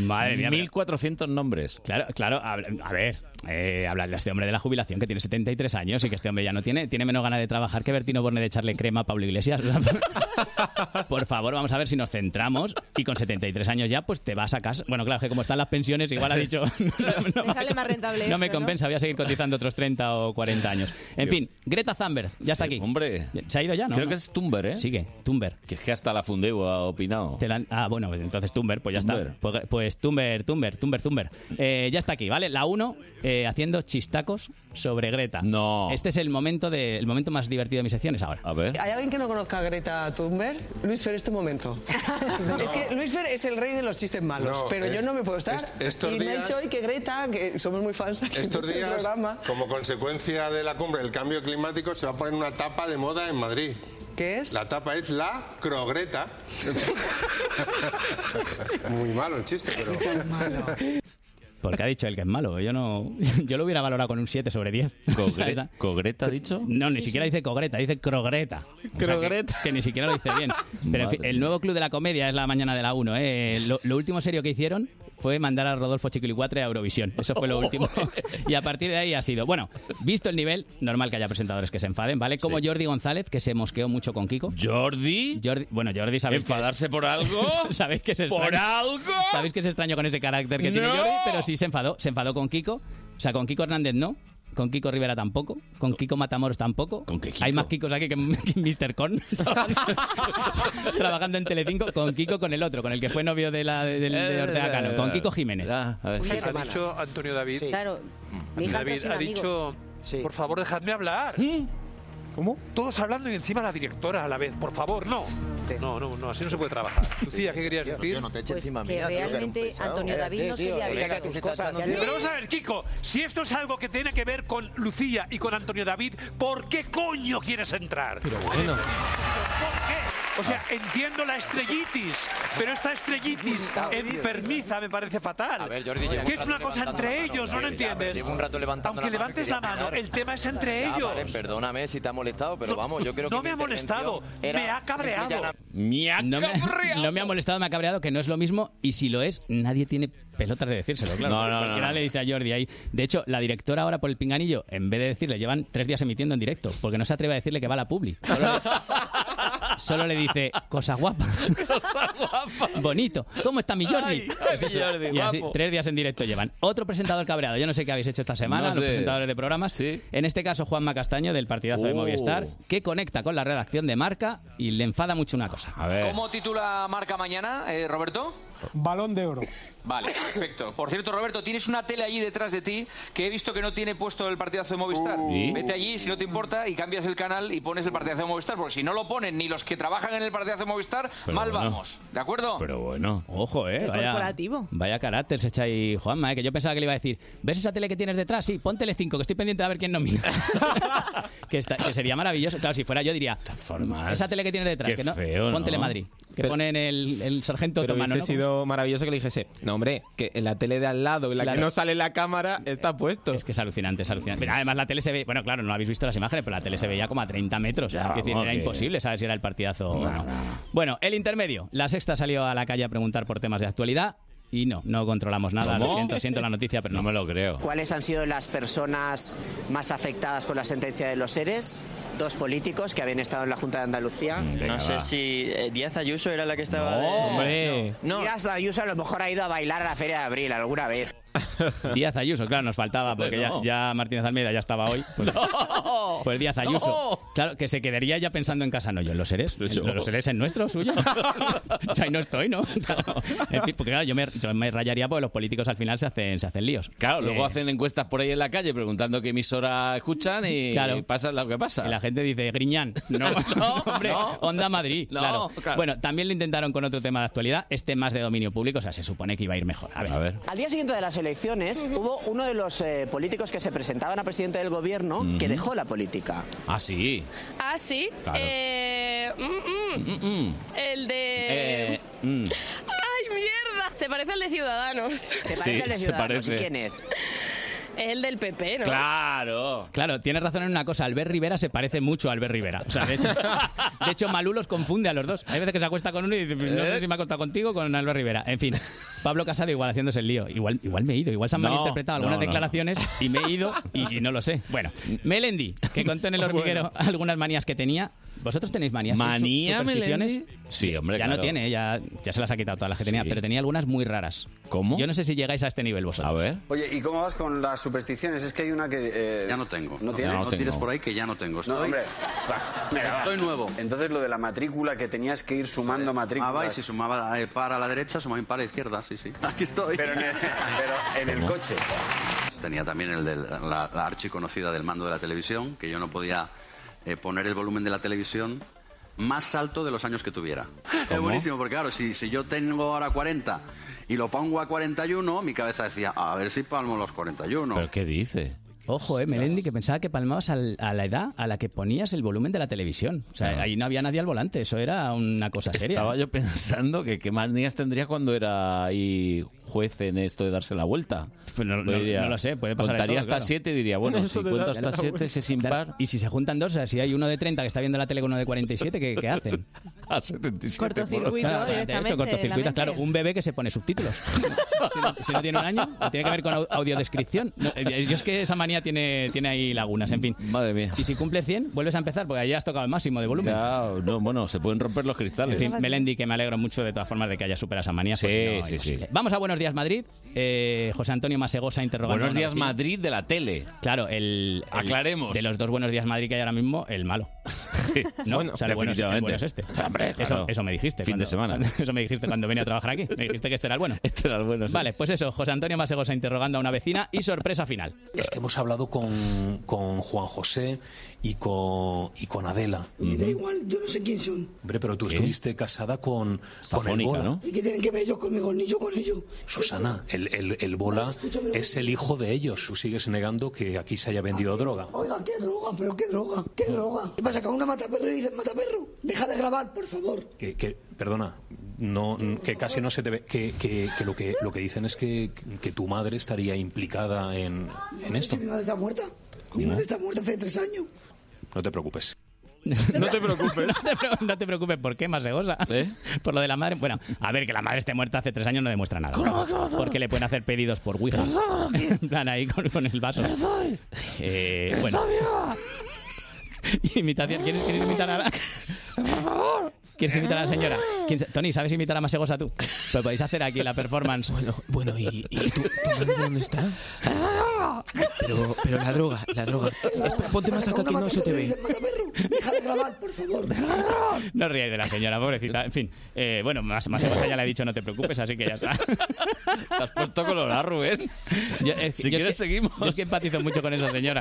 Speaker 18: Madre
Speaker 2: mía.
Speaker 18: 1400 nombres. Claro, claro, a, a ver, eh, hablarle a este hombre de la jubilación que tiene 73 años y que este hombre ya no tiene tiene menos ganas de trabajar que Bertino Borne de echarle crema a Pablo Iglesias. O sea, por <laughs> favor, vamos a ver si nos centramos y con 73 años ya pues te vas a casa. Bueno, claro, que como están las pensiones igual ha dicho,
Speaker 15: Me sale más rentable
Speaker 18: no me
Speaker 15: esto,
Speaker 18: compensa, voy a seguir cotizando otros 30 o 40 años. En fin, Greta Thunberg, ya está aquí.
Speaker 2: Hombre.
Speaker 18: Se ha ido ya, ¿no?
Speaker 2: Creo
Speaker 18: ¿No?
Speaker 2: que es Tumber, ¿eh?
Speaker 18: Sigue, Tumber.
Speaker 2: Que es que hasta la Fundeu ha opinado.
Speaker 18: Te la han- ah, bueno, entonces Tumber, pues ya
Speaker 2: Tumber.
Speaker 18: está. Pues, pues Tumber, Tumber, Tumber, Tumber. Eh, ya está aquí, ¿vale? La 1 haciendo chistacos sobre Greta. No. Este es el momento, de, el momento más divertido de mis secciones ahora.
Speaker 2: A ver.
Speaker 26: ¿Hay alguien que no conozca a Greta Thunberg? Luis
Speaker 7: <laughs>
Speaker 26: Fer, es <laughs> tu momento. Es que Luis Fer es el rey de los chistes malos,
Speaker 7: No,
Speaker 26: pero yo
Speaker 7: es-
Speaker 26: no me puedo estar.
Speaker 7: est- estos
Speaker 26: y me ha
Speaker 7: días-
Speaker 26: dicho hoy que Greta, que somos muy fans aquí <laughs>
Speaker 7: Estos
Speaker 26: en este
Speaker 7: días,
Speaker 26: programa.
Speaker 7: como consecuencia de la cumbre del cambio climático, se va a poner una tapa de moda en Madrid.
Speaker 26: ¿Qué es?
Speaker 7: La tapa es la
Speaker 26: <laughs>
Speaker 7: crogreta. Muy malo el chiste, pero...
Speaker 18: Porque ha dicho el que es malo. Yo no <laughs> yo lo hubiera valorado con un 7 sobre <laughs> 10.
Speaker 2: Cogre-
Speaker 18: ¿Sabes?
Speaker 2: ¿Cogreta ha dicho?
Speaker 18: No, ni siquiera dice cogreta, dice crogreta. O sea,
Speaker 2: Crogreta.
Speaker 18: que, que ni siquiera lo dice
Speaker 2: <laughs>
Speaker 18: bien. Pero en fin,
Speaker 2: Madre
Speaker 18: el nuevo club de la comedia es la mañana de la 1. ¿eh? Lo, lo último serio que hicieron fue mandar a Rodolfo Chiquilicuatre a Eurovisión. Eso
Speaker 2: <laughs>
Speaker 18: fue lo último. <laughs> y a partir de ahí ha sido. Bueno, visto el nivel, normal que haya presentadores que se enfaden, ¿vale? Como Jordi González, que se mosqueó mucho con Kiko.
Speaker 2: ¿Jordi?
Speaker 18: Jordi bueno, Jordi sabéis que-
Speaker 2: ¿Enfadarse por algo?
Speaker 18: <laughs> ¿Sabéis que es
Speaker 2: ¿Por
Speaker 18: extraño?
Speaker 2: algo?
Speaker 18: ¿Sabéis que es extraño con ese carácter que tiene
Speaker 2: ¡No!
Speaker 18: Jordi? Pero sí se enfadó. Se enfadó con Kiko. O sea, con Kiko Hernández no. Con Kiko Rivera tampoco. Con Kiko Matamoros tampoco. Hay más Kikos aquí que, que Mr. Con. Trabajando en Telecinco. Con Kiko con el otro, con el que fue novio de, la, del- de Ortega Cano. Con Kiko Jiménez.
Speaker 21: ha dicho Antonio David.
Speaker 24: Claro, mi hija
Speaker 21: David
Speaker 24: casi un
Speaker 21: ha
Speaker 24: amigo.
Speaker 21: dicho, por favor, dejadme hablar. ¿Cómo? Todos hablando y encima la directora a la vez. Por favor, no. No, no, no, así no se puede trabajar. Lucía, ¿qué querías decir? Yo no te eché encima
Speaker 24: Pues que realmente Antonio David no sería habitual. ¿eh?
Speaker 21: Pero vamos a ver, Kiko, si esto es algo que tiene que ver con Lucía y con Antonio David, ¿por qué coño quieres entrar? Pero bueno. O sea, entiendo la estrellitis, pero esta estrellitis enfermiza me parece fatal.
Speaker 4: Jordi, llevo
Speaker 21: que
Speaker 4: un
Speaker 21: es una
Speaker 4: rato
Speaker 21: cosa
Speaker 4: levantando la
Speaker 21: entre
Speaker 4: mano,
Speaker 21: ellos, ¿no lo
Speaker 4: hombre, ya,
Speaker 21: entiendes?
Speaker 4: llevo un rato levantando
Speaker 21: Aunque
Speaker 4: la mano,
Speaker 21: levantes
Speaker 4: quería
Speaker 21: la mano,
Speaker 4: callar.
Speaker 21: el tema es entre
Speaker 4: Ya,
Speaker 21: ellos.
Speaker 4: vale, perdóname si te ha molestado, pero vamos, yo creo que.
Speaker 21: no me ha molestado, me ha cabreado.
Speaker 18: no, me, no me ha molestado, me ha cabreado, que no es lo mismo. Y si lo es, nadie tiene pelotas de decírselo, claro.
Speaker 2: No, no, no,
Speaker 18: Cualquiera
Speaker 2: no.
Speaker 18: le dice a Jordi ahí. De hecho, la directora ahora por el pinganillo, en vez de decirle, llevan tres días emitiendo en directo, porque no se atreve a decirle que va a la publi. Solo le, solo le dice, cosa guapa.
Speaker 2: <laughs>
Speaker 18: Bonito. ¿Cómo está mi Jordi?
Speaker 2: Ay, ay,
Speaker 18: Pues eso.
Speaker 2: mi Jordi,
Speaker 18: y así,
Speaker 2: guapo.
Speaker 18: tres días en directo llevan. Otro presentador cabreado. Yo no sé qué habéis hecho esta semana,
Speaker 2: No
Speaker 18: los
Speaker 2: sé.
Speaker 18: presentadores de programas. En este caso, Juanma Castaño, del partidazo de
Speaker 2: Oh.
Speaker 18: Movistar, que conecta con la redacción de Marca y le enfada mucho una cosa. A ver.
Speaker 4: ¿Cómo titula Marca mañana, eh, Roberto?
Speaker 47: Balón de oro.
Speaker 4: Vale, perfecto. Por cierto, Roberto, tienes una tele allí detrás de ti que he visto que no tiene puesto el partidazo de Movistar.
Speaker 47: ¿Sí?
Speaker 4: Vete allí, si no te importa, y cambias el canal y pones el partidazo de Movistar, porque si no lo ponen ni los que trabajan en el partidazo de Movistar,
Speaker 18: Pero
Speaker 4: mal
Speaker 18: bueno.
Speaker 4: vamos. ¿De acuerdo?
Speaker 18: Pero bueno, ojo, eh.
Speaker 4: Qué
Speaker 18: Vaya,
Speaker 4: corporativo.
Speaker 18: vaya carácter se echa ahí Juanma, eh, que yo pensaba que le iba a decir, ¿ves esa tele que tienes detrás? Sí, pon Tele5, que estoy pendiente de ver quién <laughs> nomina. que, está- que sería maravilloso. Claro, si fuera yo diría, esa tele que tienes detrás,
Speaker 14: qué
Speaker 18: que no,
Speaker 14: feo, ¿no?
Speaker 18: pon Telemadrid, que
Speaker 14: Pero-
Speaker 18: ponen el, el sargento
Speaker 14: Pero
Speaker 18: otomano,
Speaker 14: hubiese
Speaker 18: ¿no?
Speaker 14: sido maravilloso que le dijese, no hombre, que en la tele de al lado, en la que
Speaker 18: Claro.
Speaker 14: no sale la cámara, está puesto.
Speaker 18: Eh, Es que es alucinante, es alucinante. Pero además la tele se ve, bueno, claro, no habéis visto las imágenes, pero la tele se veía como a 30 metros. Es decir,
Speaker 2: vamos,
Speaker 18: era
Speaker 2: que-
Speaker 18: imposible saber si era el partidazo o no. Bueno, el intermedio. La sexta salió a la calle a preguntar por temas de actualidad. Y no, no controlamos nada. Lo
Speaker 48: ¿Cómo?
Speaker 18: siento, siento la noticia, pero no, me lo creo.
Speaker 48: ¿Cuáles han sido las personas más afectadas por la sentencia de los seres? Dos políticos que habían estado en la Junta de Andalucía.
Speaker 18: Mm,
Speaker 49: No sé si eh, Díaz Ayuso era la que estaba. de-
Speaker 48: No. Díaz Ayuso a lo mejor ha ido a bailar a la Feria de Abril alguna <laughs> vez.
Speaker 18: Díaz Ayuso, claro, nos faltaba, porque ya,
Speaker 48: No.
Speaker 18: ya Martínez Almeida ya estaba hoy.
Speaker 48: <laughs>
Speaker 18: Pues,
Speaker 2: Oh.
Speaker 18: pues Díaz Ayuso. Claro, que se quedaría ya pensando en casa, no yo, en los seres. En- Los seres en nuestro,
Speaker 2: <laughs>
Speaker 18: suyo. ya ahí no estoy, ¿no? Claro. En fin, porque claro, yo me, yo me rayaría porque los políticos al final se hacen, se hacen líos.
Speaker 2: Claro, luego
Speaker 18: Eh,
Speaker 2: hacen encuestas por ahí en la calle preguntando qué emisora escuchan y,
Speaker 18: Claro.
Speaker 2: pasa lo que pasa.
Speaker 18: Y la gente dice,
Speaker 2: <laughs>
Speaker 18: Griñán. <laughs> No, hombre, Onda Madrid.
Speaker 2: No,
Speaker 18: claro.
Speaker 2: claro.
Speaker 18: Bueno, también lo intentaron con otro tema de actualidad, este más de dominio público, o sea, se supone que iba a ir mejor. A ver.
Speaker 48: Al día siguiente de las elecciones hubo uno de los eh, políticos que se presentaban a presidente del gobierno que dejó la política.
Speaker 2: Ah, sí.
Speaker 27: Ah, sí.
Speaker 48: Claro.
Speaker 27: Eh, mm, mm. El de...
Speaker 2: Eh, mm.
Speaker 27: ¡Ay, mierda! Se parece al de Ciudadanos. Se
Speaker 2: parece Sí, al de se Ciudadanos. parece. ¿Y quién
Speaker 48: es?
Speaker 27: El del PP, ¿no?
Speaker 2: Claro.
Speaker 18: Claro, tienes razón en una cosa. Albert Rivera se parece mucho a Albert Rivera. O sea, de
Speaker 2: <laughs>
Speaker 18: hecho, de hecho, Malú los confunde a los dos. Hay veces que se acuesta con uno y dice, "Pues no
Speaker 2: ¿Eh?
Speaker 18: sé si me ha acostado contigo o con Albert Rivera. En fin, Pablo Casado igual haciéndose el lío. Igual, igual me he ido, igual se han
Speaker 2: No,
Speaker 18: malinterpretado
Speaker 2: no,
Speaker 18: algunas
Speaker 2: no, no.
Speaker 18: declaraciones y me he ido y, y no lo sé. Bueno, Melendi, que contó
Speaker 2: <laughs>
Speaker 18: en el hormiguero algunas manías que tenía. ¿Vosotros tenéis manías? ¿Sois su-
Speaker 2: ¿Manía,
Speaker 18: supersticiones?
Speaker 2: Melendi? Sí, hombre,
Speaker 18: Ya no
Speaker 2: claro.
Speaker 18: tiene, ya, ya se las ha quitado todas las que tenía,
Speaker 2: Sí.
Speaker 18: pero tenía algunas muy raras. ¿Cómo? Yo no sé si llegáis a este nivel vosotros. A ver.
Speaker 41: Oye, ¿y cómo vas con las supersticiones? Es que hay una que... Ya no tengo. ¿No tienes?
Speaker 18: no tengo.
Speaker 41: tires por ahí que ya no tengo. No, hombre. Estoy nuevo. Ah, Entonces lo de la matrícula, que tenías que ir sumando matrículas.
Speaker 50: Sumaba y si sumaba eh, para a la derecha, sumaba impar a la izquierda, sí, sí. Aquí estoy.
Speaker 41: Pero en el, pero en el coche.
Speaker 50: Tenía también el de la, la archiconocida del mando de la televisión, que yo no podía eh, poner el volumen de la televisión más alto de los años que tuviera. Es buenísimo, porque claro, si, si yo tengo ahora 40 y lo pongo a 41, mi cabeza decía, a ver si palmo los 41.
Speaker 2: ¿Pero qué dice?
Speaker 18: Ojo, eh, Melendi, que pensaba que palmabas al- a la edad a la que ponías el volumen de la televisión. O sea,
Speaker 2: Claro.
Speaker 18: ahí no había nadie al volante, eso era una cosa seria.
Speaker 2: Estaba yo pensando que qué manías tendría cuando era ahí juez en esto de darse la vuelta.
Speaker 18: Pues no, no- no lo sé, puede pasar de
Speaker 2: Contaría
Speaker 18: todo,
Speaker 2: hasta
Speaker 18: claro.
Speaker 2: 7 y
Speaker 18: <laughs>
Speaker 2: diría, bueno, si cuento hasta 7 es
Speaker 18: Claro,
Speaker 2: impar.
Speaker 18: Y si se juntan dos, o sea, si hay uno de 30 que está viendo la tele con uno de 47, ¿qué, qué hacen?
Speaker 2: <laughs> A 77.
Speaker 21: Cortocircuito ¿eh?
Speaker 18: de
Speaker 21: directamente,
Speaker 18: hecho, cortocircuitas,
Speaker 21: la
Speaker 18: claro,
Speaker 21: mente.
Speaker 18: un bebé que se pone subtítulos. si, no, si no tiene un año, lo tiene que ver con au- audiodescripción. No, eh, yo es que esa manía tiene, tiene ahí lagunas, en fin.
Speaker 2: Madre mía.
Speaker 18: Y si cumples 100, vuelves a empezar, porque ahí has tocado el máximo de volumen.
Speaker 2: Ya, no, bueno, se pueden romper los cristales.
Speaker 18: En fin, Melendi, que me alegro mucho de todas formas de que haya superado esa manía. pues
Speaker 2: Sí,
Speaker 18: si no,
Speaker 2: sí,
Speaker 18: imposible.
Speaker 2: sí.
Speaker 18: Vamos a Buenos Días Madrid. Eh, José Antonio Masegosa interrogando.
Speaker 2: Buenos
Speaker 18: a una
Speaker 2: días
Speaker 18: vecina.
Speaker 2: Madrid de la tele.
Speaker 18: Claro, el, el-
Speaker 2: Aclaremos.
Speaker 18: De los dos Buenos Días Madrid que hay ahora mismo, el malo.
Speaker 2: <laughs> Sí,
Speaker 18: No, o sea, el bueno es- el
Speaker 2: definitivamente.
Speaker 18: bueno es este.
Speaker 2: Hombre,
Speaker 18: Eso-
Speaker 2: claro.
Speaker 18: eso, me dijiste.
Speaker 2: Fin de semana.
Speaker 18: <laughs> Eso me dijiste cuando venía a trabajar aquí. Me dijiste que este era el bueno.
Speaker 2: <laughs> Este era el bueno. sí.
Speaker 18: Vale, pues eso, José Antonio Masegosa interrogando a una vecina y sorpresa final.
Speaker 51: Es que hemos hablado con, con Juan José y con, y con Adela.
Speaker 52: Me da igual, yo no sé quién son.
Speaker 51: Hombre, pero tú estuviste casada con, con el fónica, Bola. ¿no?
Speaker 52: ¿Y qué tienen que ver ellos conmigo, ni yo con ellos?
Speaker 51: Susana, el, el, el Bola
Speaker 52: Escúchame.
Speaker 51: es el hijo de ellos. Tú sigues negando que aquí se haya vendido droga.
Speaker 52: Oiga, Ah, qué droga, pero qué droga, qué droga. ¿Qué pasa? Que a una mataperro y dicen mataperro. Deja de grabar, por favor.
Speaker 51: Que, que- perdona, no, que casi no se te ve. Que, que- que lo, que lo que dicen es que, que tu madre estaría implicada en,
Speaker 52: Ah,
Speaker 51: en esto.
Speaker 52: Mi madre está muerta. Mi madre está muerta hace tres años.
Speaker 51: No te preocupes.
Speaker 18: No te preocupes. <laughs> ¿Eh? no, te preo- no te preocupes, ¿por qué, Masegosa? Por lo de la madre. Bueno, a ver, que la madre esté muerta hace tres años no demuestra nada. Porque le pueden hacer pedidos por Ouija. <laughs> En plan, ahí con, con el vaso. Eh, bueno. Imitación. ¿Quieres, quieres imitar a la... ¿Quieres imitar a la señora? ¿Quién sa- Tony, ¿sabes imitar a Masegosa tú? Pues podéis hacer aquí la performance. Bueno,
Speaker 51: bueno ¿y, tú, dónde está? Pero, pero la droga, la droga. Espera, ponte más acá que no se te ve.
Speaker 52: Deja de grabar, por favor.
Speaker 18: No ríais de la señora, pobrecita. En fin, eh, bueno, más, más ya le he dicho no te preocupes, así que ya está. Te
Speaker 2: has puesto colorado, Rubén. Si quieres,
Speaker 18: seguimos. eh, Yo es que empatizo mucho con esa señora.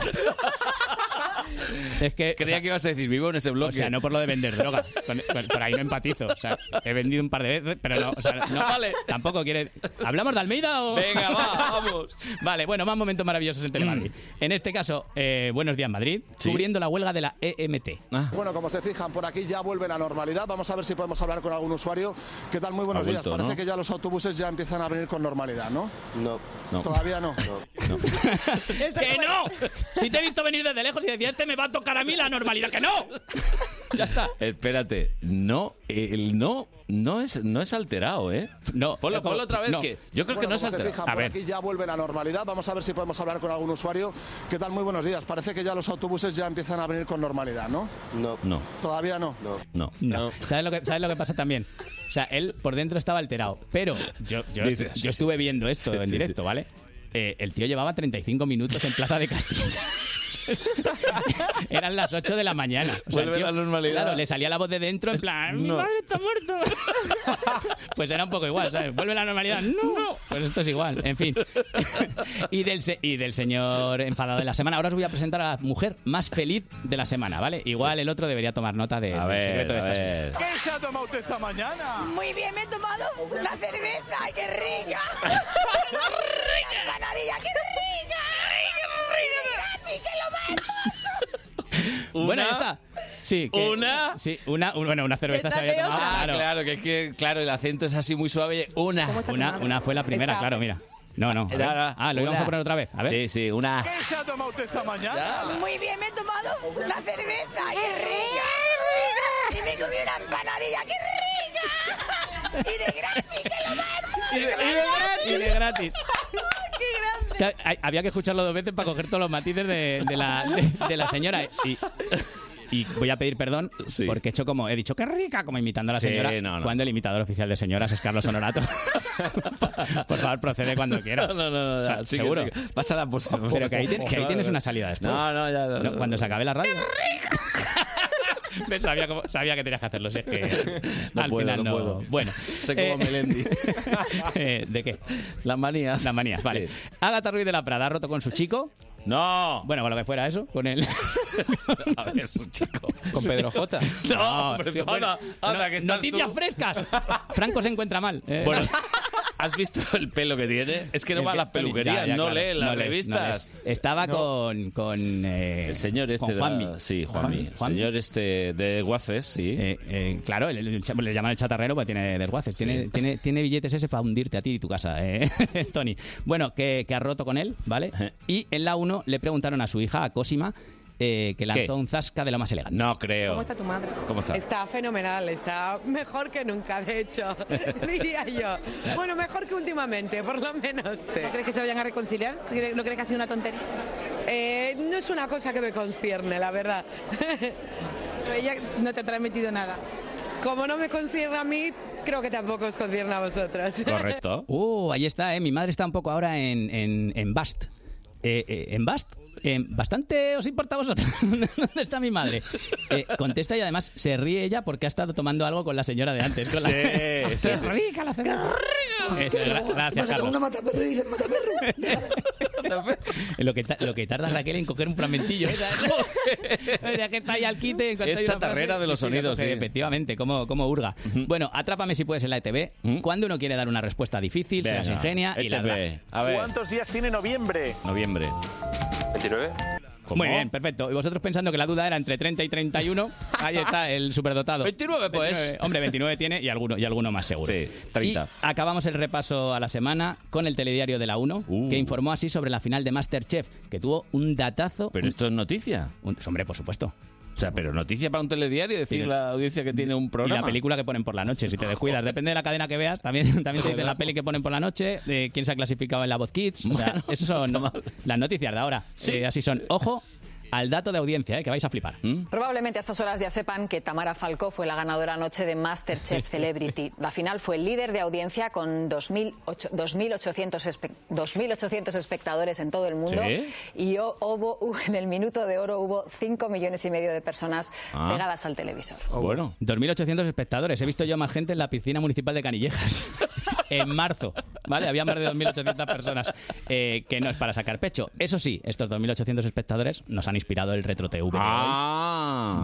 Speaker 18: Es que, Creía
Speaker 2: que ibas a decir vivo en ese bloque.
Speaker 18: O sea, no por lo de vender droga. Con- con- por ahí no empatizo. O sea, he vendido un par de veces, pero no. O sea, no
Speaker 2: Vale.
Speaker 18: Tampoco quiere. ¿Hablamos de Almeida o.?
Speaker 2: Venga, va, vamos. Mm.
Speaker 18: Vale, bueno, más momentos maravillosos en Telemadrid. En este caso, eh, Buenos Días Madrid, cubriendo la huelga de la E EMT.
Speaker 2: Ah.
Speaker 53: Bueno, como se fijan, por aquí ya vuelve la normalidad. Vamos a ver si podemos hablar con algún usuario. ¿Qué tal? Muy buenos
Speaker 18: Ha vuelto,
Speaker 53: días. Parece
Speaker 18: ¿no?
Speaker 53: que ya los autobuses ya empiezan a venir con normalidad, ¿no?
Speaker 54: No.
Speaker 53: Todavía no.
Speaker 18: ¡Que no! Si te he visto venir desde lejos y decía, este me va a tocar a mí la normalidad, ¡que no!
Speaker 2: Ya está. Espérate, no, eh, el no, no es, no es alterado, ¿eh? No. Ponlo, ponlo otra vez, que yo creo que
Speaker 53: Bueno,
Speaker 2: no es
Speaker 53: como se
Speaker 2: alterado.
Speaker 53: fijan, por aquí ya vuelve la normalidad. Vamos a ver si podemos hablar con algún usuario. ¿Qué tal? Muy buenos días. Parece que ya los autobuses ya empiezan a venir con normalidad, ¿no?
Speaker 18: No. No.
Speaker 53: Todavía no.
Speaker 2: No.
Speaker 18: ¿Sabes, lo que, ¿Sabes lo que pasa también? O sea, él por dentro estaba alterado, pero yo, yo,
Speaker 2: Dice,
Speaker 18: yo estuve viendo esto
Speaker 2: Sí,
Speaker 18: en
Speaker 2: sí,
Speaker 18: directo,
Speaker 2: sí.
Speaker 18: ¿vale? Eh, el tío llevaba 35 minutos en Plaza de Castilla. <laughs> Eran las 8 de la mañana. O sea, el
Speaker 2: Vuelve
Speaker 18: tío-
Speaker 2: la normalidad.
Speaker 18: Claro, le salía la voz de dentro en plan, "Mi
Speaker 2: No.
Speaker 18: madre está muerta. <laughs> pues era un poco igual, ¿sabes? Vuelve la normalidad. ¡No! Pues esto es igual, en fin. <laughs> y, del se- y del señor enfadado de la semana. Ahora os voy a presentar a la mujer más feliz de la semana, ¿vale? Igual el otro debería tomar nota de, del
Speaker 2: ver,
Speaker 18: secreto de
Speaker 2: a
Speaker 18: esta
Speaker 2: ver.
Speaker 18: señora.
Speaker 55: ¿Qué se ha tomado usted esta mañana?
Speaker 26: Muy bien, me he tomado una cerveza. ¡Ay,
Speaker 55: <laughs>
Speaker 26: qué rica! ¡Qué canarilla, qué rica! ¡Ay, qué rica! ¡Sí, que lo mato!
Speaker 18: Bueno, ya está. Sí, que-
Speaker 2: ¿Una?
Speaker 18: Sí, una, un- bueno, una cerveza se había tomado.
Speaker 2: Ah,
Speaker 18: claro.
Speaker 2: claro, que, es que claro, el acento es así muy suave. Una.
Speaker 18: Una, una fue la primera,
Speaker 55: Está.
Speaker 18: claro, mira. No, no. a ver. ah, lo íbamos a poner otra vez. A ver.
Speaker 2: Sí, sí, una.
Speaker 55: ¿Qué se ha tomado usted esta mañana?
Speaker 26: Muy bien, me he tomado una cerveza. ¡Ay, qué rica! Y me comí una empanadilla. ¡Qué rica! Y de gratis, que lo mato.
Speaker 18: Y de- y de gratis. Que hay- Había que escucharlo dos veces para coger todos los matices de, de la, de- de la señora. Y, y voy a pedir perdón porque he hecho como, he dicho, qué rica, como imitando a la
Speaker 2: Sí,
Speaker 18: señora.
Speaker 2: no, no.
Speaker 18: Cuando el imitador oficial de señoras es Carlos
Speaker 2: <laughs>
Speaker 18: Honorato. Por favor, procede cuando quiera.
Speaker 2: No, no, no,
Speaker 18: O sea,
Speaker 2: no, sigue,
Speaker 18: Seguro.
Speaker 2: sigue. Pásala por
Speaker 18: Pero que
Speaker 2: <laughs>
Speaker 18: ahí, tien- que ahí tienes una salida después.
Speaker 2: No, no, ya, no, no.
Speaker 18: Cuando se acabe la radio. <laughs> Me sabía, cómo- sabía que tenías que hacerlo, si es que
Speaker 2: <laughs> No
Speaker 18: al
Speaker 2: puedo,
Speaker 18: final
Speaker 2: no
Speaker 18: no.
Speaker 2: puedo. <laughs>
Speaker 18: Bueno,
Speaker 2: Sé como Melendi.
Speaker 18: <laughs> eh, ¿De qué? Las manías. Las manías, vale. Agatha Ruiz de la Prada ha roto con su chico.
Speaker 2: No.
Speaker 18: Bueno, con lo que fuera eso, con él.
Speaker 2: <laughs> A ver, su chico.
Speaker 18: Con Pedro J.
Speaker 2: No, hombre, anda, anda, que estás
Speaker 18: noticias
Speaker 2: tú. <laughs>
Speaker 18: frescas. Franco se encuentra mal. Eh,
Speaker 2: Bueno, ¿has visto el pelo que tiene? Es que no
Speaker 18: El
Speaker 2: va a
Speaker 18: que-
Speaker 2: las peluquerías,
Speaker 18: Ya, ya,
Speaker 2: no
Speaker 18: claro.
Speaker 2: lee las
Speaker 18: No lees, no
Speaker 2: revistas.
Speaker 18: lees. Estaba con, con eh, el señor
Speaker 2: este de la- sí, Juanmi. Señor
Speaker 18: este de Guaces, sí. Eh, claro, el- el cha- le llaman el chatarrero porque tiene desguaces. Tiene,
Speaker 2: Sí.
Speaker 18: tiene, tiene billetes ese para hundirte a ti y tu casa, eh, <laughs> Tony. Bueno, que, que ha roto con él, ¿vale?
Speaker 2: Eh.
Speaker 18: Y en la 1 le preguntaron a su hija, a Cosima, eh, que lanzó un zasca de lo más elegante.
Speaker 2: No creo.
Speaker 56: ¿Cómo está tu madre?
Speaker 2: ¿Cómo está?
Speaker 56: fenomenal, está mejor que nunca, de hecho, <laughs> diría yo. Bueno, mejor que últimamente, por lo menos. ¿No crees que se vayan a reconciliar? ¿No crees que ha sido una tontería? Eh, no es una cosa que me concierne, la verdad. <laughs> Pero ella no te ha transmitido nada. Como no me concierne a mí, creo que tampoco os concierne a vosotros.
Speaker 18: Correcto. <laughs> Uh, ahí está, ¿eh? Mi madre está un poco ahora en, en, en Bast. Eh, eh, ¿En Bast? Eh, ¿Bastante os importa a vosotros? <laughs> ¿Dónde está mi madre? Eh, contesta y además se ríe ella porque ha estado tomando algo con la señora de antes. Con la...
Speaker 2: Sí,
Speaker 18: <laughs>
Speaker 2: sí,
Speaker 18: ¡Qué
Speaker 2: sí.
Speaker 18: rica la señora! Eso, gra- gracias,
Speaker 52: Pasa que
Speaker 18: Carlos.
Speaker 52: una mataperro y dices mataperro.
Speaker 18: Lo que, ta- lo que tarda Raquel en coger un <laughs> ¿eh? fragmentillo. Mira que está ahí al quite. en cuanto
Speaker 2: <laughs> Es
Speaker 18: hay una
Speaker 2: chatarrera
Speaker 18: frase,
Speaker 2: de los
Speaker 18: sí, sí, la
Speaker 2: sonidos,
Speaker 18: coge,
Speaker 2: sí.
Speaker 18: Efectivamente, como, como hurga. Bueno, atrápame si puedes en la ETV. Cuando uno quiere dar una respuesta difícil, se las
Speaker 2: Venga,
Speaker 18: ingenia y las
Speaker 2: ETV.
Speaker 18: da.
Speaker 2: A ver.
Speaker 57: ¿Cuántos días tiene noviembre?
Speaker 2: Noviembre.
Speaker 57: 29.
Speaker 18: Muy bien, perfecto. Y vosotros pensando que la duda era entre 30 y
Speaker 2: <laughs>
Speaker 18: 31, ahí está el superdotado.
Speaker 2: 29, pues.
Speaker 18: hombre, 29 tiene y alguno, y alguno más seguro.
Speaker 2: Sí, 30.
Speaker 18: Y acabamos el repaso a la semana con el telediario de la 1,
Speaker 2: Uh.
Speaker 18: que informó así sobre la final de Masterchef, que tuvo un datazo.
Speaker 2: Pero esto es noticia.
Speaker 18: hombre, por supuesto.
Speaker 2: O sea, pero noticia para un telediario decir
Speaker 18: Tiene-
Speaker 2: la audiencia que tiene un programa.
Speaker 18: Y la película que ponen por la noche, si te descuidas. Depende de la cadena que veas, también, <laughs> también te dicen la peli que ponen por la noche, de quién se ha clasificado en la voz Kids. O sea, eso son las noticias de ahora. Eh, así son. Ojo al dato de audiencia, eh, que vais a flipar.
Speaker 58: Probablemente a estas horas ya sepan que Tamara Falcó fue la ganadora anoche de Masterchef Celebrity. La final fue líder de audiencia con 2008 2.800 espe- 2.800 espectadores en todo el mundo.
Speaker 57: Sí.
Speaker 58: Y ho- hubo, <laughs> hu- en el minuto de oro hubo 5 millones y medio de personas
Speaker 18: Ah.
Speaker 58: pegadas al televisor.
Speaker 18: Bueno. 2.800 espectadores. He visto yo más gente en la piscina municipal de Canillejas. en marzo, ¿vale? Había más de 2.800 personas. eh, que no es para sacar pecho. Eso sí, estos 2.800 espectadores nos han inspirado el Retro TV. de hoy.
Speaker 2: Ah.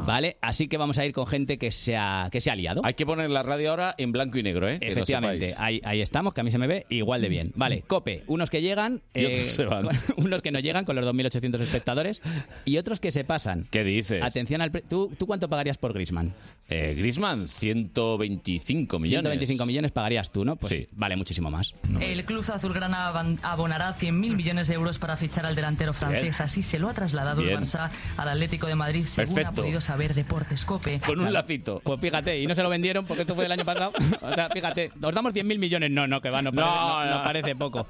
Speaker 18: ¿Vale? Así que vamos a ir con gente que se ha, que se ha liado.
Speaker 2: Hay que poner la radio ahora en blanco y negro, ¿eh? Que lo
Speaker 18: Efectivamente,
Speaker 2: sepáis.
Speaker 18: ahí, ahí estamos, que a mí se me ve igual de bien. Vale, cope, unos que llegan,
Speaker 2: <laughs>
Speaker 18: eh,
Speaker 2: Y otros se van.
Speaker 18: <laughs> unos que no llegan con los 2.800 espectadores y otros que se pasan.
Speaker 2: ¿Qué dices?
Speaker 18: Atención al... pre- ¿Tú, ¿Tú cuánto pagarías por Grisman?
Speaker 2: Eh, Griezmann, 125 millones.
Speaker 18: 125 millones pagarías tú, ¿no? Pues vale muchísimo más.
Speaker 59: El Club Azulgrana aban- abonará 100.000 millones de euros para fichar al delantero francés. Así se lo ha trasladado
Speaker 18: Bien.
Speaker 59: el Barça al Atlético de Madrid, según
Speaker 18: Perfecto.
Speaker 59: ha podido saber Deportes Cope.
Speaker 18: lacito. Pues fíjate, y no se lo vendieron porque esto fue el año pasado.
Speaker 2: <laughs>
Speaker 18: O sea, fíjate, nos damos 100.000 millones. No, no, que va, no parece, no, no parece poco.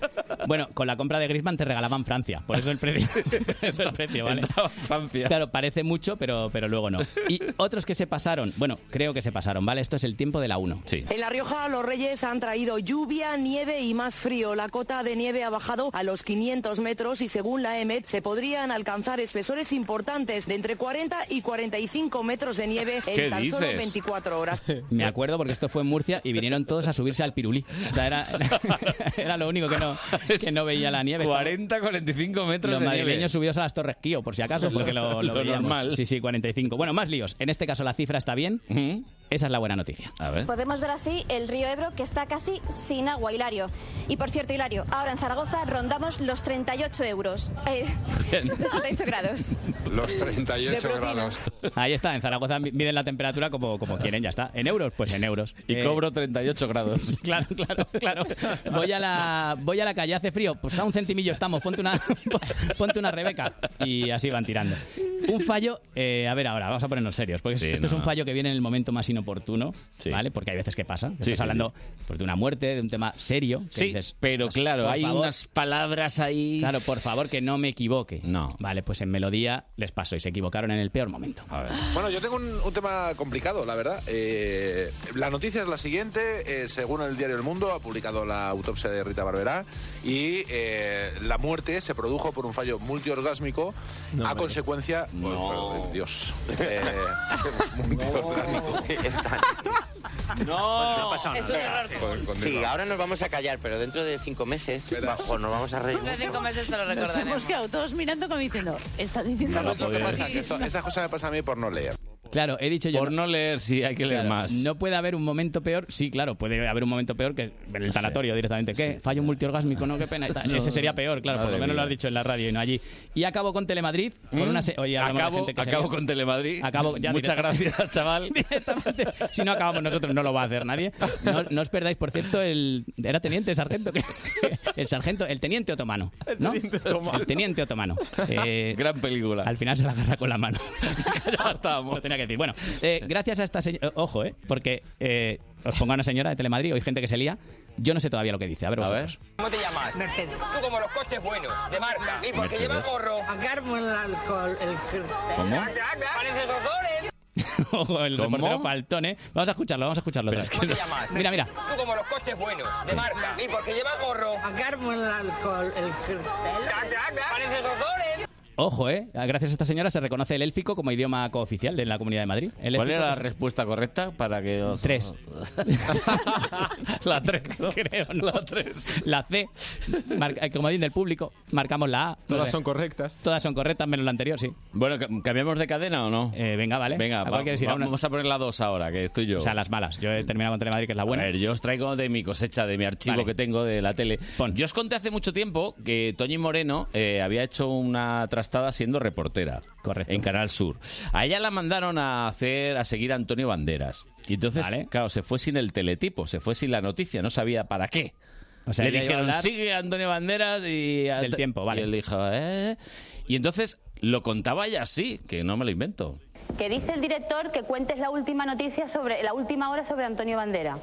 Speaker 18: Bueno, con la compra de Griezmann te regalaban Francia. Por eso el precio, <laughs> por eso el precio ¿vale? Francia. Claro, parece mucho, pero, pero luego no. Y otros que se pasaron. Bueno, creo que se pasaron, ¿vale? Esto es el tiempo de la 1. Sí.
Speaker 60: En La Rioja los reyes han traído lluvia, nieve y más frío. La cota de nieve ha bajado a los 500 metros y según la E EMET se podrían alcanzar espesores importantes de entre 40 y 45 metros de nieve
Speaker 18: ¿Qué
Speaker 60: en tan solo
Speaker 18: dices?
Speaker 60: 24 horas.
Speaker 18: Me acuerdo porque esto fue en Murcia y vinieron todos a subirse al pirulí. O sea, era, <laughs> era lo único que no, que no veía la nieve.
Speaker 2: 40, 45 metros
Speaker 18: Los
Speaker 2: de nieve.
Speaker 18: madrileños subidos a las Torres Kio, por si acaso, porque lo, lo
Speaker 2: Lo
Speaker 18: veíamos.
Speaker 2: normal.
Speaker 18: Sí, sí, 45. Bueno, más líos. En este caso la cifra está bien. Esa es la buena noticia. A ver. <laughs>
Speaker 34: Podemos ver así el río Ebro que está casi sin agua, Hilario. Y por cierto, Hilario, ahora en Zaragoza rondamos los 38 euros. Eh, <laughs> 38 grados.
Speaker 4: Los 38 grados.
Speaker 18: <laughs> Ahí está, en Zaragoza mi- miden la temperatura como, como quieren, ya está. En euros, pues en euros.
Speaker 2: Y
Speaker 18: Eh,
Speaker 2: cobro
Speaker 18: <laughs>
Speaker 2: 38 grados.
Speaker 18: Claro, claro, claro. Voy a la, voy a la calle, hace frío. Pues a un centimillo estamos, ponte una, <laughs> ponte una Rebeca. Y así van tirando. Un fallo, eh, a ver ahora, vamos a ponernos serios, porque
Speaker 2: Sí,
Speaker 18: esto es
Speaker 2: no.
Speaker 18: un fallo que viene en el momento más inoportuno, ¿vale? Porque hay veces que pasa. que
Speaker 2: Sí,
Speaker 18: estás
Speaker 2: sí,
Speaker 18: hablando pues, de una muerte, de un tema serio. que
Speaker 2: Sí,
Speaker 18: dices,
Speaker 2: pero
Speaker 18: "Ostras,
Speaker 2: claro,
Speaker 18: por
Speaker 2: hay
Speaker 18: favor".
Speaker 2: unas palabras ahí.
Speaker 18: Claro, por favor, que no me equivoque. No. Vale, pues en melodía les pasó y se equivocaron en el peor momento. A ver.
Speaker 34: Bueno, yo tengo un, un tema complicado, la verdad. Eh, la noticia es la siguiente. eh, según el diario El Mundo, ha publicado la autopsia de Rita Barberá y eh, la muerte se produjo por un fallo multiorgásmico a consecuencia... Oh, perdón, Dios. Eh, <laughs> multiorgásmico.
Speaker 59: Ah.
Speaker 26: No,
Speaker 34: no ha pasado
Speaker 26: es
Speaker 34: nada.
Speaker 26: un error.
Speaker 34: Con- con
Speaker 26: Sí,
Speaker 34: Diego.
Speaker 26: ahora nos vamos a callar, pero dentro de cinco meses va- o nos vamos a reír.
Speaker 29: Dentro de cinco meses te lo
Speaker 26: Nos
Speaker 29: recordaremos.
Speaker 26: hemos
Speaker 29: quedado todos mirando como diciendo, ¿estás diciendo
Speaker 34: ¿Sabes lo que pasa? Que esto- esta cosa me pasa a mí por no leer.
Speaker 18: Claro, he dicho yo. Por no, leer, sí, hay que
Speaker 34: leer más.
Speaker 18: No puede haber un momento peor, sí, claro, puede haber un momento peor que en el tanatorio directamente. ¿Qué? Fallo multiorgásmico, no, qué pena. y tal.
Speaker 2: No.
Speaker 18: Ese sería peor, claro, por
Speaker 2: Madre
Speaker 18: lo menos lo
Speaker 2: mía.
Speaker 18: has dicho en la radio y no allí. Y acabo con Telemadrid. Con
Speaker 2: Mm.
Speaker 18: una se- Oye, hablamos de
Speaker 2: Acabo-
Speaker 18: gente que se
Speaker 2: acabo
Speaker 18: ríe.
Speaker 2: con Telemadrid.
Speaker 18: Acabo, ya
Speaker 2: Muchas gracias,
Speaker 18: chaval. <laughs> Si no acabamos nosotros, no lo va a hacer nadie. No, no os perdáis, por cierto, el. ¿Era teniente, sargento? ¿Qué? <laughs> El sargento, el teniente otomano. ¿no? El teniente otomano. Gran película. Al final se la agarra con la <laughs> mano. Lo tenía que decir. Bueno, eh, gracias a esta señora. Ojo, ¿eh? Porque eh, os pongo a una señora de Telemadrid, hoy gente que se lía. Yo no sé todavía lo que dice. A ver, vosotros.
Speaker 26: ¿Cómo te llamas? Mercedes. Tú como los coches buenos, de marca. Y porque
Speaker 18: Mercedes.
Speaker 26: lleva gorro. Carmo el alcohol. El...
Speaker 18: ¿Cómo?
Speaker 26: Pareces odores.
Speaker 18: <laughs> Ojo, el reportero faltón, ¿eh? Vamos a escucharlo, vamos a escucharlo. otra
Speaker 26: ¿Cómo
Speaker 18: vez.
Speaker 26: te llamas?
Speaker 18: Mira, mira.
Speaker 26: Tú como los coches buenos, de marca. Y porque lleva gorro. Carmo el alcohol. El... Pareces odores.
Speaker 18: Ojo, ¿eh? Gracias a esta señora se reconoce el élfico como idioma cooficial de la Comunidad de Madrid. El
Speaker 2: ¿Cuál
Speaker 18: élfico
Speaker 2: era la
Speaker 18: es-
Speaker 2: respuesta correcta para que os- <laughs>
Speaker 18: Tres.
Speaker 2: la 3,
Speaker 18: creo, ¿no? La 3. La C, marca, el comodín del público, marcamos la A.
Speaker 2: Todas son
Speaker 18: correctas. Todas son correctas, menos la anterior, sí.
Speaker 2: Bueno, ca- ¿cambiamos de cadena o no?
Speaker 18: Eh, venga, vale.
Speaker 2: Venga,
Speaker 18: ¿A cuál
Speaker 2: va-
Speaker 18: quieres ir? ¿A una?
Speaker 2: vamos a poner la 2 ahora, que estoy yo. O sea,
Speaker 18: las malas. Yo he terminado con Telemadrid, que es la buena.
Speaker 2: A ver, yo os traigo de mi cosecha, de mi archivo que tengo de la tele. Yo os conté hace mucho tiempo que Toñi Moreno eh, había hecho una trastada siendo reportera. En Canal Sur. A ella la mandaron a hacer, a seguir a Antonio Banderas. Y entonces, claro, se fue sin el teletipo, se fue sin la noticia, no sabía para qué.
Speaker 18: O sea,
Speaker 2: Le
Speaker 18: ella iba a
Speaker 2: dijeron,
Speaker 18: hablar-
Speaker 2: sigue a Antonio Banderas y... Del tiempo, vale. Y él dijo, "Eh". Y entonces lo contaba ella así, que no me lo invento.
Speaker 27: que dice el director que cuentes la última noticia sobre la última hora sobre Antonio Bandera.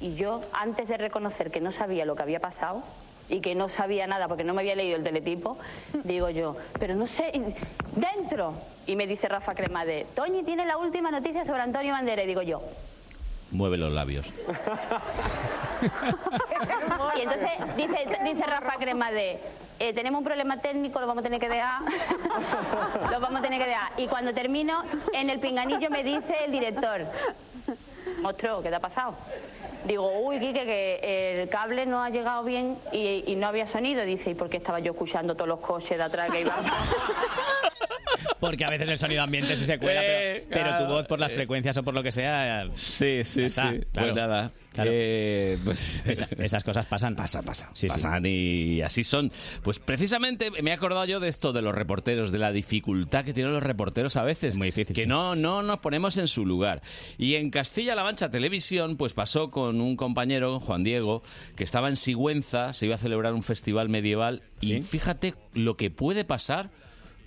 Speaker 27: Y yo, antes de reconocer que no sabía lo que había pasado y que no sabía nada porque no me había leído el teletipo, digo yo, pero no sé, y- dentro. Y me dice Rafa Cremade, Toñi tiene la última noticia sobre Antonio Bandera. Y digo yo,
Speaker 2: Mueve los labios.
Speaker 27: <laughs> Y entonces dice, dice Rafa Crema de, eh, tenemos un problema técnico, lo vamos a tener que dejar. <laughs> lo vamos a tener que dejar. Y cuando termino, en el pinganillo me dice el director, monstruo, ¿qué te ha pasado? Digo, uy, Quique, que el cable no ha llegado bien y, y no había sonido. Dice, ¿y por qué estaba yo escuchando todos los coches de atrás que iban?
Speaker 18: Porque a veces el sonido ambiente sí se cuela,
Speaker 2: Eh,
Speaker 18: pero, pero
Speaker 2: claro,
Speaker 18: tu voz por las
Speaker 2: eh.
Speaker 18: frecuencias o por lo que sea.
Speaker 2: Sí, sí, sí. Pues nada, pues
Speaker 18: esas cosas pasan.
Speaker 2: Pasa, pasa. pasan y así son. Pues precisamente me he acordado yo de esto de los reporteros, de la dificultad que tienen los reporteros a veces. Muy difícil. Que no, no nos ponemos en su lugar. Y en Castilla-La Mancha Televisión, pues pasó con un compañero, Juan Diego, que estaba en Sigüenza, se iba a celebrar un festival medieval. Y fíjate lo que puede pasar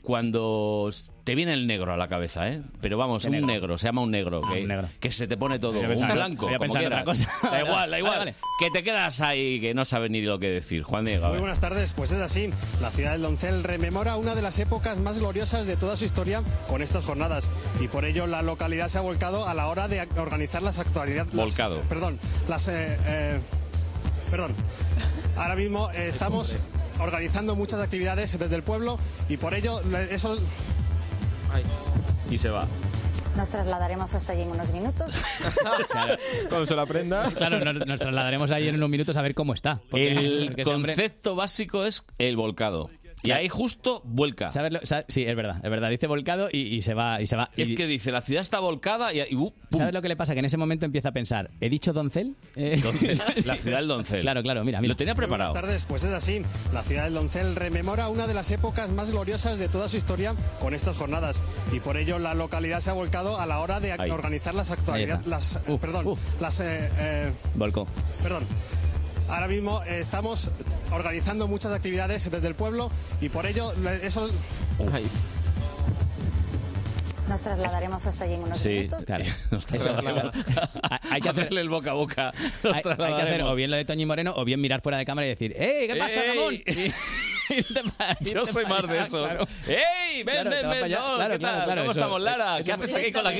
Speaker 2: cuando te viene el negro a la cabeza, ¿eh? Pero vamos,
Speaker 18: ¿Qué
Speaker 2: un negro?
Speaker 18: negro?
Speaker 2: se llama un negro, que, que se te pone todo,
Speaker 18: Voy a
Speaker 2: un
Speaker 18: pensar-
Speaker 2: blanco,
Speaker 18: voy a
Speaker 2: como
Speaker 18: pensar en
Speaker 2: quieras.
Speaker 18: otra cosa.
Speaker 2: <laughs> Da igual, da
Speaker 18: Vale,
Speaker 2: igual.
Speaker 18: vale.
Speaker 2: Que te quedas ahí que no sabes ni lo que decir, Juan Diego. a
Speaker 41: Muy
Speaker 2: ver.
Speaker 41: buenas tardes, pues es así. La ciudad del Doncel rememora una de las épocas más gloriosas de toda su historia con estas jornadas y por ello la localidad se ha volcado a la hora de organizar las actualidades. las-
Speaker 2: Volcado.
Speaker 41: perdón, las. eh, eh, perdón. Ahora mismo eh, estamos organizando muchas actividades desde el pueblo y por ello le- eso.
Speaker 2: Y se va.
Speaker 10: Nos trasladaremos hasta allí en unos minutos.
Speaker 18: Cuando se la prenda. Claro, nos, nos trasladaremos ahí en unos minutos a ver cómo está. porque- <laughs>
Speaker 2: El
Speaker 18: porque ese hombre-
Speaker 2: concepto básico es el volcado. Y ahí justo vuelca.
Speaker 18: ¿Sabes lo- sa- sí, es verdad, es verdad. Dice volcado y, y se va. Y se va
Speaker 2: Es
Speaker 18: Y-
Speaker 2: que dice, la ciudad está volcada y...
Speaker 18: <laughs>
Speaker 2: y, uh, pum.
Speaker 18: ¿Sabes lo que le pasa? Que en ese momento empieza a pensar, ¿he dicho doncel? Eh,
Speaker 2: Doncel, la ciudad del
Speaker 18: <laughs>
Speaker 2: doncel.
Speaker 18: Claro, claro, <laughs> mira, mira.
Speaker 2: Lo tenía preparado.
Speaker 41: Buenas tardes, pues es así. La ciudad del Doncel rememora una de las épocas más gloriosas de toda su historia con estas jornadas y por ello la localidad se ha volcado a la hora de
Speaker 18: Ahí.
Speaker 41: organizar las
Speaker 18: Ahí
Speaker 41: actualidades.
Speaker 18: está.
Speaker 41: Las, eh, perdón, las. eh, eh,
Speaker 18: Volcó.
Speaker 41: Perdón. Ahora mismo eh, estamos organizando muchas actividades desde el pueblo y por ello le- eso.
Speaker 10: Nos trasladaremos hasta allí en unos
Speaker 2: Sí,
Speaker 10: minutos.
Speaker 2: claro. <laughs> Nos
Speaker 18: Eso-
Speaker 2: trasladamos.
Speaker 18: <laughs> Hay que hacer-
Speaker 2: <laughs> hacerle el boca a boca.
Speaker 18: Hay,
Speaker 2: Nos
Speaker 18: hay que hacer
Speaker 2: trasladaremos.
Speaker 18: o bien lo de Toñi Moreno o bien mirar fuera de cámara y decir, ¡eh, qué pasa,
Speaker 2: ¡Ey!
Speaker 18: Ramón!
Speaker 2: <laughs>
Speaker 18: <laughs>
Speaker 2: Yo soy
Speaker 18: para
Speaker 2: más de
Speaker 18: <laughs> allá,
Speaker 2: esos.
Speaker 18: Ah, claro.
Speaker 2: ¡Ey! Ven,
Speaker 18: Claro, te
Speaker 2: ven,
Speaker 18: vas
Speaker 2: ven.
Speaker 18: para allá.
Speaker 2: Hola,
Speaker 18: Claro,
Speaker 2: ¿Qué
Speaker 18: claro,
Speaker 2: tal?
Speaker 18: claro,
Speaker 2: ¿Cómo
Speaker 18: eso.
Speaker 2: estamos, Lara? ¿Qué
Speaker 18: Eso,
Speaker 2: haces aquí con la
Speaker 18: cuéntame.
Speaker 26: <laughs>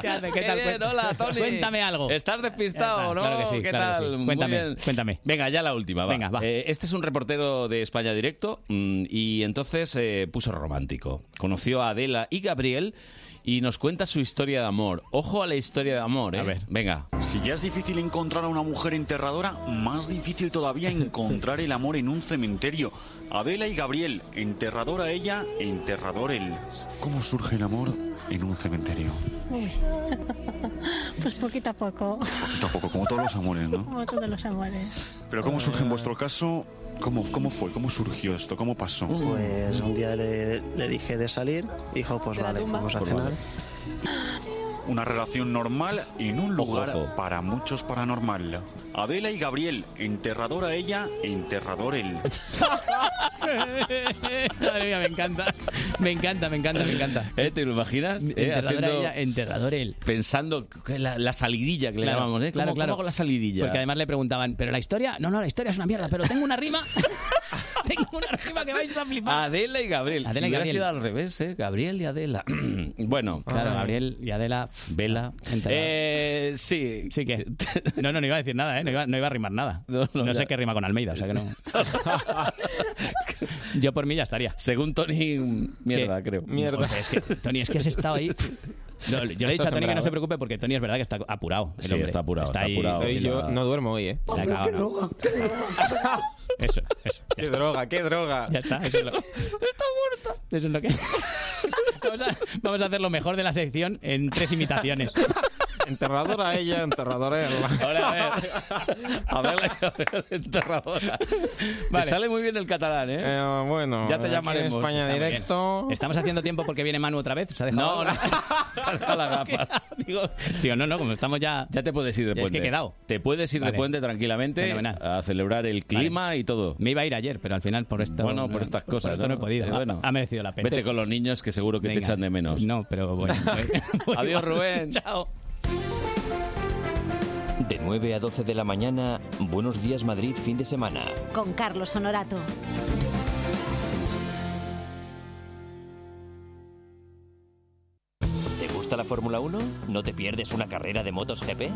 Speaker 18: <laughs> ¿Qué haces? ¿Qué
Speaker 2: Qué
Speaker 18: tal?
Speaker 2: bien,
Speaker 18: Cuéntame. <laughs>
Speaker 2: hola, Tony. <laughs>
Speaker 18: Cuéntame algo.
Speaker 2: ¿Estás
Speaker 18: Ya
Speaker 2: despistado,
Speaker 18: está,
Speaker 2: no?
Speaker 18: claro que sí,
Speaker 2: ¿Qué
Speaker 18: claro que
Speaker 2: tal?
Speaker 18: sí.
Speaker 2: Muy
Speaker 18: Cuéntame,
Speaker 2: bien.
Speaker 18: cuéntame.
Speaker 2: Venga, ya la última. va.
Speaker 18: Venga, va.
Speaker 2: Eh, este es un reportero de España Directo mm, y entonces eh, puso romántico. Conoció a Adela y Gabriel y nos cuenta su historia de amor. Ojo a la historia de amor, ¿eh? A ver. Venga.
Speaker 42: Si ya es difícil encontrar a una mujer enterradora, más difícil todavía encontrar el amor en un cementerio. Adela y Gabriel, enterradora ella, enterrador él. ¿Cómo surge el amor en un cementerio?
Speaker 14: Uy. Pues poquito a poco,
Speaker 42: Poquito a poco, como todos los amores, ¿no?
Speaker 14: como todos los amores.
Speaker 42: Pero ¿cómo surge en vuestro caso? ¿Cómo, cómo fue? ¿Cómo surgió esto? ¿Cómo pasó?
Speaker 33: Pues un día le, le dije de salir, dijo pues
Speaker 42: ¿De la
Speaker 33: vale,
Speaker 42: tumba?
Speaker 33: vamos a
Speaker 42: Pues
Speaker 33: cenar.
Speaker 42: vale. Una relación normal en un lugar
Speaker 33: Ojo, ojo.
Speaker 42: para muchos paranormal. Adela y Gabriel, enterradora ella, enterrador <laughs> él.
Speaker 18: Madre mía, me encanta. Me encanta, me encanta, me encanta.
Speaker 2: ¿Eh? ¿Te lo imaginas? Eh,
Speaker 18: Enterradora
Speaker 2: haciendo-
Speaker 18: ella, enterrador él.
Speaker 2: Pensando que la, la salidilla que le llamamos, ¿eh? ¿Cómo-
Speaker 18: claro,
Speaker 2: cómo
Speaker 18: claro.
Speaker 2: hago la salidilla?
Speaker 18: Porque además le preguntaban, pero la historia, no, no, la historia es una mierda, pero tengo una rima. <laughs> tengo una rima que vais a flipar.
Speaker 2: Adela y Gabriel.
Speaker 18: Adela
Speaker 2: si
Speaker 18: y
Speaker 2: hubiera
Speaker 18: Gabriel.
Speaker 2: sido al revés, ¿eh? Gabriel y Adela. <clears throat> bueno.
Speaker 18: Claro, Gabriel y Adela.
Speaker 2: Vela.
Speaker 18: Eh,
Speaker 2: sí.
Speaker 18: Sí que. No, no, no iba a decir nada, ¿eh? No iba, no iba a rimar nada. No, sé qué rima con Almeida, o sea que
Speaker 2: <laughs>
Speaker 18: no. Yo por mí ya estaría.
Speaker 2: Según Tony, mierda, creo. Mierda.
Speaker 18: Hostia, es que, Tony, es que has estado ahí. No, yo le he dicho a Tony que no se preocupe porque Tony es verdad que está apurado. el
Speaker 2: ¿eh? Sí,
Speaker 18: hombre.
Speaker 2: está apurado, está
Speaker 18: ahí,
Speaker 2: apurado.
Speaker 18: ahí,
Speaker 2: Estoy yo-
Speaker 18: está-
Speaker 2: no
Speaker 22: duermo hoy, ¿eh?
Speaker 18: Se ha
Speaker 22: Hombre, qué
Speaker 18: acabado.
Speaker 22: droga,
Speaker 18: Eso, eso.
Speaker 22: <laughs> ¡Qué droga, qué droga!
Speaker 18: Ya está, eso es lo, eso es lo que. <laughs> Vamos a, vamos a hacer lo mejor de la sección en tres imitaciones.
Speaker 22: Enterradora ella, enterradora él.
Speaker 2: Ahora, a ver. A ver la
Speaker 18: <laughs>
Speaker 2: enterradora. Te sale muy bien el catalán, ¿eh?
Speaker 22: Eh, bueno,
Speaker 2: Ya te
Speaker 22: aquí
Speaker 2: llamaremos.
Speaker 22: en España
Speaker 2: Está muy
Speaker 22: directo.
Speaker 2: bien.
Speaker 18: Eh, Estamos haciendo tiempo porque viene Manu otra vez. ¿Se ha dejado
Speaker 2: No, no. <laughs> Se ha dejado las gafas.
Speaker 18: Digo, digo, no, no, como estamos ya.
Speaker 2: Ya te puedes ir de
Speaker 18: Es que
Speaker 2: puente.
Speaker 18: he quedado.
Speaker 2: Te puedes ir
Speaker 18: Vale.
Speaker 2: de puente tranquilamente
Speaker 18: Fenomenal.
Speaker 2: a celebrar el clima y todo.
Speaker 18: Me iba a ir ayer, pero al final por esto.
Speaker 2: Bueno, por estas cosas,
Speaker 18: Por esto no,
Speaker 2: ¿no?
Speaker 18: he podido.
Speaker 2: Eh, bueno.
Speaker 18: ha, ha merecido la pena.
Speaker 2: Vete con los niños que seguro que te
Speaker 18: Venga.
Speaker 2: echan de menos.
Speaker 18: No, pero
Speaker 2: <laughs>
Speaker 18: bueno. pues- <laughs>
Speaker 2: Adiós, Rubén.
Speaker 18: Chao.
Speaker 1: De 9 a 12 de la mañana, Buenos Días Madrid, fin de semana.
Speaker 31: Con Carlos Honorato.
Speaker 1: ¿Te gusta la Fórmula 1? ¿No te pierdes una carrera de motos GP?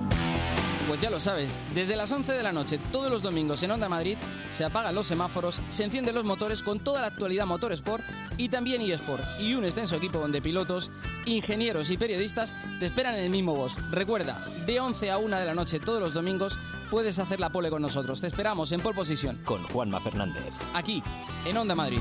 Speaker 6: Pues ya lo sabes, desde las 11 de la noche todos los domingos en Onda Madrid se apagan los semáforos, se encienden los motores con toda la actualidad Motorsport y también eSport y un extenso equipo donde pilotos, ingenieros y periodistas te esperan en el mismo box. Recuerda, de 11 a 1 de la noche todos los domingos puedes hacer la pole con nosotros. Te esperamos en pole position
Speaker 1: Con Juanma Fernández.
Speaker 6: aquí en Onda Madrid.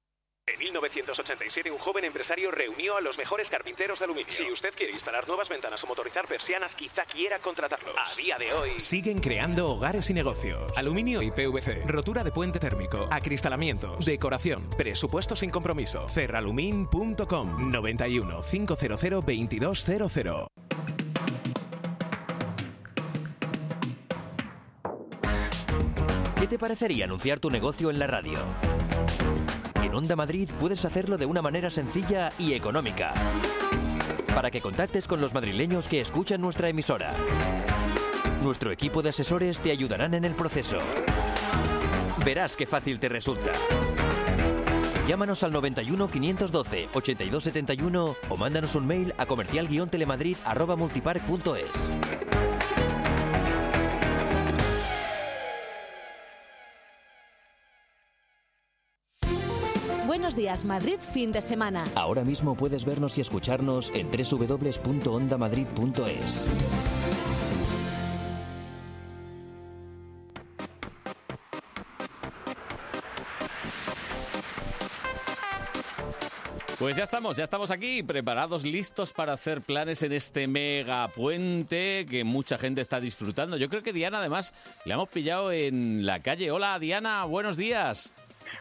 Speaker 24: En 1987 un joven empresario reunió a los mejores carpinteros de aluminio. Si usted quiere instalar nuevas ventanas o motorizar persianas, quizá quiera contratarlos. A día de hoy,
Speaker 27: Siguen creando hogares y negocios. Aluminio y PVC, rotura de puente térmico, acristalamientos, decoración, presupuesto sin compromiso. Cerralumin.com 91 500 2200.
Speaker 1: ¿Qué te parecería anunciar tu negocio en la radio? En Onda Madrid puedes hacerlo de una manera sencilla y económica. Para que contactes con los madrileños que escuchan nuestra emisora. Nuestro equipo de asesores te ayudarán en el proceso. Verás qué fácil te resulta. Llámanos al 91 512 8271 o mándanos un mail a comercial-telemadrid@multipark.es.
Speaker 16: Buenos días, Madrid, fin de semana.
Speaker 1: Ahora mismo puedes vernos y escucharnos en www.ondamadrid.es.
Speaker 2: Pues ya estamos, ya estamos aquí, preparados, listos para hacer planes en este mega puente que mucha gente está disfrutando. Yo creo que Diana, además, la hemos pillado en la calle. Hola, Diana, buenos días.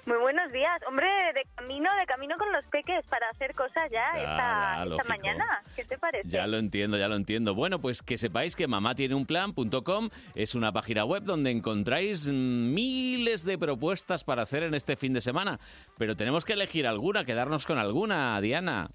Speaker 17: Muy buenos días. Hombre, de camino, de camino con los peques para hacer cosas ya,
Speaker 2: Ya,
Speaker 17: esta,
Speaker 2: ya,
Speaker 17: esta
Speaker 2: lógico.
Speaker 17: mañana. ¿Qué te parece?
Speaker 2: Ya lo entiendo, ya lo entiendo. Bueno, pues que sepáis que mamatieneunplan.com es una página web donde encontráis miles de propuestas para hacer en este fin de semana. Pero tenemos que elegir alguna, quedarnos con alguna, Diana.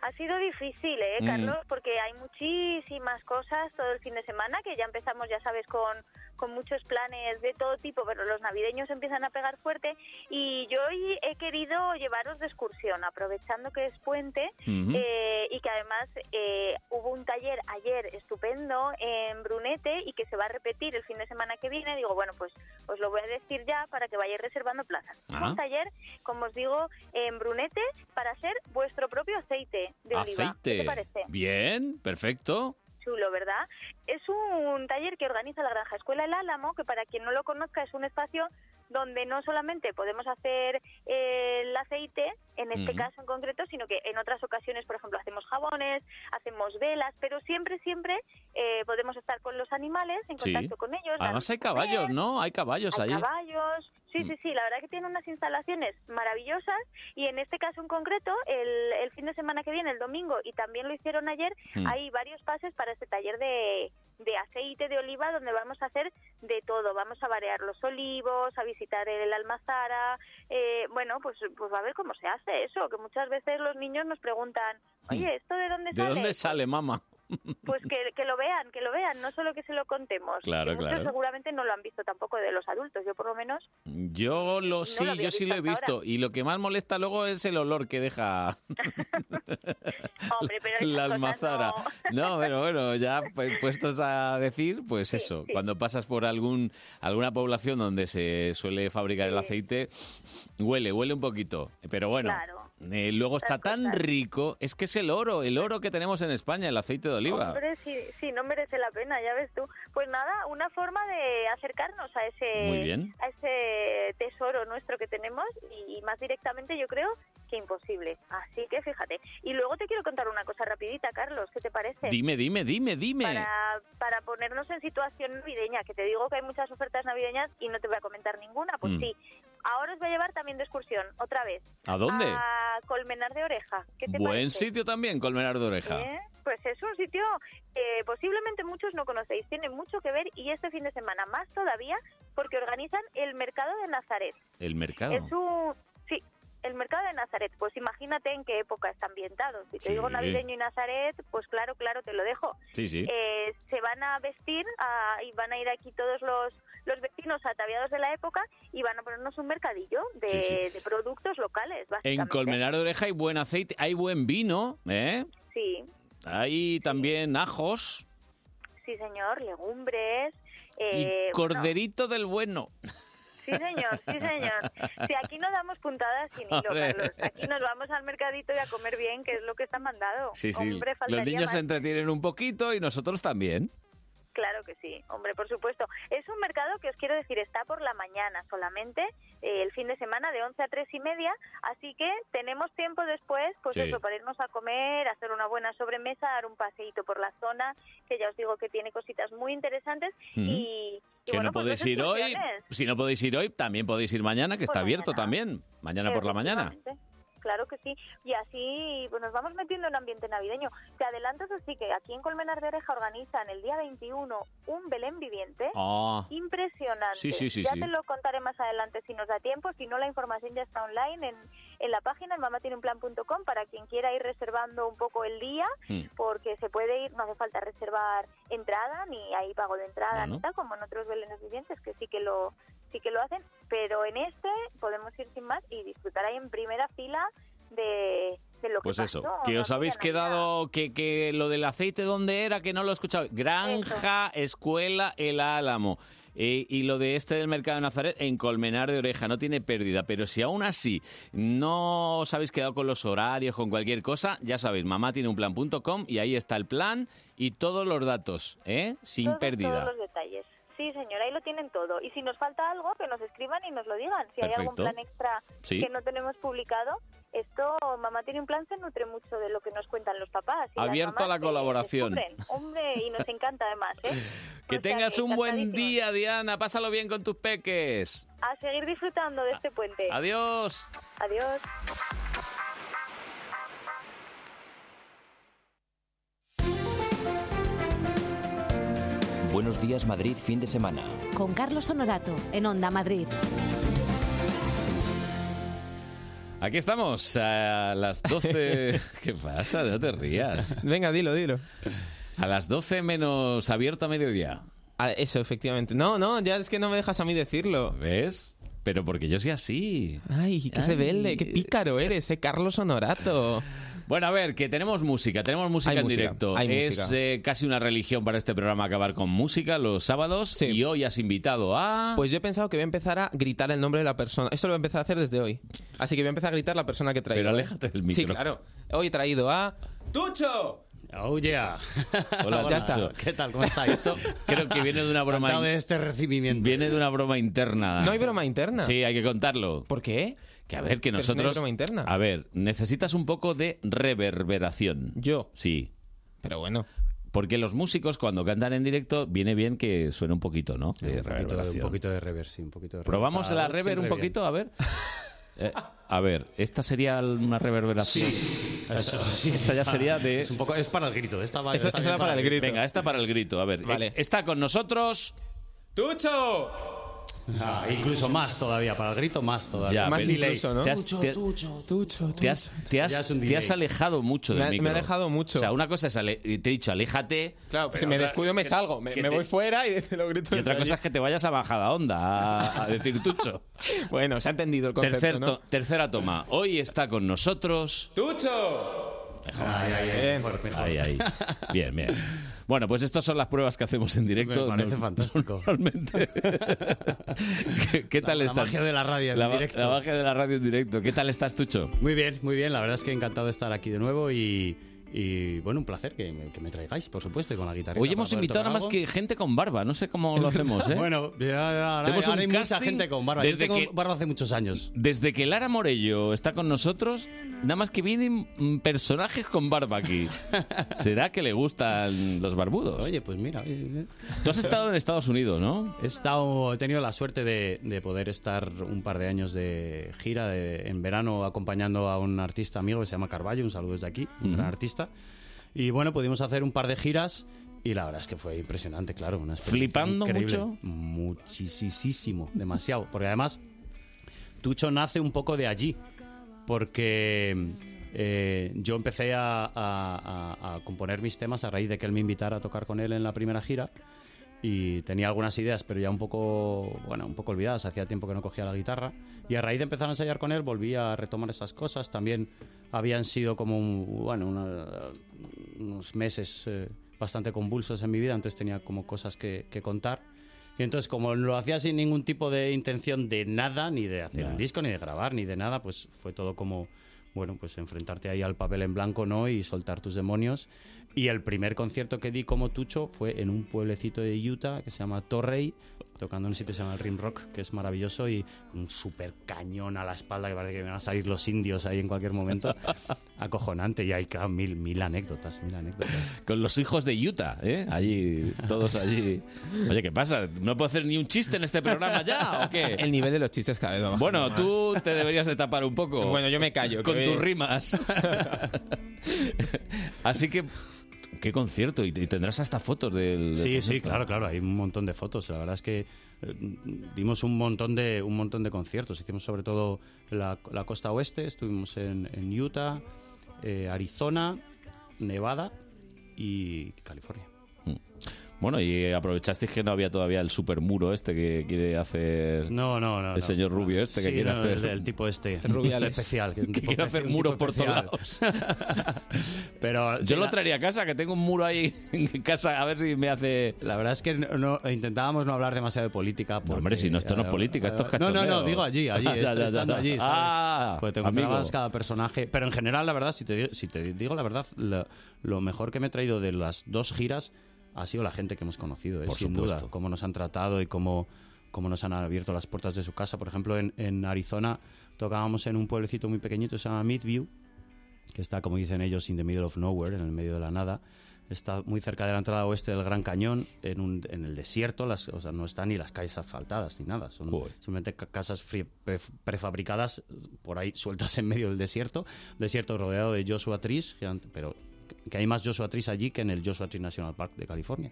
Speaker 17: Ha sido difícil, ¿eh,
Speaker 2: Mm.
Speaker 17: Carlos? Porque hay muchísimas cosas todo el fin de semana que ya empezamos, ya sabes, con, con muchos planes de todo tipo, pero los navideños empiezan a pegar fuerte. Y yo hoy he querido llevaros de excursión, aprovechando que es puente
Speaker 31: Ujú.
Speaker 17: eh, y que además eh, hubo un taller ayer estupendo en Brunete y que se va a repetir el fin de semana que viene. Digo, bueno, pues os lo voy a decir ya para que vayáis reservando plazas.
Speaker 2: Ah.
Speaker 17: Un taller, como os digo, en Brunete para hacer vuestro propio aceite de oliva. ¿Qué te
Speaker 2: Aceite.
Speaker 17: parece?
Speaker 2: Bien, perfecto.
Speaker 17: Chulo, ¿verdad? Es un taller que organiza la Granja Escuela El Álamo, que para quien no lo conozca es un espacio donde no solamente podemos hacer eh, el aceite, en este
Speaker 31: Ujú.
Speaker 17: caso en concreto, sino que en otras ocasiones, por ejemplo, hacemos jabones, hacemos velas, pero siempre, siempre eh, podemos estar con los animales, en
Speaker 2: Sí.
Speaker 17: contacto con ellos. darles
Speaker 2: Además hay
Speaker 17: de comer,
Speaker 2: caballos, ¿no? Hay caballos
Speaker 17: hay
Speaker 2: ahí. Mm.
Speaker 17: caballos. Sí, sí, sí, la verdad que tiene unas instalaciones maravillosas y en este caso en concreto, el, el fin de semana que viene, el domingo, y también lo hicieron ayer,
Speaker 31: Mm.
Speaker 17: hay varios pases para este taller de, de aceite de oliva donde vamos a hacer de todo. Vamos a variar los olivos, a visitar el almazara, eh, bueno, pues, pues va a ver cómo se hace eso, que muchas veces los niños nos preguntan, oye, ¿esto de dónde
Speaker 2: Mm. ¿De
Speaker 17: sale?
Speaker 2: dónde sale, mamá?
Speaker 17: Pues que, que lo vean, que lo vean, no solo que se lo contemos.
Speaker 2: Claro,
Speaker 17: que muchos
Speaker 2: claro.
Speaker 17: seguramente no lo han visto tampoco de los adultos, yo por lo menos
Speaker 2: Yo lo sí,
Speaker 17: había
Speaker 2: yo sí
Speaker 17: visto
Speaker 2: lo he
Speaker 17: hasta
Speaker 2: visto.
Speaker 17: ahora.
Speaker 2: Y lo que más molesta luego es el olor que deja
Speaker 17: Hombre, pero esas
Speaker 2: la
Speaker 17: cosas
Speaker 2: almazara. No, pero bueno, ya pu- puestos a decir, pues eso, cuando pasas por algún alguna población donde se suele fabricar el aceite, huele, huele un poquito. Pero bueno,
Speaker 17: Claro.
Speaker 2: eh, luego está tan rico, es que es el oro, el oro que tenemos en España, el aceite de oliva.
Speaker 17: Hombre, sí, sí, no merece la pena, ya ves tú. Pues nada, una forma de acercarnos a ese,
Speaker 2: Muy bien.
Speaker 17: A ese tesoro nuestro que tenemos y, y más directamente yo creo que imposible. Así que fíjate. Y luego te quiero contar una cosa rapidita, Carlos, ¿qué te parece?
Speaker 2: Dime, dime, dime, dime.
Speaker 17: Para, para ponernos en situación navideña, que te digo que hay muchas ofertas navideñas y no te voy a comentar ninguna, pues
Speaker 2: Mm.
Speaker 17: sí. Ahora os voy a llevar también de excursión, otra vez.
Speaker 2: ¿A dónde?
Speaker 17: A Colmenar de Oreja. ¿Qué te
Speaker 2: Buen
Speaker 17: parece?
Speaker 2: sitio también, Colmenar de Oreja.
Speaker 17: ¿Eh? Pues es un sitio que posiblemente muchos no conocéis, tiene mucho que ver y este fin de semana más todavía porque organizan el mercado de Nazaret.
Speaker 2: El mercado.
Speaker 17: Es un... Sí, el mercado de Nazaret. Pues imagínate en qué época está ambientado. Si te
Speaker 2: Sí.
Speaker 17: digo navideño y Nazaret, pues claro, claro, te lo dejo.
Speaker 2: Sí, sí.
Speaker 17: Eh, se van a vestir ah, y van a ir aquí todos los, los vecinos ataviados de la época y van a ponernos un mercadillo de,
Speaker 2: Sí, sí.
Speaker 17: de productos locales, básicamente.
Speaker 2: En Colmenar de Oreja hay buen aceite, hay buen vino, ¿eh?
Speaker 17: Sí.
Speaker 2: Hay también ajos.
Speaker 17: Sí, señor, legumbres. Eh, bueno,
Speaker 2: Corderito del bueno.
Speaker 17: Sí, señor, sí, señor. Si aquí no damos puntadas sin
Speaker 2: <laughs>
Speaker 17: hilo,
Speaker 2: Hombre.
Speaker 17: Carlos. Aquí nos vamos al mercadito y a comer bien, que es lo que está mandado.
Speaker 2: Sí, sí.
Speaker 17: Hombre,
Speaker 2: Los
Speaker 17: faltaría
Speaker 2: niños se
Speaker 17: más.
Speaker 2: entretienen un poquito y nosotros también.
Speaker 17: Claro que sí, hombre, por supuesto. Es un mercado que os quiero decir, está por la mañana solamente, eh, el fin de semana de 11 a 3 y media, así que tenemos tiempo después, pues
Speaker 30: Sí.
Speaker 17: eso, para irnos a comer, hacer una buena sobremesa, dar un paseíto por la zona, que ya os digo que tiene cositas muy interesantes
Speaker 2: Mm.
Speaker 17: y... y
Speaker 2: Que
Speaker 17: bueno,
Speaker 2: no
Speaker 17: pues
Speaker 2: podéis
Speaker 17: dos
Speaker 2: ir hoy.
Speaker 17: excursiones.
Speaker 2: Si no podéis ir hoy, también podéis ir mañana, que
Speaker 17: Por
Speaker 2: está
Speaker 17: la
Speaker 2: abierto también. Mañana por la mañana.
Speaker 17: Efectivamente, Claro que sí. Y así pues nos vamos metiendo en un ambiente navideño. Te adelantas así que aquí en Colmenar de Oreja organizan el día 21 un Belén viviente.
Speaker 2: Ah.
Speaker 17: Impresionante.
Speaker 2: Sí, sí, sí,
Speaker 17: Ya
Speaker 2: sí.
Speaker 17: te lo contaré más adelante si nos da tiempo. Si no, la información ya está online en, en la página en mamatieneunplan.com para quien quiera ir reservando un poco el día,
Speaker 30: Mm.
Speaker 17: porque se puede ir, no hace falta reservar entrada, ni hay pago de entrada,
Speaker 30: Ah, ¿no?
Speaker 17: ni tal, como en otros belenes vivientes, que sí que lo sí que lo hacen, pero en este podemos ir sin más y disfrutar ahí en primera fila de, de lo
Speaker 2: Pues
Speaker 17: que
Speaker 2: eso,
Speaker 17: pasó,
Speaker 2: que
Speaker 17: ¿no?
Speaker 2: os habéis quedado, que, que lo del aceite, ¿dónde era? Que no lo he escuchado. Granja, escuela, el álamo. Eh, y lo de este del mercado de Nazaret en Colmenar de Oreja, no tiene pérdida. Pero si aún así no os habéis quedado con los horarios, con cualquier cosa, ya sabéis, mamá tiene un plan.com y ahí está el plan y todos los datos, ¿eh? Sin
Speaker 17: Todos-
Speaker 2: pérdida.
Speaker 17: Todos los detalles. Sí, señora, ahí lo tienen todo. Y si nos falta algo, que nos escriban y nos lo digan. Si hay algún
Speaker 2: Perfecto.
Speaker 17: plan extra
Speaker 2: Sí.
Speaker 17: que no tenemos publicado, esto, mamá tiene un plan, se nutre mucho de lo que nos cuentan los papás. y las
Speaker 2: Abierto a
Speaker 17: mamás
Speaker 2: la
Speaker 17: que
Speaker 2: colaboración.
Speaker 17: descubren. Hombre,
Speaker 2: <laughs>
Speaker 17: y nos encanta además, ¿eh?
Speaker 2: Que tengas un buen día, Diana. Pásalo bien con tus peques.
Speaker 17: A seguir disfrutando de este puente.
Speaker 2: Adiós.
Speaker 17: Adiós.
Speaker 1: Buenos días Madrid fin de semana.
Speaker 16: Con Carlos Honorato, en Onda Madrid.
Speaker 2: Aquí estamos a las
Speaker 22: <laughs>
Speaker 2: 12. ¿Qué pasa? No te rías.
Speaker 22: Venga, dilo, dilo.
Speaker 2: A las 12 menos abierto a mediodía.
Speaker 22: Ah, eso, efectivamente. No, no, ya es que no me dejas a mí decirlo.
Speaker 2: ¿Ves? Pero porque yo soy así.
Speaker 22: Ay, qué
Speaker 2: Ay.
Speaker 22: rebelde, qué pícaro eres, eh, Carlos Honorato.
Speaker 2: Bueno, a ver, que tenemos música, tenemos música
Speaker 22: Hay
Speaker 2: en
Speaker 22: música,
Speaker 2: directo.
Speaker 22: hay
Speaker 2: es
Speaker 22: música.
Speaker 2: eh, casi una religión para este programa acabar con <laughs> música los sábados. Y hoy has invitado a.
Speaker 22: Pues yo he pensado que voy a empezar a gritar el nombre de la persona. Esto lo voy a empezar a hacer desde hoy. Así que voy a empezar a gritar la persona que he traído.
Speaker 2: Pero aléjate del micro.
Speaker 22: Sí, claro. Hoy he traído a... ¡Tucho!
Speaker 28: Oh
Speaker 22: <laughs>
Speaker 28: yeah.
Speaker 2: Hola,
Speaker 28: ya
Speaker 2: Nacho.
Speaker 28: está. ¿Qué tal? ¿Cómo estáis?
Speaker 2: Esto creo que viene de una broma.
Speaker 28: Encantado de
Speaker 2: este recibimiento. Viene de una broma interna.
Speaker 22: No hay broma interna.
Speaker 2: Sí, hay que contarlo.
Speaker 22: ¿Por qué?
Speaker 2: Que a ver, que
Speaker 22: Pero si no hay
Speaker 2: nosotros.
Speaker 22: broma interna.
Speaker 2: A ver, necesitas un poco de reverberación.
Speaker 22: ¿Yo?
Speaker 2: Sí.
Speaker 22: Pero bueno.
Speaker 2: Porque los músicos cuando cantan en directo viene bien que suene un poquito, ¿no? De
Speaker 28: Un poquito, de- un
Speaker 2: reverberación.
Speaker 28: poquito de rever, sí, un poquito de rever.
Speaker 2: Probamos
Speaker 28: Para
Speaker 22: ¿eh?
Speaker 2: la
Speaker 28: ver,
Speaker 2: rever un
Speaker 28: siempre bien.
Speaker 2: poquito, a ver. Eh, a ver, esta sería una reverberación.
Speaker 28: Eso sí.
Speaker 2: Esta ya sería de.
Speaker 28: Es, un poco, es para el grito. ¿eh? Esta va
Speaker 2: Esa-
Speaker 28: esta
Speaker 2: esa
Speaker 28: viene
Speaker 2: era para el grito. Venga, esta para el grito. A ver,
Speaker 28: Vale.
Speaker 2: eh, está con nosotros.
Speaker 28: ¡Tucho! Ah, incluso más todavía, para el grito más todavía.
Speaker 2: Ya,
Speaker 28: más
Speaker 2: pero- Te has- te-
Speaker 22: Tucho,
Speaker 2: Te has, te has-
Speaker 28: Ya es un
Speaker 2: te
Speaker 28: delay.
Speaker 2: has alejado mucho del
Speaker 22: Me ha- me
Speaker 2: micro.
Speaker 22: ha alejado mucho.
Speaker 2: O sea, una cosa es, ale- y te he dicho, aléjate.
Speaker 22: Claro, pues
Speaker 2: pero
Speaker 22: si me
Speaker 2: otra-
Speaker 22: descuido me
Speaker 2: que-
Speaker 22: salgo. Me,
Speaker 2: que
Speaker 22: me
Speaker 2: te-
Speaker 22: voy fuera y <laughs> lo grito.
Speaker 2: Y otra cosa es que te vayas a bajada onda a, a decir tucho.
Speaker 22: <laughs> Bueno, se ha entendido el concepto,
Speaker 2: Tercer
Speaker 22: ¿no?
Speaker 2: to- Tercera toma. Hoy está con nosotros.
Speaker 22: ¡Tucho!
Speaker 2: Mejor.
Speaker 28: Ay, ay, ay,
Speaker 2: Bien.
Speaker 28: mejor, mejor.
Speaker 2: Ahí, ahí. Bien, bien. Bueno, pues estas son las pruebas que hacemos en directo.
Speaker 28: Me parece
Speaker 2: Nos-
Speaker 28: fantástico.
Speaker 2: Normalmente. ¿Qué, qué tal
Speaker 28: la
Speaker 2: estás?
Speaker 28: magia de la radio en
Speaker 2: La ma-
Speaker 28: directo.
Speaker 2: La magia de la radio en directo. ¿Qué tal estás, Tucho?
Speaker 28: Muy bien, muy bien. La verdad es que encantado de estar aquí de nuevo y, y, bueno, un placer que me, que me traigáis, por supuesto, y con la guitarra.
Speaker 2: Hoy hemos invitado nada más que gente con barba. No sé cómo lo hacemos, ¿eh?
Speaker 28: <laughs> Bueno, ya- ya- ahora,
Speaker 2: Tenemos
Speaker 28: ahora
Speaker 2: un
Speaker 28: hay mucha
Speaker 2: casting
Speaker 28: gente con barba. Yo
Speaker 2: desde
Speaker 28: tengo
Speaker 2: que-
Speaker 28: barba hace muchos años.
Speaker 2: Desde que Lara Morello está con nosotros, nada más que vienen mm, personajes con
Speaker 28: <laughs>
Speaker 2: barba aquí. ¿Será que le gustan los barbudos?
Speaker 28: Oye, pues mira. eh, eh.
Speaker 2: Tú has estado en Estados Unidos, ¿no?
Speaker 28: He, estado, he tenido la suerte de, de poder estar un par de años de gira de- en verano acompañando a un artista amigo que se llama Carballo, un saludo desde aquí, un
Speaker 2: Ujú.
Speaker 28: gran artista. Y bueno, pudimos hacer un par de giras y la verdad es que fue impresionante, claro. Una experiencia
Speaker 2: ¿Flipando
Speaker 28: increíble.
Speaker 2: mucho?
Speaker 28: Muchisísimo, demasiado. Porque además, Tucho nace un poco de allí, porque eh, yo empecé a, a- a- a componer mis temas a raíz de que él me invitara a tocar con él en la primera gira y tenía algunas ideas, pero ya un poco, bueno, un poco olvidadas, hacía tiempo que no cogía la guitarra y a raíz de empezar a ensayar con él volví a retomar esas cosas, también habían sido como, un- bueno, una- unos meses eh, bastante convulsos en mi vida, entonces tenía como cosas que, que contar Y entonces, como lo hacía sin ningún tipo de intención de nada, ni de hacer un disco, ni de grabar, ni de nada, pues fue todo como, bueno, pues enfrentarte ahí al papel en blanco, ¿no? Y soltar tus demonios. Y el primer concierto que di como tucho fue en un pueblecito de Utah que se llama Torrey, tocando en un sitio que se llama el Rim Rock, que es maravilloso, y un super cañón a la espalda que parece que van a salir los indios ahí en cualquier
Speaker 2: <laughs>
Speaker 28: momento. Acojonante, y hay, claro, mil, mil anécdotas, mil anécdotas.
Speaker 2: Con los hijos de Utah, ¿eh? Allí, todos allí. Oye, ¿qué pasa? ¿No puedo hacer ni un chiste en este programa ya o qué?
Speaker 22: El nivel de los chistes cada vez va bajando
Speaker 2: Bueno,
Speaker 22: más.
Speaker 2: tú te deberías de tapar un poco.
Speaker 22: Bueno, yo me callo,
Speaker 2: Con
Speaker 22: que
Speaker 2: tus
Speaker 22: hoy- <laughs>
Speaker 2: rimas. Así que, qué concierto. Y, y tendrás hasta fotos del...
Speaker 28: Sí,
Speaker 2: del
Speaker 28: sí,
Speaker 2: concierto.
Speaker 28: claro, claro, hay un montón de fotos. La verdad es que eh, vimos un montón de un montón de conciertos. Hicimos sobre todo la, la costa oeste, estuvimos en, en Utah, eh, Arizona, Nevada y California.
Speaker 2: Bueno, y aprovechasteis que no había todavía el supermuro este que quiere hacer...
Speaker 28: No, no, no.
Speaker 2: El señor rubio este que
Speaker 28: Sí,
Speaker 2: quiere
Speaker 28: no,
Speaker 2: hacer...
Speaker 28: el del tipo este.
Speaker 2: <laughs> Rubiales.
Speaker 28: Especial, que es un
Speaker 2: Que
Speaker 28: tipo
Speaker 2: quiere
Speaker 28: especial,
Speaker 2: hacer
Speaker 28: un
Speaker 2: muros
Speaker 28: tipo
Speaker 2: por todos
Speaker 28: especial.
Speaker 2: lados.
Speaker 28: Pero
Speaker 2: Yo
Speaker 28: sí,
Speaker 2: lo
Speaker 28: la-
Speaker 2: traería a casa, que tengo un muro ahí <laughs> en casa, a ver si me hace...
Speaker 28: La verdad es que no- no- intentábamos no hablar demasiado de política. Porque, eh,
Speaker 2: hombre, si no, esto no es política, esto es
Speaker 28: No, no,
Speaker 2: cachondeo.
Speaker 28: no, digo allí,
Speaker 2: <laughs>
Speaker 28: allí,
Speaker 2: Ah, ya,
Speaker 28: est-
Speaker 2: ya, ya,
Speaker 28: estando
Speaker 2: ya.
Speaker 28: allí, ¿sabes?
Speaker 2: Ah,
Speaker 28: Porque te
Speaker 2: amigo.
Speaker 28: encontrabas cada personaje. Pero en general, la verdad, si te, digo- si te digo la verdad, la- lo mejor que me he traído de las dos giras ha sido la gente que hemos conocido, eh,
Speaker 2: Por
Speaker 28: sin
Speaker 2: supuesto.
Speaker 28: duda. Cómo nos han tratado y cómo, cómo nos han abierto las puertas de su casa. Por ejemplo, en, en Arizona tocábamos en un pueblecito muy pequeñito, se llama Midview, que está, como dicen ellos, in the middle of nowhere, en el medio de la nada. Está muy cerca de la entrada oeste del Gran Cañón, en, un- en el desierto, las, o sea, no están ni las calles asfaltadas ni nada. Son simplemente ca- casas fri- pre- prefabricadas por ahí sueltas en medio del desierto. Desierto rodeado de Joshua Trees, gigante- pero que hay más Joshua Trees allí que en el Joshua Tree National Park de California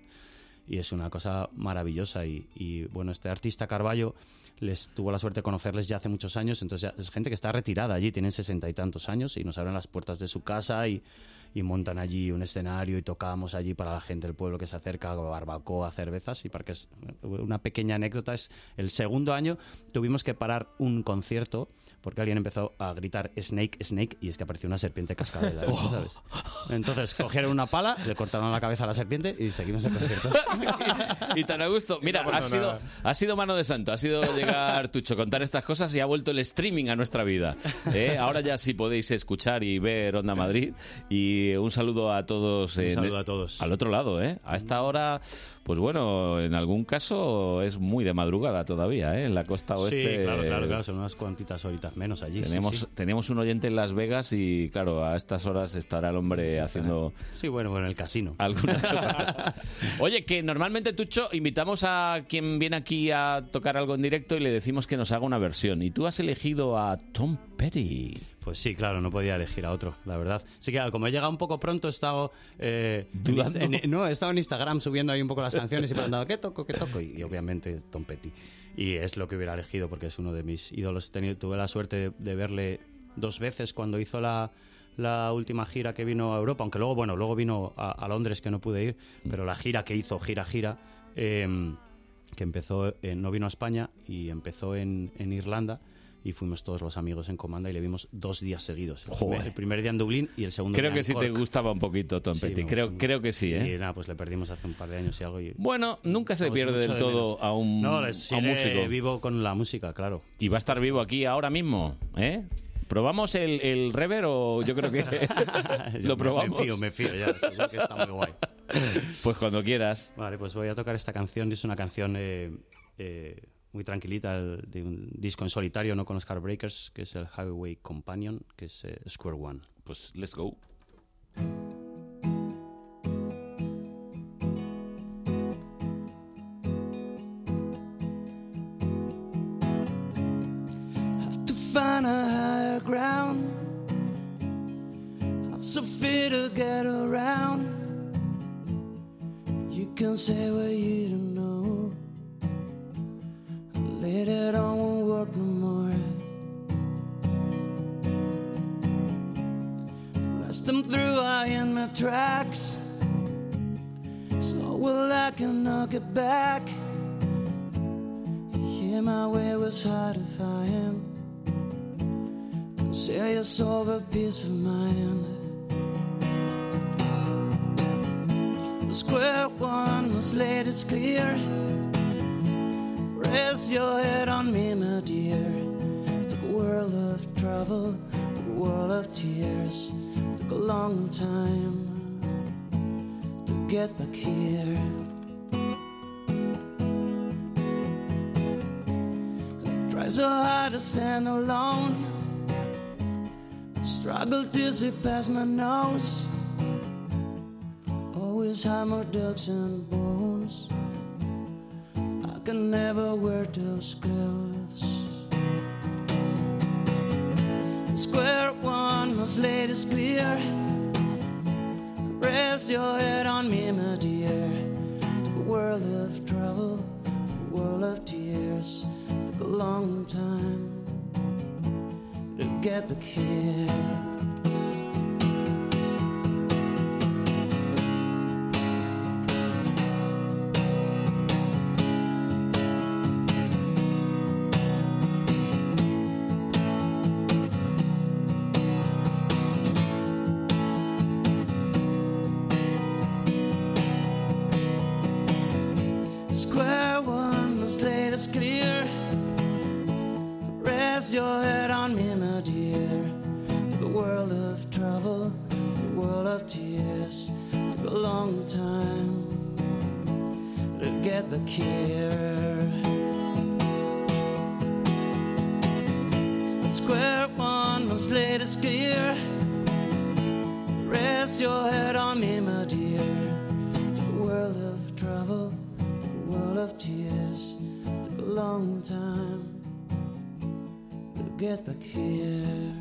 Speaker 28: y es una cosa maravillosa. Y, y, bueno, este artista Carballo les tuvo la suerte de conocerles ya hace muchos años, entonces ya es gente que está retirada allí, tienen sesenta y tantos años y nos abren las puertas de su casa y, y montan allí un escenario y tocamos allí para la gente del pueblo que se acerca, barbacoa, cervezas y para que es una pequeña anécdota es el segundo año tuvimos que parar un concierto porque alguien empezó a gritar Snake, Snake y es que apareció una serpiente cascabel.
Speaker 2: Oh.
Speaker 28: ¿sabes? Entonces cogieron una pala, le cortaron la cabeza a la serpiente y seguimos el concierto.
Speaker 2: <laughs> Y tan a gusto. Mira,
Speaker 28: no
Speaker 2: ha
Speaker 28: pasó
Speaker 2: sido,
Speaker 28: nada.
Speaker 2: ha sido mano de santo, ha sido llegar Tucho, contar estas cosas y ha vuelto el streaming a nuestra vida. ¿eh? Ahora ya sí podéis escuchar y ver Onda Madrid. Y un saludo a todos.
Speaker 28: Un
Speaker 2: en-
Speaker 28: saludo a todos. Mm.
Speaker 2: Al otro lado, ¿eh? A esta hora, pues bueno, en algún caso es muy de madrugada todavía, ¿eh? En la costa oeste.
Speaker 28: Sí, claro, claro, claro, son unas cuantitas horitas menos allí. sí,
Speaker 2: Tenemos,
Speaker 28: sí.
Speaker 2: tenemos un oyente en Las Vegas y, claro, a estas horas estará el hombre haciendo...
Speaker 28: Sí, bueno, bueno, en el casino.
Speaker 2: Alguna cosa. Oye, que normalmente, Tucho, invitamos a quien viene aquí a tocar algo en directo y le decimos que nos haga una versión. Y tú has elegido a Tom Petty.
Speaker 28: Pues sí, claro, no podía elegir a otro, la verdad. Sí que claro, como he llegado un poco pronto, he estado... eh, en
Speaker 2: Dudando.
Speaker 28: Inst- en- no, he estado en Instagram subiendo ahí un poco las canciones y preguntando, ¿qué toco, qué toco? Y, y obviamente Tom Petty. Y es lo que hubiera elegido porque es uno de mis ídolos. He tenido- tuve la suerte de, de verle dos veces cuando hizo la, la última gira que vino a Europa, aunque luego, bueno, luego vino a, a Londres que no pude ir, pero la gira que hizo, gira, gira... em, que empezó, en- no vino a España y empezó en, en Irlanda y fuimos todos los amigos en comanda y le vimos dos días seguidos. El
Speaker 2: Joder.
Speaker 28: primer, el primer día en Dublín y el segundo
Speaker 2: Creo
Speaker 28: día
Speaker 2: que
Speaker 28: en
Speaker 2: sí te
Speaker 28: Cork.
Speaker 2: gustaba un poquito Tom
Speaker 28: Sí,
Speaker 2: Petty.
Speaker 28: me
Speaker 2: Creo,
Speaker 28: gusta
Speaker 2: creo que sí, ¿eh?
Speaker 28: Y nada, pues le perdimos hace un par de años y algo. y-
Speaker 2: Bueno, nunca se
Speaker 28: Estamos
Speaker 2: pierde
Speaker 28: mucho
Speaker 2: del
Speaker 28: de
Speaker 2: todo
Speaker 28: menos.
Speaker 2: a un,
Speaker 28: No,
Speaker 2: a
Speaker 28: le
Speaker 2: un
Speaker 28: sigue
Speaker 2: músico.
Speaker 28: vivo con la música, claro.
Speaker 2: Y va a estar vivo aquí ahora mismo, ¿eh? ¿Probamos el, el rever o yo
Speaker 28: <laughs>
Speaker 2: creo que <laughs>
Speaker 28: Yo
Speaker 2: lo probamos?
Speaker 28: Me fío, me fío, ya, seguro que está muy guay.
Speaker 2: Pues cuando quieras.
Speaker 28: Vale, pues voy a tocar esta canción. Es una canción eh, eh, muy tranquilita el- de un disco en solitario, no con Oscar Breakers, que es el Highway Companion, que es eh, Square One.
Speaker 2: Pues let's go.
Speaker 30: to find a higher ground. I'm so fit to get around. You can say what you don't know. Later on won't work no more. Rest them through I in my tracks. So will I can knock it back. Yeah, my way was hard to find. Sell your soul for peace of mind. Square one, this late is clear. Place your head on me, my dear. Took a world of trouble, took a world of tears. Took a long time to get back here. Try so hard to stand alone. Struggle to see past my nose. Always have more ducks and bones. I can never wear those clothes. Square one, my slate is clear. Rest your head on me, my dear. Took a world of trouble, took a world of tears. Took a long time to get back here. Square one, the slate is clear. Rest your head on me, my dear. The world of trouble, the world of tears. Took a long time to get back here. Square one, the slate is clear. Rest your head on me, my dear. The world of trouble world of tears took a long time to get back here.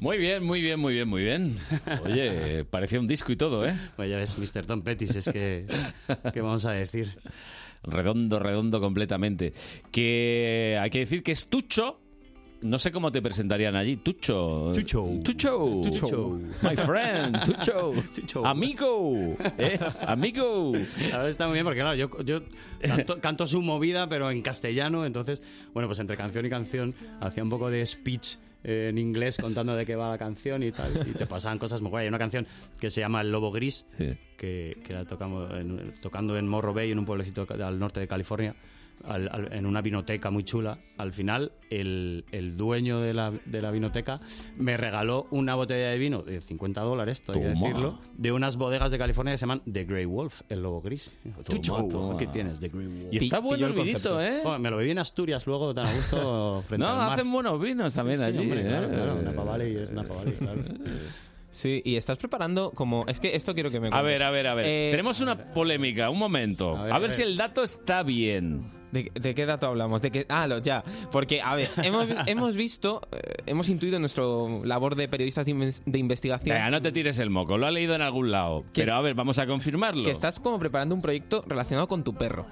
Speaker 2: Muy bien, muy bien, muy bien, muy bien. Oye, parecía un disco y todo, ¿eh?
Speaker 28: Vaya, es Mr. Tom Pettis, es que. ¿Qué vamos a decir?
Speaker 2: Redondo, redondo completamente. Que hay que decir que es Tucho. No sé cómo te presentarían allí. Tucho.
Speaker 28: Tucho.
Speaker 2: Tucho.
Speaker 28: Tucho.
Speaker 2: My friend. Tucho. Amigo. ¿eh? Amigo.
Speaker 28: Ahora está muy bien porque, claro, yo, yo canto, canto su movida, pero en castellano. Entonces, bueno, pues entre canción y canción hacía un poco de speech eh, en inglés contando de qué va la canción y tal. Y te pasaban cosas muy guay. Hay una canción que se llama El Lobo Gris, que, que la tocamos en- tocando en Morro Bay, en un pueblecito ca- al norte de California, al- al- en una vinoteca muy chula. Al final, el, el dueño de la, de la vinoteca me regaló una botella de vino de 50 dólares, todo hay que
Speaker 2: Toma.
Speaker 28: decirlo, de unas bodegas de California que se llaman The Grey Wolf, el lobo gris.
Speaker 2: Toma,
Speaker 28: Tucho,
Speaker 2: toma.
Speaker 28: ¿qué tienes? The Grey Wolf.
Speaker 2: Y está
Speaker 28: pilló
Speaker 2: bueno el vinito,
Speaker 28: concepto.
Speaker 2: ¿eh?
Speaker 28: Joder, me lo bebí en Asturias luego tan a
Speaker 2: <laughs>
Speaker 28: gusto frente
Speaker 2: No,
Speaker 28: al mar.
Speaker 2: hacen buenos vinos también
Speaker 28: Sí, sí,
Speaker 2: allí.
Speaker 28: hombre,
Speaker 2: ¿eh?
Speaker 28: claro, claro, Napa Valley es Napa Valley, claro.
Speaker 22: Sí, y estás preparando como... Es que esto quiero que me...
Speaker 2: A
Speaker 22: cuentes.
Speaker 2: ver, a ver, a ver.
Speaker 22: Eh,
Speaker 2: Tenemos una polémica, un momento. A ver,
Speaker 22: a ver.
Speaker 2: si el dato está bien.
Speaker 22: ¿De, de qué dato hablamos? ¿De qué? Ah, lo, ya. Porque,
Speaker 2: <laughs>
Speaker 22: a ver, hemos, vi- hemos visto, eh, hemos intuido en nuestra labor de periodistas de, inves- de investigación
Speaker 2: Venga, no te tires el moco, lo ha leído en algún lado. Pero a ver, vamos a confirmarlo.
Speaker 22: que estás como preparando un proyecto relacionado con tu perro.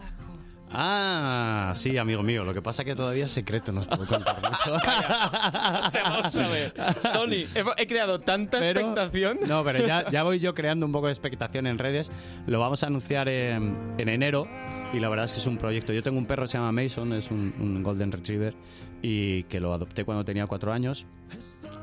Speaker 28: Ah, sí, amigo mío. Lo que pasa que todavía es secreto, no os puedo contar mucho.
Speaker 2: <laughs>
Speaker 28: <laughs>
Speaker 2: O sea, vamos a ver. Tony,
Speaker 22: he, he creado tanta expectación.
Speaker 28: No, pero ya, ya voy yo creando un poco de expectación en redes. Lo vamos a anunciar en, en enero y la verdad es que es un proyecto. Yo tengo un perro que se llama Mason, es un, un Golden Retriever y que lo adopté cuando tenía cuatro años.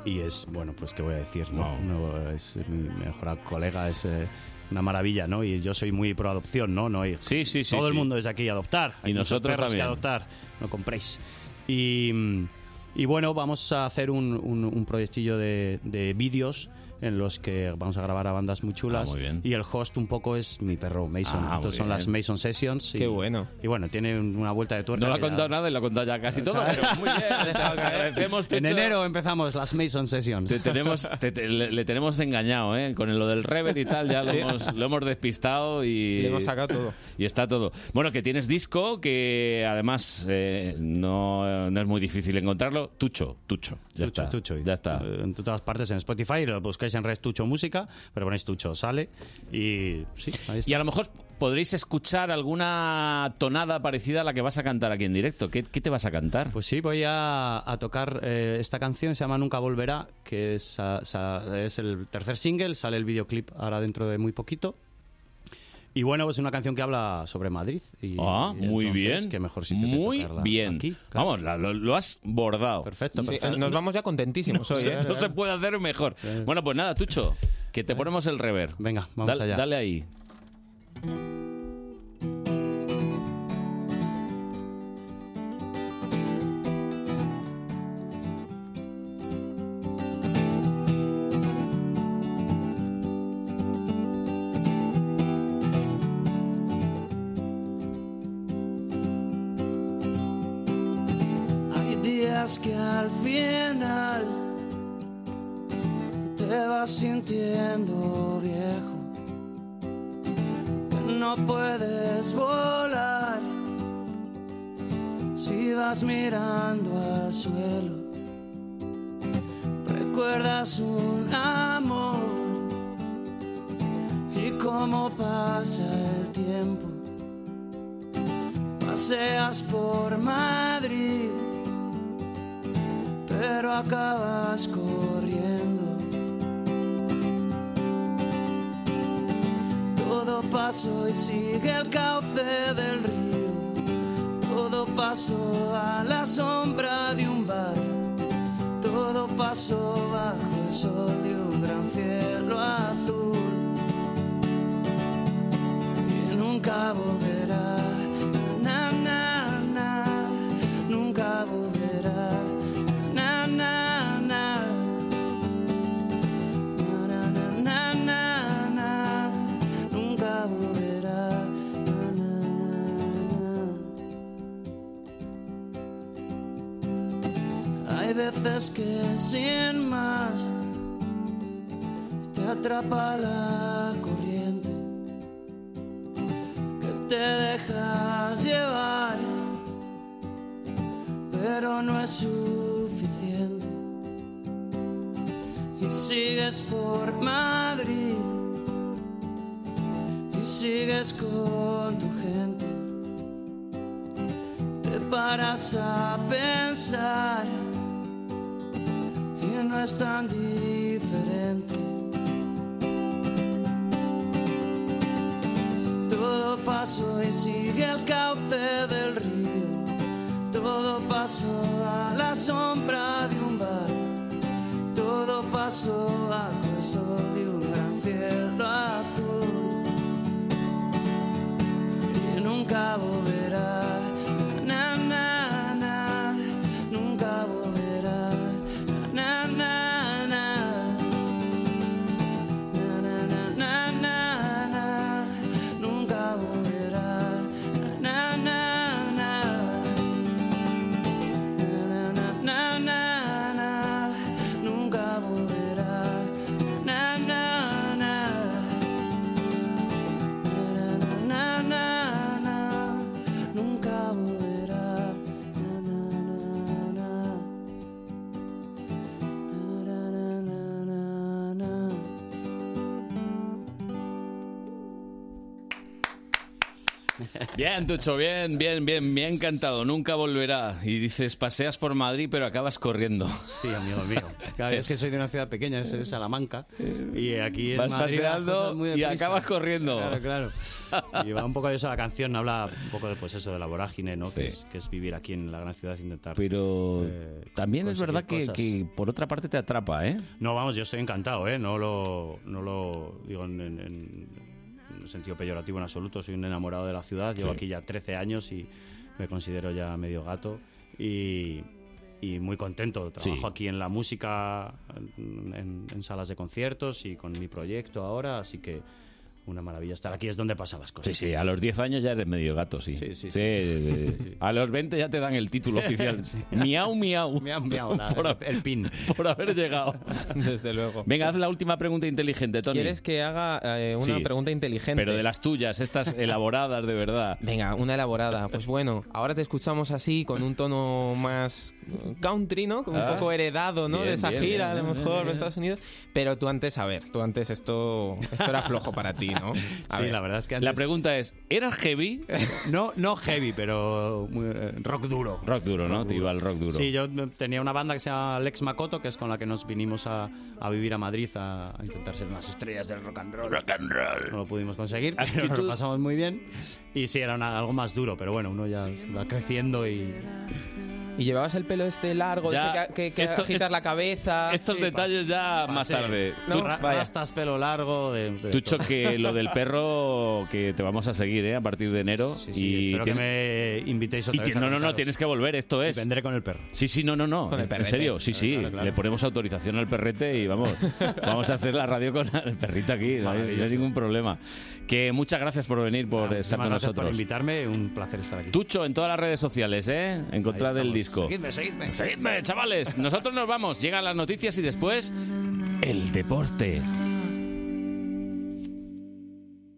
Speaker 28: Y es, bueno, pues qué voy a decir, ¿no? No, es mi mejor colega, es... eh, una maravilla, ¿no? Y yo soy muy pro adopción, ¿no? no sí, sí,
Speaker 2: sí,
Speaker 28: Todo el
Speaker 2: sí.
Speaker 28: mundo desde aquí adoptar.
Speaker 2: Y
Speaker 28: muchos
Speaker 2: nosotros
Speaker 28: perros
Speaker 2: también.
Speaker 28: que adoptar, no compréis. Y, mm, y bueno, vamos a hacer un, un- un proyectillo de, de vídeos en los que vamos a grabar a bandas muy chulas.
Speaker 2: Ah, muy bien.
Speaker 28: Y el host un poco es mi perro Mason.
Speaker 2: Ah,
Speaker 28: Entonces
Speaker 2: muy
Speaker 28: son las
Speaker 2: bien.
Speaker 28: Mason Sessions. Y,
Speaker 2: Qué bueno.
Speaker 28: Y bueno, tiene una vuelta de tuerca.
Speaker 2: no lo ha
Speaker 28: que ya-
Speaker 2: contado nada y lo ha contado ya casi todo. Pero
Speaker 28: <laughs>
Speaker 2: muy bien, te agradecemos,
Speaker 28: En
Speaker 2: Tucho.
Speaker 28: enero empezamos las Mason Sessions.
Speaker 2: Te tenemos, te- te- le, le tenemos engañado, ¿eh? Con lo del rever y tal, ya lo,
Speaker 28: Sí.
Speaker 2: hemos, lo hemos despistado y...
Speaker 22: Le hemos sacado todo.
Speaker 2: Y está todo. Bueno, que tienes disco, que además eh, no, no es muy difícil encontrarlo. Tucho, Tucho. Ya
Speaker 28: Tucho,
Speaker 2: está.
Speaker 28: Tucho. Ya está. En todas partes en Spotify, lo buscáis en Red Tucho Música, pero ponéis Tucho, sale. Y sí, ahí está.
Speaker 2: Y a lo mejor podréis escuchar alguna tonada parecida a la que vas a cantar aquí en directo. ¿Qué, qué te vas a cantar?
Speaker 28: Pues sí, voy a, a tocar eh, esta canción, se llama Nunca Volverá, que es, a- sa- es el tercer single, sale el videoclip ahora dentro de muy poquito. Y bueno, pues es una canción que habla sobre Madrid. Y,
Speaker 2: Ah,
Speaker 28: y
Speaker 2: muy
Speaker 28: entonces,
Speaker 2: bien.
Speaker 28: Qué mejor sitio que
Speaker 2: Muy
Speaker 28: tocarla
Speaker 2: bien.
Speaker 28: aquí,
Speaker 2: Vamos, la- lo, lo has bordado. Perfecto,
Speaker 22: Sí, perfecto. nos vamos ya contentísimos
Speaker 2: no
Speaker 22: hoy,
Speaker 2: Se,
Speaker 22: ¿eh?
Speaker 2: no se puede hacer mejor. Bueno, pues nada, Tucho, que te ponemos el rever. Venga,
Speaker 28: vamos allá.
Speaker 2: Dale ahí.
Speaker 30: Hay días que al final te vas sintiendo viejo, que no puedes volar si vas mirando al suelo. Recuerdas un amor y cómo pasa el tiempo. Paseas por Madrid, pero acabas corriendo. Todo pasó y sigue el cauce del río. Todo pasó a la sombra de un bar. Todo pasó bajo el sol de un gran cielo azul. Y nunca volverá. Na, na, na, nunca volverá. Na, na, na. Na, na, na, na, na, na, nunca volverá. Na, na, na, na. Hay veces que sin más te atrapa la corriente que te dejas llevar, pero no es suficiente. Y sigues por Madrid, y sigues con tu gente. Te paras a pensar, y no es tan diferente. Todo pasó y sigue el cauce del río. Todo pasó a la sombra de un bar. Todo pasó bajo el sol de un gran cielo azul. Y nunca volverá. Na, na, na. Nunca volverá. Na, na, na. Na, na, na, na. Nunca volverá. Na, na, na. Na, na, na, nunca volverá. Na, na, na. Na, na, na, na, nunca volverá. Na, na, na, na.
Speaker 2: Bien, Tucho, bien, bien, bien, me ha encantado, nunca volverá. Y dices, paseas por Madrid, pero acabas corriendo.
Speaker 28: Sí, amigo mío. Claro,
Speaker 2: Eh,
Speaker 28: es que soy de una ciudad pequeña, soy de Salamanca. Y aquí en
Speaker 2: Vas
Speaker 28: Madrid las
Speaker 2: paseando
Speaker 28: cosas muy
Speaker 2: y
Speaker 28: deprisa.
Speaker 2: acabas corriendo.
Speaker 28: Claro, claro.
Speaker 2: <laughs>
Speaker 28: Y va un poco de eso la canción, habla un poco de pues eso, de la vorágine, ¿no? Que, es, que es vivir aquí en la gran ciudad e intentar.
Speaker 2: Pero también es
Speaker 28: conseguir
Speaker 2: verdad que,
Speaker 28: cosas.
Speaker 2: que por otra parte te atrapa, ¿eh?
Speaker 28: No, vamos, yo estoy encantado, ¿eh? No lo, no lo digo en, en- en- en sentido peyorativo en absoluto. Soy un enamorado de la ciudad. Llevo
Speaker 2: Sí.
Speaker 28: aquí ya 13 años y me considero ya medio gato. Y, y muy contento. Trabajo
Speaker 2: Sí.
Speaker 28: aquí en la música, en, en- en salas de conciertos y con mi proyecto ahora. Así que una maravilla estar aquí. Es donde pasan las
Speaker 2: Sí,
Speaker 28: cosas.
Speaker 2: sí, a los 10 años ya eres medio gato, sí. Sí, sí, sí. A los 20 ya te dan el título oficial.
Speaker 28: Sí.
Speaker 2: Miau, miau. Miau,
Speaker 28: miau, la-
Speaker 2: el pin. Por haber llegado.
Speaker 22: Desde luego.
Speaker 2: Venga, haz la última pregunta inteligente, Tony.
Speaker 22: ¿Quieres que haga eh, una
Speaker 2: Sí.
Speaker 22: pregunta inteligente?
Speaker 2: Pero de las tuyas,
Speaker 22: <laughs>
Speaker 2: estas elaboradas de verdad.
Speaker 22: Venga, una elaborada. Pues bueno, ahora te escuchamos así, con un tono más eh, country, ¿no? Como Un
Speaker 2: Ah.
Speaker 22: poco heredado, ¿no?
Speaker 2: Bien,
Speaker 22: de esa
Speaker 2: bien,
Speaker 22: gira,
Speaker 2: bien,
Speaker 22: a lo
Speaker 2: bien,
Speaker 22: mejor,
Speaker 2: bien,
Speaker 22: de
Speaker 2: bien.
Speaker 22: Estados Unidos. Pero tú antes, a ver, tú antes esto, esto era flojo para ti,
Speaker 2: <laughs>
Speaker 22: ¿no? A
Speaker 28: sí,
Speaker 22: ver.
Speaker 28: la verdad es que
Speaker 2: La pregunta es, ¿eras
Speaker 28: <laughs>
Speaker 2: heavy?
Speaker 28: No, no heavy, pero muy, eh, rock duro.
Speaker 2: Rock duro, ¿no? Te iba al rock duro.
Speaker 28: Sí, yo eh, tenía una banda que se llama Lex Makoto, que es con la que nos vinimos a, a vivir a Madrid a, a intentar ser unas estrellas del rock and roll.
Speaker 2: Rock and roll.
Speaker 28: No lo pudimos
Speaker 2: <laughs>
Speaker 28: conseguir, pero <laughs> nos
Speaker 2: Actitud.
Speaker 28: lo pasamos muy bien. Y sí, era una- algo más duro, pero bueno, uno ya va creciendo y...
Speaker 22: Y llevabas el pelo este largo,
Speaker 28: Ya,
Speaker 22: ese que, que- que
Speaker 28: esto-
Speaker 22: agitas
Speaker 28: esto-
Speaker 22: la cabeza.
Speaker 28: estos detalles
Speaker 2: ya
Speaker 28: más tarde.
Speaker 22: No,
Speaker 28: Tú-
Speaker 22: vaya.
Speaker 28: Rastas, pelo largo... De, de
Speaker 2: Tú
Speaker 28: todo.
Speaker 2: que lo del perro que te vamos a seguir, ¿eh? A partir de enero. y
Speaker 28: espero que
Speaker 2: me
Speaker 28: invitéis otra vez a
Speaker 2: No, no, no,
Speaker 28: contaros.
Speaker 2: tienes que volver, esto es.
Speaker 28: Vendré con el perro.
Speaker 2: Sí, sí, no, no, no.
Speaker 28: Con el
Speaker 2: en
Speaker 28: perrete.
Speaker 2: serio, sí, sí.
Speaker 28: Claro, claro.
Speaker 2: Le ponemos autorización al perrete
Speaker 28: <laughs>
Speaker 2: y vamos. vamos a hacer la radio con el perrito aquí. No hay, no hay ningún problema. Que muchas gracias por venir, por estar
Speaker 28: Muchísimas
Speaker 2: con
Speaker 28: gracias por
Speaker 2: nosotros.
Speaker 28: invitarme, un placer estar aquí.
Speaker 2: Tucho en todas las redes sociales, ¿eh? Encontrad el disco.
Speaker 28: Seguidme, seguidme.
Speaker 2: Seguidme, chavales. Nosotros nos vamos. Llegan las noticias y después el deporte.